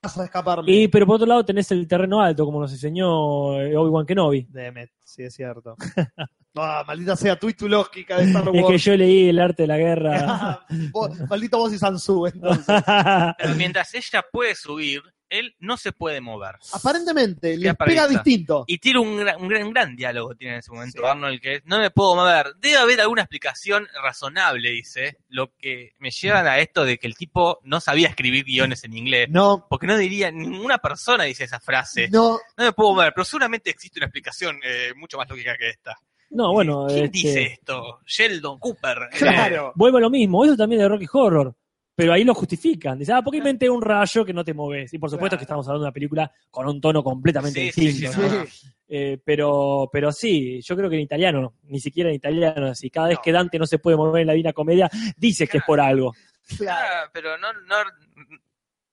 Speaker 1: Vas a escaparme.
Speaker 2: Y, pero por otro lado tenés el terreno alto, como nos enseñó eh, Obi-Wan Kenobi.
Speaker 1: Demet, sí es cierto. Ah, maldita sea tú y tu lógica de Star
Speaker 2: Es que
Speaker 1: Wars.
Speaker 2: yo leí el arte de la guerra.
Speaker 1: Vos- maldito vos y Sansú, entonces.
Speaker 3: Pero mientras ella puede subir, él no se puede mover.
Speaker 1: Aparentemente, les
Speaker 3: aparenta.
Speaker 1: pega distinto.
Speaker 3: Y tiene un gran, un gran, un gran diálogo tiene en ese momento Arnold, que es, no me puedo mover. Debe haber alguna explicación razonable, dice, lo que me llevan a esto de que el tipo no sabía escribir guiones en inglés.
Speaker 1: No,
Speaker 3: Porque no diría, ninguna persona dice esa frase.
Speaker 1: no,
Speaker 3: No me puedo mover, pero seguramente existe una explicación eh, mucho más lógica que esta.
Speaker 2: no, bueno.
Speaker 3: ¿Quién
Speaker 2: este,
Speaker 3: dice esto? Sheldon Cooper. eh,
Speaker 1: claro.
Speaker 2: Vuelvo a lo mismo, eso también de Rocky Horror. Pero ahí lo justifican. Dicen, ah, ¿por qué inventé un rayo que no te moves? Y por supuesto
Speaker 1: Claro.
Speaker 2: que estamos hablando de una película con un tono completamente
Speaker 3: Sí, sí,
Speaker 2: distinto.
Speaker 3: sí,
Speaker 2: ¿no?
Speaker 3: no, no.
Speaker 2: Eh, pero, pero sí, yo creo que en italiano, ni siquiera en italiano, así cada vez
Speaker 3: No.
Speaker 2: que Dante no se puede mover en la Divina Comedia, dice que es por algo.
Speaker 1: claro.
Speaker 3: Ah, pero no, no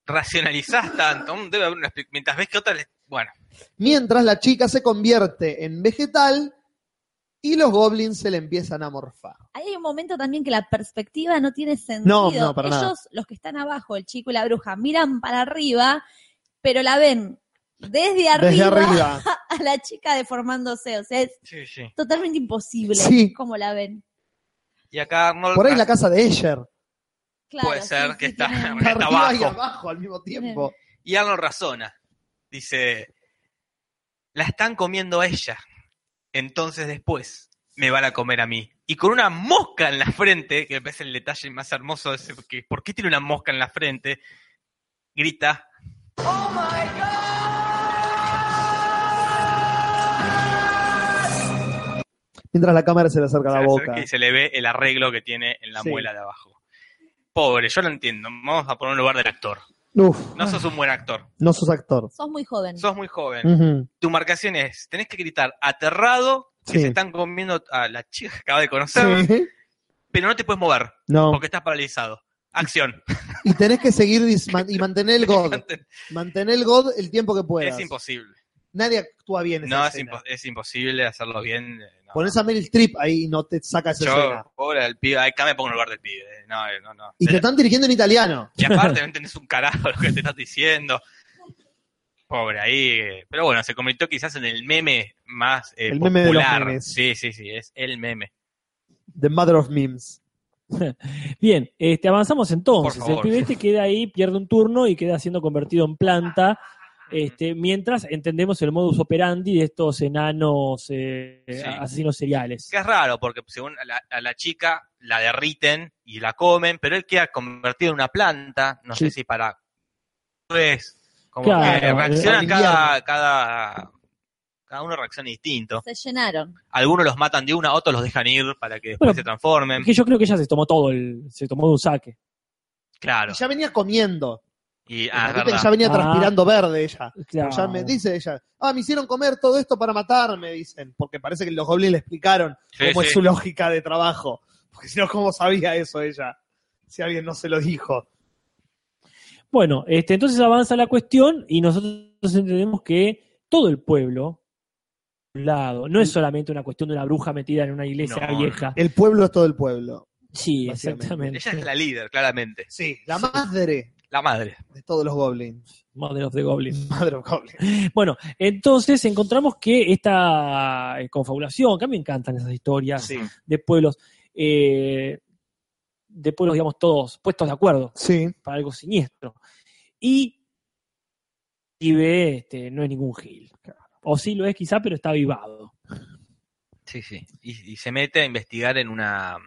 Speaker 3: racionalizás tanto. Mm, Debe haber una expli- Mientras ves que otra le- Bueno,
Speaker 1: Mientras la chica se convierte en vegetal y los goblins se le empiezan a morfar.
Speaker 4: Ahí hay un momento también que la perspectiva no tiene sentido.
Speaker 1: No, no, para
Speaker 4: Ellos,
Speaker 1: nada.
Speaker 4: los que están abajo, el chico y la bruja, miran para arriba, pero la ven desde arriba,
Speaker 1: Desde arriba.
Speaker 4: a la chica deformándose. O sea, es
Speaker 3: sí, sí.
Speaker 4: totalmente imposible
Speaker 1: Sí.
Speaker 4: cómo la ven.
Speaker 3: Y acá Arnold
Speaker 1: Por ahí la casa de Escher.
Speaker 4: Claro,
Speaker 3: Puede ser que está-
Speaker 4: tienen-
Speaker 3: Está
Speaker 1: Arriba y
Speaker 3: abajo.
Speaker 1: abajo al mismo tiempo.
Speaker 3: Y Arnold razona. Dice, la están comiendo a ella. Entonces después me van a comer a mí. Y con una mosca en la frente, que me parece el detalle más hermoso, de ese, porque ¿por qué tiene una mosca en la frente? Grita.
Speaker 1: Mientras la cámara se le acerca a la
Speaker 3: se
Speaker 1: boca.
Speaker 3: acerca Y se le ve el arreglo que tiene en la
Speaker 1: Sí.
Speaker 3: muela de abajo. Pobre, yo lo entiendo. Vamos a poner un lugar del actor.
Speaker 1: Uf,
Speaker 3: No sos un buen actor.
Speaker 1: no sos actor.
Speaker 4: Sos muy joven.
Speaker 3: Sos muy joven.
Speaker 1: Ujú.
Speaker 3: Tu marcación es, tenés que gritar aterrado que
Speaker 1: Sí.
Speaker 3: se están comiendo a la chica que acaba de conocer,
Speaker 1: Sí.
Speaker 3: pero no te puedes mover
Speaker 1: No.
Speaker 3: porque estás paralizado. Acción.
Speaker 1: Y tenés que seguir dis- man- y mantener el God. Mantener el God el tiempo que puedas.
Speaker 3: es imposible.
Speaker 1: Nadie actúa bien. en Esa
Speaker 3: No, es,
Speaker 1: escena.
Speaker 3: impo- es imposible hacerlo bien. eh, no.
Speaker 1: Pones a Meryl Streep ahí y no te saca esa escena.
Speaker 3: Yo, pobre el pibe, acá me pongo en el lugar del pibe. eh, No, eh, no, no.
Speaker 1: Y te están dirigiendo en italiano.
Speaker 3: Y aparte no entendés un carajo lo que te estás diciendo. Pobre ahí. eh. Pero bueno, se convirtió quizás en el meme más eh,
Speaker 1: El
Speaker 3: popular.
Speaker 1: meme de los memes.
Speaker 3: Sí, sí, sí, es el meme.
Speaker 1: The Mother of Memes.
Speaker 2: Bien, este, avanzamos entonces.
Speaker 3: Por
Speaker 2: El
Speaker 3: favor.
Speaker 2: pibe este queda ahí, pierde un turno y queda siendo convertido en planta. Este, mientras entendemos el modus operandi de estos enanos eh,
Speaker 3: Sí.
Speaker 2: asesinos seriales.
Speaker 3: Que es raro, porque según a la, a la chica la derriten y la comen, pero él queda convertido en una planta, no
Speaker 1: Sí.
Speaker 3: sé si para... Pues, como
Speaker 2: Claro,
Speaker 3: que reacciona
Speaker 1: el
Speaker 3: cada, cada... Cada uno reacciona distinto.
Speaker 4: Se llenaron.
Speaker 3: Algunos los matan de una, otros los dejan ir para que después
Speaker 2: Bueno,
Speaker 3: se transformen.
Speaker 2: Es que yo creo que ella se tomó todo, el, se tomó de un saque.
Speaker 3: Claro.
Speaker 1: Y ya venía comiendo.
Speaker 3: Y, ah, es
Speaker 1: Viste que
Speaker 3: verdad.
Speaker 1: ya venía
Speaker 2: Ah.
Speaker 1: transpirando verde ella.
Speaker 2: Claro.
Speaker 1: Ya me dice ella, ah, me hicieron comer todo esto para matarme, dicen. Porque parece que los goblins le explicaron
Speaker 3: Sí,
Speaker 1: cómo
Speaker 3: sí.
Speaker 1: es su lógica de trabajo. Porque si no, ¿cómo sabía eso ella? Si alguien no se lo dijo.
Speaker 2: Bueno, este, entonces avanza la cuestión y nosotros entendemos que todo el pueblo lado. No es solamente una cuestión de una bruja metida en una iglesia
Speaker 3: No,
Speaker 2: vieja.
Speaker 1: El pueblo es todo el pueblo.
Speaker 2: Sí,
Speaker 1: Básicamente.
Speaker 2: exactamente.
Speaker 3: Ella es la líder, claramente.
Speaker 1: Sí, la madre
Speaker 3: La madre.
Speaker 1: de todos los goblins.
Speaker 2: Mother of the Goblin.
Speaker 1: Madre of goblins.
Speaker 2: Bueno, entonces encontramos que esta eh, confabulación, que a mí me encantan esas historias
Speaker 3: Sí.
Speaker 2: de pueblos, eh, de pueblos, digamos, todos puestos de acuerdo
Speaker 1: Sí.
Speaker 2: para algo siniestro. Y Ibe este, no es ningún Gil. O sí lo es quizá, pero está avivado.
Speaker 3: Sí, sí. Y, y se mete a investigar en una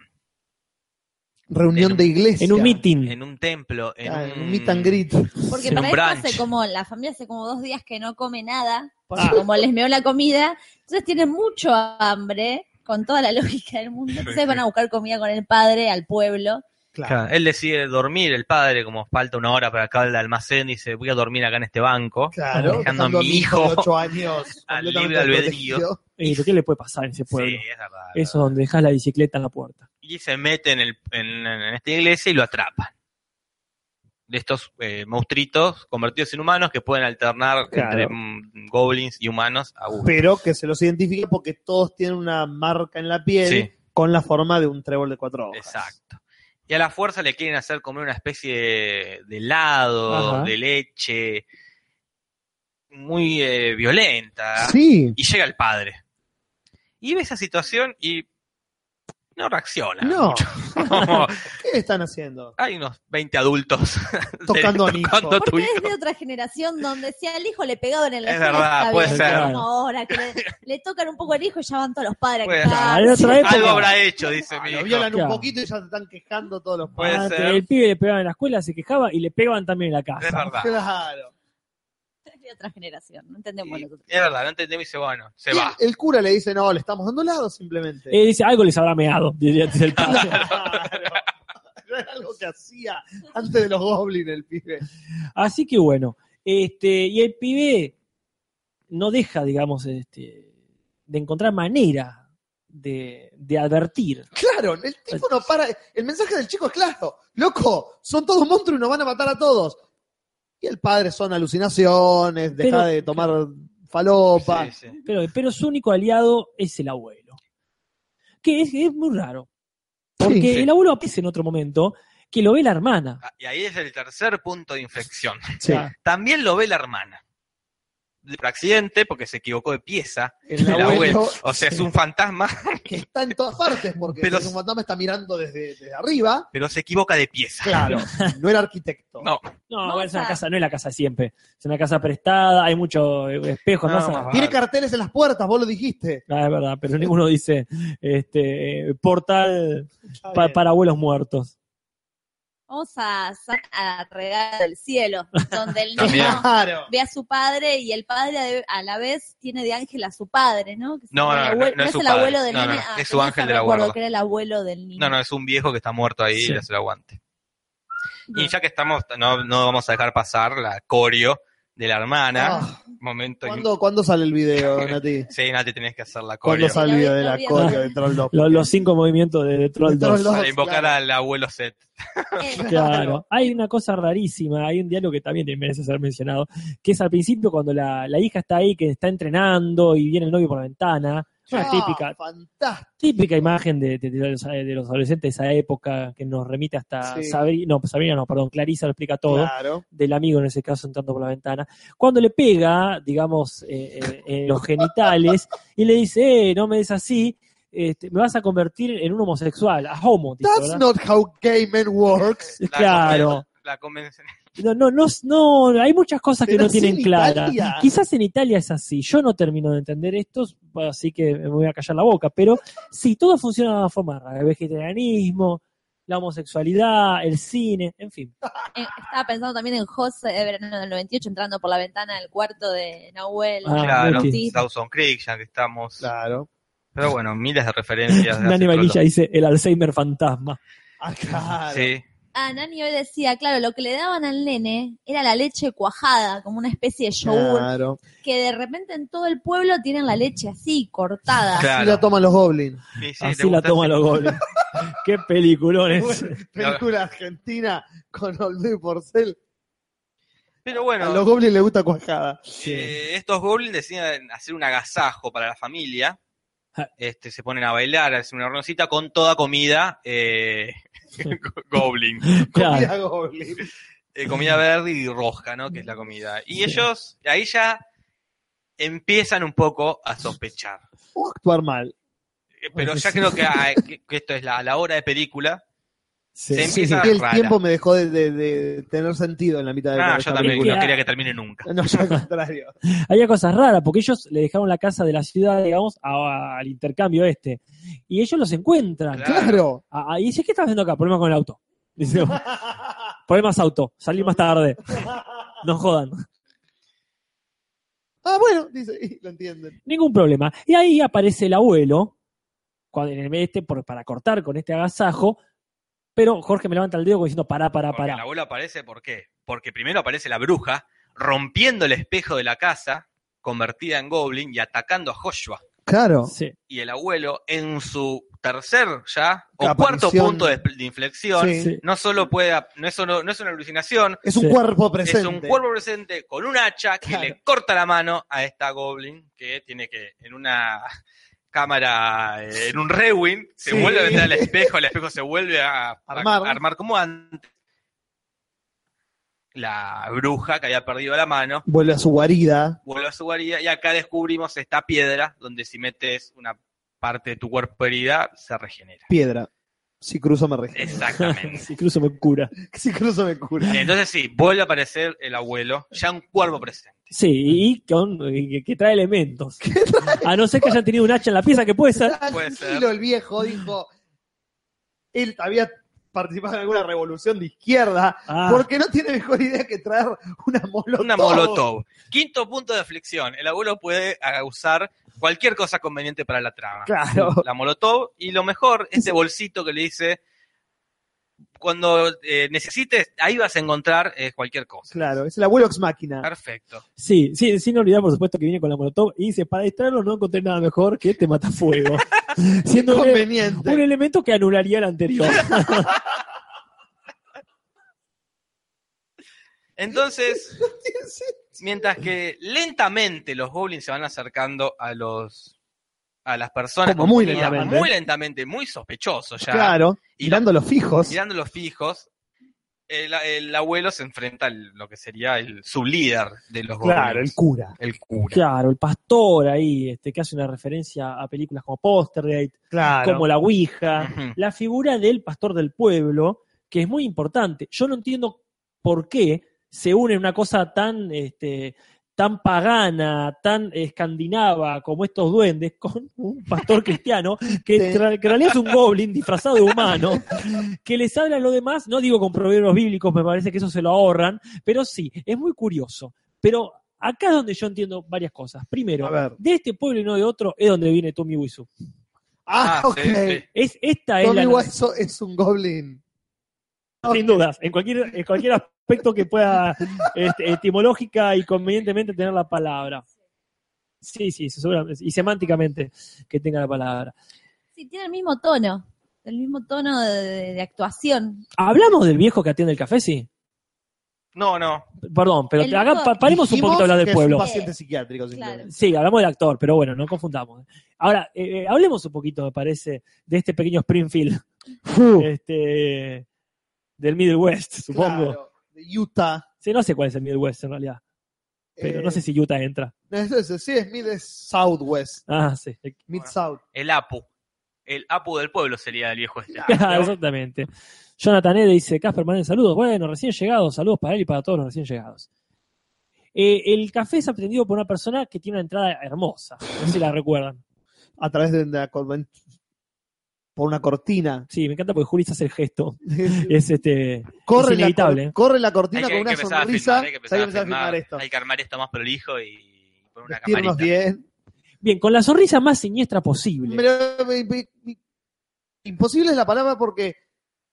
Speaker 1: Reunión
Speaker 3: En un- Mm.
Speaker 1: de iglesia.
Speaker 2: En un meeting.
Speaker 3: en un templo, en
Speaker 1: Ah, en
Speaker 3: un,
Speaker 1: un meet and greet.
Speaker 4: Porque
Speaker 2: Sí.
Speaker 4: para
Speaker 3: Un
Speaker 4: esto
Speaker 3: brunch.
Speaker 4: hace como, la familia hace como dos días que no come nada, porque
Speaker 2: Ah.
Speaker 4: como les meó la comida, entonces tienen mucho hambre, con toda la lógica del mundo, entonces van a buscar comida con el padre al pueblo.
Speaker 1: Claro.
Speaker 3: Claro, Él decide dormir, el padre, como falta una hora para acabar el almacén, dice, voy a dormir acá en este banco.
Speaker 1: Claro,
Speaker 3: Dejando a mi
Speaker 1: de
Speaker 3: hijo
Speaker 1: 8 años
Speaker 3: al libre
Speaker 1: completamente
Speaker 3: albedrío.
Speaker 1: desprotegido.
Speaker 2: Eh, ¿Qué le puede pasar a ese
Speaker 3: Sí,
Speaker 2: pueblo?
Speaker 3: es verdad.
Speaker 2: Eso donde dejas la bicicleta en la puerta.
Speaker 3: Y se mete en, el, en, en esta iglesia y lo atrapan. De estos eh, monstruitos convertidos en humanos que pueden alternar
Speaker 2: Claro.
Speaker 3: entre mm, goblins y humanos a gusto.
Speaker 1: Pero que se los identifique porque todos tienen una marca en la piel
Speaker 3: Sí,
Speaker 1: con la forma de un trébol de cuatro hojas.
Speaker 3: exacto. Y a la fuerza le quieren hacer comer una especie de, de helado,
Speaker 2: Ajá.
Speaker 3: de leche, muy eh, violenta.
Speaker 1: Sí.
Speaker 3: y llega el padre. Y ve esa situación y no reacciona.
Speaker 1: No,
Speaker 3: mucho. Como
Speaker 1: ¿qué están haciendo?
Speaker 3: Hay unos 20 adultos
Speaker 1: Tocando al hijo.
Speaker 3: tocando tu
Speaker 4: Porque es
Speaker 3: hijo.
Speaker 4: de otra generación donde si al hijo le pegaban en la
Speaker 3: Es
Speaker 4: cara,
Speaker 3: verdad,
Speaker 4: está
Speaker 3: puede
Speaker 4: bien,
Speaker 2: ser.
Speaker 4: como ahora, que le, le tocan un poco al hijo y ya van todos los padres a
Speaker 3: Puede
Speaker 4: quejarse.
Speaker 2: ser. En otra época.
Speaker 3: Algo habrá hecho, dice mi
Speaker 1: Lo
Speaker 3: hijo. Pues,
Speaker 1: violan un
Speaker 2: Claro.
Speaker 1: poquito y ya se están quejando todos los
Speaker 3: Puede
Speaker 2: Antes,
Speaker 3: ser.
Speaker 2: Ah, El pibe le pegaban en la escuela, se quejaba y le pegaban también en la
Speaker 3: Es
Speaker 2: casa.
Speaker 3: verdad.
Speaker 1: Claro.
Speaker 4: Es de otra generación, no
Speaker 3: Y-
Speaker 4: entendemos nosotros.
Speaker 3: es verdad, no entendemos y dice, bueno, se
Speaker 1: Y el-
Speaker 3: va.
Speaker 1: El cura le dice, no, le estamos dando lado simplemente.
Speaker 2: Eh, dice, algo les habrá meado, diría antes el padre.
Speaker 1: Claro. No era algo que hacía antes de los goblins el pibe.
Speaker 2: Así que bueno, este, y el pibe no deja, digamos, este, de encontrar manera de, de advertir.
Speaker 1: Claro, el tipo no para. El mensaje del chico es claro. Loco, son todos monstruos y nos van a matar a todos. Y el padre son alucinaciones, deja
Speaker 2: Pero-
Speaker 1: de tomar falopa.
Speaker 3: Sí, sí.
Speaker 2: Pero, pero su único aliado es el abuelo. Que es, es muy raro. Porque
Speaker 1: Sí.
Speaker 2: el abuelo aparece en otro momento que lo ve la hermana.
Speaker 3: Ah, Y ahí es el tercer punto de inflexión.
Speaker 1: Sí.
Speaker 2: Ah,
Speaker 3: También lo ve la hermana. Por accidente, porque se equivocó de pieza.
Speaker 1: El,
Speaker 3: El
Speaker 1: abuelo,
Speaker 3: abuelo. O sea, es un fantasma,
Speaker 1: que está en todas partes, porque
Speaker 3: Pero-
Speaker 1: el su fantasma está mirando desde, desde arriba.
Speaker 3: pero se equivoca de pieza.
Speaker 1: Claro, no era arquitecto.
Speaker 3: No,
Speaker 2: No,
Speaker 4: Vamos
Speaker 2: bueno, es una
Speaker 4: a-
Speaker 2: casa, no es la casa siempre. Es una casa prestada, hay muchos eh, espejos,
Speaker 3: No,
Speaker 2: no,
Speaker 3: más
Speaker 1: Tiene
Speaker 3: Claro.
Speaker 1: carteles en las puertas, vos lo dijiste.
Speaker 2: Ah, es verdad, pero ninguno dice este eh, portal
Speaker 1: Está
Speaker 2: pa-
Speaker 1: bien.
Speaker 2: para abuelos muertos.
Speaker 4: Vamos a, sa- a regalo del cielo, donde el
Speaker 3: También.
Speaker 4: niño
Speaker 1: Claro.
Speaker 4: ve a su padre y el padre de- a la vez tiene de ángel a su padre, ¿no? Que se
Speaker 3: No,
Speaker 4: llama
Speaker 3: no,
Speaker 4: el
Speaker 3: no,
Speaker 4: abue-
Speaker 3: no es su
Speaker 4: el abuelo
Speaker 3: padre.
Speaker 4: del
Speaker 3: No, no,
Speaker 4: nene.
Speaker 3: no,
Speaker 4: Ah,
Speaker 3: es su
Speaker 4: tenés
Speaker 3: ángel
Speaker 4: que
Speaker 3: de la
Speaker 4: recuerdo
Speaker 3: guarda.
Speaker 4: que era el abuelo del niño.
Speaker 3: no, no, es un viejo que está muerto ahí
Speaker 2: Sí.
Speaker 3: y hace el aguante.
Speaker 4: Bien.
Speaker 3: Y ya que estamos, no, no vamos a dejar pasar la corio de la hermana.
Speaker 1: Ah,
Speaker 3: Momento. in-
Speaker 1: ¿cuándo, cuándo sale el video, Nati?
Speaker 3: Sí, Nati, tenés que hacer la
Speaker 1: ¿Cuándo
Speaker 3: corio.
Speaker 1: sale el video de la
Speaker 4: Todavía no.
Speaker 1: corio de Troll 2?
Speaker 2: Lo- Los, cinco movimientos de, de Troll
Speaker 1: De Troll
Speaker 2: 2.
Speaker 1: dos.
Speaker 3: Para invocar
Speaker 1: claro.
Speaker 3: al abuelo Set.
Speaker 4: Eh,
Speaker 2: Claro. Hay una cosa rarísima, hay un diálogo que también merece ser mencionado, que es al principio cuando la, la hija está ahí, que está entrenando y viene el novio por la ventana. Una
Speaker 1: Ah,
Speaker 2: típica,
Speaker 1: Fantástico.
Speaker 2: típica imagen de, de- de los, de los adolescentes de esa época que nos remite hasta
Speaker 1: Sí.
Speaker 2: Sabrina, no, Sabrina no, perdón, Clarisa lo explica todo.
Speaker 1: Claro.
Speaker 2: del amigo en ese caso entrando por la ventana, cuando le pega, digamos, eh, eh, en los genitales y le dice, eh, no me des así, este, me vas a convertir en un homosexual, a homo. dice,
Speaker 1: That's
Speaker 2: ¿verdad?
Speaker 1: not how gay men works.
Speaker 3: La
Speaker 2: Claro.
Speaker 3: conven- La convención.
Speaker 2: No, no, no, no, hay muchas cosas que
Speaker 1: Pero
Speaker 2: no
Speaker 1: así
Speaker 2: tienen
Speaker 1: en
Speaker 2: claras.
Speaker 1: Italia.
Speaker 2: Quizás en Italia es así, yo no termino de entender esto, así que me voy a callar la boca, pero sí, todo funciona de una forma rara, el vegetarianismo, la homosexualidad, el cine, en fin.
Speaker 4: eh, estaba pensando también en José de verano del 98 entrando por la ventana del cuarto de Nahuel.
Speaker 2: Ah,
Speaker 3: claro.
Speaker 2: Muti.
Speaker 3: Dawson Creek, ya que estamos.
Speaker 1: Claro.
Speaker 3: Pero bueno, miles de referencias. de
Speaker 2: Nani
Speaker 3: hace
Speaker 2: Vainilla
Speaker 3: pronto.
Speaker 2: dice, el Alzheimer fantasma.
Speaker 1: Ah, claro.
Speaker 3: Sí.
Speaker 4: Ah, Nani hoy decía, claro, lo que le daban al nene era la leche cuajada, como una especie de yogur,
Speaker 1: Claro.
Speaker 4: que de repente en todo el pueblo tienen la leche así, cortada.
Speaker 1: Y
Speaker 3: Claro.
Speaker 1: la toman los goblins.
Speaker 3: Sí, sí,
Speaker 2: Así
Speaker 3: le
Speaker 2: la
Speaker 3: gusta
Speaker 2: toman
Speaker 3: ese-
Speaker 2: los goblins. Qué peliculones.
Speaker 1: Película argentina con Olvido y Porcel.
Speaker 3: Pero
Speaker 1: A
Speaker 3: bueno,
Speaker 1: los goblins les gusta cuajada.
Speaker 3: Eh, estos goblins deciden hacer un agasajo para la familia.
Speaker 2: Ja.
Speaker 3: Este, se ponen a bailar, hacen una hornocita con toda comida eh, go- goblin.
Speaker 2: Claro.
Speaker 1: Comida goblin.
Speaker 3: Eh, comida verde y roja, ¿no? Que es la comida. Y ellos, ahí ya empiezan un poco a sospechar.
Speaker 1: O actuar mal.
Speaker 3: Eh, Pero ya creo que, ah, que- que esto es la, la hora de película.
Speaker 2: Sí,
Speaker 3: Se
Speaker 1: Sí,
Speaker 3: empieza
Speaker 1: sentí el
Speaker 3: rara.
Speaker 1: tiempo me dejó de, de- de tener sentido en la mitad de
Speaker 3: Ah,
Speaker 1: la
Speaker 3: yo
Speaker 1: esta
Speaker 3: también
Speaker 1: película. Ah,
Speaker 3: no quería que termine nunca.
Speaker 1: No, yo al contrario.
Speaker 2: Había cosas raras, porque ellos le dejaron la casa de la ciudad, digamos, a- al intercambio este. Y ellos los encuentran.
Speaker 3: Claro.
Speaker 1: Claro.
Speaker 2: Ah, ah, y dice, ¿qué estás haciendo acá? Problema con el auto. Dice, problemas auto, salí más tarde. No jodan.
Speaker 1: Ah, bueno, dice, y lo entienden.
Speaker 2: Ningún problema. Y ahí aparece el abuelo, cuando, en el medio este, por- para cortar con este agasajo, pero Jorge me levanta el dedo como diciendo, pará, pará,
Speaker 3: Porque
Speaker 2: pará.
Speaker 3: el abuelo aparece, ¿por qué? Porque primero aparece la bruja rompiendo el espejo de la casa, convertida en goblin y atacando a Joshua.
Speaker 1: Claro.
Speaker 2: Sí.
Speaker 3: y el abuelo en su tercer ya o
Speaker 1: Aparición.
Speaker 3: cuarto punto de, de inflexión
Speaker 1: Sí.
Speaker 2: Sí.
Speaker 3: no solo puede no es solo- no es una alucinación
Speaker 1: Es un
Speaker 2: Sí.
Speaker 1: cuerpo presente.
Speaker 3: es un cuerpo presente con un hacha que
Speaker 1: Claro.
Speaker 3: le corta la mano a esta goblin que tiene que en una cámara eh, en un rewind se
Speaker 1: Sí.
Speaker 3: vuelve a meter al espejo el espejo se vuelve a a-
Speaker 1: Armar.
Speaker 3: a armar como antes la bruja que había perdido la mano
Speaker 1: Vuelve a su guarida.
Speaker 3: vuelve a su guarida y acá descubrimos esta piedra donde si metes una parte de tu cuerpo herida se regenera.
Speaker 1: Piedra. Si cruzo me rige.
Speaker 3: Exactamente.
Speaker 2: Sí, Incluso me cura.
Speaker 1: Si cruzo me cura.
Speaker 3: Entonces sí, vuelve a aparecer el abuelo, ya un cuervo presente.
Speaker 2: Sí, y y con- y que, que trae elementos. A no ser que hayan tenido un hacha en la pieza, que puede ser.
Speaker 3: Puede ser.
Speaker 1: Tranquilo, el viejo dijo. Él había participado en alguna revolución de izquierda.
Speaker 2: Ah,
Speaker 1: Porque no tiene mejor idea que traer una molotov.
Speaker 3: Una molotov. Quinto punto de aflicción, el abuelo puede ah, usar cualquier cosa conveniente para la trama.
Speaker 1: Claro.
Speaker 3: La molotov y lo mejor, ese bolsito que le dice, cuando eh, necesites, ahí vas a encontrar eh, cualquier cosa.
Speaker 1: Claro, es el abuelo ex máquina.
Speaker 3: Perfecto.
Speaker 2: sí, sí, sin olvidar, por supuesto, que viene con la molotov y dice, para distraerlo no encontré nada mejor que este matafuego. Siendo un,
Speaker 1: Conveniente.
Speaker 2: un elemento que anularía el anterior.
Speaker 3: Entonces,
Speaker 1: Sí,
Speaker 3: Mientras que lentamente los goblins se van acercando a los a las personas
Speaker 1: Como muy
Speaker 3: consumidas,
Speaker 1: lentamente.
Speaker 3: muy lentamente, muy sospechosos ya,
Speaker 1: Claro,
Speaker 3: Y-
Speaker 1: mirando los fijos.
Speaker 3: mirándolos fijos. El, el abuelo se enfrenta a lo que sería el líder de los goblins,
Speaker 1: Claro, el cura.
Speaker 3: el cura.
Speaker 2: Claro, el pastor ahí, este, que hace una referencia a películas como Postergate,
Speaker 1: Claro.
Speaker 2: como La Ouija,
Speaker 3: Ujú.
Speaker 2: la figura del pastor del pueblo, que es muy importante. Yo no entiendo por qué se une una cosa tan, este, tan pagana, tan escandinava como estos duendes con un pastor cristiano, que,
Speaker 1: Sí.
Speaker 2: tra- que en realidad es un goblin disfrazado de humano, que les habla a lo demás, no digo con proverbios bíblicos, me parece que eso se lo ahorran, pero sí, es muy curioso. Pero acá es donde yo entiendo varias cosas. Primero,
Speaker 1: A ver.
Speaker 2: de este pueblo y no de otro es donde viene Tommy Wiseau.
Speaker 1: Ah,
Speaker 3: Ah,
Speaker 1: ok.
Speaker 3: sí, sí.
Speaker 2: Es, esta es
Speaker 1: Tommy
Speaker 2: la
Speaker 1: Wiseau es un goblin.
Speaker 2: Sin dudas, en cualquier, en cualquier aspecto que pueda este, etimológica y convenientemente tener la palabra. Sí, sí, sí, seguramente, y semánticamente que tenga la palabra.
Speaker 4: Sí, tiene el mismo tono, el mismo tono de, de- de actuación.
Speaker 2: ¿Hablamos del viejo que atiende el café? Sí.
Speaker 3: No, no.
Speaker 2: Perdón, pero
Speaker 4: El
Speaker 2: haga-
Speaker 4: viejo-
Speaker 2: pa- paremos un
Speaker 1: Dijimos
Speaker 2: poquito a hablar
Speaker 1: que
Speaker 2: del pueblo.
Speaker 1: Es un paciente psiquiátrico, sin
Speaker 4: Claro.
Speaker 1: duda.
Speaker 2: Sí, hablamos del actor, pero bueno, no confundamos. Ahora, eh, eh, hablemos un poquito, me parece, de este pequeño Springfield
Speaker 1: Fu,
Speaker 2: este, del Middle West, supongo.
Speaker 1: claro, de Utah.
Speaker 2: Sí, no sé cuál es el Middle West en realidad, pero
Speaker 1: Eh,
Speaker 2: no sé si Utah entra.
Speaker 1: no, eso es- sí, es Mid es Southwest.
Speaker 2: Ah, sí,
Speaker 1: Mid
Speaker 3: Bueno.
Speaker 1: South.
Speaker 3: El Apu. El Apu del pueblo sería el viejo este.
Speaker 2: Claro, Ah, exactamente. Jonathan Ede dice, Casper, manden saludos. Bueno, recién llegados, saludos para él y para todos los recién llegados. Eh, el café es aprendido por una persona que tiene una entrada hermosa. No sé si la recuerdan.
Speaker 1: A través de una, corven- por una cortina.
Speaker 2: Sí, me encanta porque Juli hace el gesto. Es este.
Speaker 1: corre,
Speaker 2: es
Speaker 1: la,
Speaker 2: inevitable,
Speaker 1: cor-
Speaker 2: ¿eh?
Speaker 1: corre la cortina
Speaker 3: Hay que,
Speaker 1: con
Speaker 3: hay
Speaker 1: una
Speaker 3: que empezar a
Speaker 1: sonrisa.
Speaker 3: filmar, hay que
Speaker 1: Ya
Speaker 3: empezar
Speaker 1: hay
Speaker 3: a
Speaker 1: que empezar a filmar
Speaker 3: filmar,
Speaker 1: esto.
Speaker 3: hay que armar esto más prolijo y poner una
Speaker 1: Vestirnos
Speaker 3: camarita.
Speaker 1: bien.
Speaker 2: Bien, con la sonrisa más siniestra posible.
Speaker 1: Pero, me- me- me- imposible es la palabra porque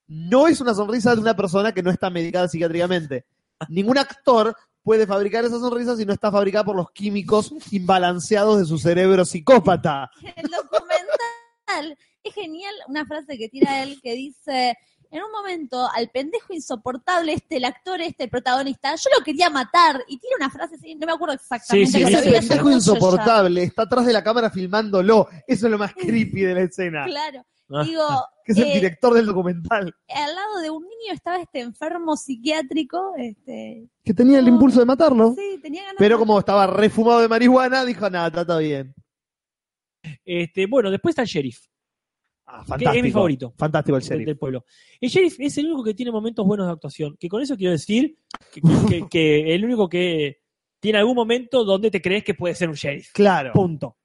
Speaker 1: no es una sonrisa de una persona que no está medicada psiquiátricamente. Ningún actor puede fabricar esa sonrisa si no está fabricada por los químicos imbalanceados de su cerebro psicópata.
Speaker 4: El documental es genial, una frase que tira él que dice, en un momento al pendejo insoportable, este, el actor, este, el protagonista, yo lo quería matar y tiene una frase así, no me acuerdo exactamente.
Speaker 2: Sí, sí,
Speaker 4: pero
Speaker 2: sí,
Speaker 4: lo
Speaker 1: Ese
Speaker 2: sí,
Speaker 4: vi hace
Speaker 1: pendejo
Speaker 4: mucho ya.
Speaker 1: insoportable está atrás de la cámara filmándolo. Eso es lo más creepy de la escena.
Speaker 4: Claro.
Speaker 2: Ah.
Speaker 4: Digo,
Speaker 1: Que es el
Speaker 4: Eh,
Speaker 1: director del documental.
Speaker 4: al lado de un niño estaba este enfermo psiquiátrico, este,
Speaker 1: Que tenía el
Speaker 4: no.
Speaker 1: impulso de matarlo.
Speaker 4: sí, tenía ganas
Speaker 1: Pero
Speaker 4: de-
Speaker 1: como estaba refumado de marihuana, dijo, nada, está todo bien.
Speaker 2: Este, bueno, después está el sheriff
Speaker 1: Ah,
Speaker 2: que es mi favorito.
Speaker 1: Fantástico el
Speaker 2: del-
Speaker 1: sheriff.
Speaker 2: del pueblo. El sheriff es el único que tiene momentos buenos de actuación. Que con eso quiero decir que, que- que- que el único que tiene algún momento donde te crees que puede ser un sheriff.
Speaker 1: Claro.
Speaker 2: Punto.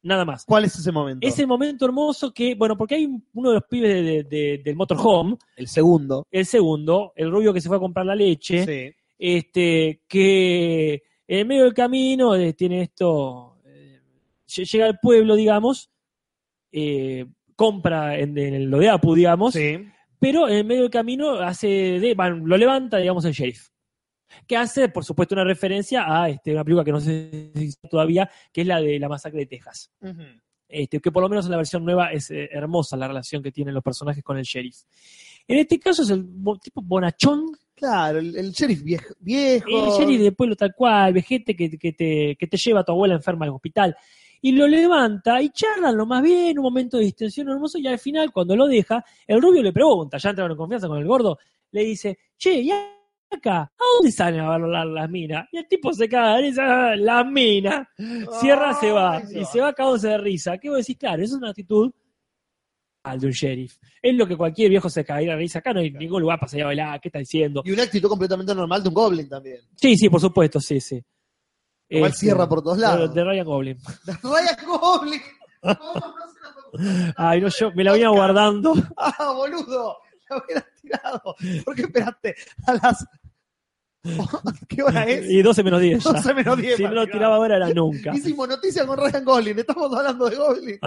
Speaker 2: Nada más.
Speaker 1: ¿Cuál es ese momento?
Speaker 2: Es el momento hermoso que, bueno, porque hay un- uno de los pibes de- de- de- del motorhome,
Speaker 1: el segundo.
Speaker 2: el segundo, el rubio que se fue a comprar la leche,
Speaker 1: Sí.
Speaker 2: este, que en el medio del camino eh, tiene esto, eh, lle- llega al pueblo, digamos, eh, compra en, en lo de Apu, digamos,
Speaker 1: Sí.
Speaker 2: pero en el medio del camino hace de, van, lo levanta, digamos, el sheriff. Que hace, por supuesto, una referencia a este, una película que no sé si existe todavía, que es la de la masacre de Texas este, que por lo menos en la versión nueva es eh, hermosa la relación que tienen los personajes con el sheriff. En este caso es el bo- tipo bonachón,
Speaker 1: Claro, el, el sheriff viejo. viejo.
Speaker 2: el sheriff de pueblo tal cual, vejete que, que te, que te lleva a tu abuela enferma al hospital. Y lo levanta y charlan lo más bien, un momento de distensión hermoso, y al final, cuando lo deja, el rubio le pregunta, ya entraron en confianza con el gordo, le dice, che, ¿y acá? ¿A dónde salen a valorar las minas? Y el tipo se caga, dice, "Ah, las minas. Cierra, se va.
Speaker 1: Ay,
Speaker 2: Y se va cagándose de risa. ¿Qué vos decís? Claro, es una actitud al de un sheriff. Es lo que cualquier viejo se cae de risa. Acá no hay ningún lugar para salir a bailar. ¿Qué está diciendo?
Speaker 1: Y una actitud completamente normal de un goblin también.
Speaker 2: Sí, sí, por supuesto, sí, sí.
Speaker 1: Igual
Speaker 2: Este,
Speaker 1: cierra por todos lados.
Speaker 2: De Ryan Goblin.
Speaker 1: Ryan Goblin. ¿Cómo no se la facultad?
Speaker 2: Ay, no, yo me la venía guardando.
Speaker 1: Ah, boludo. La hubieras tirado. ¿Por qué esperaste a las. ¿Qué hora es?
Speaker 2: Y 12 menos 10. ya.
Speaker 1: 12 menos 10
Speaker 2: Si no
Speaker 1: para
Speaker 2: lo
Speaker 1: tirar.
Speaker 2: tiraba ahora era nunca.
Speaker 1: Hicimos noticias con Ryan Goblin. Estamos hablando de Goblin.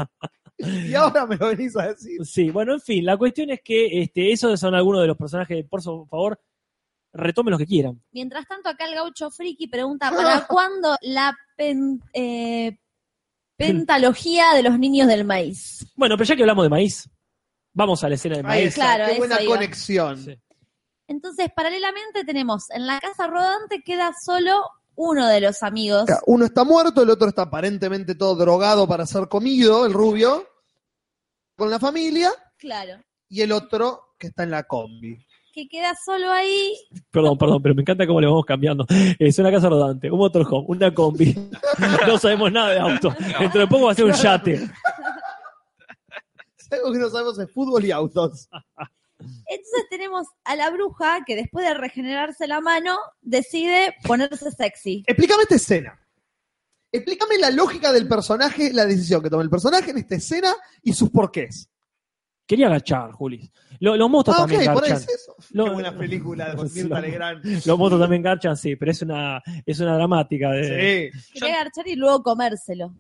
Speaker 1: Y ahora me lo venís a decir.
Speaker 2: Sí, bueno, en fin, la cuestión es que este, esos son algunos de los personajes. Por so- favor, retomen los que quieran.
Speaker 4: Mientras tanto, acá el gaucho friki pregunta, ¿para cuándo la pen- eh, pentalogía de los niños del maíz?
Speaker 2: Bueno, pero ya que hablamos de maíz, vamos a la escena de
Speaker 1: Ahí
Speaker 2: maíz.
Speaker 1: está,
Speaker 4: Claro,
Speaker 1: qué
Speaker 4: eso
Speaker 1: buena
Speaker 4: iba.
Speaker 1: conexión.
Speaker 2: Sí.
Speaker 4: Entonces, paralelamente tenemos, en la casa rodante queda solo uno de los amigos.
Speaker 1: Acá, Uno está muerto, el otro está aparentemente todo drogado para ser comido, el rubio, con la familia,
Speaker 4: Claro.
Speaker 1: y el otro que está en la combi.
Speaker 4: Que queda solo ahí.
Speaker 2: Perdón, perdón, pero me encanta cómo le vamos cambiando. Es una casa rodante, un motorhome, una combi. No sabemos nada de auto. Dentro de poco va a ser un yate.
Speaker 1: Si algo que no sabemos es fútbol y autos.
Speaker 4: Entonces tenemos a la bruja que después de regenerarse la mano decide ponerse sexy.
Speaker 1: Explícame esta escena. Explícame la lógica del personaje, la decisión que toma el personaje en esta escena y sus porqués.
Speaker 2: Quería agachar, Juli. Lo- los motos
Speaker 1: Ah, ok,
Speaker 2: también
Speaker 1: por ahí
Speaker 2: garchan.
Speaker 1: es eso.
Speaker 2: Lo-
Speaker 1: Qué buena película con Mirta
Speaker 2: Sí.
Speaker 1: Legrand.
Speaker 2: Los motos también garchan, sí, pero es una, es una dramática. De...
Speaker 1: Sí.
Speaker 4: Quería garchar y luego comérselo.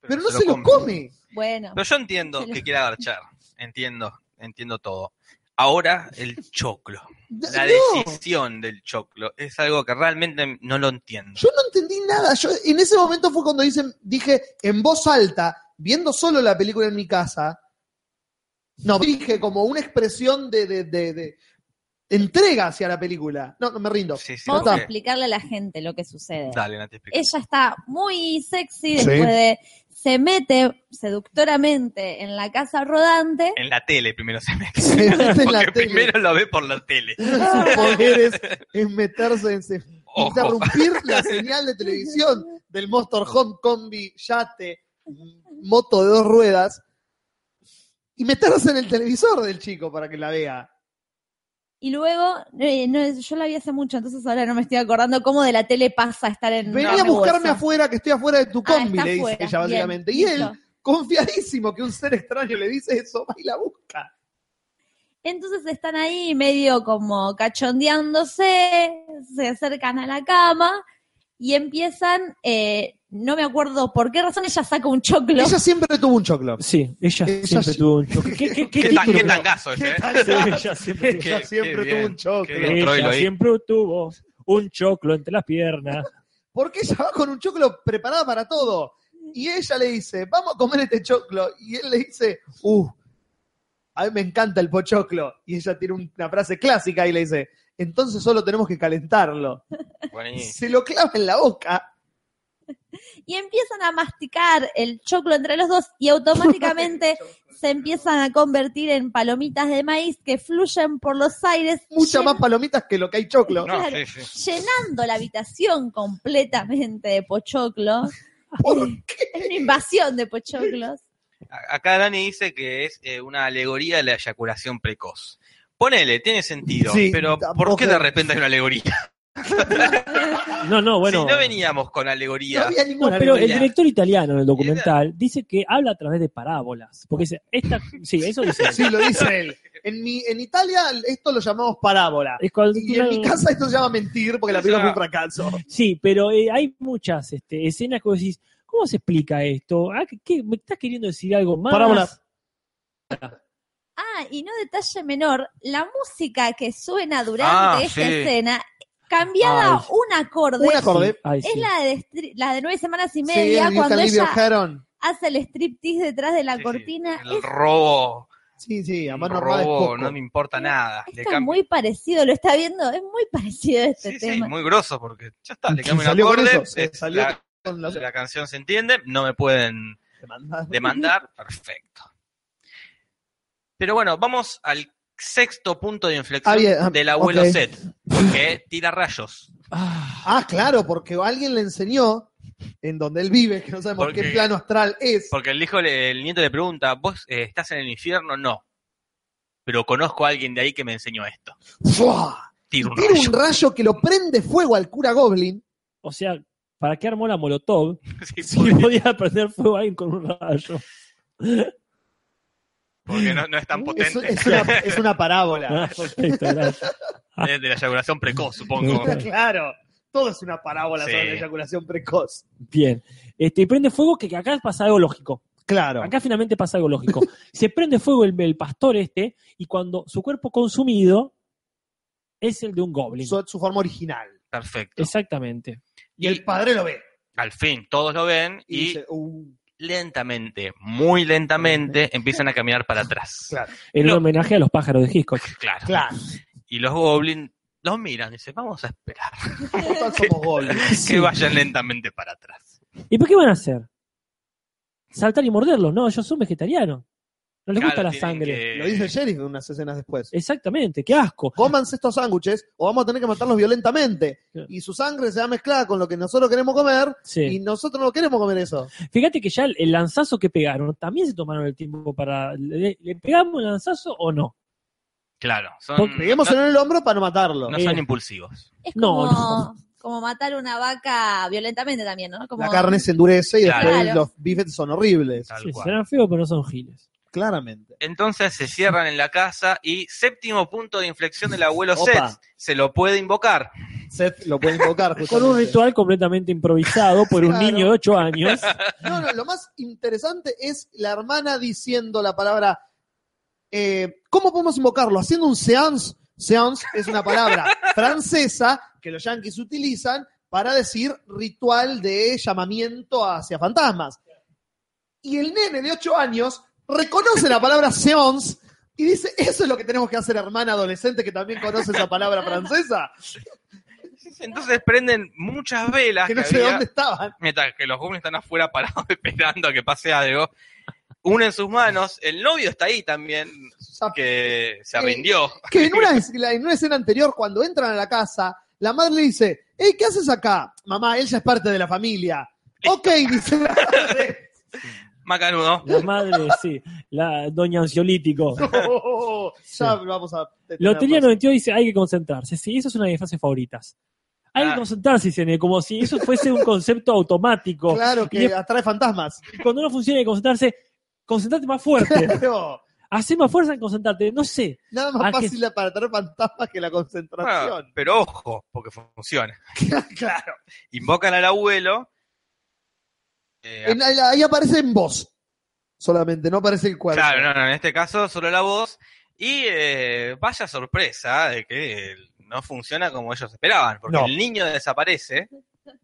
Speaker 1: Pero no se lo come.
Speaker 4: Bueno.
Speaker 3: Pero yo entiendo
Speaker 4: Se lo-
Speaker 3: que quiera garchar. Entiendo, entiendo todo. Ahora, el choclo. La
Speaker 1: No.
Speaker 3: decisión del choclo es algo que realmente no lo entiendo.
Speaker 1: Yo no entendí nada. Yo en ese momento fue cuando dicen, dije en voz alta, viendo solo la película en mi casa. No, dije como una expresión de, de, de- de entrega hacia la película. No, no me rindo.
Speaker 3: Sí, sí,
Speaker 4: Vamos
Speaker 1: está.
Speaker 4: a
Speaker 3: porque-
Speaker 4: explicarle a la gente lo que sucede.
Speaker 3: Dale, Nati, explica.
Speaker 4: Ella está muy sexy después de se mete seductoramente en la casa rodante.
Speaker 3: En la tele primero se mete.
Speaker 1: Se mete en la
Speaker 3: Porque
Speaker 1: tele.
Speaker 3: primero lo ve por la tele.
Speaker 1: Uno de sus poderes es meterse en se-
Speaker 3: Ojo.
Speaker 1: interrumpir la señal de televisión del motorhome, combi, yate, moto de dos ruedas y meterse en el televisor del chico para que la vea.
Speaker 4: Y luego, eh, no, yo la vi hace mucho, entonces ahora no me estoy acordando cómo de la tele pasa a estar en.
Speaker 1: Vení
Speaker 4: una
Speaker 1: a buscarme
Speaker 4: bolsa.
Speaker 1: afuera, que estoy afuera de tu
Speaker 4: Ah,
Speaker 1: combi,
Speaker 4: está
Speaker 1: le dice
Speaker 4: afuera.
Speaker 1: ella básicamente.
Speaker 4: Bien,
Speaker 1: y él,
Speaker 4: listo.
Speaker 1: confiadísimo que un ser extraño le dice eso, va y la busca.
Speaker 4: Entonces están ahí medio como cachondeándose, se acercan a la cama y empiezan, eh, no me acuerdo por qué razón ella saca un choclo.
Speaker 1: Ella siempre tuvo un choclo.
Speaker 2: Sí, ella
Speaker 1: Ella
Speaker 2: siempre
Speaker 1: sí.
Speaker 2: tuvo un choque. ¿Qué, qué, qué
Speaker 3: Qué,
Speaker 2: título?
Speaker 3: tan- qué tangazo
Speaker 1: ¿Qué
Speaker 3: ese, ¿eh?
Speaker 1: tal?
Speaker 2: Sí, ella siempre,
Speaker 1: Ella
Speaker 3: Qué- qué
Speaker 1: siempre
Speaker 3: bien,
Speaker 1: tuvo un choclo.
Speaker 3: qué bien. Troilo
Speaker 2: ella
Speaker 3: ahí.
Speaker 2: siempre tuvo un choclo entre las piernas.
Speaker 1: Porque ella va con un choclo preparada para todo. Y ella le dice, vamos a comer este choclo. Y él le dice, uh, a mí me encanta el pochoclo. Y ella tiene una frase clásica y le dice, entonces solo tenemos que calentarlo.
Speaker 3: Buenísimo.
Speaker 1: Se lo clava en la boca.
Speaker 4: Y empiezan a masticar el choclo entre los dos y automáticamente se empiezan a convertir en palomitas de maíz que fluyen por los aires,
Speaker 1: Muchas
Speaker 4: llen-
Speaker 1: más palomitas que lo que hay choclo.
Speaker 3: No,
Speaker 4: claro.
Speaker 3: sí, sí.
Speaker 4: llenando la habitación completamente de pochoclo.
Speaker 1: ¿Por
Speaker 4: Es una invasión de pochoclos.
Speaker 3: A- Acá Dani dice que es eh, una alegoría de la eyaculación precoz. Ponele, tiene sentido,
Speaker 1: Sí,
Speaker 3: pero
Speaker 1: tampoco-
Speaker 3: ¿por qué de repente hay una alegoría?
Speaker 2: No, no, bueno.
Speaker 3: si no veníamos con alegoría.
Speaker 1: No había
Speaker 2: No,
Speaker 1: ninguna.
Speaker 2: pero el
Speaker 3: alegoría.
Speaker 2: director italiano en el documental dice que habla a través de parábolas. Porque dice, esta, sí, eso dice.
Speaker 1: Sí, lo dice él. En, mi, en Italia esto lo llamamos parábola.
Speaker 2: Es cuando-
Speaker 1: Y en mi casa esto se llama mentir porque la película fue un fracaso.
Speaker 2: Sí, pero eh, hay muchas este, escenas que vos decís, ¿cómo se explica esto? Ah, ¿qué- qué? ¿Me estás queriendo decir algo más?
Speaker 1: Parábola.
Speaker 4: Ah, y no detalle menor, la música que suena durante
Speaker 3: Ah,
Speaker 4: esta
Speaker 3: sí.
Speaker 4: escena, cambiada
Speaker 2: Ay.
Speaker 4: un acorde,
Speaker 1: Un acorde.
Speaker 2: Ay,
Speaker 4: es
Speaker 2: sí.
Speaker 4: la de, stri- la de nueve semanas y
Speaker 1: Sí,
Speaker 4: media,
Speaker 1: you
Speaker 4: cuando
Speaker 1: can leave
Speaker 4: ella
Speaker 1: your hair on.
Speaker 4: hace el striptease detrás de la
Speaker 3: Sí, sí.
Speaker 4: cortina.
Speaker 3: El robo,
Speaker 1: Sí, sí, a mano armada es
Speaker 3: robo,
Speaker 1: poco.
Speaker 3: no me importa nada.
Speaker 4: Es,
Speaker 3: Le
Speaker 4: esto es
Speaker 3: cambio-
Speaker 4: muy parecido, lo está viendo, es muy parecido este
Speaker 3: sí, sí,
Speaker 4: tema.
Speaker 3: muy grosso, porque ya está, le
Speaker 1: Se
Speaker 3: cambio un
Speaker 1: salió con
Speaker 3: acorde,
Speaker 1: eso, se
Speaker 3: es
Speaker 1: salió
Speaker 3: la,
Speaker 1: con los-
Speaker 3: la canción se entiende, no me pueden demandar, perfecto. Pero bueno, vamos al sexto punto de inflexión
Speaker 1: Ah, bien, ah,
Speaker 3: del abuelo
Speaker 1: ok.
Speaker 3: Seth, porque tira rayos.
Speaker 2: Ah,
Speaker 1: Ah, claro, porque alguien le enseñó en donde él vive, que no sabemos
Speaker 3: Porque-
Speaker 1: qué plano astral es.
Speaker 3: Porque el hijo, le- el nieto le pregunta, ¿vos eh, estás en el infierno? No. Pero conozco a alguien de ahí que me enseñó esto.
Speaker 1: ¡Fua!
Speaker 3: Tira un
Speaker 1: Tira un
Speaker 3: rayo.
Speaker 1: rayo que lo prende fuego al cura Goblin.
Speaker 2: o sea, ¿para qué armó la molotov
Speaker 3: Sí,
Speaker 2: si
Speaker 3: porque,
Speaker 2: podía prender fuego a alguien con un rayo?
Speaker 3: porque no, no es tan
Speaker 1: Es,
Speaker 3: potente.
Speaker 1: es una, es una parábola.
Speaker 2: Ah, perfecto, gracias.
Speaker 3: Es de la eyaculación precoz, supongo.
Speaker 1: claro, todo es una parábola
Speaker 3: Sí.
Speaker 1: sobre la eyaculación precoz.
Speaker 2: Bien. Este, y prende fuego que acá pasa algo lógico.
Speaker 1: Claro.
Speaker 2: Acá finalmente pasa algo lógico. Se prende fuego el, el pastor este y cuando su cuerpo consumido es el de un goblin.
Speaker 1: Su, su forma original.
Speaker 3: Perfecto.
Speaker 2: Exactamente.
Speaker 1: Y el padre lo ve.
Speaker 3: Al fin, todos lo ven
Speaker 1: Y,
Speaker 3: y
Speaker 1: dice, "Uh,
Speaker 3: lentamente, muy lentamente, empiezan a caminar para atrás.
Speaker 1: claro,
Speaker 2: En
Speaker 3: No.
Speaker 2: un homenaje a los pájaros de Hitchcock.
Speaker 3: Claro.
Speaker 1: claro.
Speaker 3: Y los goblins los miran y dicen, vamos a esperar
Speaker 1: Todos somos goblins.
Speaker 3: que vayan lentamente para atrás.
Speaker 2: ¿Y por qué van a hacer? Saltar y morderlos. No, ellos son vegetarianos. No les gusta
Speaker 3: Claro,
Speaker 2: la
Speaker 3: tienen
Speaker 2: sangre.
Speaker 3: que-
Speaker 1: Lo dice el sheriff unas escenas después.
Speaker 2: Exactamente, qué asco.
Speaker 1: Cómanse estos sándwiches o vamos a tener que matarlos violentamente.
Speaker 2: Claro.
Speaker 1: Y su sangre se va mezclada con lo que nosotros queremos comer y
Speaker 2: Sí.
Speaker 1: nosotros no queremos comer eso.
Speaker 2: Fíjate que ya el, el lanzazo que pegaron, también se tomaron el tiempo para... ¿Le, le pegamos el lanzazo o no?
Speaker 3: Claro, son,
Speaker 2: Porque
Speaker 1: Peguémoselo
Speaker 3: Mm, no,
Speaker 1: en el hombro para no matarlo.
Speaker 3: no son impulsivos.
Speaker 4: Es
Speaker 2: No,
Speaker 4: como,
Speaker 2: no.
Speaker 4: como matar una vaca violentamente también, ¿no? Como,
Speaker 1: La carne se endurece y
Speaker 3: Claro.
Speaker 1: después
Speaker 4: Claro.
Speaker 1: los bifes son horribles.
Speaker 3: Tal
Speaker 2: Sí,
Speaker 3: cual.
Speaker 2: serán feos, pero no son giles.
Speaker 1: Claramente.
Speaker 3: Entonces se cierran en la casa y séptimo punto de inflexión del abuelo
Speaker 1: Opa.
Speaker 3: Seth, se lo puede invocar.
Speaker 1: Seth lo puede invocar.
Speaker 2: Con un
Speaker 1: justamente.
Speaker 2: ritual completamente improvisado por un
Speaker 1: Claro.
Speaker 2: niño de 8 años.
Speaker 1: No, no, lo más interesante es la hermana diciendo la palabra. eh, ¿Cómo podemos invocarlo? Haciendo un seance. Seance es una palabra francesa que los yanquis utilizan para decir ritual de llamamiento hacia fantasmas. Y el nene de 8 años reconoce la palabra seance y dice: Eso es lo que tenemos que hacer, hermana adolescente que también conoce esa palabra francesa,
Speaker 3: Entonces prenden muchas velas
Speaker 1: que
Speaker 3: que,
Speaker 1: no sé
Speaker 3: había,
Speaker 1: dónde estaban.
Speaker 3: mientras que los goblins están afuera parados esperando a que pase algo. Unen sus manos, el novio está ahí también, que se rindió.
Speaker 1: que en una, es- la- en una escena anterior, cuando entran a la casa, la madre le dice, hey, ¿qué haces acá? Mamá, él ya es parte de la familia. ok, dice la madre.
Speaker 3: Macanudo.
Speaker 2: La madre, sí. La doña ansiolítico.
Speaker 1: No, "Oh, ya vamos a... detenernos.
Speaker 2: Lotería 92 dice, hay que concentrarse. Sí, esa es una de mis frases favoritas. Hay que
Speaker 3: Ah.
Speaker 2: concentrarse, dice Nene, como si eso fuese un concepto automático.
Speaker 1: Claro,
Speaker 2: Y
Speaker 1: que
Speaker 2: es-
Speaker 1: atrae fantasmas.
Speaker 2: Y Cuando no funciona de concentrarse, concentrate más fuerte.
Speaker 1: Pero
Speaker 2: Hacé más fuerza en concentrarte. No sé.
Speaker 1: nada
Speaker 2: Ah,
Speaker 1: más
Speaker 2: que-
Speaker 1: fácil para atraer fantasmas que la
Speaker 3: Bueno,
Speaker 1: concentración.
Speaker 3: Ah, pero ojo, porque funciona.
Speaker 1: claro.
Speaker 3: Invocan al abuelo. eh,
Speaker 1: En- ahí- ahí aparece en voz. Solamente, no aparece el cuerpo.
Speaker 3: Claro, no, no, en este caso solo la voz. Y eh, vaya sorpresa de que no funciona como ellos esperaban, porque
Speaker 1: No.
Speaker 3: el niño desaparece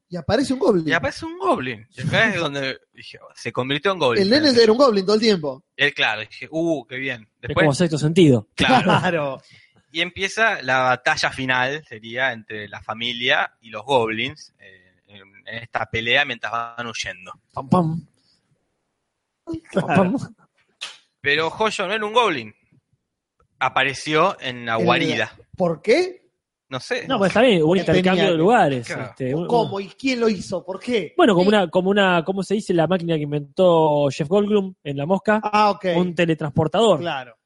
Speaker 1: y aparece un goblin.
Speaker 3: Y aparece un goblin. Y acá es donde dije, se convirtió en goblin.
Speaker 1: el nene era un goblin todo el tiempo.
Speaker 3: Él, claro, dije, uh, qué bien.
Speaker 2: es como
Speaker 3: Después,
Speaker 2: sexto sentido.
Speaker 3: claro.
Speaker 1: Claro.
Speaker 3: Y empieza la batalla final, sería, entre la familia y los goblins, eh, en en esta pelea mientras van huyendo.
Speaker 2: Pam, pam. Pam, pam.
Speaker 3: Pero Joyo no era un goblin. Apareció en la
Speaker 1: En la-
Speaker 3: guarida.
Speaker 1: ¿Por qué?
Speaker 3: No sé.
Speaker 2: No, pues está bien, hubo un
Speaker 1: Qué
Speaker 2: intercambio
Speaker 1: genial.
Speaker 2: de lugares.
Speaker 3: Claro.
Speaker 2: este, un-
Speaker 1: ¿Cómo? ¿Y quién lo hizo? ¿Por qué?
Speaker 2: Bueno, como
Speaker 4: Sí.
Speaker 2: una, como una, ¿cómo se dice? La máquina que inventó Jeff Goldblum en La Mosca,
Speaker 1: Ah, ok.
Speaker 2: un teletransportador.
Speaker 1: Claro.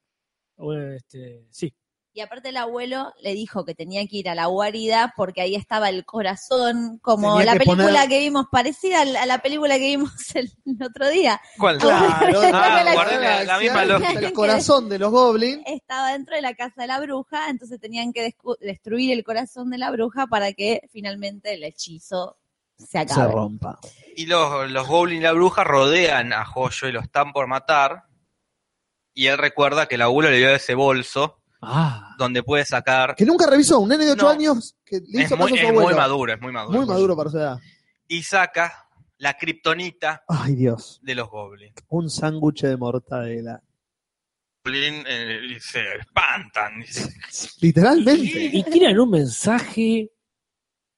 Speaker 2: Eh, este, sí.
Speaker 4: Y aparte el abuelo le dijo que tenía que ir a la guarida porque ahí estaba el corazón, como
Speaker 1: Tenía
Speaker 4: la
Speaker 1: que
Speaker 4: película
Speaker 1: poner-
Speaker 4: que vimos, parecida a la a la película que vimos el, otro día.
Speaker 3: ¿Cuál?
Speaker 1: Claro.
Speaker 3: Ah,
Speaker 4: la-
Speaker 3: guardé la, la misma
Speaker 1: Sí,
Speaker 3: lógica.
Speaker 1: El corazón de los goblins.
Speaker 4: Estaba dentro de la casa de la bruja, entonces tenían que descu- destruir el corazón de la bruja para que finalmente el hechizo se acabe.
Speaker 1: rompa.
Speaker 3: Y los, los Goblin y la bruja rodean a Joyo y lo están por matar. Y él recuerda que el abuelo le dio ese bolso
Speaker 2: Ah,
Speaker 3: donde puede sacar.
Speaker 1: Que nunca revisó. Un nene de 8
Speaker 3: No.
Speaker 1: años que le
Speaker 3: Es
Speaker 1: hizo
Speaker 3: muy,
Speaker 1: caso a su
Speaker 3: es muy
Speaker 1: abuelo.
Speaker 3: maduro, es muy maduro.
Speaker 1: Muy maduro para su edad.
Speaker 3: Y saca la kriptonita
Speaker 1: Ay, Dios.
Speaker 3: de los Goblins.
Speaker 1: Un sándwich de mortadela.
Speaker 3: Goblin eh, se espantan. Dice,
Speaker 1: Literalmente.
Speaker 2: y tiran un mensaje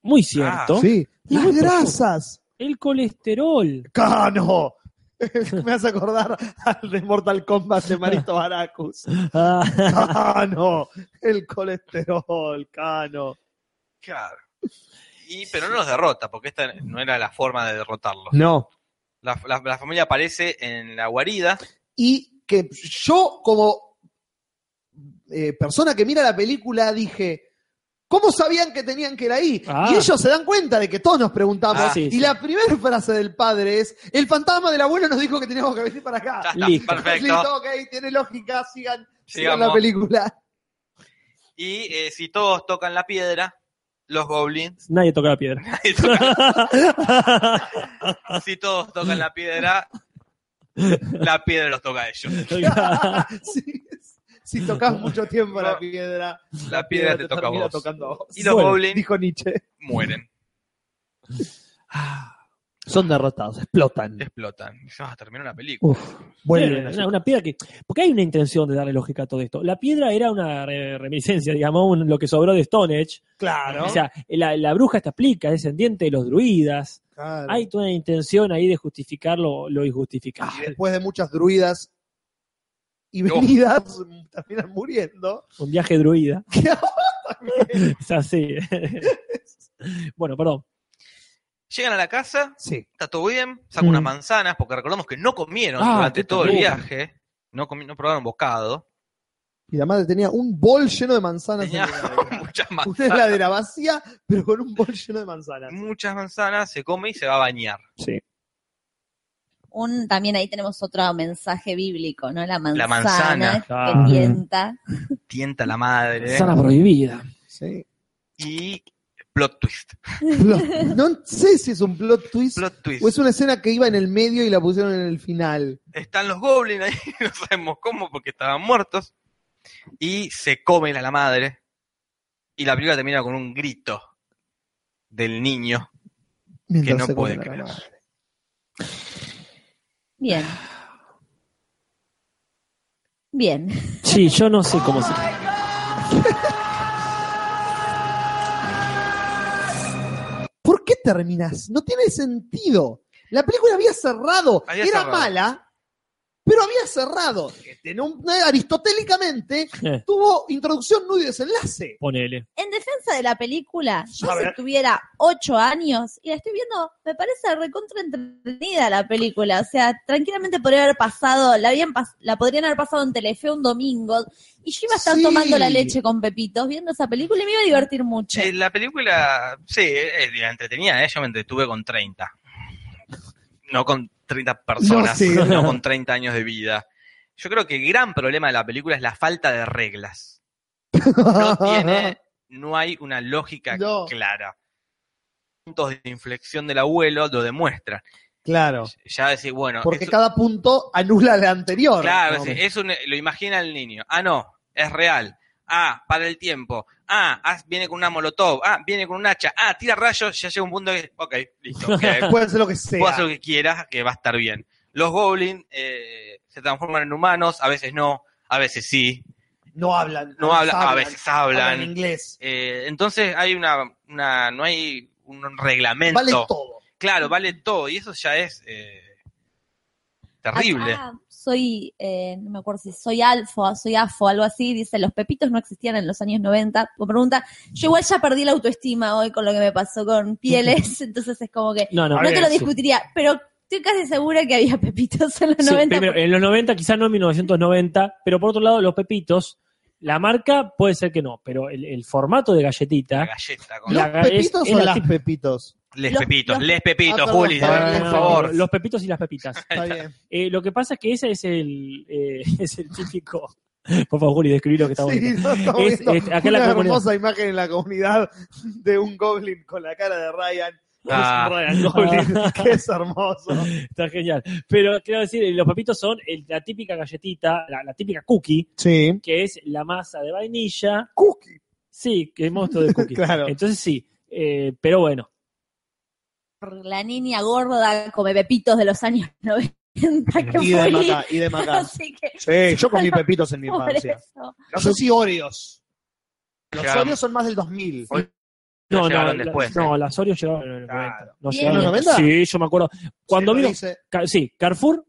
Speaker 2: muy cierto.
Speaker 1: Ah, Sí.
Speaker 2: Y
Speaker 1: Las
Speaker 2: muy
Speaker 1: grasas.
Speaker 2: El colesterol.
Speaker 1: ¡Cano! Me hace acordar al de Mortal Kombat de Marito Baracus.
Speaker 2: Ah,
Speaker 1: ¡Cano! El colesterol, cano.
Speaker 3: Claro. Y, pero no los derrota, porque esta no era la forma de derrotarlos.
Speaker 1: No.
Speaker 3: La, la- la familia aparece en la guarida.
Speaker 1: Y que yo, como eh, persona que mira la película, dije. ¿Cómo sabían que tenían que ir ahí?
Speaker 2: Ah.
Speaker 1: Y ellos se dan cuenta de que todos nos preguntamos.
Speaker 3: Ah,
Speaker 2: sí,
Speaker 1: y
Speaker 2: sí.
Speaker 1: la primera frase del padre es: El fantasma del abuelo nos dijo que teníamos que venir para acá.
Speaker 3: Ya está,
Speaker 2: Listo.
Speaker 3: perfecto.
Speaker 1: Listo, ok, tiene lógica, sigan, sigan la
Speaker 3: Sigamos.
Speaker 1: película.
Speaker 3: Y eh, si todos tocan la piedra, los goblins.
Speaker 2: nadie toca la piedra.
Speaker 3: Nadie toca Si todos tocan la piedra, la piedra los toca a ellos.
Speaker 1: si, si tocas mucho tiempo la piedra,
Speaker 3: La piedra te toca a
Speaker 1: termina
Speaker 3: vos.
Speaker 1: tocando a vos.
Speaker 3: Y los
Speaker 2: Bueno,
Speaker 3: goblins
Speaker 1: Dijo Nietzsche.
Speaker 3: mueren,
Speaker 1: Son derrotados, explotan.
Speaker 3: explotan. Dice, Ah, termina una película.
Speaker 1: Uf, vuelven.
Speaker 2: una, una piedra que. Porque hay una intención de darle lógica a todo esto. La piedra era una re- reminiscencia, digamos, un- lo que sobró de Stonehenge.
Speaker 1: Claro.
Speaker 2: O sea, la, la bruja está explica, es descendiente de los druidas.
Speaker 1: Claro.
Speaker 2: Hay toda una intención ahí de justificar lo, lo
Speaker 1: Y
Speaker 4: Ah.
Speaker 2: injustificable.
Speaker 1: después de muchas druidas y
Speaker 3: Ah. No.
Speaker 1: venidas, terminan muriendo.
Speaker 2: Un viaje druida.
Speaker 1: También.
Speaker 2: Es así. bueno, perdón.
Speaker 3: Llegan a la casa,
Speaker 1: sí.
Speaker 3: está todo bien, sacan
Speaker 2: Mm.
Speaker 3: unas manzanas, porque recordamos que no comieron
Speaker 2: Ah,
Speaker 3: durante
Speaker 2: puta
Speaker 3: todo el
Speaker 2: madre.
Speaker 3: viaje. No, comi- no probaron bocado.
Speaker 1: Y la madre tenía un bol lleno de manzanas.
Speaker 3: Tenía
Speaker 1: en la heladera.
Speaker 3: muchas
Speaker 1: Una
Speaker 3: manzanas.
Speaker 1: heladera vacía, pero con un bol lleno de manzanas.
Speaker 3: Muchas manzanas, se come y se va a bañar.
Speaker 1: Sí.
Speaker 4: Un, también ahí tenemos otro mensaje bíblico, ¿no? La manzana,
Speaker 3: manzana,
Speaker 2: claro.
Speaker 1: Ah.
Speaker 4: que tienta.
Speaker 3: Tienta la madre.
Speaker 2: Sana prohibida.
Speaker 1: sí.
Speaker 3: Y plot twist.
Speaker 1: Plot- No sé si es un plot twist
Speaker 3: Plot
Speaker 2: Pues-
Speaker 3: twist.
Speaker 1: o es una escena que iba en el medio y la pusieron en el final.
Speaker 3: Están los goblins ahí, no sabemos cómo, porque estaban muertos. Y se comen a la madre. Y la película termina con un grito del niño.
Speaker 1: Mientras
Speaker 3: Que no
Speaker 1: se
Speaker 3: puede
Speaker 1: comen a la
Speaker 3: creer.
Speaker 1: madre.
Speaker 4: Bien.
Speaker 1: Ah.
Speaker 4: Bien.
Speaker 2: Sí, yo no sé cómo se.
Speaker 1: ¿Por qué terminas? No tiene sentido. La película había cerrado.
Speaker 3: Había
Speaker 1: Era
Speaker 3: cerrado.
Speaker 1: mala, pero había cerrado. En un- aristotélicamente
Speaker 2: Eh,
Speaker 1: tuvo introducción, nudo y desenlace.
Speaker 2: Ponele.
Speaker 4: En defensa de la película, yo
Speaker 1: A
Speaker 4: si
Speaker 1: ver.
Speaker 4: tuviera ocho años y la estoy viendo, me parece recontra entretenida la película. O sea, tranquilamente podría haber pasado, la, habían pas- la podrían haber pasado en Telefe un domingo y yo iba a estar
Speaker 1: Sí.
Speaker 4: tomando la leche con Pepitos viendo esa película y me iba a divertir mucho.
Speaker 3: Eh, la película, sí, eh, la entretenía, eh, yo me entretuve con 30. No con 30 personas,
Speaker 1: No, sí.
Speaker 3: no con 30 años de vida. Yo creo que el gran problema de la película es la falta de reglas. No tiene, no hay una lógica
Speaker 1: No.
Speaker 3: clara. Puntos de inflexión del abuelo lo demuestran.
Speaker 1: Claro.
Speaker 3: Ya decís, bueno,
Speaker 1: Porque
Speaker 3: es-
Speaker 1: cada punto anula la anterior.
Speaker 3: Claro,
Speaker 1: No,
Speaker 3: sí, es un- lo imagina el niño. Ah, no, es real. Ah, para el tiempo. Ah, ah, viene con una molotov. Ah, viene con un hacha. Ah, tira rayos. Ya llega un punto que. Ok, listo. que
Speaker 1: Puede hacer lo que sea.
Speaker 3: Puedes hacer lo que quieras, que va a estar bien. Los goblins eh, se transforman en humanos, a veces no, a veces sí.
Speaker 1: No hablan.
Speaker 3: No hablan, a veces hablan.
Speaker 1: en inglés.
Speaker 3: Eh, entonces hay una, una. No hay un reglamento.
Speaker 1: Vale todo.
Speaker 3: Claro, vale todo. Y eso ya es. eh, terrible.
Speaker 1: Ah.
Speaker 4: Acá soy, eh, no me acuerdo si soy alfa, soy afo, algo así, dice, los pepitos no existían en los años 90. Me pregunta, yo igual ya perdí la autoestima hoy con lo que me pasó con pieles, entonces es como que
Speaker 2: No, no,
Speaker 4: no te lo
Speaker 2: sí.
Speaker 4: discutiría, pero estoy casi segura que había pepitos en los
Speaker 2: Sí,
Speaker 4: 90.
Speaker 2: primero, en los 90, quizás no en 1990, pero por otro lado, los pepitos, la marca puede ser que no, pero el, el formato de
Speaker 3: La
Speaker 2: galletita,
Speaker 3: galleta con
Speaker 1: ¿Los
Speaker 2: la- es-
Speaker 1: pepitos
Speaker 2: es
Speaker 1: o
Speaker 2: la
Speaker 1: las
Speaker 2: típica-
Speaker 1: pepitos?
Speaker 3: Les
Speaker 4: Los-
Speaker 3: Pepitos,
Speaker 4: los-
Speaker 3: Les
Speaker 1: Ah,
Speaker 3: Pepitos,
Speaker 1: perdón,
Speaker 3: Juli,
Speaker 1: perdón,
Speaker 3: por
Speaker 1: no,
Speaker 3: favor.
Speaker 2: eh, los pepitos y las pepitas.
Speaker 1: Está bien.
Speaker 2: Eh, lo que pasa es que ese es el, eh, es el típico. Por favor, Juli, describí lo que está
Speaker 1: Sí,
Speaker 2: bonito.
Speaker 1: no, estamos
Speaker 2: Es-
Speaker 1: viendo
Speaker 2: es- acá
Speaker 1: una
Speaker 2: la comunidad-
Speaker 1: hermosa imagen en la comunidad de un goblin con la cara de Ryan. Es
Speaker 3: Ah.
Speaker 1: un Ryan Goblin, que es hermoso.
Speaker 2: Está genial. Pero quiero decir, eh, los pepitos son el- la típica galletita, la, la típica cookie,
Speaker 1: Sí.
Speaker 2: que es la masa de vainilla.
Speaker 1: Cookie.
Speaker 2: Sí, que es monstruo de cookie.
Speaker 1: Claro.
Speaker 2: Entonces sí, eh, pero bueno. eh,
Speaker 4: La niña gorda come pepitos de los años 90 que
Speaker 1: Y de
Speaker 4: fui.
Speaker 1: Macá, y de Macá.
Speaker 4: Así que,
Speaker 1: Sí, yo comí pepitos en mi
Speaker 4: por
Speaker 1: infancia.
Speaker 4: eso.
Speaker 1: No sé si Oreos. Los
Speaker 3: Ya.
Speaker 1: Oreos son más del 2000.
Speaker 3: Oye,
Speaker 2: No, no,
Speaker 3: llegaron
Speaker 2: la-
Speaker 3: después,
Speaker 2: no,
Speaker 3: ¿eh?
Speaker 2: las Oreo llegaron en los
Speaker 1: Claro.
Speaker 2: 90. No
Speaker 4: ¿Bien?
Speaker 2: llegaron
Speaker 1: ¿En los
Speaker 2: después.
Speaker 1: 90?
Speaker 2: Sí, yo me acuerdo.
Speaker 1: Sí,
Speaker 2: Cuando
Speaker 1: lo
Speaker 2: vino,
Speaker 1: dice.
Speaker 2: Ca- sí, Carrefour,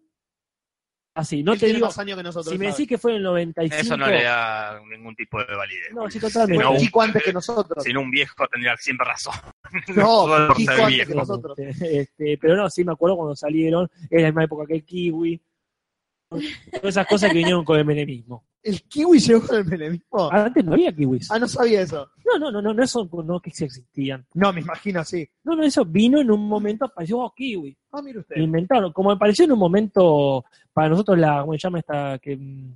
Speaker 2: así, no
Speaker 1: Él
Speaker 2: te
Speaker 1: tiene
Speaker 2: digo,
Speaker 1: más años que nosotros.
Speaker 2: si me
Speaker 1: ¿sabes?
Speaker 2: decís que fue en el 95,
Speaker 3: Eso no le da ningún tipo de validez.
Speaker 2: No,
Speaker 3: Juli.
Speaker 2: sí, totalmente.
Speaker 3: Si no,
Speaker 1: Fue
Speaker 2: no.
Speaker 1: Kiko antes que nosotros.
Speaker 3: si no, un viejo tendría siempre razón.
Speaker 1: No,
Speaker 3: Todo por
Speaker 1: Kiko
Speaker 3: ser
Speaker 1: antes que
Speaker 3: viejo.
Speaker 1: nosotros.
Speaker 2: Este, pero no, sí me acuerdo cuando salieron, era la misma época que el kiwi, todas esas cosas que vinieron con el menemismo.
Speaker 1: El kiwi llegó con el menemismo.
Speaker 2: Antes no había kiwis.
Speaker 1: Ah, no sabía eso.
Speaker 2: No, no, no, no, no, eso no que sí existían.
Speaker 1: No, me imagino así.
Speaker 2: No, no, eso vino en un momento, apareció oh, kiwi.
Speaker 1: Ah, mire usted.
Speaker 2: Lo inventaron. Como apareció en un momento, para nosotros la, ¿cómo se llama esta? Que, mm,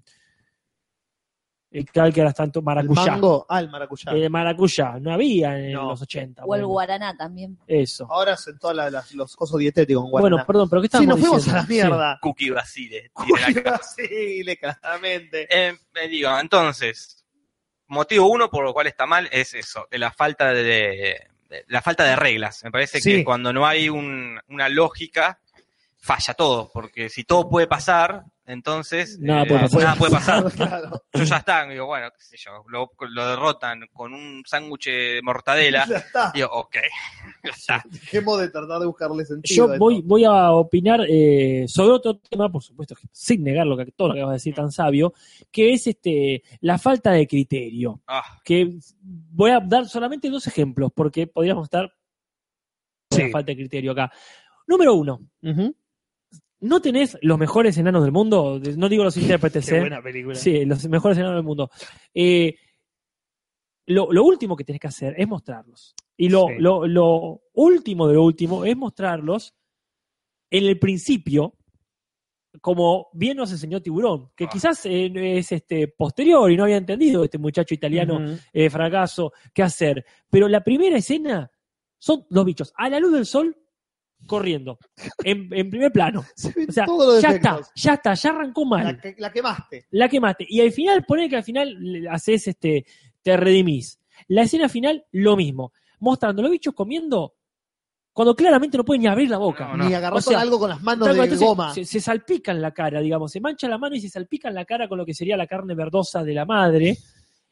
Speaker 2: el tal que ahora es tanto
Speaker 1: El
Speaker 2: maracuyá.
Speaker 1: mango. Ah, el maracuyá.
Speaker 2: Eh, maracuyá, no había en
Speaker 1: No.
Speaker 2: los 80.
Speaker 4: O el
Speaker 2: ponele.
Speaker 4: guaraná también.
Speaker 2: Eso.
Speaker 1: Ahora hacen todas las- las- los cosos dietéticos con
Speaker 2: Bueno,
Speaker 1: guaraná.
Speaker 2: perdón, pero ¿qué
Speaker 1: sí,
Speaker 2: estábamos
Speaker 1: nos fuimos a
Speaker 2: diciendo?
Speaker 1: la mierda.
Speaker 3: Cookie Basile.
Speaker 1: Sí, le- claramente.
Speaker 3: Eh, me digo, entonces, motivo uno por lo cual está mal es eso, de la falta de, de- la falta de reglas. Me parece
Speaker 1: Sí.
Speaker 3: que cuando no hay un- una lógica, falla todo, porque si todo puede pasar, entonces eh,
Speaker 2: Nada puede pasar.
Speaker 3: nada puede pasar.
Speaker 1: Claro.
Speaker 3: Yo ya está, digo, bueno, qué sé yo, lo, lo derrotan con un sándwich de mortadela.
Speaker 1: Ya está.
Speaker 3: Digo, ok, ya está.
Speaker 1: Dejemos de tratar de buscarle sentido. a
Speaker 2: Yo
Speaker 1: esto.
Speaker 2: voy, voy a opinar eh, sobre otro tema, por supuesto, que- sin negar lo que, todo lo que vas a decir tan sabio, que es este la falta de criterio.
Speaker 3: Ah,
Speaker 2: que voy a dar solamente dos ejemplos, porque podríamos estar con la falta de criterio acá. Número uno,
Speaker 1: Ujú.
Speaker 2: no tenés los mejores enanos del mundo, de- no digo los intérpretes,
Speaker 1: Qué
Speaker 2: ¿eh?
Speaker 1: buena película.
Speaker 2: sí, los mejores enanos del mundo. Eh, lo, lo último que tenés que hacer es mostrarlos. Y lo,
Speaker 1: Sí.
Speaker 2: lo- lo último de lo último es mostrarlos en el principio, como bien nos enseñó Tiburón, que
Speaker 3: Ah.
Speaker 2: quizás eh, es este posterior y no había entendido este muchacho italiano
Speaker 1: Ujú.
Speaker 2: eh, fracaso, qué hacer. Pero la primera escena son los bichos a la luz del sol corriendo, en, en primer plano.
Speaker 1: Se ven
Speaker 2: O sea,
Speaker 1: todos los
Speaker 2: ya está,
Speaker 1: defectos.
Speaker 2: ya está, ya arrancó
Speaker 1: La,
Speaker 2: mal,
Speaker 1: que- la quemaste.
Speaker 2: la quemaste. Y al final, poné que al final le- haces este, te redimís. La escena final, lo mismo, mostrando los bichos comiendo cuando claramente no pueden ni abrir la boca.
Speaker 3: No, no.
Speaker 1: Ni agarraron
Speaker 2: O sea,
Speaker 1: algo con las manos
Speaker 2: Tal
Speaker 1: de
Speaker 2: cual, entonces,
Speaker 1: goma.
Speaker 2: Se, se salpican la cara, digamos, se mancha la mano y se salpican la cara con lo que sería la carne verdosa de la madre.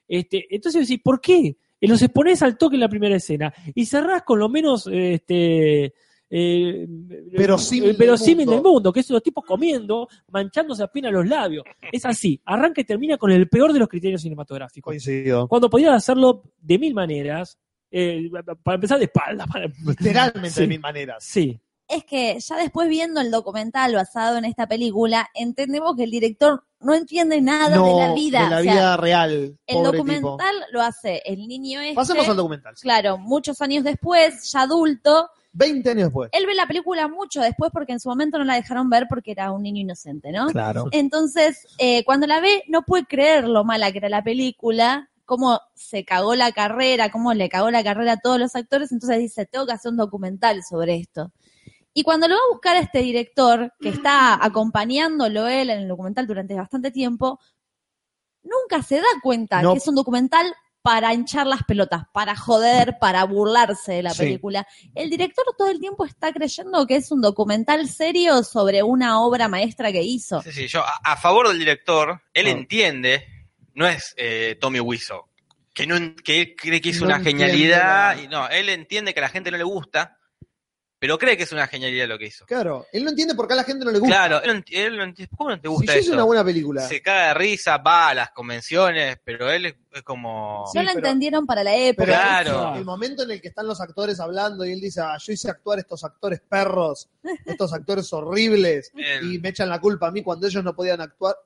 Speaker 2: Este, entonces decís, ¿por qué? Eh, Los exponés al toque en la primera escena y cerrás con lo menos eh, este, eh,
Speaker 1: Verosímil
Speaker 2: eh,
Speaker 1: del
Speaker 2: verosímil
Speaker 1: mundo.
Speaker 2: del mundo, que es los tipos comiendo, manchándose apenas los labios. Es así, arranca y termina con el peor de los criterios cinematográficos.
Speaker 1: Coincido.
Speaker 2: Cuando podían hacerlo de mil maneras, eh, para empezar de espalda, para-
Speaker 1: Literalmente
Speaker 2: Sí.
Speaker 1: de mil maneras.
Speaker 2: sí.
Speaker 4: es que ya después viendo el documental basado en esta película, entendemos que el director no entiende nada
Speaker 1: no,
Speaker 4: de la vida.
Speaker 1: De la
Speaker 4: o sea,
Speaker 1: vida real.
Speaker 4: el
Speaker 1: pobre
Speaker 4: documental lo hace el niño este.
Speaker 1: tipo. Pasemos al documental.
Speaker 4: Claro, muchos años después, ya adulto.
Speaker 1: 20 años después.
Speaker 4: Él ve la película mucho después porque en su momento no la dejaron ver porque era un niño inocente, ¿no?
Speaker 1: Claro.
Speaker 4: Entonces, eh, cuando la ve, no puede creer lo mala que era la película, cómo se cagó la carrera, cómo le cagó la carrera a todos los actores, entonces dice, tengo que hacer un documental sobre esto. Y cuando lo va a buscar a este director, que está acompañándolo él en el documental durante bastante tiempo, nunca se da cuenta
Speaker 1: No.
Speaker 4: que es un documental para hinchar las pelotas, para joder, para burlarse de la
Speaker 1: Sí.
Speaker 4: película. El director todo el tiempo está creyendo que es un documental serio sobre una obra maestra que hizo.
Speaker 3: Sí, sí, yo a, a favor del director, él
Speaker 1: Ah.
Speaker 3: entiende, no es eh, Tommy Wiseau, que, no, en- que él cree que es
Speaker 1: No
Speaker 3: una
Speaker 1: entiende
Speaker 3: genialidad,
Speaker 1: nada.
Speaker 3: y no, él entiende que a la gente no le gusta, pero cree que es una genialidad lo que hizo.
Speaker 1: Claro, él no entiende por qué a la gente no le gusta.
Speaker 3: Claro, él, enti- él no entiende, ¿cómo no te
Speaker 1: si
Speaker 3: gusta
Speaker 1: yo hice
Speaker 3: eso?
Speaker 1: una buena película.
Speaker 3: Se caga de risa, va a las convenciones, pero él es, es como...
Speaker 1: Sí,
Speaker 4: no la
Speaker 1: pero-
Speaker 4: entendieron para la época.
Speaker 1: Pero
Speaker 3: Claro.
Speaker 1: el momento en el que están los actores hablando y él dice, ah, yo hice actuar estos actores perros, estos actores horribles,
Speaker 3: él-
Speaker 1: y me echan la culpa a mí cuando ellos no podían actuar.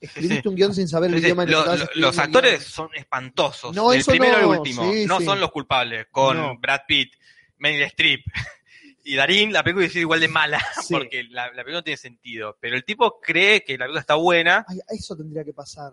Speaker 1: Escribiste
Speaker 3: Sí.
Speaker 1: un guión sin saber el
Speaker 3: Sí, sí,
Speaker 1: idioma en el
Speaker 3: lo-
Speaker 1: que estabas
Speaker 3: lo-
Speaker 1: escribiendo
Speaker 3: los
Speaker 1: el
Speaker 3: actores son espantosos.
Speaker 1: No,
Speaker 3: del
Speaker 1: eso
Speaker 3: primero al
Speaker 1: no,
Speaker 3: último.
Speaker 1: sí,
Speaker 3: no
Speaker 1: sí.
Speaker 3: son los culpables. Con
Speaker 1: No.
Speaker 3: Brad Pitt, Meryl Streep y Darín, la película es igual de mala.
Speaker 1: Sí.
Speaker 3: Porque la, la película no tiene sentido. Pero el tipo cree que la película está buena.
Speaker 1: guión. Ay, eso tendría que pasar.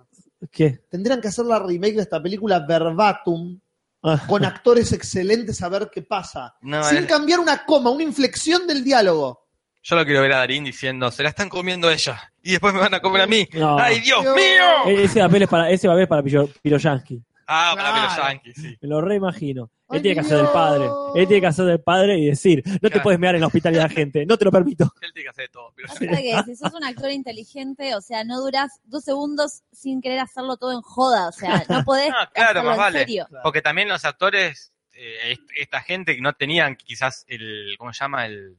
Speaker 2: ¿Qué?
Speaker 1: Tendrían que hacer la remake de esta película verbatim,
Speaker 2: Ah.
Speaker 1: con actores excelentes a ver qué pasa.
Speaker 3: No,
Speaker 1: sin
Speaker 3: es-
Speaker 1: cambiar una coma, una inflexión del diálogo.
Speaker 3: yo lo quiero ver a Darín diciendo, se la están comiendo ella. Y después me van a comer a mí.
Speaker 2: No.
Speaker 3: ¡Ay, Dios
Speaker 1: Dios.
Speaker 3: mío!
Speaker 2: E- Ese papel es para, ese papel es para Piro- Piroyansky.
Speaker 3: Ah, para ver los
Speaker 1: Claro.
Speaker 3: yankees, sí.
Speaker 2: Me lo reimagino.
Speaker 1: Ay,
Speaker 2: Él tiene que hacer del padre.
Speaker 1: Dios.
Speaker 2: Él tiene que hacer del padre y decir, no te
Speaker 3: Claro.
Speaker 2: puedes mear en la hospitalidad de la gente, no te lo permito.
Speaker 3: Él tiene que hacer de todo.
Speaker 1: Ah,
Speaker 3: pero
Speaker 4: Pasa que si sos un actor inteligente, o sea, no duras dos segundos sin querer hacerlo todo en joda, o sea, no podés
Speaker 3: Ah, claro,
Speaker 4: hacerlo
Speaker 3: más
Speaker 4: en
Speaker 3: vale.
Speaker 4: serio.
Speaker 3: Porque también los actores, eh, est- esta gente que no tenían quizás el, ¿cómo se llama? El,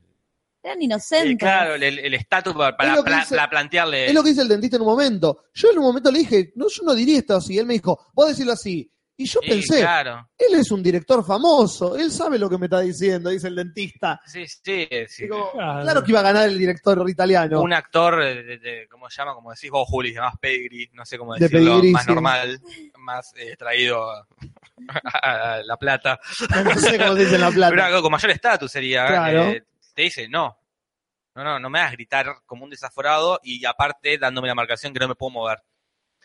Speaker 4: Eran
Speaker 3: Eh,
Speaker 4: inocentes.
Speaker 3: claro, el el estatus para, para
Speaker 1: Es lo que
Speaker 3: pla-
Speaker 1: dice-
Speaker 3: para plantearle.
Speaker 1: Es lo que dice el dentista en un momento. Yo en un momento le dije, no, yo no diría esto así. Él me dijo, vos decirlo así. Y yo
Speaker 3: Sí,
Speaker 1: pensé,
Speaker 3: Claro.
Speaker 1: él es un director famoso, él sabe lo que me está diciendo, dice el dentista.
Speaker 3: Sí, sí, sí.
Speaker 1: Digo,
Speaker 2: Claro.
Speaker 1: claro que iba a ganar el director italiano.
Speaker 3: Un actor, eh, de, de- ¿cómo se llama? Como decís vos, Juli, de más pedigree, no sé cómo
Speaker 1: De
Speaker 3: decirlo,
Speaker 1: pedigree,
Speaker 3: más
Speaker 1: sí.
Speaker 3: normal, más eh, traído a, a La Plata.
Speaker 1: No sé cómo se dice en la
Speaker 3: Pero
Speaker 1: plata.
Speaker 3: algo con mayor estatus sería.
Speaker 1: Claro.
Speaker 3: eh, te dice, no. No, no, no me hagas gritar como un desaforado y aparte dándome la marcación que no me puedo mover.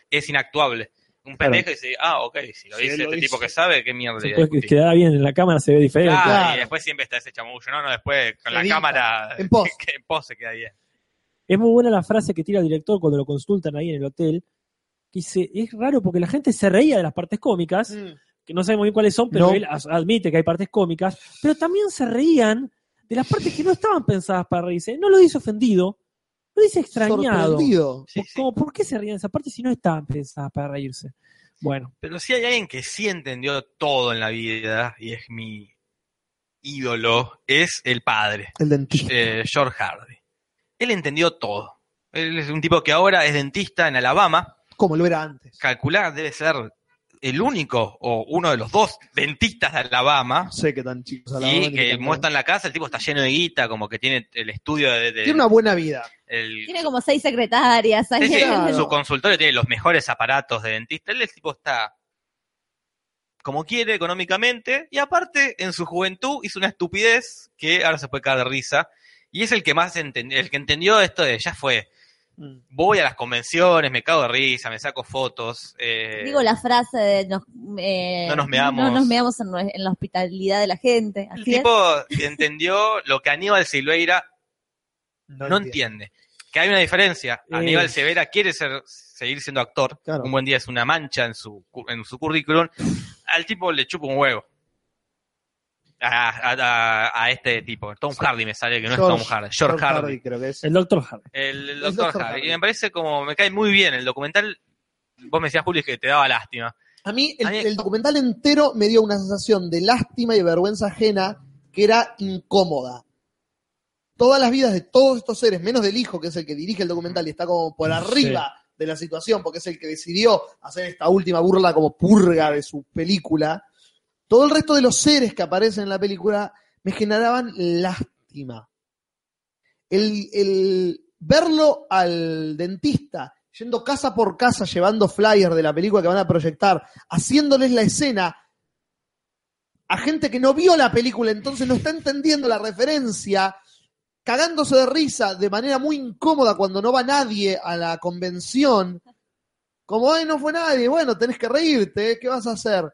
Speaker 3: Es inactuable. Un
Speaker 2: Claro.
Speaker 3: pendejo dice, ah, ok, si lo
Speaker 1: Si
Speaker 3: dice
Speaker 1: él lo
Speaker 3: este
Speaker 1: dice.
Speaker 3: tipo que sabe, qué mierda.
Speaker 2: Se
Speaker 3: le
Speaker 2: puede
Speaker 3: discutí?
Speaker 2: quedar bien en la cámara, se ve diferente.
Speaker 3: Claro,
Speaker 1: Claro.
Speaker 3: y después siempre está ese chamullo, ¿no? no después con la
Speaker 1: Edita.
Speaker 3: cámara.
Speaker 1: En pos.
Speaker 3: que en pos se queda bien.
Speaker 2: Es muy buena la frase que tira el director cuando lo consultan ahí en el hotel. Que dice, es raro porque la gente se reía de las partes cómicas,
Speaker 1: Mm.
Speaker 2: que no sabemos bien cuáles son, pero
Speaker 1: No.
Speaker 2: él as- admite que hay partes cómicas, pero también se reían de las partes que no estaban pensadas para reírse. No lo dice ofendido, lo dice extrañado.
Speaker 1: Sorprendido.
Speaker 3: Sí,
Speaker 2: Por-
Speaker 3: sí.
Speaker 2: como, Pues, ¿Por qué se ríen de esa parte si no estaban pensadas para reírse? Bueno,
Speaker 3: Pero si hay alguien que sí entendió todo en la vida y es mi ídolo, es el padre,
Speaker 1: El dentista.
Speaker 3: eh, George Hardy. Él entendió todo. Él es un tipo que ahora es dentista en Alabama.
Speaker 1: Como lo era antes.
Speaker 3: Calcular debe ser el único o uno de los dos dentistas de Alabama.
Speaker 1: No sé qué tan chicos a la hora
Speaker 3: Y
Speaker 1: ni
Speaker 3: que
Speaker 1: tan-
Speaker 3: muestran la casa, el tipo está lleno de guita, como que tiene el estudio de, de-
Speaker 1: Tiene una buena vida.
Speaker 3: el-
Speaker 4: Tiene como seis secretarias.
Speaker 3: Sí, sí,
Speaker 4: alguien-
Speaker 1: claro.
Speaker 3: Su consultorio tiene los mejores aparatos de dentista. Él es tipo está como quiere económicamente y aparte en su juventud hizo una estupidez que ahora se puede caer de risa y es el que más entendió, el que entendió esto de ya fue,
Speaker 1: Mm.
Speaker 3: voy a las convenciones, me cago de risa, me saco fotos, eh,
Speaker 4: Digo la frase de nos, eh,
Speaker 3: No nos meamos.
Speaker 4: no nos meamos en, nue- en la hospitalidad de la gente.
Speaker 3: el
Speaker 4: Así es.
Speaker 3: tipo entendió lo que Aníbal Silveira no, entiende. Que hay una diferencia.
Speaker 2: Eh.
Speaker 3: Aníbal Severa quiere ser, seguir siendo actor.
Speaker 1: Claro.
Speaker 3: Un buen día es una mancha en su, cu- en su currículum. Al tipo le chupa un huevo. A, a- a- a este tipo. Tom Hardy me sale, que no
Speaker 1: George-
Speaker 3: es Tom Hardy. George, Hardy.
Speaker 1: creo que es.
Speaker 2: el doctor Hardy.
Speaker 3: El, el
Speaker 1: Es
Speaker 3: doctor
Speaker 1: Dr.
Speaker 3: Hardy.
Speaker 1: Hardy.
Speaker 3: Y me parece como, me cae muy bien el documental. Vos me decías, Julio, que te daba lástima.
Speaker 1: A mí el,
Speaker 3: A mí-
Speaker 1: el documental entero me dio una sensación de lástima y vergüenza ajena que era incómoda. Todas las vidas de todos estos seres, menos del hijo, que es el que dirige el documental y está como por arriba de la situación, porque es el que decidió hacer esta última burla como purga de su película, todo el resto de los seres que aparecen en la película me generaban lástima. El, el verlo al dentista yendo casa por casa llevando flyers de la película que van a proyectar, haciéndoles la escena a gente que no vio la película, entonces no está entendiendo la referencia, cagándose de risa de manera muy incómoda cuando no va nadie a la convención. Como, ay, no fue nadie, bueno, tenés que reírte, ¿qué vas a hacer?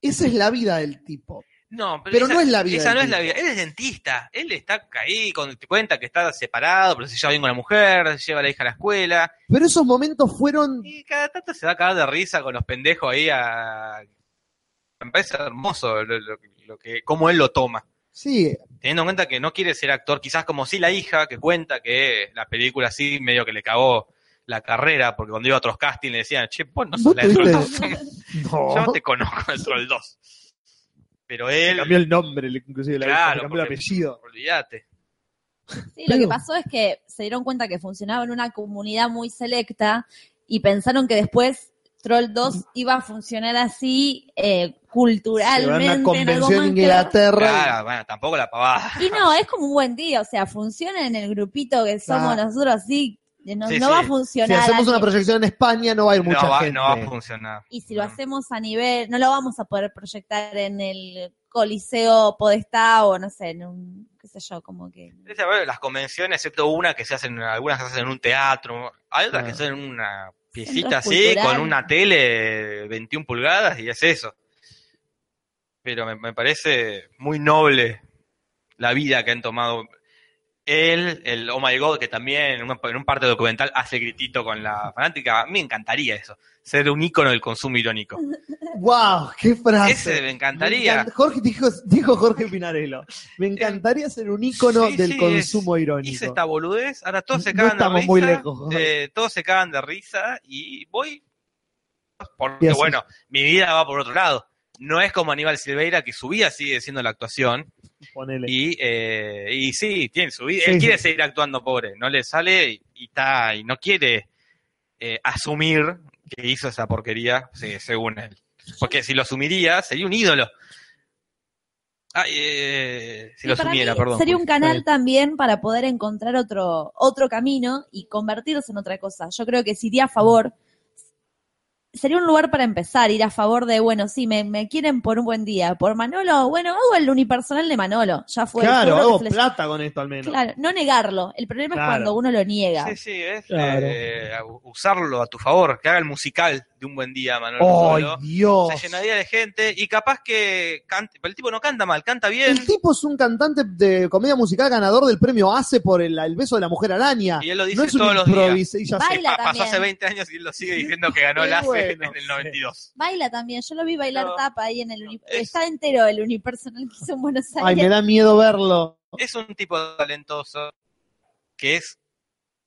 Speaker 1: Esa es la vida del tipo.
Speaker 3: No,
Speaker 1: Pero no es la vida
Speaker 3: Esa
Speaker 1: del
Speaker 3: no es la vida.
Speaker 1: tipo.
Speaker 3: Él es dentista. Él está ahí, con, te cuenta que está separado, pero se lleva bien con la mujer, se lleva a la hija a la escuela.
Speaker 1: Pero esos momentos fueron.
Speaker 3: Y cada tanto se va a cagar de risa con los pendejos ahí a. Me parece hermoso lo, lo- lo que, cómo él lo toma.
Speaker 1: Sí,
Speaker 3: Teniendo en cuenta que no quiere ser actor, quizás como si la hija que cuenta que la película sí medio que le cagó la carrera, porque cuando iba a otros castings le decían, che, vos no
Speaker 1: ¿Vos
Speaker 3: sos la de
Speaker 1: tuviste-
Speaker 3: Troll 2. Yo no te conozco de Troll 2. Pero él,
Speaker 1: cambió el nombre, le- inclusive la
Speaker 3: Claro,
Speaker 1: le cambió el
Speaker 3: porque-
Speaker 1: apellido.
Speaker 3: olvídate.
Speaker 4: Sí, lo que
Speaker 1: Pero-
Speaker 4: pasó es que se dieron cuenta que funcionaba en una comunidad muy selecta y pensaron que después Troll 2 iba a funcionar así eh,
Speaker 1: Se van
Speaker 4: culturalmente.
Speaker 1: a
Speaker 4: en algo
Speaker 1: convención en
Speaker 4: más que-
Speaker 1: Inglaterra.
Speaker 3: Claro, bueno, tampoco la pavada.
Speaker 4: Y no, es como un buen día, o sea, funciona en el grupito que somos
Speaker 1: Claro.
Speaker 4: nosotros así, eh, no,
Speaker 3: Sí,
Speaker 4: no
Speaker 3: sí.
Speaker 4: va a
Speaker 1: Si
Speaker 4: funcionar.
Speaker 1: hacemos una
Speaker 4: alguien-
Speaker 1: proyección en España, no va a ir mucha
Speaker 3: no, va,
Speaker 1: gente.
Speaker 3: no va a funcionar.
Speaker 4: y si lo hacemos a nivel, no lo vamos a poder proyectar en el Coliseo Podestá o no sé, en un, qué sé yo, como que...
Speaker 3: Es, a ver, las convenciones, excepto una que se hacen, algunas que se hacen en un teatro, hay otras
Speaker 1: Ah.
Speaker 3: que son en una
Speaker 4: Centro
Speaker 3: piecita así,
Speaker 4: cultural.
Speaker 3: con una tele 21 pulgadas y es eso. Pero me, me parece muy noble la vida que han tomado él, el Oh My God, que también en, una- en un parte documental hace gritito con la fanática. A mí me encantaría eso, ser un ícono del consumo irónico.
Speaker 1: ¡Wow! ¡Qué frase!
Speaker 3: Ese me
Speaker 1: Ah, Me
Speaker 3: encantaría.
Speaker 1: encanta- Jorge dijo, dijo Jorge Pinarello. Me encantaría ser un ícono
Speaker 3: Sí,
Speaker 1: del
Speaker 3: sí,
Speaker 1: consumo
Speaker 3: hice
Speaker 1: irónico.
Speaker 3: esta boludez, ahora todos se
Speaker 1: No
Speaker 3: cagan de
Speaker 1: estamos
Speaker 3: risa.
Speaker 1: muy lejos.
Speaker 3: eh, todos se cagan de risa y voy. Porque
Speaker 1: Y así.
Speaker 3: bueno, mi vida va por otro lado. No es como Aníbal Silveira, que su vida sigue siendo la actuación.
Speaker 1: Ponele.
Speaker 3: Y, eh, y sí, tiene su vida.
Speaker 1: Sí,
Speaker 3: Él quiere
Speaker 1: sí.
Speaker 3: seguir actuando, pobre. No le sale y, y está, y no quiere eh, asumir que hizo esa porquería, sí, según él. Porque si lo asumiría, sería un ídolo. Ah, eh, si
Speaker 4: Sí,
Speaker 3: lo
Speaker 4: para
Speaker 3: asumiera,
Speaker 4: mí
Speaker 3: perdón.
Speaker 4: Sería un
Speaker 1: Está bien.
Speaker 4: canal también para poder encontrar otro, otro camino y convertirse en otra cosa. Yo creo que si iría a favor, sería un lugar para empezar, ir a favor de, bueno, sí, me, me quieren por un buen día. Por Manolo, bueno, hago el unipersonal de Manolo. Ya fue.
Speaker 1: claro,
Speaker 4: Pues, fue lo que
Speaker 1: hago
Speaker 4: se le-
Speaker 1: plata con esto al menos.
Speaker 4: Claro, no negarlo. El problema
Speaker 1: Claro.
Speaker 4: es cuando uno lo niega.
Speaker 3: Sí, sí, es
Speaker 2: Claro.
Speaker 3: eh, a- usarlo a tu favor, que haga el musical de un buen día, Manuel
Speaker 1: ¡Ay,
Speaker 3: Solo.
Speaker 1: Dios!
Speaker 3: Se llenaría de gente y capaz que cante, pero el tipo no canta mal, canta bien
Speaker 1: El tipo es un cantante de comedia musical ganador del premio ACE por el, el beso de la mujer araña.
Speaker 3: y él lo dice
Speaker 1: No es
Speaker 3: todos
Speaker 1: un
Speaker 3: los días.
Speaker 1: improviso. y ya sé.
Speaker 4: Baila
Speaker 3: Pa- pasó
Speaker 4: también.
Speaker 3: hace 20 años y él lo sigue diciendo que ganó
Speaker 1: Qué
Speaker 3: el ACE
Speaker 1: bueno.
Speaker 3: en el 92.
Speaker 4: Baila también. Yo lo vi bailar
Speaker 3: Pero-
Speaker 4: tapa ahí en el uni-
Speaker 3: Es-
Speaker 4: Está entero el unipersonal que hizo en Buenos
Speaker 1: Ay, me
Speaker 4: Aires.
Speaker 1: da miedo verlo.
Speaker 3: Es un tipo talentoso que es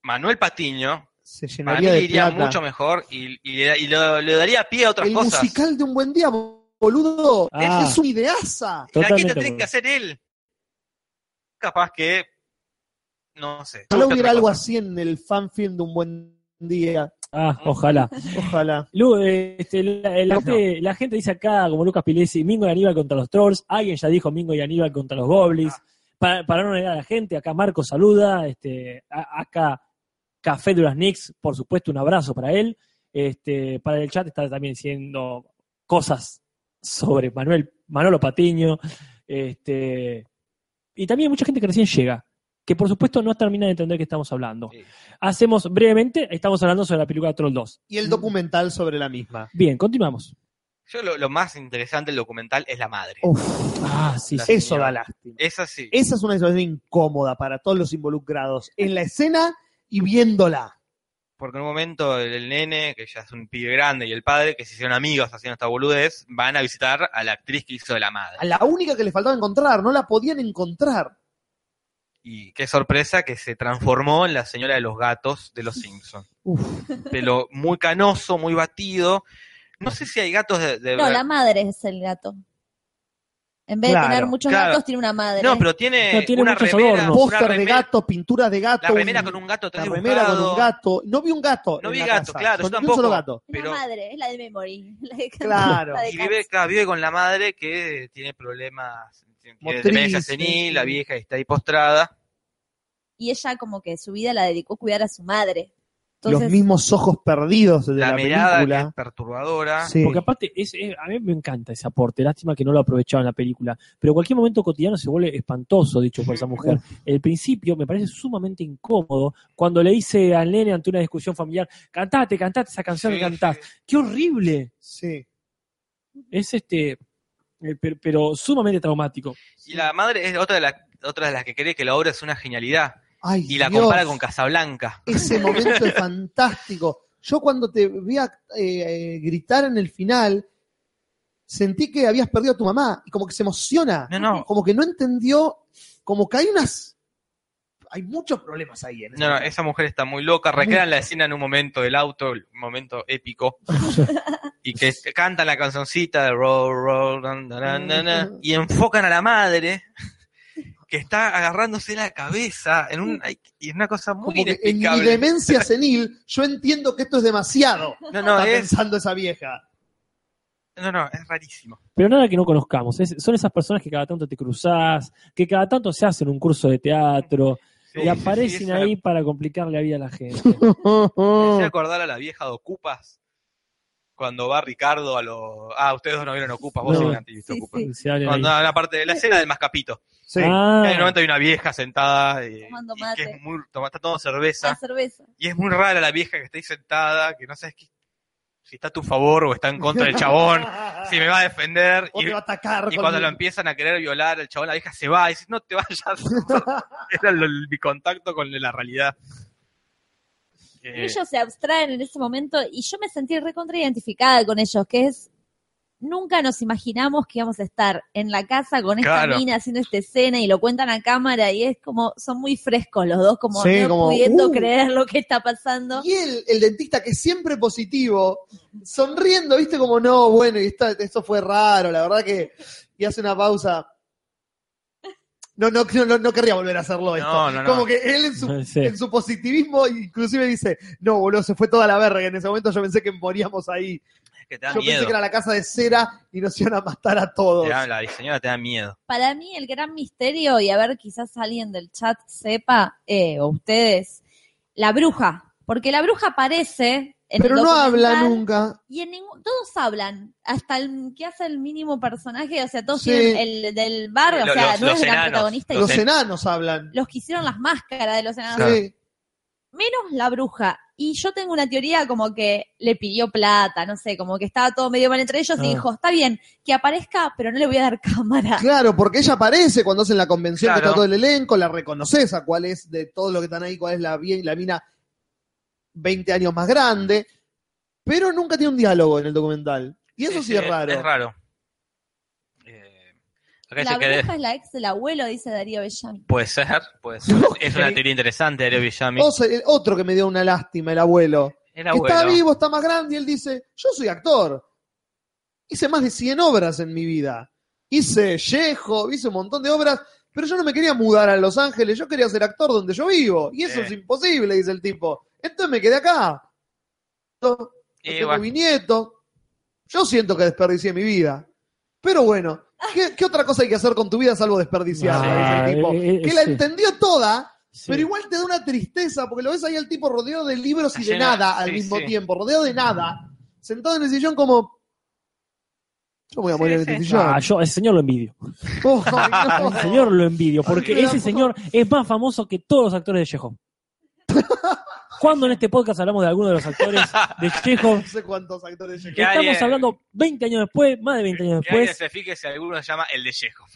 Speaker 3: Manuel Patiño.
Speaker 1: Se
Speaker 3: Para mí
Speaker 1: llenaría
Speaker 3: le
Speaker 1: de
Speaker 3: iría
Speaker 1: plata.
Speaker 3: mucho mejor y, y le, y lo- le daría pie a otras
Speaker 1: el
Speaker 3: cosas.
Speaker 1: musical de un buen día, boludo.
Speaker 2: Ah.
Speaker 1: Es una ideaza.
Speaker 3: La
Speaker 2: Totalmente
Speaker 3: guita tiene
Speaker 2: acuerdo.
Speaker 3: que hacer él. Capaz que. No sé.
Speaker 1: Ojalá
Speaker 3: busca
Speaker 1: hubiera
Speaker 3: otra
Speaker 1: algo
Speaker 3: cosa.
Speaker 1: así en el fanfilm de un buen día.
Speaker 2: Ah, ojalá.
Speaker 1: Ojalá.
Speaker 2: Lu, eh, este, la, la- la- la gente dice acá, como Lucas Pilesi, Mingo y Aníbal contra los trolls. Alguien ya dijo Mingo y Aníbal contra los goblins. Para, para no negar a la gente, acá Marco saluda. Este, a- acá Café Duraznix, por supuesto, un abrazo para él. Este, para el chat está también diciendo cosas sobre Manuel, Manolo Patiño. Este, y también hay mucha gente que recién llega, que por supuesto no termina de entender qué estamos hablando.
Speaker 3: Sí.
Speaker 2: Hacemos brevemente, estamos hablando sobre la película Troll 2.
Speaker 1: Y
Speaker 3: Mm.
Speaker 1: el documental sobre la misma.
Speaker 2: Bien, continuamos.
Speaker 3: Yo lo, lo más interesante del documental es la madre.
Speaker 1: Uf,
Speaker 2: Ah, sí,
Speaker 3: La-
Speaker 2: sí.
Speaker 1: eso
Speaker 3: señora.
Speaker 1: da Eh. lástima.
Speaker 3: Es así.
Speaker 1: Esa es una situación incómoda para todos los involucrados en la escena y viéndola.
Speaker 3: Porque en un momento el, el nene, que ya es un pibe grande, y el padre, que se hicieron amigos haciendo esta boludez, van a visitar a la actriz que hizo de la madre.
Speaker 1: A la única que les faltaba encontrar, no la podían encontrar.
Speaker 3: Y qué sorpresa que se transformó en la señora de los gatos de los Simpsons.
Speaker 1: Uf,
Speaker 3: Pelo muy canoso, muy batido. No sé si hay gatos de, de
Speaker 4: No,
Speaker 3: ver-
Speaker 4: la madre es el gato. En vez
Speaker 1: Claro,
Speaker 4: de tener muchos
Speaker 3: claro.
Speaker 4: gatos, tiene una madre.
Speaker 3: No, pero tiene,
Speaker 2: No, tiene
Speaker 3: una
Speaker 2: muchos
Speaker 3: remera,
Speaker 2: adornos.
Speaker 3: una
Speaker 1: póster de
Speaker 3: remera-
Speaker 1: gato, pinturas de gato.
Speaker 3: La remera
Speaker 1: un-
Speaker 3: con un gato
Speaker 1: la
Speaker 3: atrás
Speaker 1: remera con un
Speaker 3: dibujado.
Speaker 1: gato. No vi un gato.
Speaker 3: No
Speaker 1: en
Speaker 3: vi
Speaker 1: la
Speaker 3: gato,
Speaker 1: casa.
Speaker 3: claro, yo
Speaker 1: Solo vi un
Speaker 3: tampoco.
Speaker 1: solo gato.
Speaker 4: Es
Speaker 3: pero-
Speaker 4: la madre, es la de Memory. la de-
Speaker 1: Claro.
Speaker 4: la de
Speaker 3: Y vive,
Speaker 4: Cats.
Speaker 3: claro, vive con la madre que tiene problemas, tiene
Speaker 1: Motriz,
Speaker 3: demencia
Speaker 1: sí,
Speaker 3: senil,
Speaker 1: sí.
Speaker 3: la vieja está ahí postrada.
Speaker 4: Y ella como que su vida la dedicó a cuidar a su madre.
Speaker 1: Los
Speaker 4: Entonces,
Speaker 1: mismos ojos perdidos de
Speaker 3: la,
Speaker 1: la,
Speaker 3: mirada que es
Speaker 1: película.
Speaker 3: perturbadora.
Speaker 1: Sí.
Speaker 2: Porque aparte, es, es- a mí me encanta ese aporte. Lástima que no lo aprovecharon en la película. Pero cualquier momento cotidiano se vuelve espantoso, dicho por esa mujer. El principio me parece sumamente incómodo cuando le dice al nene ante una discusión familiar: cantate, cantate esa canción que
Speaker 3: Sí,
Speaker 2: cantás.
Speaker 3: sí.
Speaker 2: ¡Qué horrible!
Speaker 1: Sí.
Speaker 2: Es este. eh, pero, pero sumamente traumático.
Speaker 3: Y la madre es otra de, la- otra de las que cree que la obra es una genialidad
Speaker 1: Ay,
Speaker 3: y la
Speaker 1: Dios.
Speaker 3: compara con Casablanca.
Speaker 1: Ese momento es fantástico. Yo cuando te vi a- eh, eh, gritar en el final, sentí que habías perdido a tu mamá y como que se emociona,
Speaker 3: No, no,
Speaker 1: como que no entendió, como que hay unas... Hay muchos problemas ahí. En
Speaker 3: no, no, esa mujer está muy loca. Recrean la escena en un momento del auto, un momento épico. y que es- cantan la cancioncita de roll, roll, dun, dun, dun, dun, dun, y enfocan a la madre que está agarrándose la cabeza en, un, y es una cosa muy
Speaker 1: como que en mi
Speaker 3: inexplicable.
Speaker 1: demencia senil, yo entiendo que esto es demasiado.
Speaker 3: No, no,
Speaker 1: está
Speaker 3: es,
Speaker 1: pensando esa vieja.
Speaker 3: no, no, es rarísimo.
Speaker 2: Pero nada que no conozcamos. es- son esas personas que cada tanto te cruzás, que cada tanto se hacen un curso de teatro
Speaker 3: Sí,
Speaker 2: y
Speaker 3: sí, sí,
Speaker 2: aparecen
Speaker 3: es
Speaker 2: ahí para complicar la vida a la gente.
Speaker 3: Me hacía acordar a la vieja de Ocupas cuando va Ricardo a los. Ah, ustedes dos no vieron Ocupas, vos
Speaker 2: No.
Speaker 3: sí que antes viste
Speaker 4: Sí,
Speaker 3: Ocupas.
Speaker 4: sí.
Speaker 2: Se hablan ahí.
Speaker 3: Cuando la parte de la escena del mascapito.
Speaker 1: Sí.
Speaker 2: Ah,
Speaker 3: Que En un momento hay una vieja sentada eh,
Speaker 4: Tomando
Speaker 3: y
Speaker 4: mate.
Speaker 3: que es muy, toma- está tomando
Speaker 4: La
Speaker 3: cerveza.
Speaker 4: cerveza.
Speaker 3: Y es muy rara la vieja que está ahí sentada, que no sabes qué- si está a tu favor o está en contra del chabón, si me va a defender.
Speaker 1: O
Speaker 3: Y,
Speaker 1: te va a atacar.
Speaker 3: y
Speaker 1: con-
Speaker 3: cuando lo empiezan a querer violar, el chabón, la vieja se va y dice, no te vayas. Era lo- el- mi contacto con la realidad.
Speaker 4: Y
Speaker 3: Eh,
Speaker 4: ellos se abstraen en ese momento y yo me sentí recontra identificada con ellos, que es nunca nos imaginamos que íbamos a estar en la casa con esta
Speaker 3: Claro.
Speaker 4: mina haciendo esta escena y lo cuentan a cámara y es como, son muy frescos los dos, como
Speaker 1: Sí,
Speaker 4: no
Speaker 1: como,
Speaker 4: pudiendo
Speaker 1: uh.
Speaker 4: creer lo que está pasando.
Speaker 1: Y él, el dentista que es siempre positivo, sonriendo, viste, como no, bueno, y esta- esto fue raro, la verdad que. Y hace una pausa. No, no, no, no, no querría volver a hacerlo esto.
Speaker 3: No, no, no.
Speaker 1: Como que él en su,
Speaker 2: no sé.
Speaker 1: en su positivismo inclusive dice, no, boludo, se fue toda la verga. En ese momento yo pensé que moríamos ahí.
Speaker 3: que te da
Speaker 1: yo
Speaker 3: miedo.
Speaker 1: pensé que era la casa de cera y nos iban a matar a todos.
Speaker 3: Te da- la diseñadora te da miedo.
Speaker 4: Para mí el gran misterio, y a ver quizás alguien del chat sepa, eh, o ustedes, la bruja, porque la bruja aparece en
Speaker 1: Pero
Speaker 4: el
Speaker 1: no habla
Speaker 4: documental.
Speaker 1: nunca.
Speaker 4: Y en ningún, todos hablan, hasta el que hace el mínimo personaje, o sea, todos
Speaker 1: Sí.
Speaker 4: tienen el del bar, o
Speaker 3: Los-
Speaker 4: sea,
Speaker 3: los-
Speaker 4: no es
Speaker 3: los
Speaker 4: el gran
Speaker 3: enanos,
Speaker 4: protagonista. y
Speaker 1: Los
Speaker 4: Los,
Speaker 3: en-
Speaker 1: enanos hablan.
Speaker 4: que hicieron las máscaras de los enanos,
Speaker 3: Claro.
Speaker 1: Sí.
Speaker 4: menos la bruja. Y yo tengo una teoría como que le pidió plata, no sé, como que estaba todo medio mal entre ellos
Speaker 2: Ah.
Speaker 4: y dijo, está bien, que aparezca, pero no le voy a dar cámara.
Speaker 1: Claro, porque ella aparece cuando hacen la convención que
Speaker 3: Claro.
Speaker 1: está todo el elenco, la reconoces a cuál es de todos los que están ahí, cuál es la, vie- la mina 20 años más grande, pero nunca tiene un diálogo en el documental. Y eso sí, es raro.
Speaker 3: Es raro. Eh, acá
Speaker 4: La
Speaker 3: dice que
Speaker 4: bruja es la ex del abuelo, dice Darío Bellamy.
Speaker 3: puede ser, puede ser. Es una teoría interesante de Darío Villami.
Speaker 1: O sea, el otro que me dio una lástima, el abuelo.
Speaker 3: El
Speaker 1: que
Speaker 3: abuelo.
Speaker 1: Está vivo, está más grande, y él dice, yo soy actor. Hice más de 100 obras en mi vida. Hice Yejo, hice un montón de obras, pero yo no me quería mudar a Los Ángeles, yo quería ser actor donde yo vivo. Y eso
Speaker 3: Eh.
Speaker 1: es imposible, dice el tipo. Entonces me quedé acá. Yo
Speaker 3: Eh,
Speaker 1: tengo
Speaker 3: bueno.
Speaker 1: mi nieto. Yo siento que desperdicié mi vida. Pero bueno, ¿qué, qué otra cosa hay que hacer con tu vida salvo desperdiciarla?
Speaker 2: Ah,
Speaker 1: dice el tipo.
Speaker 2: eh, eh,
Speaker 1: que la
Speaker 2: sí.
Speaker 1: entendió toda,
Speaker 2: Sí.
Speaker 1: pero igual te da una tristeza, porque lo ves ahí al tipo rodeado de libros y de
Speaker 3: Llena-
Speaker 1: nada al
Speaker 3: sí,
Speaker 1: mismo
Speaker 3: sí.
Speaker 1: tiempo, rodeado de nada, sentado en el sillón como... Yo voy a
Speaker 3: Sí,
Speaker 1: morir en
Speaker 3: sí.
Speaker 1: este sillón.
Speaker 2: Ah, yo, ese señor lo envidio.
Speaker 1: Oh, ay, no.
Speaker 2: Al señor lo envidio, porque
Speaker 1: Ay,
Speaker 2: ese
Speaker 1: pero-
Speaker 2: señor es más famoso que todos los actores de Chekhov. Cuando en este podcast hablamos de alguno de los actores de Chekhov,
Speaker 1: No sé cuántos actores llegan.
Speaker 3: ¿Qué hay,
Speaker 2: estamos
Speaker 3: eh?
Speaker 2: hablando 20 años después, más de 20 años
Speaker 3: Que alguien
Speaker 2: después,
Speaker 3: se fije si alguno se llama el de Chekhov.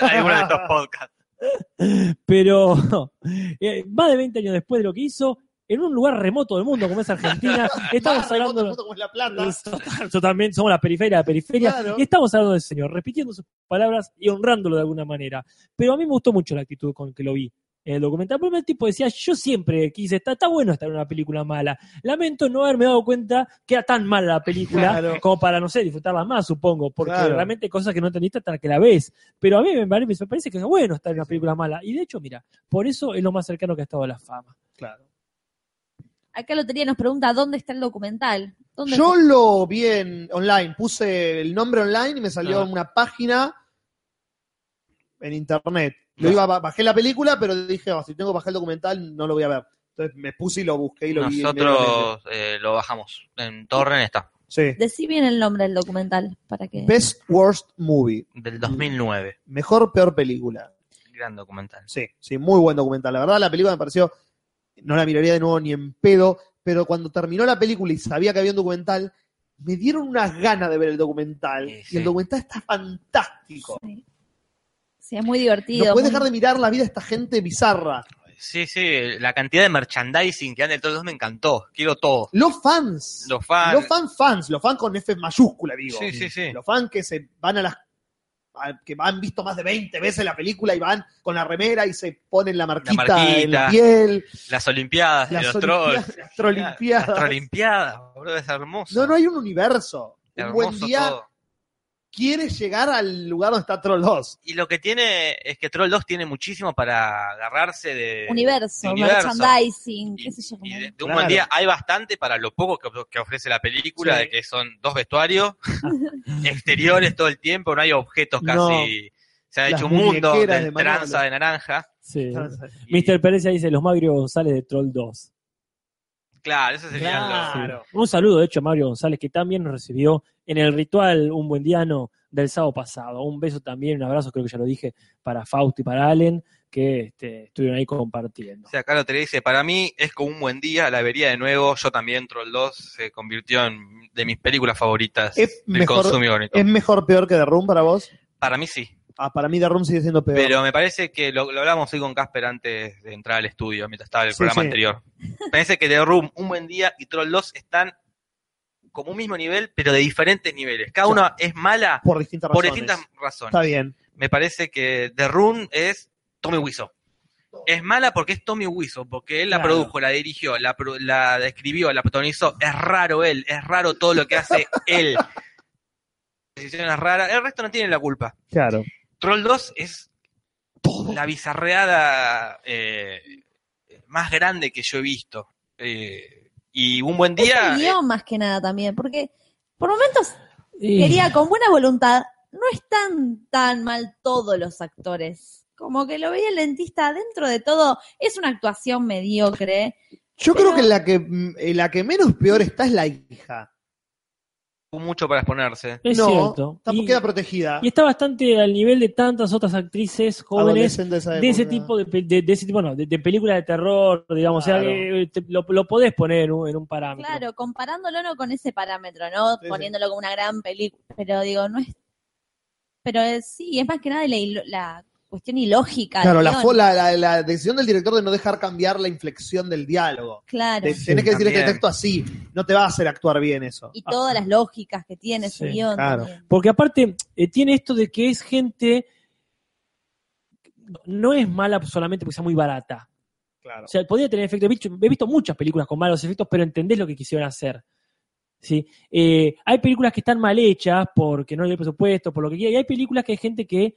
Speaker 3: alguno de estos podcasts.
Speaker 2: pero eh, más de 20 años después de lo que hizo, en un lugar remoto del mundo como es Argentina, estamos
Speaker 1: Barra,
Speaker 2: hablando...
Speaker 1: foto como es la plata.
Speaker 2: Total, totalmente, somos la periferia de la periferia.
Speaker 1: Claro.
Speaker 2: Y estamos hablando del Señor, repitiendo sus palabras y honrándolo de alguna manera. Pero a mí me gustó mucho la actitud con que lo vi en el documental. Porque el tipo decía, yo siempre quise, está, está bueno estar en una película mala. Lamento no haberme dado cuenta que era tan mala la película
Speaker 1: Claro.
Speaker 2: como para, no sé, disfrutarla más, supongo. Porque
Speaker 1: Claro.
Speaker 2: realmente cosas que no entendiste hasta que la ves. Pero a mí me parece, me parece que es bueno estar en una película mala. Y de hecho, mira, por eso es lo más cercano que ha estado a la fama.
Speaker 4: Acá Lotería nos pregunta, ¿dónde está el documental? ¿Dónde
Speaker 1: Yo lo vi en online, puse el nombre online y me salió
Speaker 2: Ah.
Speaker 1: una página en internet. Lo iba, ba- bajé la película, pero dije, "Ah, si tengo que bajar el documental, no lo voy a ver. Entonces me puse y lo busqué y lo vi. inmediatamente.
Speaker 3: Nosotros eh, lo bajamos. En Torrent está.
Speaker 1: Sí.
Speaker 4: Decí bien el nombre del documental para que.
Speaker 1: Best Worst Movie.
Speaker 3: Del 2009.
Speaker 1: Mejor, peor película.
Speaker 3: Gran documental.
Speaker 1: Sí, sí, muy buen documental. La verdad, la película me pareció. No la miraría de nuevo ni en pedo, pero cuando terminó la película y sabía que había un documental, me dieron unas ganas de ver el documental.
Speaker 3: Sí,
Speaker 1: Y el
Speaker 3: sí.
Speaker 1: documental está fantástico.
Speaker 4: Sí, es muy divertido.
Speaker 1: No puedes
Speaker 4: muy-
Speaker 1: dejar de mirar la vida de esta gente bizarra.
Speaker 3: Sí, sí, la cantidad de merchandising que han de todos los me encantó. Quiero todo.
Speaker 1: Los fans.
Speaker 3: Los fans.
Speaker 1: Los fan fans, los fans con F mayúscula, digo.
Speaker 3: Sí, sí, sí.
Speaker 1: Los fans que se van a las a- que han visto más de 20 veces la película y van con la remera y se ponen la marquita,
Speaker 3: marquita.
Speaker 1: en la piel,
Speaker 3: Las Olimpiadas, de
Speaker 1: las
Speaker 3: los trolls.
Speaker 1: olimpiadas, las trolimpiadas.
Speaker 3: Las Olimpiadas, boludo, es hermoso.
Speaker 1: No, no hay un universo. Un
Speaker 3: hermoso
Speaker 1: buen día
Speaker 3: todo.
Speaker 1: quieres llegar al lugar donde está Troll 2.
Speaker 3: Y lo que tiene es que Troll 2 tiene muchísimo para agarrse de.
Speaker 4: universo,
Speaker 3: de universo.
Speaker 4: merchandising,
Speaker 3: Y,
Speaker 4: qué sé yo.
Speaker 3: y
Speaker 4: como-
Speaker 3: de, de un
Speaker 1: Claro.
Speaker 3: buen día hay bastante para lo poco que, que ofrece la película,
Speaker 1: Sí.
Speaker 3: de que son dos vestuarios, exteriores todo el tiempo, no hay objetos casi.
Speaker 1: No.
Speaker 3: Se ha
Speaker 1: Las
Speaker 3: hecho un mundo
Speaker 1: muñequeras
Speaker 3: de
Speaker 1: de Manolo.
Speaker 3: tranza de naranja.
Speaker 2: Sí.
Speaker 3: Y-
Speaker 2: Mr. Pérez ya dice los Mario González de Troll 2.
Speaker 3: Claro, eso sería
Speaker 1: Claro.
Speaker 2: Un saludo, de hecho, a Mario González, que también nos recibió en el ritual Un Buen Diano del sábado pasado. Un beso también, un abrazo, creo que ya lo dije, para Fausto y para Allen, que este, estuvieron ahí compartiendo.
Speaker 3: O sea, Carlos te dice, para mí es como un buen día, la vería de nuevo, yo también, Troll 2 se convirtió en de mis películas favoritas
Speaker 1: Es
Speaker 3: del
Speaker 1: mejor-
Speaker 3: consumidor.
Speaker 1: ¿Es mejor peor que The Room para vos?
Speaker 3: Para mí sí,
Speaker 1: Ah, para mí The Room sigue siendo peor.
Speaker 3: pero me parece que lo, lo hablamos hoy con Casper antes de entrar al estudio, mientras estaba el
Speaker 1: Sí,
Speaker 3: programa
Speaker 1: sí.
Speaker 3: anterior. Me parece que The Room, Un Buen Día y Troll 2 están como un mismo nivel, pero de diferentes niveles. Cada
Speaker 1: Sí.
Speaker 3: una es mala
Speaker 1: por distintas
Speaker 3: por
Speaker 1: razones.
Speaker 3: distintas razones.
Speaker 1: Está bien.
Speaker 3: me parece que The Room es Tommy Wiseau. Es mala porque es Tommy Wiseau, porque él la
Speaker 2: Claro.
Speaker 3: produjo, la dirigió, la, pro- la escribió, la protagonizó. Es raro él, es raro todo lo que hace él. Decisiones raras. El resto no tiene la culpa.
Speaker 1: Claro.
Speaker 3: Troll 2 es la bizarreada eh, más grande que yo he visto. Eh, y un buen
Speaker 4: Es
Speaker 3: día.
Speaker 4: el
Speaker 3: eh,
Speaker 4: guión más que nada también, porque por momentos
Speaker 2: Y-
Speaker 4: quería con buena voluntad, no están tan mal todos los actores. Como que lo veía el dentista, dentro de todo es una actuación mediocre.
Speaker 1: Yo
Speaker 4: Pero-
Speaker 1: creo que la que mm, eh, la que menos peor está es la hija.
Speaker 3: mucho para exponerse.
Speaker 2: es
Speaker 1: no,
Speaker 2: cierto.
Speaker 1: Tampoco
Speaker 2: Y-
Speaker 1: queda protegida.
Speaker 2: y está bastante al nivel de tantas otras actrices jóvenes
Speaker 1: Adolescente esa
Speaker 2: de ese
Speaker 1: época.
Speaker 2: tipo de, pe- de- de ese tipo no, de, de películas de terror digamos o
Speaker 1: Claro.
Speaker 2: sea que, eh, te- lo, lo podés poner en un, en un parámetro
Speaker 4: Claro, comparándolo no con ese parámetro, ¿no?
Speaker 1: Sí, sí.
Speaker 4: Poniéndolo como una gran película. Pero digo, no es. Pero eh, sí, es más que nada la, ilo- la cuestión ilógica. del
Speaker 1: Claro, la,
Speaker 4: guión.
Speaker 1: fo- la, la- la decisión del director de no dejar cambiar la inflexión del diálogo.
Speaker 4: Claro.
Speaker 1: De- tenés que decir este
Speaker 3: También.
Speaker 1: texto así, no te va a hacer actuar bien eso.
Speaker 4: Y todas las lógicas que tiene ese
Speaker 2: Sí,
Speaker 4: guión.
Speaker 1: claro.
Speaker 4: también.
Speaker 2: porque aparte eh, tiene esto de que es gente no es mala solamente porque sea muy barata
Speaker 1: Claro.
Speaker 2: o sea podría tener efectos bicho, he visto muchas películas con malos efectos pero entendés lo que quisieron hacer ¿sí? Eh, hay películas que están mal hechas porque no hay presupuesto por lo que quiera y hay películas que hay gente que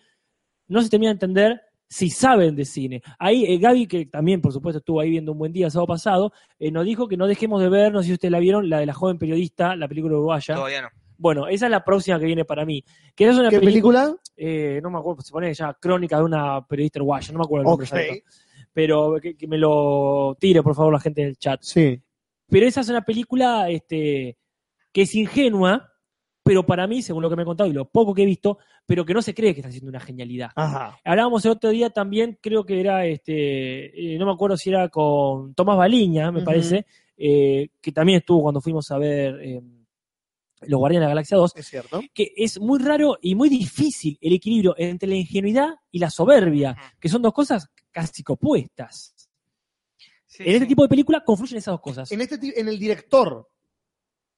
Speaker 2: no se termina de entender si saben de cine. Ahí eh, Gaby, que también por supuesto estuvo ahí viendo un buen día el sábado pasado, eh, nos dijo que no dejemos de ver, no sé si ustedes la vieron, la de la joven periodista, la película uruguaya.
Speaker 3: Todavía no.
Speaker 2: Bueno, esa es la próxima que viene para mí. Que esa es una
Speaker 1: ¿Qué
Speaker 2: película,
Speaker 1: película?
Speaker 2: eh, no me acuerdo, se pone ya crónica de una periodista uruguaya, no me acuerdo el nombre
Speaker 1: Ok,
Speaker 2: exacto. Pero que, que me lo tire, por favor, la gente del chat.
Speaker 1: Sí.
Speaker 2: Pero esa es una película este, que es ingenua, pero para mí, según lo que me he contado y lo poco que he visto, pero que no se cree que está haciendo una genialidad.
Speaker 1: Ajá.
Speaker 2: Hablábamos el otro día también, creo que era, este, eh, no me acuerdo si era con Tomás Baliña, me
Speaker 1: Ujú.
Speaker 2: parece, eh, que también estuvo cuando fuimos a ver eh, Los Guardianes de la Galaxia 2,
Speaker 1: Es cierto.
Speaker 2: que es muy raro y muy difícil el equilibrio entre la ingenuidad y la soberbia, que son dos cosas casi que opuestas.
Speaker 3: Sí,
Speaker 2: en este
Speaker 3: sí.
Speaker 2: tipo de película confluyen esas dos cosas.
Speaker 1: En, este, ti- en el director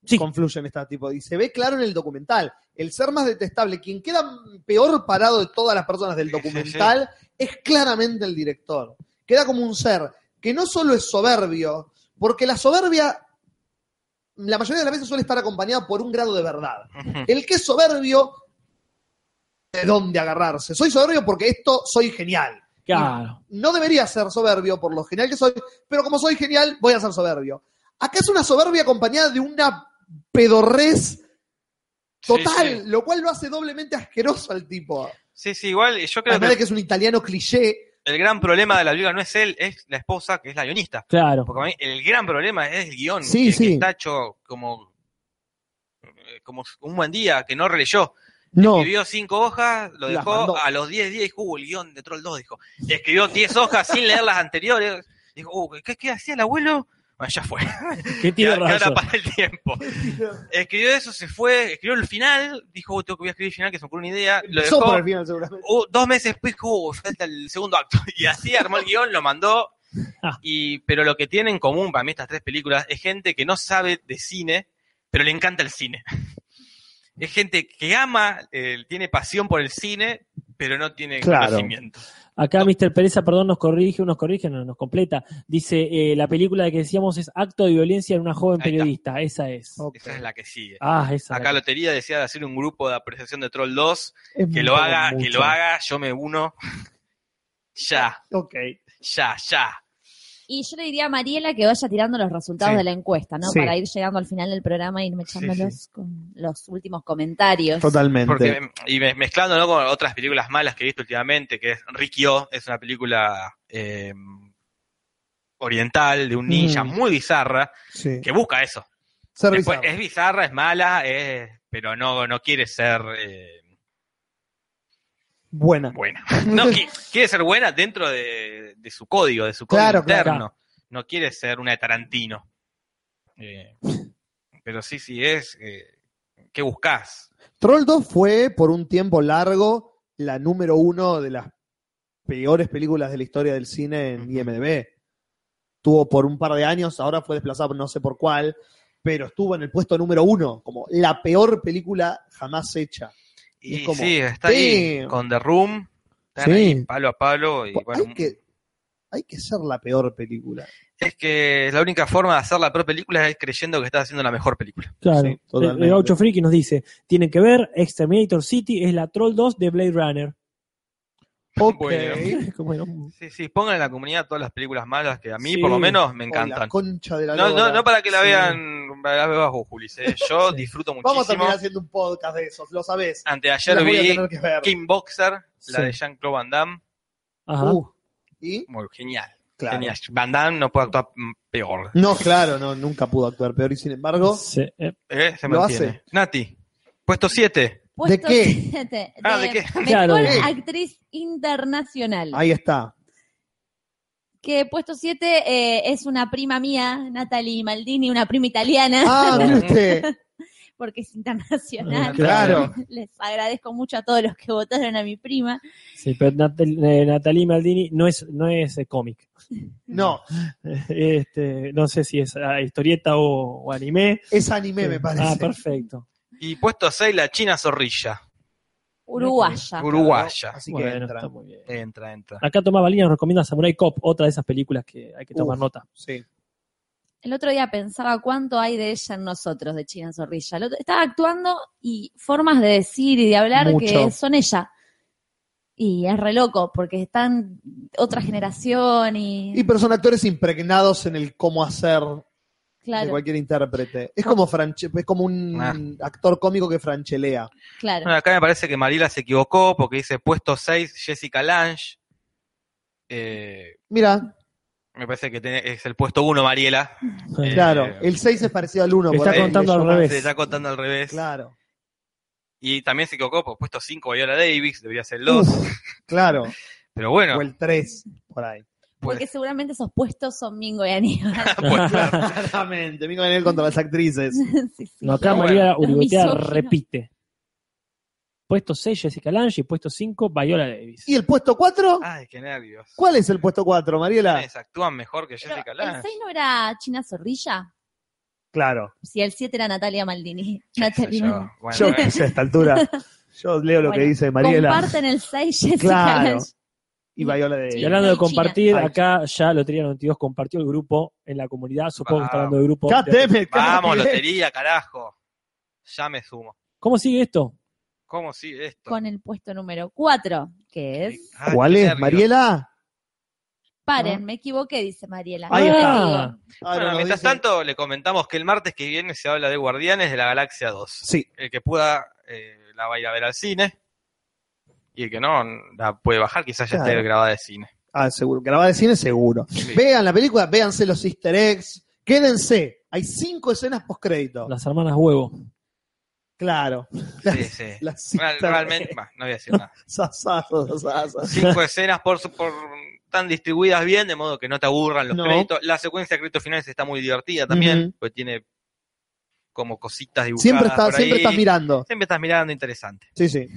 Speaker 2: Sí.
Speaker 1: confluyen este tipo. Y se ve claro en el documental. El ser más detestable, quien queda peor parado de todas las personas del
Speaker 3: Sí, sí, sí.
Speaker 1: documental, es claramente el director. Queda como un ser que no solo es soberbio, porque la soberbia la mayoría de las veces suele estar acompañada por un grado de verdad.
Speaker 3: Ujú.
Speaker 1: El que es soberbio, ¿de dónde agarrarse? Soy soberbio porque esto soy genial.
Speaker 2: Claro.
Speaker 1: No debería ser soberbio por lo genial que soy, pero como soy genial, voy a ser soberbio. Acá es una soberbia acompañada de una pedorrez total,
Speaker 3: Sí, sí.
Speaker 1: lo cual lo hace doblemente asqueroso al tipo.
Speaker 3: Sí, sí, igual yo creo
Speaker 1: Además
Speaker 3: que
Speaker 1: de Ah, que es un italiano cliché.
Speaker 3: el gran problema de la película no es él, es la esposa, que es la guionista.
Speaker 2: Claro.
Speaker 3: Porque a mí el gran problema es el guión,
Speaker 1: Sí,
Speaker 3: que,
Speaker 1: sí.
Speaker 3: que está hecho como, eh, como un buen día, que no releyó.
Speaker 1: No,
Speaker 3: Escribió cinco hojas, lo
Speaker 1: Las
Speaker 3: dejó,
Speaker 1: mandó.
Speaker 3: a los 10 días dijo, uh, el guión de Troll 2, dijo. Escribió 10 hojas sin leer las anteriores. Dijo, uh, ¿qué, qué hacía el abuelo? Bueno, ya fue.
Speaker 2: Qué
Speaker 3: Y
Speaker 2: tío
Speaker 3: ahora
Speaker 2: raso.
Speaker 3: para el tiempo. Escribió eso, se fue, escribió el final, dijo, "Oh, tengo que voy a escribir el final, que se me ocurrió una idea. Lo
Speaker 1: Empezó por
Speaker 3: dejó,
Speaker 1: el final, seguramente.
Speaker 3: Oh, dos meses después dijo, "Oh, falta el segundo acto. Y así armó el guión, lo mandó.
Speaker 2: Ah.
Speaker 3: Y, pero lo que tienen en común para mí estas tres películas es gente que no sabe de cine, pero le encanta el cine. Es gente que ama, eh, tiene pasión por el cine, pero no tiene
Speaker 1: Claro.
Speaker 3: conocimiento.
Speaker 2: Acá Mr. Pereza, perdón, nos corrige, nos corrige, no, nos completa. Dice, eh, la película de que decíamos es Acto de violencia en una joven
Speaker 3: Ahí está.
Speaker 2: periodista. Esa es.
Speaker 1: Ok.
Speaker 3: Esa es la que sigue.
Speaker 2: Ah, esa.
Speaker 3: Acá Lotería decía de hacer un grupo de apreciación de Troll 2.
Speaker 1: Es
Speaker 3: Que lo
Speaker 1: mucho,
Speaker 3: haga, que
Speaker 1: mucho.
Speaker 3: lo haga, yo me uno. Ya,
Speaker 1: Ok.
Speaker 3: ya, ya.
Speaker 4: Y yo le diría a Mariela que vaya tirando los resultados
Speaker 1: Sí.
Speaker 4: de la encuesta, ¿no?
Speaker 1: Sí.
Speaker 4: Para ir llegando al final del programa e irme echando
Speaker 3: Sí, sí.
Speaker 4: los, con los últimos comentarios.
Speaker 1: Totalmente.
Speaker 3: Porque, y me- mezclándolo con otras películas malas que he visto últimamente, que es Rikyo, es una película eh, oriental de un ninja
Speaker 1: Mm.
Speaker 3: muy bizarra,
Speaker 1: sí.
Speaker 3: que busca eso.
Speaker 1: Ser
Speaker 3: Después, eh,
Speaker 1: bizarro.
Speaker 3: es bizarra, es mala, es- pero no, no quiere ser eh,
Speaker 1: Buena.
Speaker 3: buena. No, qui- quiere ser buena dentro de, de su código, de su código
Speaker 1: Claro, claro.
Speaker 3: interno. No quiere ser una de Tarantino. Eh, pero sí, sí, es. eh, ¿Qué buscas?
Speaker 1: Troll 2 fue por un tiempo largo la número uno de las peores películas de la historia del cine en IMDb. Estuvo por un par de años, ahora fue desplazado no sé por cuál, pero estuvo en el puesto número uno, como la peor película jamás hecha. Y
Speaker 3: Y
Speaker 1: es como,
Speaker 3: sí, está ahí
Speaker 1: damn.
Speaker 3: con The Room. Están
Speaker 1: Sí.
Speaker 3: ahí palo a palo. Y
Speaker 1: Po-
Speaker 3: bueno,
Speaker 1: Pues, hay, que, hay que ser la peor película.
Speaker 3: Es que la única forma de hacer la peor película es creyendo que estás haciendo la mejor película.
Speaker 2: Claro.
Speaker 1: Sí,
Speaker 2: El- el,
Speaker 1: totalmente.
Speaker 2: Gaucho Friki nos dice, tienen que ver, Exterminator City es la Troll 2 de Blade Runner.
Speaker 1: Ok.
Speaker 3: Bueno.
Speaker 2: Bueno,
Speaker 3: Sí, sí, pongan en la comunidad todas las películas malas que a mí,
Speaker 2: Sí.
Speaker 3: por lo menos, me
Speaker 1: O la
Speaker 3: encantan.
Speaker 1: concha de la
Speaker 3: No, no,
Speaker 1: lora.
Speaker 3: no para que la
Speaker 1: Sí.
Speaker 3: vean, para que las veas vos, Julis. eh. Yo disfruto
Speaker 1: Vamos a terminar
Speaker 3: muchísimo.
Speaker 1: haciendo un podcast de esos, lo sabés.
Speaker 3: Anteayer
Speaker 1: Las voy a
Speaker 3: vi
Speaker 1: tener que ver.
Speaker 3: King Boxer, la
Speaker 2: Sí.
Speaker 3: de Jean-Claude Van Damme.
Speaker 2: Ajá.
Speaker 1: Uh, y
Speaker 3: Muy genial.
Speaker 1: claro.
Speaker 3: genial. Van Damme no puede actuar mm, peor.
Speaker 1: No, claro, no, nunca pudo actuar peor y sin embargo,
Speaker 2: Sí, eh,
Speaker 3: Eh, se
Speaker 1: Lo
Speaker 3: mantiene.
Speaker 1: hace.
Speaker 3: Nati, puesto 7.
Speaker 4: Puesto
Speaker 1: qué?
Speaker 4: siete,
Speaker 3: Ah, ¿de qué?
Speaker 4: Mejor
Speaker 2: Claro.
Speaker 4: actriz internacional.
Speaker 1: ahí está.
Speaker 4: Que puesto 7 es una prima mía, Natalie Maldini, una prima italiana,
Speaker 1: Ah, mire usted.
Speaker 4: porque es internacional.
Speaker 1: Claro.
Speaker 4: Les agradezco mucho a todos los que votaron a mi prima.
Speaker 2: sí, pero Natal- eh, Natalie Maldini no es, no es eh, cómic.
Speaker 1: No,
Speaker 2: Este, no sé si es ah, historieta o, o anime.
Speaker 1: es anime, me parece.
Speaker 2: Ah, perfecto.
Speaker 3: Y puesto 6, la China Zorrilla.
Speaker 4: Uruguaya.
Speaker 3: Uruguaya.
Speaker 1: Así que
Speaker 2: Bueno,
Speaker 1: entra.
Speaker 2: está muy bien.
Speaker 3: Entra,
Speaker 4: Ah.
Speaker 3: entra.
Speaker 2: Acá Tomás Balina nos recomienda Samurai Cop, otra de esas películas que hay que tomar
Speaker 1: Uf.
Speaker 2: nota.
Speaker 1: Sí.
Speaker 4: El otro día pensaba cuánto hay de ella en nosotros, de China Zorrilla. El otro- estaba actuando y formas de decir y de hablar
Speaker 1: Mucho.
Speaker 4: que son ella. Y es re loco, porque están otra generación y.
Speaker 1: Y pero son actores impregnados en el cómo hacer de
Speaker 4: claro,
Speaker 1: cualquier intérprete. Es como Franche- es como un
Speaker 3: Ah.
Speaker 1: actor cómico que franchelea.
Speaker 4: claro.
Speaker 3: Bueno, acá me parece que Mariela se equivocó porque dice puesto 6, Jessica Lange. Eh,
Speaker 1: Mira,
Speaker 3: me parece que tiene- es el puesto 1, Mariela. Eh,
Speaker 1: claro, el 6 es parecido al 1.
Speaker 2: Está contando al revés.
Speaker 3: Se está contando al revés.
Speaker 1: Claro,
Speaker 3: Y también se equivocó por puesto 5, Viola Davis, debería ser el 2.
Speaker 1: claro.
Speaker 3: Pero bueno,
Speaker 1: O el 3, por ahí.
Speaker 4: porque
Speaker 3: pues,
Speaker 4: seguramente esos puestos son Mingo y Aníbal.
Speaker 3: pues,
Speaker 1: Claramente, Mingo Daniel contra las actrices.
Speaker 4: Sí, sí.
Speaker 2: No, acá
Speaker 3: Pero
Speaker 2: María
Speaker 4: bueno.
Speaker 2: Urigotea
Speaker 4: Misógino.
Speaker 2: repite. Puesto 6, Jessica Lange, y puesto 5, Viola Davis.
Speaker 1: ¿Y el puesto 4?
Speaker 3: ay, qué nervios.
Speaker 1: ¿Cuál es el puesto 4, Mariela?
Speaker 3: Quienes Actúan mejor que
Speaker 4: Pero,
Speaker 3: Jessica
Speaker 4: ¿El
Speaker 3: Lange.
Speaker 4: 6 no era China Zorrilla?
Speaker 1: Claro.
Speaker 4: Si el 7 era Natalia Maldini.
Speaker 3: Qué sé
Speaker 4: Natalia
Speaker 3: yo.
Speaker 4: Maldini.
Speaker 3: Bueno, eh,
Speaker 1: Yo
Speaker 3: bueno.
Speaker 1: qué sé, a esta altura. Yo leo lo que
Speaker 4: Bueno,
Speaker 1: dice Mariela
Speaker 4: Comparten el 6 Jessica
Speaker 1: Claro.
Speaker 4: Lange.
Speaker 1: y Viola de
Speaker 2: Y hablando de
Speaker 4: China.
Speaker 2: compartir,
Speaker 1: Ay.
Speaker 2: acá ya Lotería 92 compartió el grupo en la comunidad. Supongo que está hablando del grupo.
Speaker 1: God damn it,
Speaker 3: Vamos,
Speaker 1: Katy.
Speaker 3: lotería, carajo. Ya me sumo.
Speaker 2: ¿Cómo sigue esto?
Speaker 3: ¿Cómo sigue esto?
Speaker 4: Con el puesto número 4, que es...
Speaker 3: Ay,
Speaker 1: ¿Cuál
Speaker 3: qué
Speaker 1: es,
Speaker 3: nervios. Ah,
Speaker 1: Mariela?
Speaker 4: Paren, me equivoqué, dice Mariela.
Speaker 1: Ah. Ahí está.
Speaker 4: Ah,
Speaker 1: Ahora
Speaker 3: Bueno,
Speaker 1: nos
Speaker 3: mientras
Speaker 1: dice-
Speaker 3: tanto, le comentamos que el martes que viene se habla de Guardianes de la Galaxia 2.
Speaker 1: Sí,
Speaker 3: El que pueda eh, la va a ir a ver al cine. Y el que no, la puede bajar, quizás ya
Speaker 1: Claro.
Speaker 3: esté grabada de cine.
Speaker 1: ah, seguro. Grabada de cine, seguro. Vean la película, véanse los easter eggs. Quédense. Hay cinco escenas postcrédito.
Speaker 2: Las hermanas huevo.
Speaker 1: Claro.
Speaker 3: Sí, sí.
Speaker 1: Las
Speaker 3: Real-
Speaker 1: easter
Speaker 3: realmente, bah, no voy a decir nada.
Speaker 1: eggs. Sasazo, sasazo.
Speaker 3: Cinco escenas por, su- por están distribuidas bien, de modo que no te aburran los
Speaker 1: No.
Speaker 3: créditos. La secuencia de créditos finales está muy divertida también,
Speaker 1: Ujú.
Speaker 3: porque tiene como cositas dibujadas.
Speaker 1: Siempre, está,
Speaker 3: por
Speaker 1: siempre
Speaker 3: ahí.
Speaker 1: estás mirando.
Speaker 3: Siempre estás mirando, interesante.
Speaker 1: Sí, sí.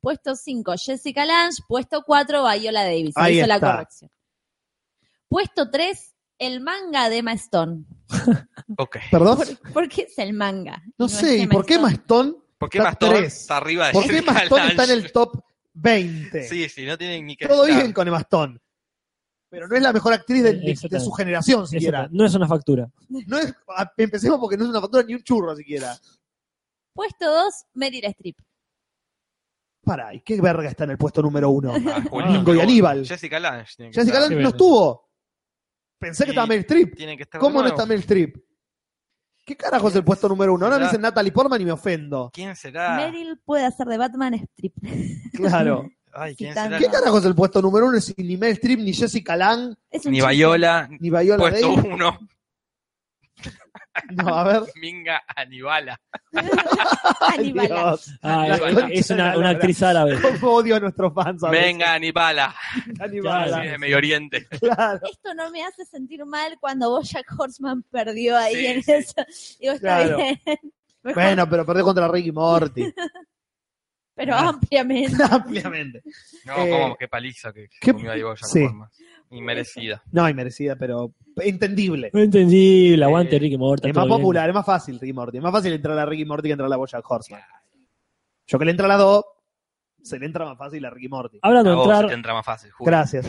Speaker 4: Puesto 5, Jessica Lange. Puesto 4, Viola Davis. Ahí
Speaker 1: Ahí
Speaker 4: hizo la
Speaker 1: está.
Speaker 4: corrección. Puesto 3, el manga de Emma Stone.
Speaker 3: Ok.
Speaker 1: ¿Perdón?
Speaker 4: ¿Por qué es el manga?
Speaker 1: No sé, ¿y
Speaker 4: es
Speaker 1: por qué
Speaker 4: Emma Stone?
Speaker 1: Mastón?
Speaker 3: ¿Por qué
Speaker 1: Está
Speaker 3: Mastón
Speaker 1: tres.
Speaker 3: está arriba de
Speaker 1: ¿Por qué
Speaker 3: Jessica
Speaker 1: Mastón
Speaker 3: Lange?
Speaker 1: está en el top 20?
Speaker 3: Sí, sí, no tienen ni que
Speaker 1: Todo
Speaker 3: estar.
Speaker 1: bien con Mastón. Pero no es la mejor actriz
Speaker 2: Eh,
Speaker 1: de, de- de su generación
Speaker 2: Eso
Speaker 1: siquiera.
Speaker 2: no es una factura.
Speaker 1: No es, a- empecemos porque no es una factura ni un churro siquiera.
Speaker 4: Puesto 2, Meryl Streep.
Speaker 1: Pará, ¿y qué verga está en el puesto número uno?
Speaker 3: Ah, Julio,
Speaker 1: Domingo y
Speaker 3: pero
Speaker 1: Aníbal.
Speaker 3: Jessica Lange. tiene que
Speaker 1: Jessica
Speaker 3: estar.
Speaker 1: Lange no
Speaker 2: verga.
Speaker 1: estuvo. Pensé que
Speaker 3: Y-
Speaker 1: estaba Meryl Streep.
Speaker 3: Tiene que estar de
Speaker 1: ¿Cómo no
Speaker 3: nuevo.
Speaker 1: está Meryl Streep? ¿Qué carajo es el puesto número uno? Ahora me dicen Natalie Portman y me ofendo.
Speaker 3: ¿Quién será?
Speaker 4: Meryl puede hacer de Batman Streep.
Speaker 1: Claro.
Speaker 3: Ay, ¿quién
Speaker 4: Sí,
Speaker 3: será?
Speaker 1: ¿Qué carajo es el puesto número uno? Si ni Meryl Streep, ni Jessica Lange,
Speaker 4: Es un
Speaker 3: Ni
Speaker 4: chiste.
Speaker 3: Bayola,
Speaker 1: ni Viola
Speaker 3: puesto
Speaker 1: Davis.
Speaker 3: uno,
Speaker 1: No, a ver.
Speaker 3: Minga Anibala.
Speaker 4: Aníbala.
Speaker 1: Dios.
Speaker 2: Ah,
Speaker 1: La
Speaker 2: eh,
Speaker 1: concha
Speaker 2: es
Speaker 1: de
Speaker 2: una,
Speaker 1: la
Speaker 2: una
Speaker 1: lora.
Speaker 2: actriz árabe.
Speaker 1: Cómo odio a nuestros fans. a veces.
Speaker 3: Venga Anibala,
Speaker 1: Anibala,
Speaker 3: viene de Medio Oriente.
Speaker 1: claro.
Speaker 4: Esto no me hace sentir mal cuando Bojack Horseman perdió ahí
Speaker 3: Sí,
Speaker 4: en
Speaker 3: sí.
Speaker 4: eso. Digo, está
Speaker 1: Claro.
Speaker 4: bien. Mejor,
Speaker 1: Bueno, pero perdió contra Ricky Morty.
Speaker 4: pero
Speaker 2: Ah.
Speaker 4: ampliamente.
Speaker 1: Ampliamente.
Speaker 3: No,
Speaker 1: Eh,
Speaker 3: como qué paliza que
Speaker 1: qué-
Speaker 3: que comió ahí Bojack
Speaker 1: sí.
Speaker 3: Horseman. Inmerecida.
Speaker 1: No, inmerecida, pero entendible.
Speaker 2: No entendí, la aguante
Speaker 3: Eh,
Speaker 2: Ricky Morta.
Speaker 1: Es más
Speaker 2: todo bien.
Speaker 1: popular, es más fácil Ricky Morty. Es más fácil entrar a Ricky Morty que entrar a la Bojack Horseman. Yo que le entra a las dos, se le entra más fácil a Ricky Morty.
Speaker 2: Hablando
Speaker 3: A
Speaker 2: de
Speaker 3: vos se te
Speaker 2: entrar,
Speaker 3: entra más fácil, Julio.
Speaker 1: Gracias.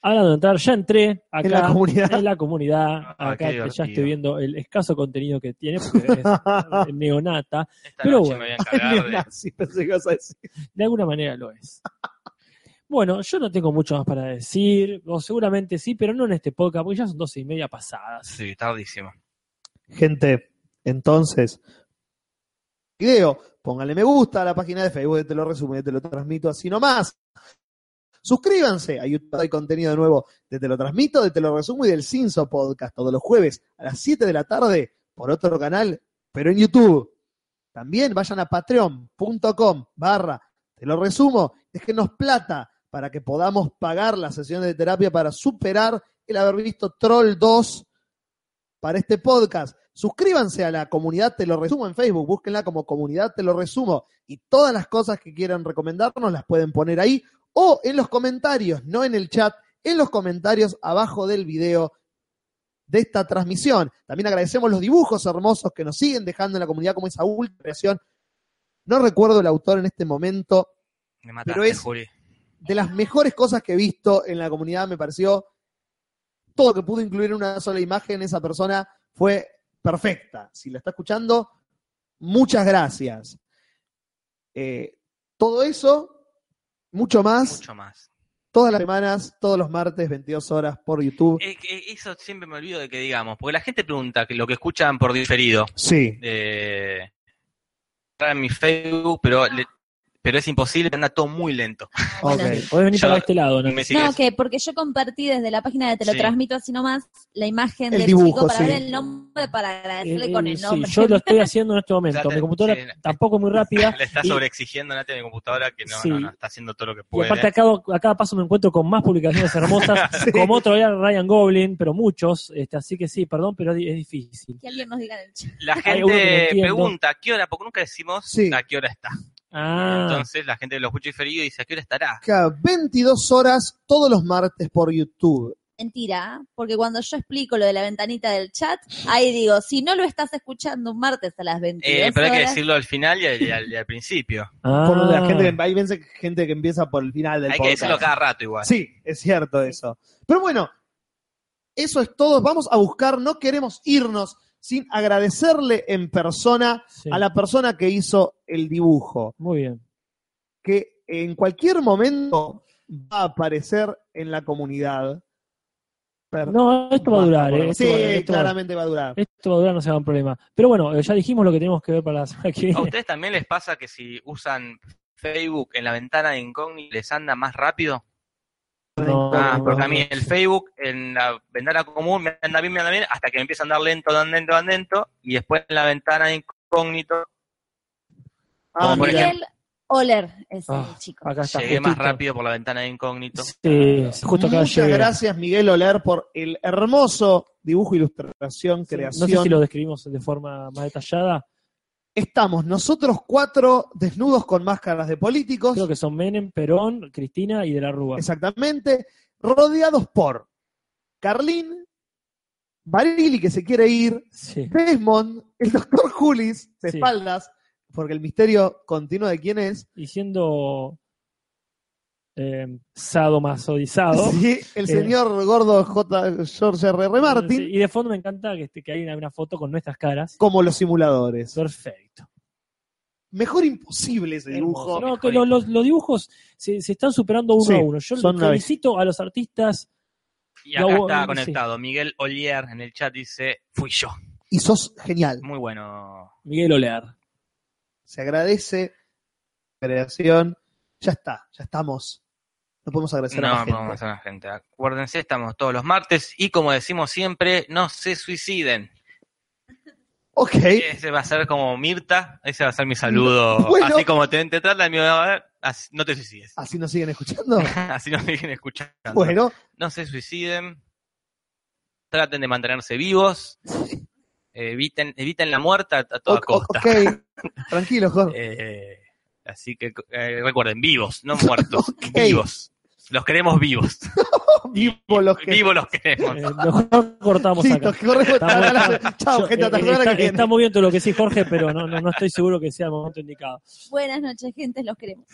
Speaker 2: hablando de entrar, ya entré acá
Speaker 1: En la comunidad.
Speaker 2: en la comunidad,
Speaker 3: Ah,
Speaker 2: acá
Speaker 3: qué
Speaker 2: ya estoy
Speaker 3: divertido.
Speaker 2: viendo el escaso contenido que tiene, porque es neonata,
Speaker 3: Esta
Speaker 2: Pero
Speaker 3: noche
Speaker 2: bueno.
Speaker 3: me voy a encargar de...
Speaker 1: Neonazi, pensé que ibas a decir.
Speaker 2: de alguna manera lo es. Bueno, yo no tengo mucho más para decir, o seguramente sí, pero no en este podcast, porque ya son doce y media pasadas.
Speaker 3: Sí, tardísimo.
Speaker 1: Gente, entonces, video, pónganle me gusta a la página de Facebook, de te lo resumo, de te lo transmito así nomás. Suscríbanse a YouTube, hay contenido nuevo de Te lo transmito, de Te lo resumo y del Cinso Podcast todos los jueves a las 7 de la tarde por otro canal, pero en YouTube. También vayan a patreon.com barra Te lo resumo, déjenos plata para que podamos pagar las sesiones de terapia para superar el haber visto Troll 2 para este podcast. Suscríbanse a la comunidad Te lo resumo en Facebook, búsquenla como comunidad Te lo resumo y todas las cosas que quieran recomendarnos las pueden poner ahí o en los comentarios, no en el chat, en los comentarios abajo del video de esta transmisión. También agradecemos los dibujos hermosos que nos siguen dejando en la comunidad como esa última creación. No recuerdo el autor en este momento,
Speaker 3: Me mataste,
Speaker 1: Pero es-
Speaker 3: Juli.
Speaker 1: de las mejores cosas que he visto en la comunidad, me pareció todo lo que pudo incluir en una sola imagen, esa persona fue perfecta. Si la está escuchando, muchas gracias. Eh, todo eso, mucho más,
Speaker 3: Mucho más.
Speaker 1: todas las semanas, todos los martes, 22 horas por YouTube.
Speaker 3: Eh, que eso siempre me olvido de que digamos, porque la gente pregunta que lo que escuchan por diferido.
Speaker 1: Sí.
Speaker 3: eh, está en mi Facebook, pero, le- pero es imposible, anda todo muy lento.
Speaker 1: Ok.
Speaker 2: Podés venir
Speaker 3: Yo-
Speaker 2: para este lado, ¿no?
Speaker 3: Me sigues.
Speaker 4: No, que porque yo compartí desde la página de Te lo
Speaker 3: Sí.
Speaker 4: transmito así nomás la imagen
Speaker 1: El
Speaker 4: del
Speaker 1: dibujo,
Speaker 4: chico para
Speaker 1: sí.
Speaker 4: ver el nombre, para agradecerle
Speaker 2: Eh,
Speaker 4: con el
Speaker 2: sí,
Speaker 4: nombre.
Speaker 2: yo lo estoy haciendo en este
Speaker 3: Ya
Speaker 2: momento.
Speaker 3: te-
Speaker 2: Mi computadora
Speaker 3: sí, la-
Speaker 2: tampoco es muy rápida.
Speaker 3: Le está
Speaker 2: Y-
Speaker 3: sobreexigiendo a Nati a mi computadora que no,
Speaker 2: Sí.
Speaker 3: no, no, está haciendo todo lo que
Speaker 2: Y
Speaker 3: puede.
Speaker 2: aparte a cada, a cada paso me encuentro con más publicaciones hermosas, como otro día Ryan Goblin, pero muchos, este, así que sí, perdón, pero es di- es difícil.
Speaker 4: Que alguien nos diga en el chat.
Speaker 3: La
Speaker 2: Hay uno que no
Speaker 3: gente
Speaker 2: entiendo.
Speaker 3: pregunta a qué hora, porque nunca decimos
Speaker 1: Sí.
Speaker 3: a qué hora está.
Speaker 2: Ah,
Speaker 3: Entonces la gente lo escucha diferido y dice a qué hora estará.
Speaker 1: Acá, 22 horas todos los martes por YouTube.
Speaker 4: Mentira, porque cuando yo explico lo de la ventanita del chat, ahí digo, si no lo estás escuchando un martes a las 22
Speaker 3: Eh, pero hay que
Speaker 4: horas,
Speaker 3: decirlo al final y al, y al- y al principio.
Speaker 1: Por
Speaker 2: ah.
Speaker 1: la gente, que- ahí vence gente que empieza por el final del
Speaker 3: Hay que
Speaker 1: podcast.
Speaker 3: decirlo cada rato igual.
Speaker 1: Sí, es cierto eso. Pero bueno, eso es todo. Vamos a buscar, no queremos irnos sin agradecerle en persona
Speaker 2: Sí,
Speaker 1: a la persona que hizo el dibujo,
Speaker 2: Muy bien.
Speaker 1: que en cualquier momento va a aparecer en la comunidad. Per-
Speaker 2: No, esto va a durar, eh, esto
Speaker 1: Sí,
Speaker 2: va- esto va-
Speaker 1: claramente va a durar.
Speaker 2: Esto va a durar, no se va un problema. Pero bueno, eh, ya dijimos lo que tenemos que ver para la semana que
Speaker 3: ¿A
Speaker 2: viene.
Speaker 3: ustedes también les pasa que si usan Facebook en la ventana de incógnito les anda más rápido?
Speaker 2: No,
Speaker 3: Ah,
Speaker 2: no,
Speaker 3: porque
Speaker 2: no.
Speaker 3: a mí el Facebook en la ventana común me anda bien, me anda bien, hasta que me empieza a andar lento, dan lento, dan lento, y después en la ventana de incógnito,
Speaker 1: Ah,
Speaker 3: Como por
Speaker 1: mira.
Speaker 4: Miguel Oler es el
Speaker 2: Ah,
Speaker 4: chico.
Speaker 2: Acá está.
Speaker 3: Llegué más
Speaker 2: justito.
Speaker 3: rápido por la ventana de incógnito.
Speaker 2: Sí, justo acá
Speaker 1: Muchas
Speaker 2: llegué.
Speaker 1: gracias, Miguel Oler, por el hermoso dibujo, ilustración,
Speaker 2: Sí,
Speaker 1: creación.
Speaker 2: No sé si lo describimos de forma más detallada.
Speaker 1: Estamos nosotros cuatro desnudos con máscaras de políticos.
Speaker 2: Creo que son Menem, Perón, Cristina y de la Rúa.
Speaker 1: Exactamente. Rodeados por Carlín, Barili, que se quiere ir,
Speaker 2: Sí.
Speaker 1: Desmond, el doctor Julis, de
Speaker 2: Sí.
Speaker 1: espaldas, porque el misterio continúa de quién es.
Speaker 2: Y siendo eh, sadomasoizado.
Speaker 1: Sí,
Speaker 3: Eh.
Speaker 1: el señor gordo J. George R. R. Martin,
Speaker 2: Y de fondo me encanta que, este- que hay una, una foto con nuestras caras.
Speaker 1: como los simuladores.
Speaker 2: Perfecto.
Speaker 1: Mejor imposible ese dibujo.
Speaker 2: No, que lo- los, los dibujos se, se están superando uno
Speaker 1: Sí,
Speaker 2: a uno. Yo
Speaker 1: son una
Speaker 2: felicito a los artistas.
Speaker 3: Y acá
Speaker 2: No,
Speaker 3: está
Speaker 1: eh,
Speaker 2: sí.
Speaker 3: conectado. Miguel Olier en el chat dice, fui yo.
Speaker 1: Y sos genial.
Speaker 3: Muy bueno.
Speaker 2: Miguel Olear.
Speaker 1: Se agradece. Creación. Ya está, ya estamos. No podemos agradecer a
Speaker 3: No,
Speaker 1: la gente.
Speaker 3: vamos a la gente. Acuérdense, estamos todos los martes y como decimos siempre, no se suiciden.
Speaker 1: Ok.
Speaker 3: Ese va a ser como Mirta, ese va a ser mi saludo.
Speaker 1: Bueno.
Speaker 3: Así como te, te trata, mi así- no te suicides.
Speaker 1: Así nos siguen escuchando.
Speaker 3: Así nos siguen escuchando.
Speaker 1: Ah. Bueno,
Speaker 3: No se suiciden. Traten de mantenerse vivos. eh, Eviten, eviten la muerte a, a toda
Speaker 1: ok,
Speaker 3: costa.
Speaker 1: ok. Tranquilo, Jorge.
Speaker 3: Eh, así que eh, recuerden, vivos, no muertos.
Speaker 1: Ok.
Speaker 3: Vivos. Los queremos vivos.
Speaker 1: Vivo los que.
Speaker 3: Vivos los queremos.
Speaker 2: Eh, mejor cortamos
Speaker 1: Sí,
Speaker 2: acá.
Speaker 1: los que corremos esta
Speaker 2: Estamos-
Speaker 1: gala. Chao,
Speaker 2: Yo,
Speaker 1: gente,
Speaker 2: eh,
Speaker 1: hasta la semana
Speaker 2: está,
Speaker 1: que viene.
Speaker 2: está muy bien todo lo que sí, Jorge, pero no, no, no estoy seguro que sea el momento indicado.
Speaker 4: Buenas noches, gente, los queremos.